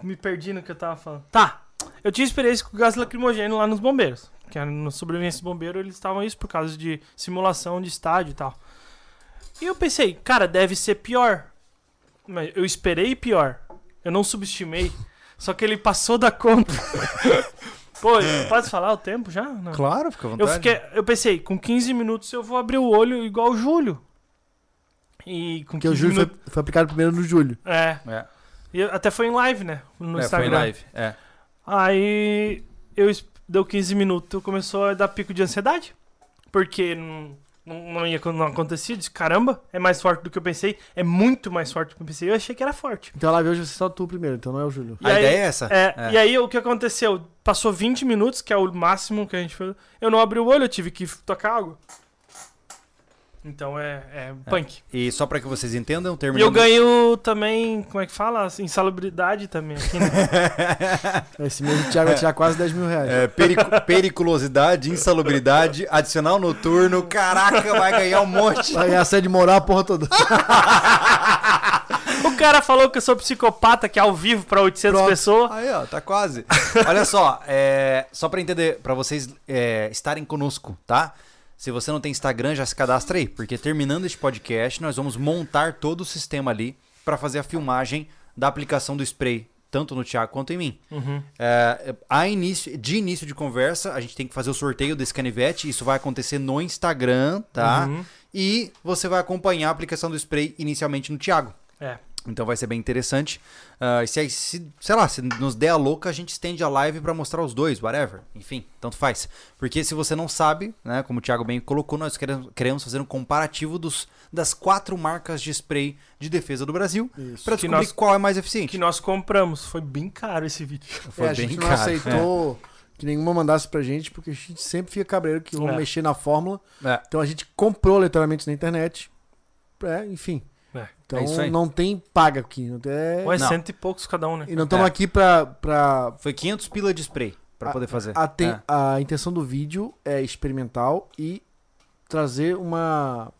Speaker 3: me perdi no que eu tava falando. Tá. Eu tinha experiência com gás lacrimogêneo lá nos bombeiros. Que era no sobrevivência do bombeiro eles estavam isso por causa de simulação de estádio e tal. E eu pensei, cara, deve ser pior. Mas eu esperei pior. Eu não subestimei. Só que ele passou da conta. Pô, pode falar o tempo já? Não.
Speaker 1: Claro, fica à
Speaker 3: Eu, fiquei, eu pensei, com 15 minutos eu vou abrir o olho igual o Júlio. E com
Speaker 2: Porque o
Speaker 3: 15
Speaker 2: Júlio
Speaker 3: minutos.
Speaker 2: foi, foi aplicado primeiro no Júlio.
Speaker 3: É.
Speaker 1: É,
Speaker 3: E eu- até foi em live, né? No
Speaker 1: é foi
Speaker 3: Instagram.
Speaker 1: em live. É.
Speaker 3: Aí eu es- deu 15 minutos, começou a dar pico de ansiedade. Porque não, não, não ia não acontecia. Disse, caramba, é mais forte do que eu pensei. É muito mais forte do que eu pensei. Eu achei que era forte.
Speaker 2: Então a live hoje vai ser só tu primeiro, então não é o Júlio.
Speaker 3: E
Speaker 1: a
Speaker 3: aí-
Speaker 1: ideia é essa?
Speaker 3: É, E aí o que aconteceu? Passou 20 minutos, que é o máximo que a gente fez. Eu não abri o olho, eu tive que tocar água. Então é, é punk.
Speaker 1: E só pra que vocês entendam,
Speaker 3: E eu
Speaker 1: terminando...
Speaker 3: ganho também, como é que fala? Insalubridade também aqui, né?
Speaker 2: Esse mês o Thiago vai tirar quase 10 mil reais.
Speaker 1: É, pericu- periculosidade, insalubridade, adicional noturno, caraca, vai ganhar um monte.
Speaker 2: Vai ganhar sede moral a porra toda.
Speaker 3: O cara falou que eu sou psicopata, que é ao vivo pra 800
Speaker 8: Pronto.
Speaker 3: pessoas.
Speaker 8: Aí, ó, tá quase.
Speaker 1: Olha só, é, só pra entender, pra vocês é, estarem conosco, tá? Se você não tem Instagram, já se cadastra aí, porque terminando este podcast, nós vamos montar todo o sistema ali pra fazer a filmagem da aplicação do spray, tanto no Thiago quanto em mim. É, a início, de início de conversa, a gente tem que fazer o sorteio desse canivete, isso vai acontecer no Instagram, tá? E você vai acompanhar a aplicação do spray inicialmente no Thiago.
Speaker 3: É.
Speaker 1: Então vai ser bem interessante. Ah, e se, se- sei lá, se nos der a louca, a gente estende a live pra mostrar os dois, whatever. Enfim, tanto faz. Porque se você não sabe, né, como o Thiago bem colocou, nós queremos, queremos fazer um comparativo dos, das quatro marcas de spray de defesa do Brasil pra
Speaker 3: Que
Speaker 1: descobrir
Speaker 3: nós-
Speaker 1: qual é mais
Speaker 3: Que
Speaker 1: eficiente. Então,
Speaker 3: nós compramos. Foi bem caro esse vídeo.
Speaker 1: Foi
Speaker 2: é, a
Speaker 1: bem
Speaker 2: gente não
Speaker 1: caro. né?
Speaker 2: aceitou que nenhuma mandasse pra gente, porque a gente sempre fica cabreiro que vão
Speaker 3: É.
Speaker 2: mexer na fórmula.
Speaker 1: É.
Speaker 2: Então a gente comprou literalmente na internet. É, enfim.
Speaker 3: É,
Speaker 2: Então
Speaker 1: é isso aí.
Speaker 2: não tem paga aqui. Não tem...
Speaker 3: Ou é
Speaker 1: Não.
Speaker 3: cento e poucos cada um, né?
Speaker 2: E não estamos
Speaker 1: É.
Speaker 2: aqui pra, pra,
Speaker 1: Foi 500 pila de spray pra
Speaker 2: A-
Speaker 1: poder fazer.
Speaker 2: A, ten-
Speaker 1: É.
Speaker 2: a intenção do vídeo é experimental e trazer uma,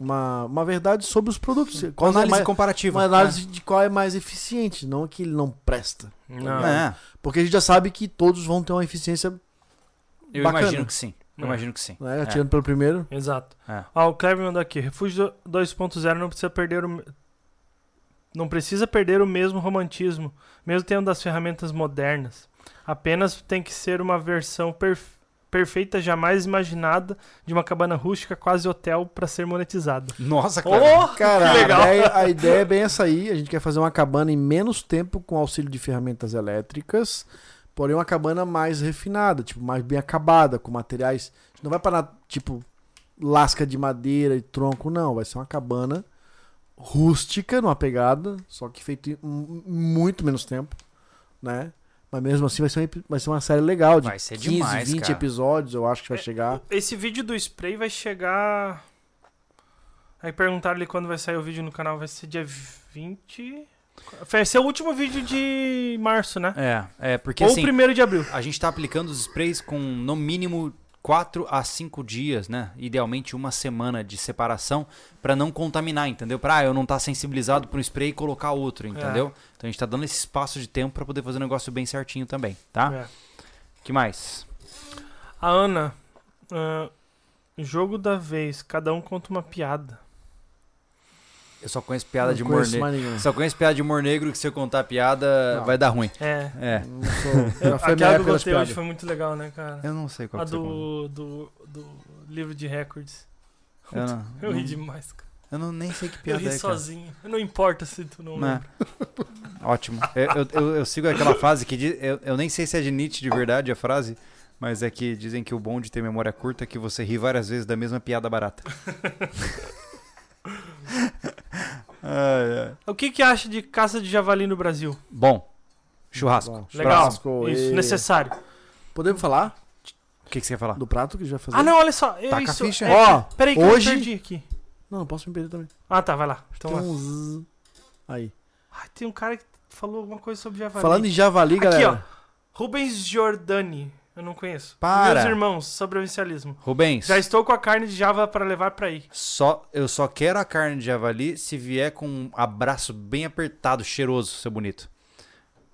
Speaker 2: uma, uma verdade sobre os produtos. Qual é
Speaker 1: Análise
Speaker 2: mais-
Speaker 1: comparativa.
Speaker 2: uma análise de qual é mais eficiente, não que ele não presta.
Speaker 1: É.
Speaker 3: Não.
Speaker 1: É,
Speaker 2: Porque a gente já sabe que todos vão ter uma eficiência,
Speaker 1: eu
Speaker 2: Bacana.
Speaker 1: imagino que sim. Eu
Speaker 3: É.
Speaker 1: imagino que sim.
Speaker 2: né?
Speaker 1: É.
Speaker 2: Atirando pelo primeiro.
Speaker 3: Exato.
Speaker 1: É.
Speaker 3: Ó, o Kleber mandou aqui. Refúgio 2.0 não precisa perder o. Não precisa perder o mesmo romantismo, mesmo tendo das ferramentas modernas. Apenas tem que ser uma versão perf- perfeita jamais imaginada de uma cabana rústica quase hotel para ser monetizada.
Speaker 1: Nossa, cara.
Speaker 3: Oh,
Speaker 2: Cara,
Speaker 3: que legal.
Speaker 2: A, ideia, a ideia é bem essa aí. A gente quer fazer uma cabana em menos tempo com auxílio de ferramentas elétricas, porém uma cabana mais refinada, tipo, mais bem acabada, com materiais. A gente não vai parar, tipo, lasca de madeira e tronco, não. Vai ser uma cabana rústica, numa pegada, só que feito em um- muito menos tempo, né? Mas mesmo assim vai ser, um epi- vai ser uma série legal de
Speaker 1: Vai ser
Speaker 2: 15,
Speaker 1: demais,
Speaker 2: 20
Speaker 1: cara.
Speaker 2: episódios, eu acho que vai
Speaker 3: É,
Speaker 2: chegar.
Speaker 3: Esse vídeo do spray vai chegar. Aí perguntaram ali quando vai sair o vídeo no canal. Vai ser dia 20. Vai ser o último vídeo de março, né?
Speaker 1: É, é, porque
Speaker 3: Ou
Speaker 1: assim,
Speaker 3: o primeiro de abril.
Speaker 1: A gente tá aplicando os sprays com no mínimo 4 a 5 dias, né? Idealmente uma semana de separação pra não contaminar, entendeu? Pra ah, eu não estar sensibilizado para um spray e colocar outro, entendeu? Então a gente tá dando esse espaço de tempo pra poder fazer o negócio bem certinho também, tá?
Speaker 3: É.
Speaker 1: Que mais?
Speaker 3: A Ana. ah, jogo da vez. Cada um conta uma piada.
Speaker 1: Eu só conheço piada
Speaker 2: Não
Speaker 1: de humor
Speaker 2: conheço
Speaker 1: negro.
Speaker 2: mais nenhum.
Speaker 1: Só conheço piada de humor negro que se eu contar piada
Speaker 2: Não.
Speaker 1: vai dar ruim.
Speaker 3: É.
Speaker 1: É.
Speaker 2: Não sou- já foi minha época
Speaker 3: Aquela que eu
Speaker 2: das
Speaker 3: gostei hoje
Speaker 2: piadas.
Speaker 3: foi muito legal, né, cara?
Speaker 1: Eu não sei É. qual
Speaker 3: A
Speaker 1: que você conta.
Speaker 3: do, do, do livro de recordes.
Speaker 1: Eu não,
Speaker 3: Eu ri
Speaker 1: né? não-
Speaker 3: demais, cara.
Speaker 1: eu não nem sei que
Speaker 3: Eu
Speaker 1: piada
Speaker 3: ri
Speaker 1: é, cara.
Speaker 3: sozinho. Não importa se tu não.
Speaker 1: Né?
Speaker 3: lembra.
Speaker 1: Ótimo. Eu, eu- eu- eu sigo aquela frase que diz. Eu, eu nem sei se é de Nietzsche de verdade a frase, mas é que dizem que o bom de ter memória curta é que você ri várias vezes da mesma piada barata. Ai, ai.
Speaker 3: O que que acha de caça de javali no Brasil?
Speaker 1: Bom, churrasco.
Speaker 2: Bom.
Speaker 3: Legal.
Speaker 2: Churrasco,
Speaker 3: Isso,
Speaker 2: e-
Speaker 3: necessário.
Speaker 2: Podemos falar?
Speaker 1: O que, que você ia falar?
Speaker 2: Do prato que já fazer?
Speaker 3: Ah, não, olha só. eu-
Speaker 1: Taca a
Speaker 3: isso,
Speaker 1: ficha.
Speaker 3: é-
Speaker 2: Ó,
Speaker 3: peraí que
Speaker 2: hoje-
Speaker 3: eu me perdi aqui.
Speaker 2: Não, não posso me perder também.
Speaker 3: Ah, tá, vai lá. Então,
Speaker 2: Tem um zzz. Aí.
Speaker 3: ah, tem um cara que falou alguma coisa sobre javali.
Speaker 2: Falando em javali,
Speaker 3: Aqui,
Speaker 2: galera.
Speaker 3: ó. Rubens Giordani. Eu não conheço.
Speaker 1: Para.
Speaker 3: Meus irmãos, sobrevivencialismo.
Speaker 1: Rubens,
Speaker 3: Já estou com a carne de java para levar para aí.
Speaker 1: só, eu só quero a carne de javali se vier com um abraço bem apertado, cheiroso, seu bonito.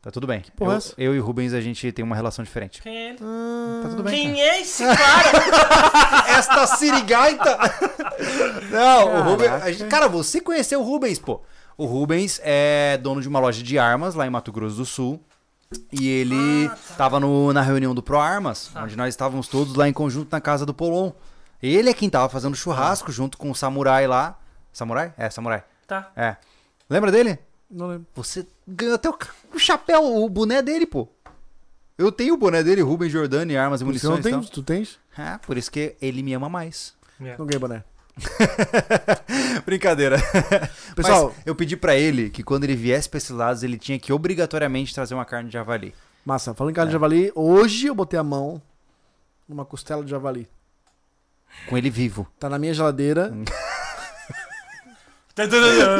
Speaker 1: Tá tudo bem.
Speaker 2: porra
Speaker 1: eu,
Speaker 2: é essa?
Speaker 1: eu e o Rubens, a gente tem uma relação diferente.
Speaker 3: Quem é ele?
Speaker 2: Ah,
Speaker 1: Tá tudo bem.
Speaker 3: Quem é esse cara?
Speaker 1: Esta sirigaita! Não, o
Speaker 2: Caraca.
Speaker 1: Rubens. a gente- Cara, você conheceu o Rubens, pô. O Rubens é dono de uma loja de armas lá em Mato Grosso do Sul. E ele tava no- na reunião do Pro Armas, onde nós estávamos todos lá em conjunto na casa do Polon. Ele é quem tava fazendo churrasco junto com o samurai lá. Samurai? É, samurai.
Speaker 3: Tá.
Speaker 1: É. Lembra dele?
Speaker 2: não lembro.
Speaker 1: Você ganhou até o ca- o chapéu, o boné dele, pô. Eu tenho o boné dele, Rubens Jordani, armas e
Speaker 2: Você não
Speaker 1: munições.
Speaker 2: tem?
Speaker 1: então.
Speaker 2: Tu tens?
Speaker 1: Ah, por isso que ele me ama mais.
Speaker 3: É.
Speaker 2: Não ganhei boné.
Speaker 1: Brincadeira.
Speaker 2: Pessoal-
Speaker 1: Mas eu pedi pra ele que quando ele viesse pra esses lados, ele tinha que obrigatoriamente trazer uma carne de javali.
Speaker 2: Massa, falando em
Speaker 3: É.
Speaker 2: carne de javali, hoje eu botei a mão numa costela de javali.
Speaker 1: Com ele vivo.
Speaker 2: Tá na minha geladeira.
Speaker 1: Hum.
Speaker 3: Tá,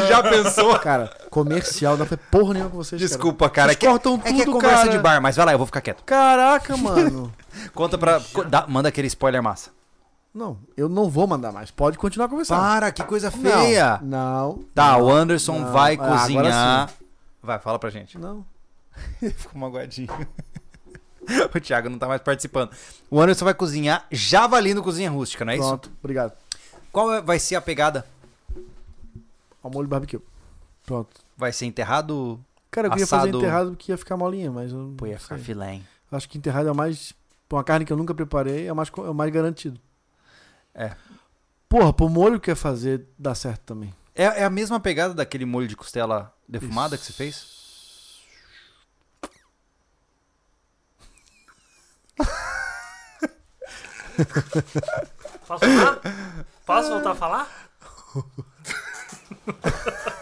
Speaker 1: Já pensou?
Speaker 2: Cara, comercial, não foi porra nenhuma com vocês. cara.
Speaker 1: Desculpa, cara. É que,
Speaker 2: Eles cortam
Speaker 1: é que é
Speaker 2: tudo,
Speaker 1: conversa
Speaker 2: cara.
Speaker 1: de bar, mas vai lá, eu vou ficar quieto.
Speaker 2: Caraca, mano.
Speaker 1: Conta pra. co- dá- manda aquele spoiler massa.
Speaker 2: Não, eu não vou mandar mais. Pode continuar conversando.
Speaker 1: Para, que coisa
Speaker 2: Não,
Speaker 1: Ah, feia.
Speaker 2: Não.
Speaker 1: Tá, o Anderson
Speaker 2: Não.
Speaker 1: vai
Speaker 2: Ah, agora
Speaker 1: cozinhar. Vai, fala pra gente.
Speaker 2: Não.
Speaker 1: Ficou magoadinho. o Thiago não tá mais participando. O Anderson vai cozinhar javali no Cozinha Rústica, não é isso?
Speaker 2: Pronto, obrigado.
Speaker 1: Qual é- vai ser a pegada?
Speaker 2: Ao molho barbecue. Pronto.
Speaker 1: Vai ser enterrado?
Speaker 2: Cara, eu queria fazer
Speaker 1: Assado.
Speaker 2: enterrado porque ia ficar molinha, mas eu não
Speaker 1: Pô, ia ficar
Speaker 2: sei.
Speaker 1: filé, hein?
Speaker 2: Acho que enterrado é o mais. Pra uma carne que eu nunca preparei, é o mais, co- é o mais garantido.
Speaker 1: É.
Speaker 2: Porra, pro molho que ia fazer, dá certo também.
Speaker 1: É, é a mesma pegada daquele molho de costela defumada que você fez?
Speaker 3: Posso falar? Posso voltar a falar?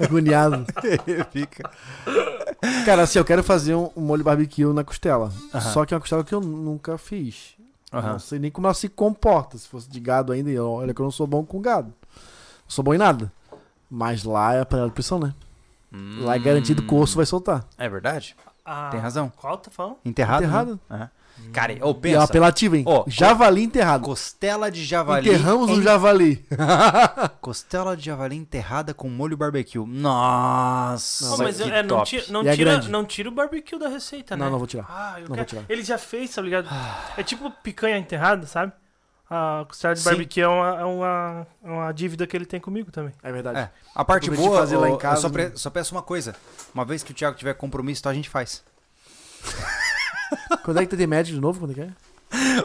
Speaker 2: Agoniado.
Speaker 1: Fica.
Speaker 2: Cara, assim, eu quero fazer um, um molho barbecue na costela. Só que é uma costela que eu nunca fiz. Não sei nem como ela se comporta. Se fosse de gado ainda, e olha que eu não sou bom com gado. Não sou bom em nada. Mas lá é a panela de pressão, né? Lá é garantido que o osso vai soltar.
Speaker 1: É verdade?
Speaker 3: Ah,
Speaker 1: Tem razão.
Speaker 3: Qual tá falando?
Speaker 1: Enterrado?
Speaker 2: Enterrado.
Speaker 1: né? É. Cara, ô,
Speaker 2: E é um
Speaker 1: pensa.
Speaker 2: apelativo, hein?
Speaker 1: Ó,
Speaker 2: javali enterrado.
Speaker 1: Costela de javali.
Speaker 2: Enterramos
Speaker 1: em-
Speaker 2: um javali.
Speaker 1: Costela de javali enterrada com molho barbecue. Nossa,
Speaker 2: Não,
Speaker 3: Pô, mas
Speaker 1: que
Speaker 3: eu- é, não,
Speaker 1: top.
Speaker 3: tira, não,
Speaker 2: E é
Speaker 3: tira,
Speaker 2: grande.
Speaker 3: não tira o barbecue da receita, né?
Speaker 2: Não, não vou tirar.
Speaker 3: Ah, eu
Speaker 2: Não vou
Speaker 3: quero-
Speaker 2: tirar. Ah.
Speaker 3: Ele já fez, tá ligado? É tipo picanha enterrada, sabe? A costela de
Speaker 1: Sim.
Speaker 3: barbecue é uma, é uma, é uma dívida que ele tem comigo também.
Speaker 2: É verdade.
Speaker 1: É, a parte
Speaker 2: Prometi
Speaker 1: boa,
Speaker 2: fazer lá
Speaker 1: ô,
Speaker 2: em
Speaker 1: eu
Speaker 2: casa,
Speaker 1: só, pre-
Speaker 2: né?
Speaker 1: só peço uma coisa. Uma vez que o Thiago tiver compromisso, então a gente faz.
Speaker 2: Quando é que tu tem médico de novo? Quando é que é?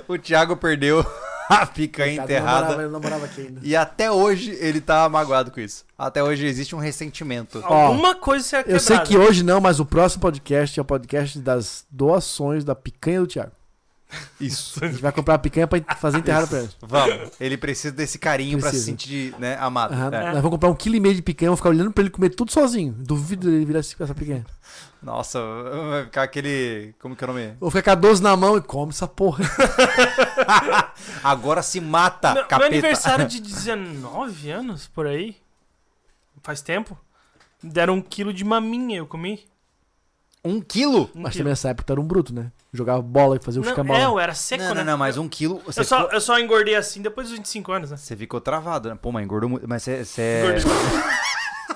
Speaker 1: O Thiago perdeu a picanha
Speaker 2: Cara,
Speaker 1: enterrada.
Speaker 2: Eu namorava, eu namorava aqui ainda.
Speaker 1: E até hoje ele tá magoado com isso. Até hoje existe um ressentimento.
Speaker 3: Alguma coisa você é
Speaker 2: Eu sei
Speaker 3: quebrada.
Speaker 2: que hoje não, mas o próximo podcast é o podcast das doações da picanha do Thiago.
Speaker 1: Isso.
Speaker 2: A gente vai comprar a picanha pra fazer enterrado pra ele.
Speaker 1: Vamos. Ele precisa desse carinho pra se
Speaker 2: Precisa.
Speaker 1: sentir né, amado.
Speaker 2: Aham,
Speaker 1: É.
Speaker 2: Nós vamos comprar um quilo e meio de picanha, vou ficar olhando pra ele comer tudo sozinho. Duvido ele virar esse- essa picanha.
Speaker 1: Nossa, vai ficar aquele. Como que é o nome?
Speaker 2: Vou ficar com a 12 na mão e come essa porra.
Speaker 1: Agora se mata,
Speaker 3: Meu, meu
Speaker 1: capeta.
Speaker 3: aniversário de 19 anos, por aí, faz tempo, deram um quilo de maminha, eu comi.
Speaker 1: Um quilo?
Speaker 3: Um
Speaker 2: Mas
Speaker 3: quilo.
Speaker 2: também nessa época tu era um bruto, né? Jogava bola e fazia os
Speaker 3: não, é,
Speaker 2: camarões.
Speaker 3: eu era seco,
Speaker 1: não,
Speaker 3: né?
Speaker 1: não, não, mas um quilo. Você,
Speaker 3: eu, só,
Speaker 1: ficou,
Speaker 3: eu só engordei assim depois dos 25 anos, né?
Speaker 1: você ficou travado, né? Pô, mas engordou muito. Mas você. é- você-
Speaker 3: Engordei.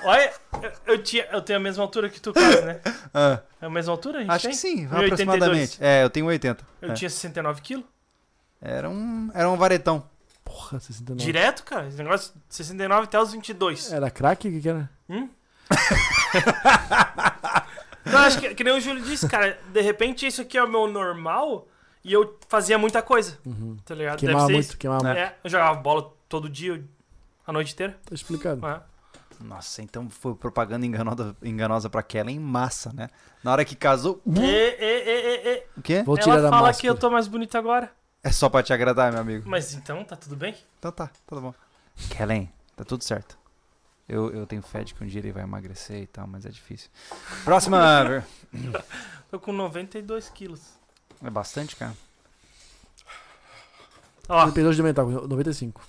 Speaker 3: Olha, eu, eu tinha, eu tenho a mesma altura que tu, quase, né?
Speaker 1: Ah,
Speaker 3: É a mesma altura, a gente
Speaker 1: acho
Speaker 3: tem?
Speaker 1: que sim,
Speaker 3: 1,82.
Speaker 1: aproximadamente. É, eu tenho 80.
Speaker 3: Eu
Speaker 1: É.
Speaker 3: tinha 69 quilos.
Speaker 1: Era um, era um varetão.
Speaker 2: Porra,
Speaker 1: É.
Speaker 2: 69.
Speaker 3: Direto, cara. Esse negócio, 69 até os 22.
Speaker 2: Era craque? O que, que era?
Speaker 3: Não, acho que, que nem o Júlio disse, cara. De repente, isso aqui é o meu normal e eu fazia muita coisa, tá ligado? Deve
Speaker 2: Queimava
Speaker 3: ser
Speaker 2: muito,
Speaker 3: isso.
Speaker 2: queimava muito.
Speaker 3: É, eu jogava bola todo dia, a noite inteira.
Speaker 2: Tá explicado.
Speaker 3: É.
Speaker 1: Nossa, então foi propaganda enganosa, enganosa pra Kelly em massa, né? Na hora que casou.
Speaker 3: E, e, e, e, e.
Speaker 1: O quê?
Speaker 2: Vou tirar
Speaker 3: Ela
Speaker 2: da
Speaker 3: fala
Speaker 2: máscara.
Speaker 3: que eu tô mais bonito agora.
Speaker 1: É só pra te agradar, meu amigo.
Speaker 3: Mas então, tá tudo bem?
Speaker 1: Então tá, tudo bom. Kellen, tá tudo certo. Eu, eu tenho fé de que um dia ele vai emagrecer e tal, mas é difícil. Próxima. ver-
Speaker 3: Tô com 92 quilos.
Speaker 1: é bastante, cara.
Speaker 3: Ó, né?
Speaker 2: Dependeu de aumentar, 95.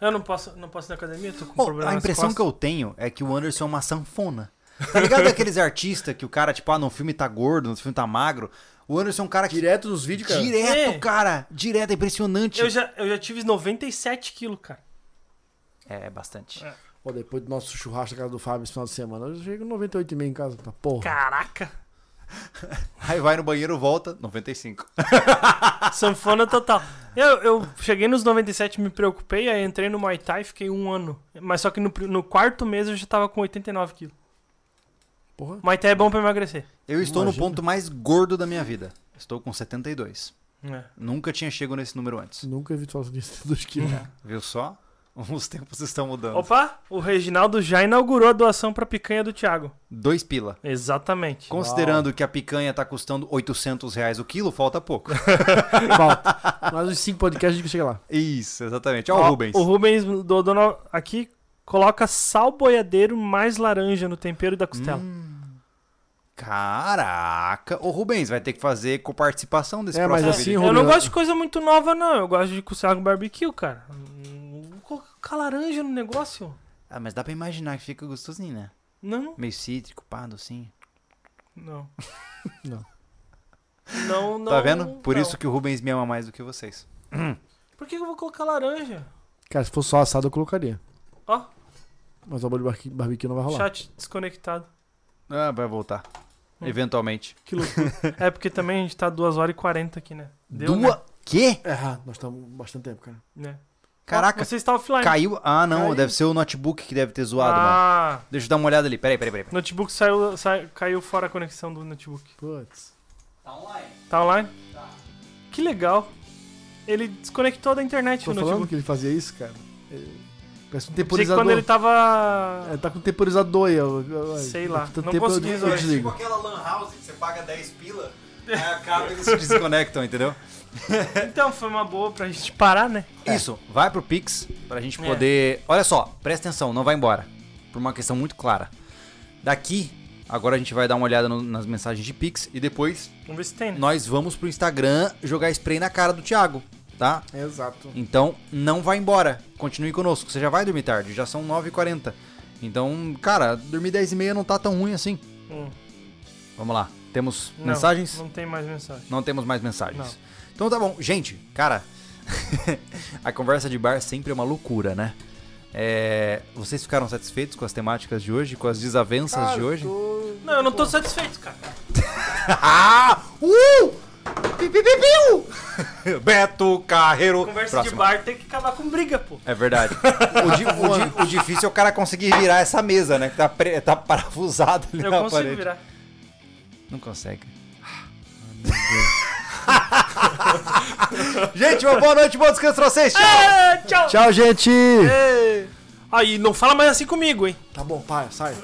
Speaker 3: eu não posso, não posso ir na academia, tô com
Speaker 1: Bom,
Speaker 3: problema
Speaker 1: a
Speaker 3: nas
Speaker 1: impressão que
Speaker 3: costas.
Speaker 1: eu tenho é que o Anderson é uma sanfona. Tá ligado aqueles artistas que o cara, tipo, ah, no filme tá gordo, no filme tá magro. O Anderson é um cara que.
Speaker 2: Direto nos vídeos, cara.
Speaker 1: Direto,
Speaker 3: É.
Speaker 1: cara! Direto, é impressionante.
Speaker 3: Eu já, eu já tive 97 quilos, cara.
Speaker 1: É, é bastante.
Speaker 2: Pô, depois do nosso churrasco na casa do Fábio esse final de semana, eu chego 98,5 em casa, tá porra.
Speaker 3: Caraca!
Speaker 1: Aí vai no banheiro, volta, 95.
Speaker 3: Sanfona total. Eu, eu cheguei nos 97, me preocupei, aí entrei no Muay Thai e fiquei um ano. Mas só que no, pri- no quarto mês eu já tava com 89 quilos.
Speaker 2: Porra.
Speaker 3: Muay Thai é bom pra emagrecer.
Speaker 1: Eu estou
Speaker 2: Imagina.
Speaker 1: no ponto mais gordo da minha vida. Estou com 72.
Speaker 3: É.
Speaker 1: Nunca tinha chego nesse número antes.
Speaker 2: Nunca vi tu falando disso, 2 quilos.
Speaker 3: É.
Speaker 1: Viu só? Os tempos estão mudando.
Speaker 3: Opa, o Reginaldo já inaugurou a doação pra picanha do Thiago.
Speaker 1: Dois pila.
Speaker 3: Exatamente.
Speaker 1: Considerando que a picanha tá custando 800 reais o quilo, falta pouco.
Speaker 2: Falta. Mais uns 5 podcasts a gente chega lá.
Speaker 1: Isso, exatamente. Ó,
Speaker 3: Ó,
Speaker 1: o Rubens.
Speaker 3: O Rubens do dono aqui coloca sal boiadeiro mais laranja no tempero da costela.
Speaker 1: Caraca. O Rubens vai ter que fazer com participação desse
Speaker 2: É, mas
Speaker 1: próximo
Speaker 2: assim,
Speaker 1: vídeo.
Speaker 3: Eu não
Speaker 2: Rubens,
Speaker 3: gosto de coisa muito nova, não. Eu gosto de costela com barbecue, cara. Hum, Vou colocar laranja no negócio?
Speaker 1: Ah, mas dá pra imaginar que fica gostosinho, né?
Speaker 3: Não,
Speaker 1: Meio cítrico, pá, assim. docinho.
Speaker 3: não.
Speaker 2: Não.
Speaker 3: Não, não.
Speaker 1: tá vendo? Por
Speaker 3: não.
Speaker 1: isso que o Rubens me ama mais do que vocês.
Speaker 3: Por que eu vou colocar laranja?
Speaker 2: Cara, se fosse só assado, eu colocaria.
Speaker 3: Ó.
Speaker 2: Mas o molho de barbecue não vai rolar.
Speaker 3: Chat desconectado.
Speaker 1: Ah, vai voltar.
Speaker 3: Hum.
Speaker 1: Eventualmente.
Speaker 3: Que loucura. é porque também a gente tá 2 horas e 40 aqui, né?
Speaker 1: Duas. Quê?
Speaker 2: É, ah, nós estamos bastante tempo, cara.
Speaker 3: Né? Né?
Speaker 1: Caraca.
Speaker 3: Ah, Você está offline.
Speaker 1: Caiu. Ah, não.
Speaker 3: Caiu.
Speaker 1: Deve ser o notebook que deve ter zoado, mano.
Speaker 3: ah,
Speaker 1: Deixa eu dar uma olhada ali. Peraí, peraí, peraí.
Speaker 3: notebook saiu, sai- caiu fora a conexão do notebook.
Speaker 2: Putz.
Speaker 3: Tá online? Que legal. Ele desconectou da internet
Speaker 2: Tô
Speaker 3: o
Speaker 2: falando
Speaker 3: notebook.
Speaker 2: que ele fazia isso, cara. É, Parece um
Speaker 3: Pensei que quando
Speaker 2: temporizador.
Speaker 3: ele tava.
Speaker 2: É, tá com temporizador aí, ó. ó, ó.
Speaker 3: Sei lá.
Speaker 2: Tanto
Speaker 3: Não
Speaker 2: tempo eu-
Speaker 3: consegui
Speaker 2: eu,
Speaker 3: resolver.
Speaker 2: desligo.
Speaker 1: Tipo aquela lan house que você paga 10 pila, aí acaba eles se desconectam, entendeu? É.
Speaker 3: Então foi uma boa pra gente parar, né?
Speaker 1: Isso, vai pro Pix pra gente
Speaker 3: É.
Speaker 1: poder. Olha só, presta atenção, não vai embora. Por uma questão muito clara. Daqui, agora a gente vai dar uma olhada no- nas mensagens de Pix e depois
Speaker 3: Vamos ver se tem. né?
Speaker 1: nós vamos pro Instagram jogar spray na cara do Thiago, tá?
Speaker 2: Exato.
Speaker 1: Então não vai embora, continue conosco. Você já vai dormir tarde, já são 9h40. Então, cara, dormir 10h30 não tá tão ruim assim.
Speaker 3: Hum.
Speaker 1: Vamos lá, temos
Speaker 3: Não,
Speaker 1: mensagens?
Speaker 3: Não tem mais mensagem.
Speaker 1: Não temos mais mensagens.
Speaker 3: Não.
Speaker 1: Então tá bom. Gente, cara, a conversa de bar sempre é uma loucura, né? É, vocês ficaram satisfeitos com as temáticas de hoje, com as desavenças de hoje?
Speaker 3: Não, eu não tô satisfeito, cara.
Speaker 1: Ah! Uh! Pi, pi, pi, piu! Beto Carreiro.
Speaker 3: Conversa de
Speaker 1: Próxima.
Speaker 3: bar tem que acabar com briga, pô.
Speaker 1: É verdade. O, di- o di- o difícil é o cara conseguir virar essa mesa, né? Que tá, pre- tá parafusado ali
Speaker 3: Eu
Speaker 1: na
Speaker 3: consigo
Speaker 1: parede.
Speaker 3: virar.
Speaker 1: Não consegue.
Speaker 3: Ah,
Speaker 1: Gente, uma boa noite, bom descanso pra vocês. Tchau!
Speaker 3: É, tchau!
Speaker 2: Tchau, gente!
Speaker 3: Aí, não fala mais assim comigo, hein?
Speaker 2: Tá bom, pai, sai.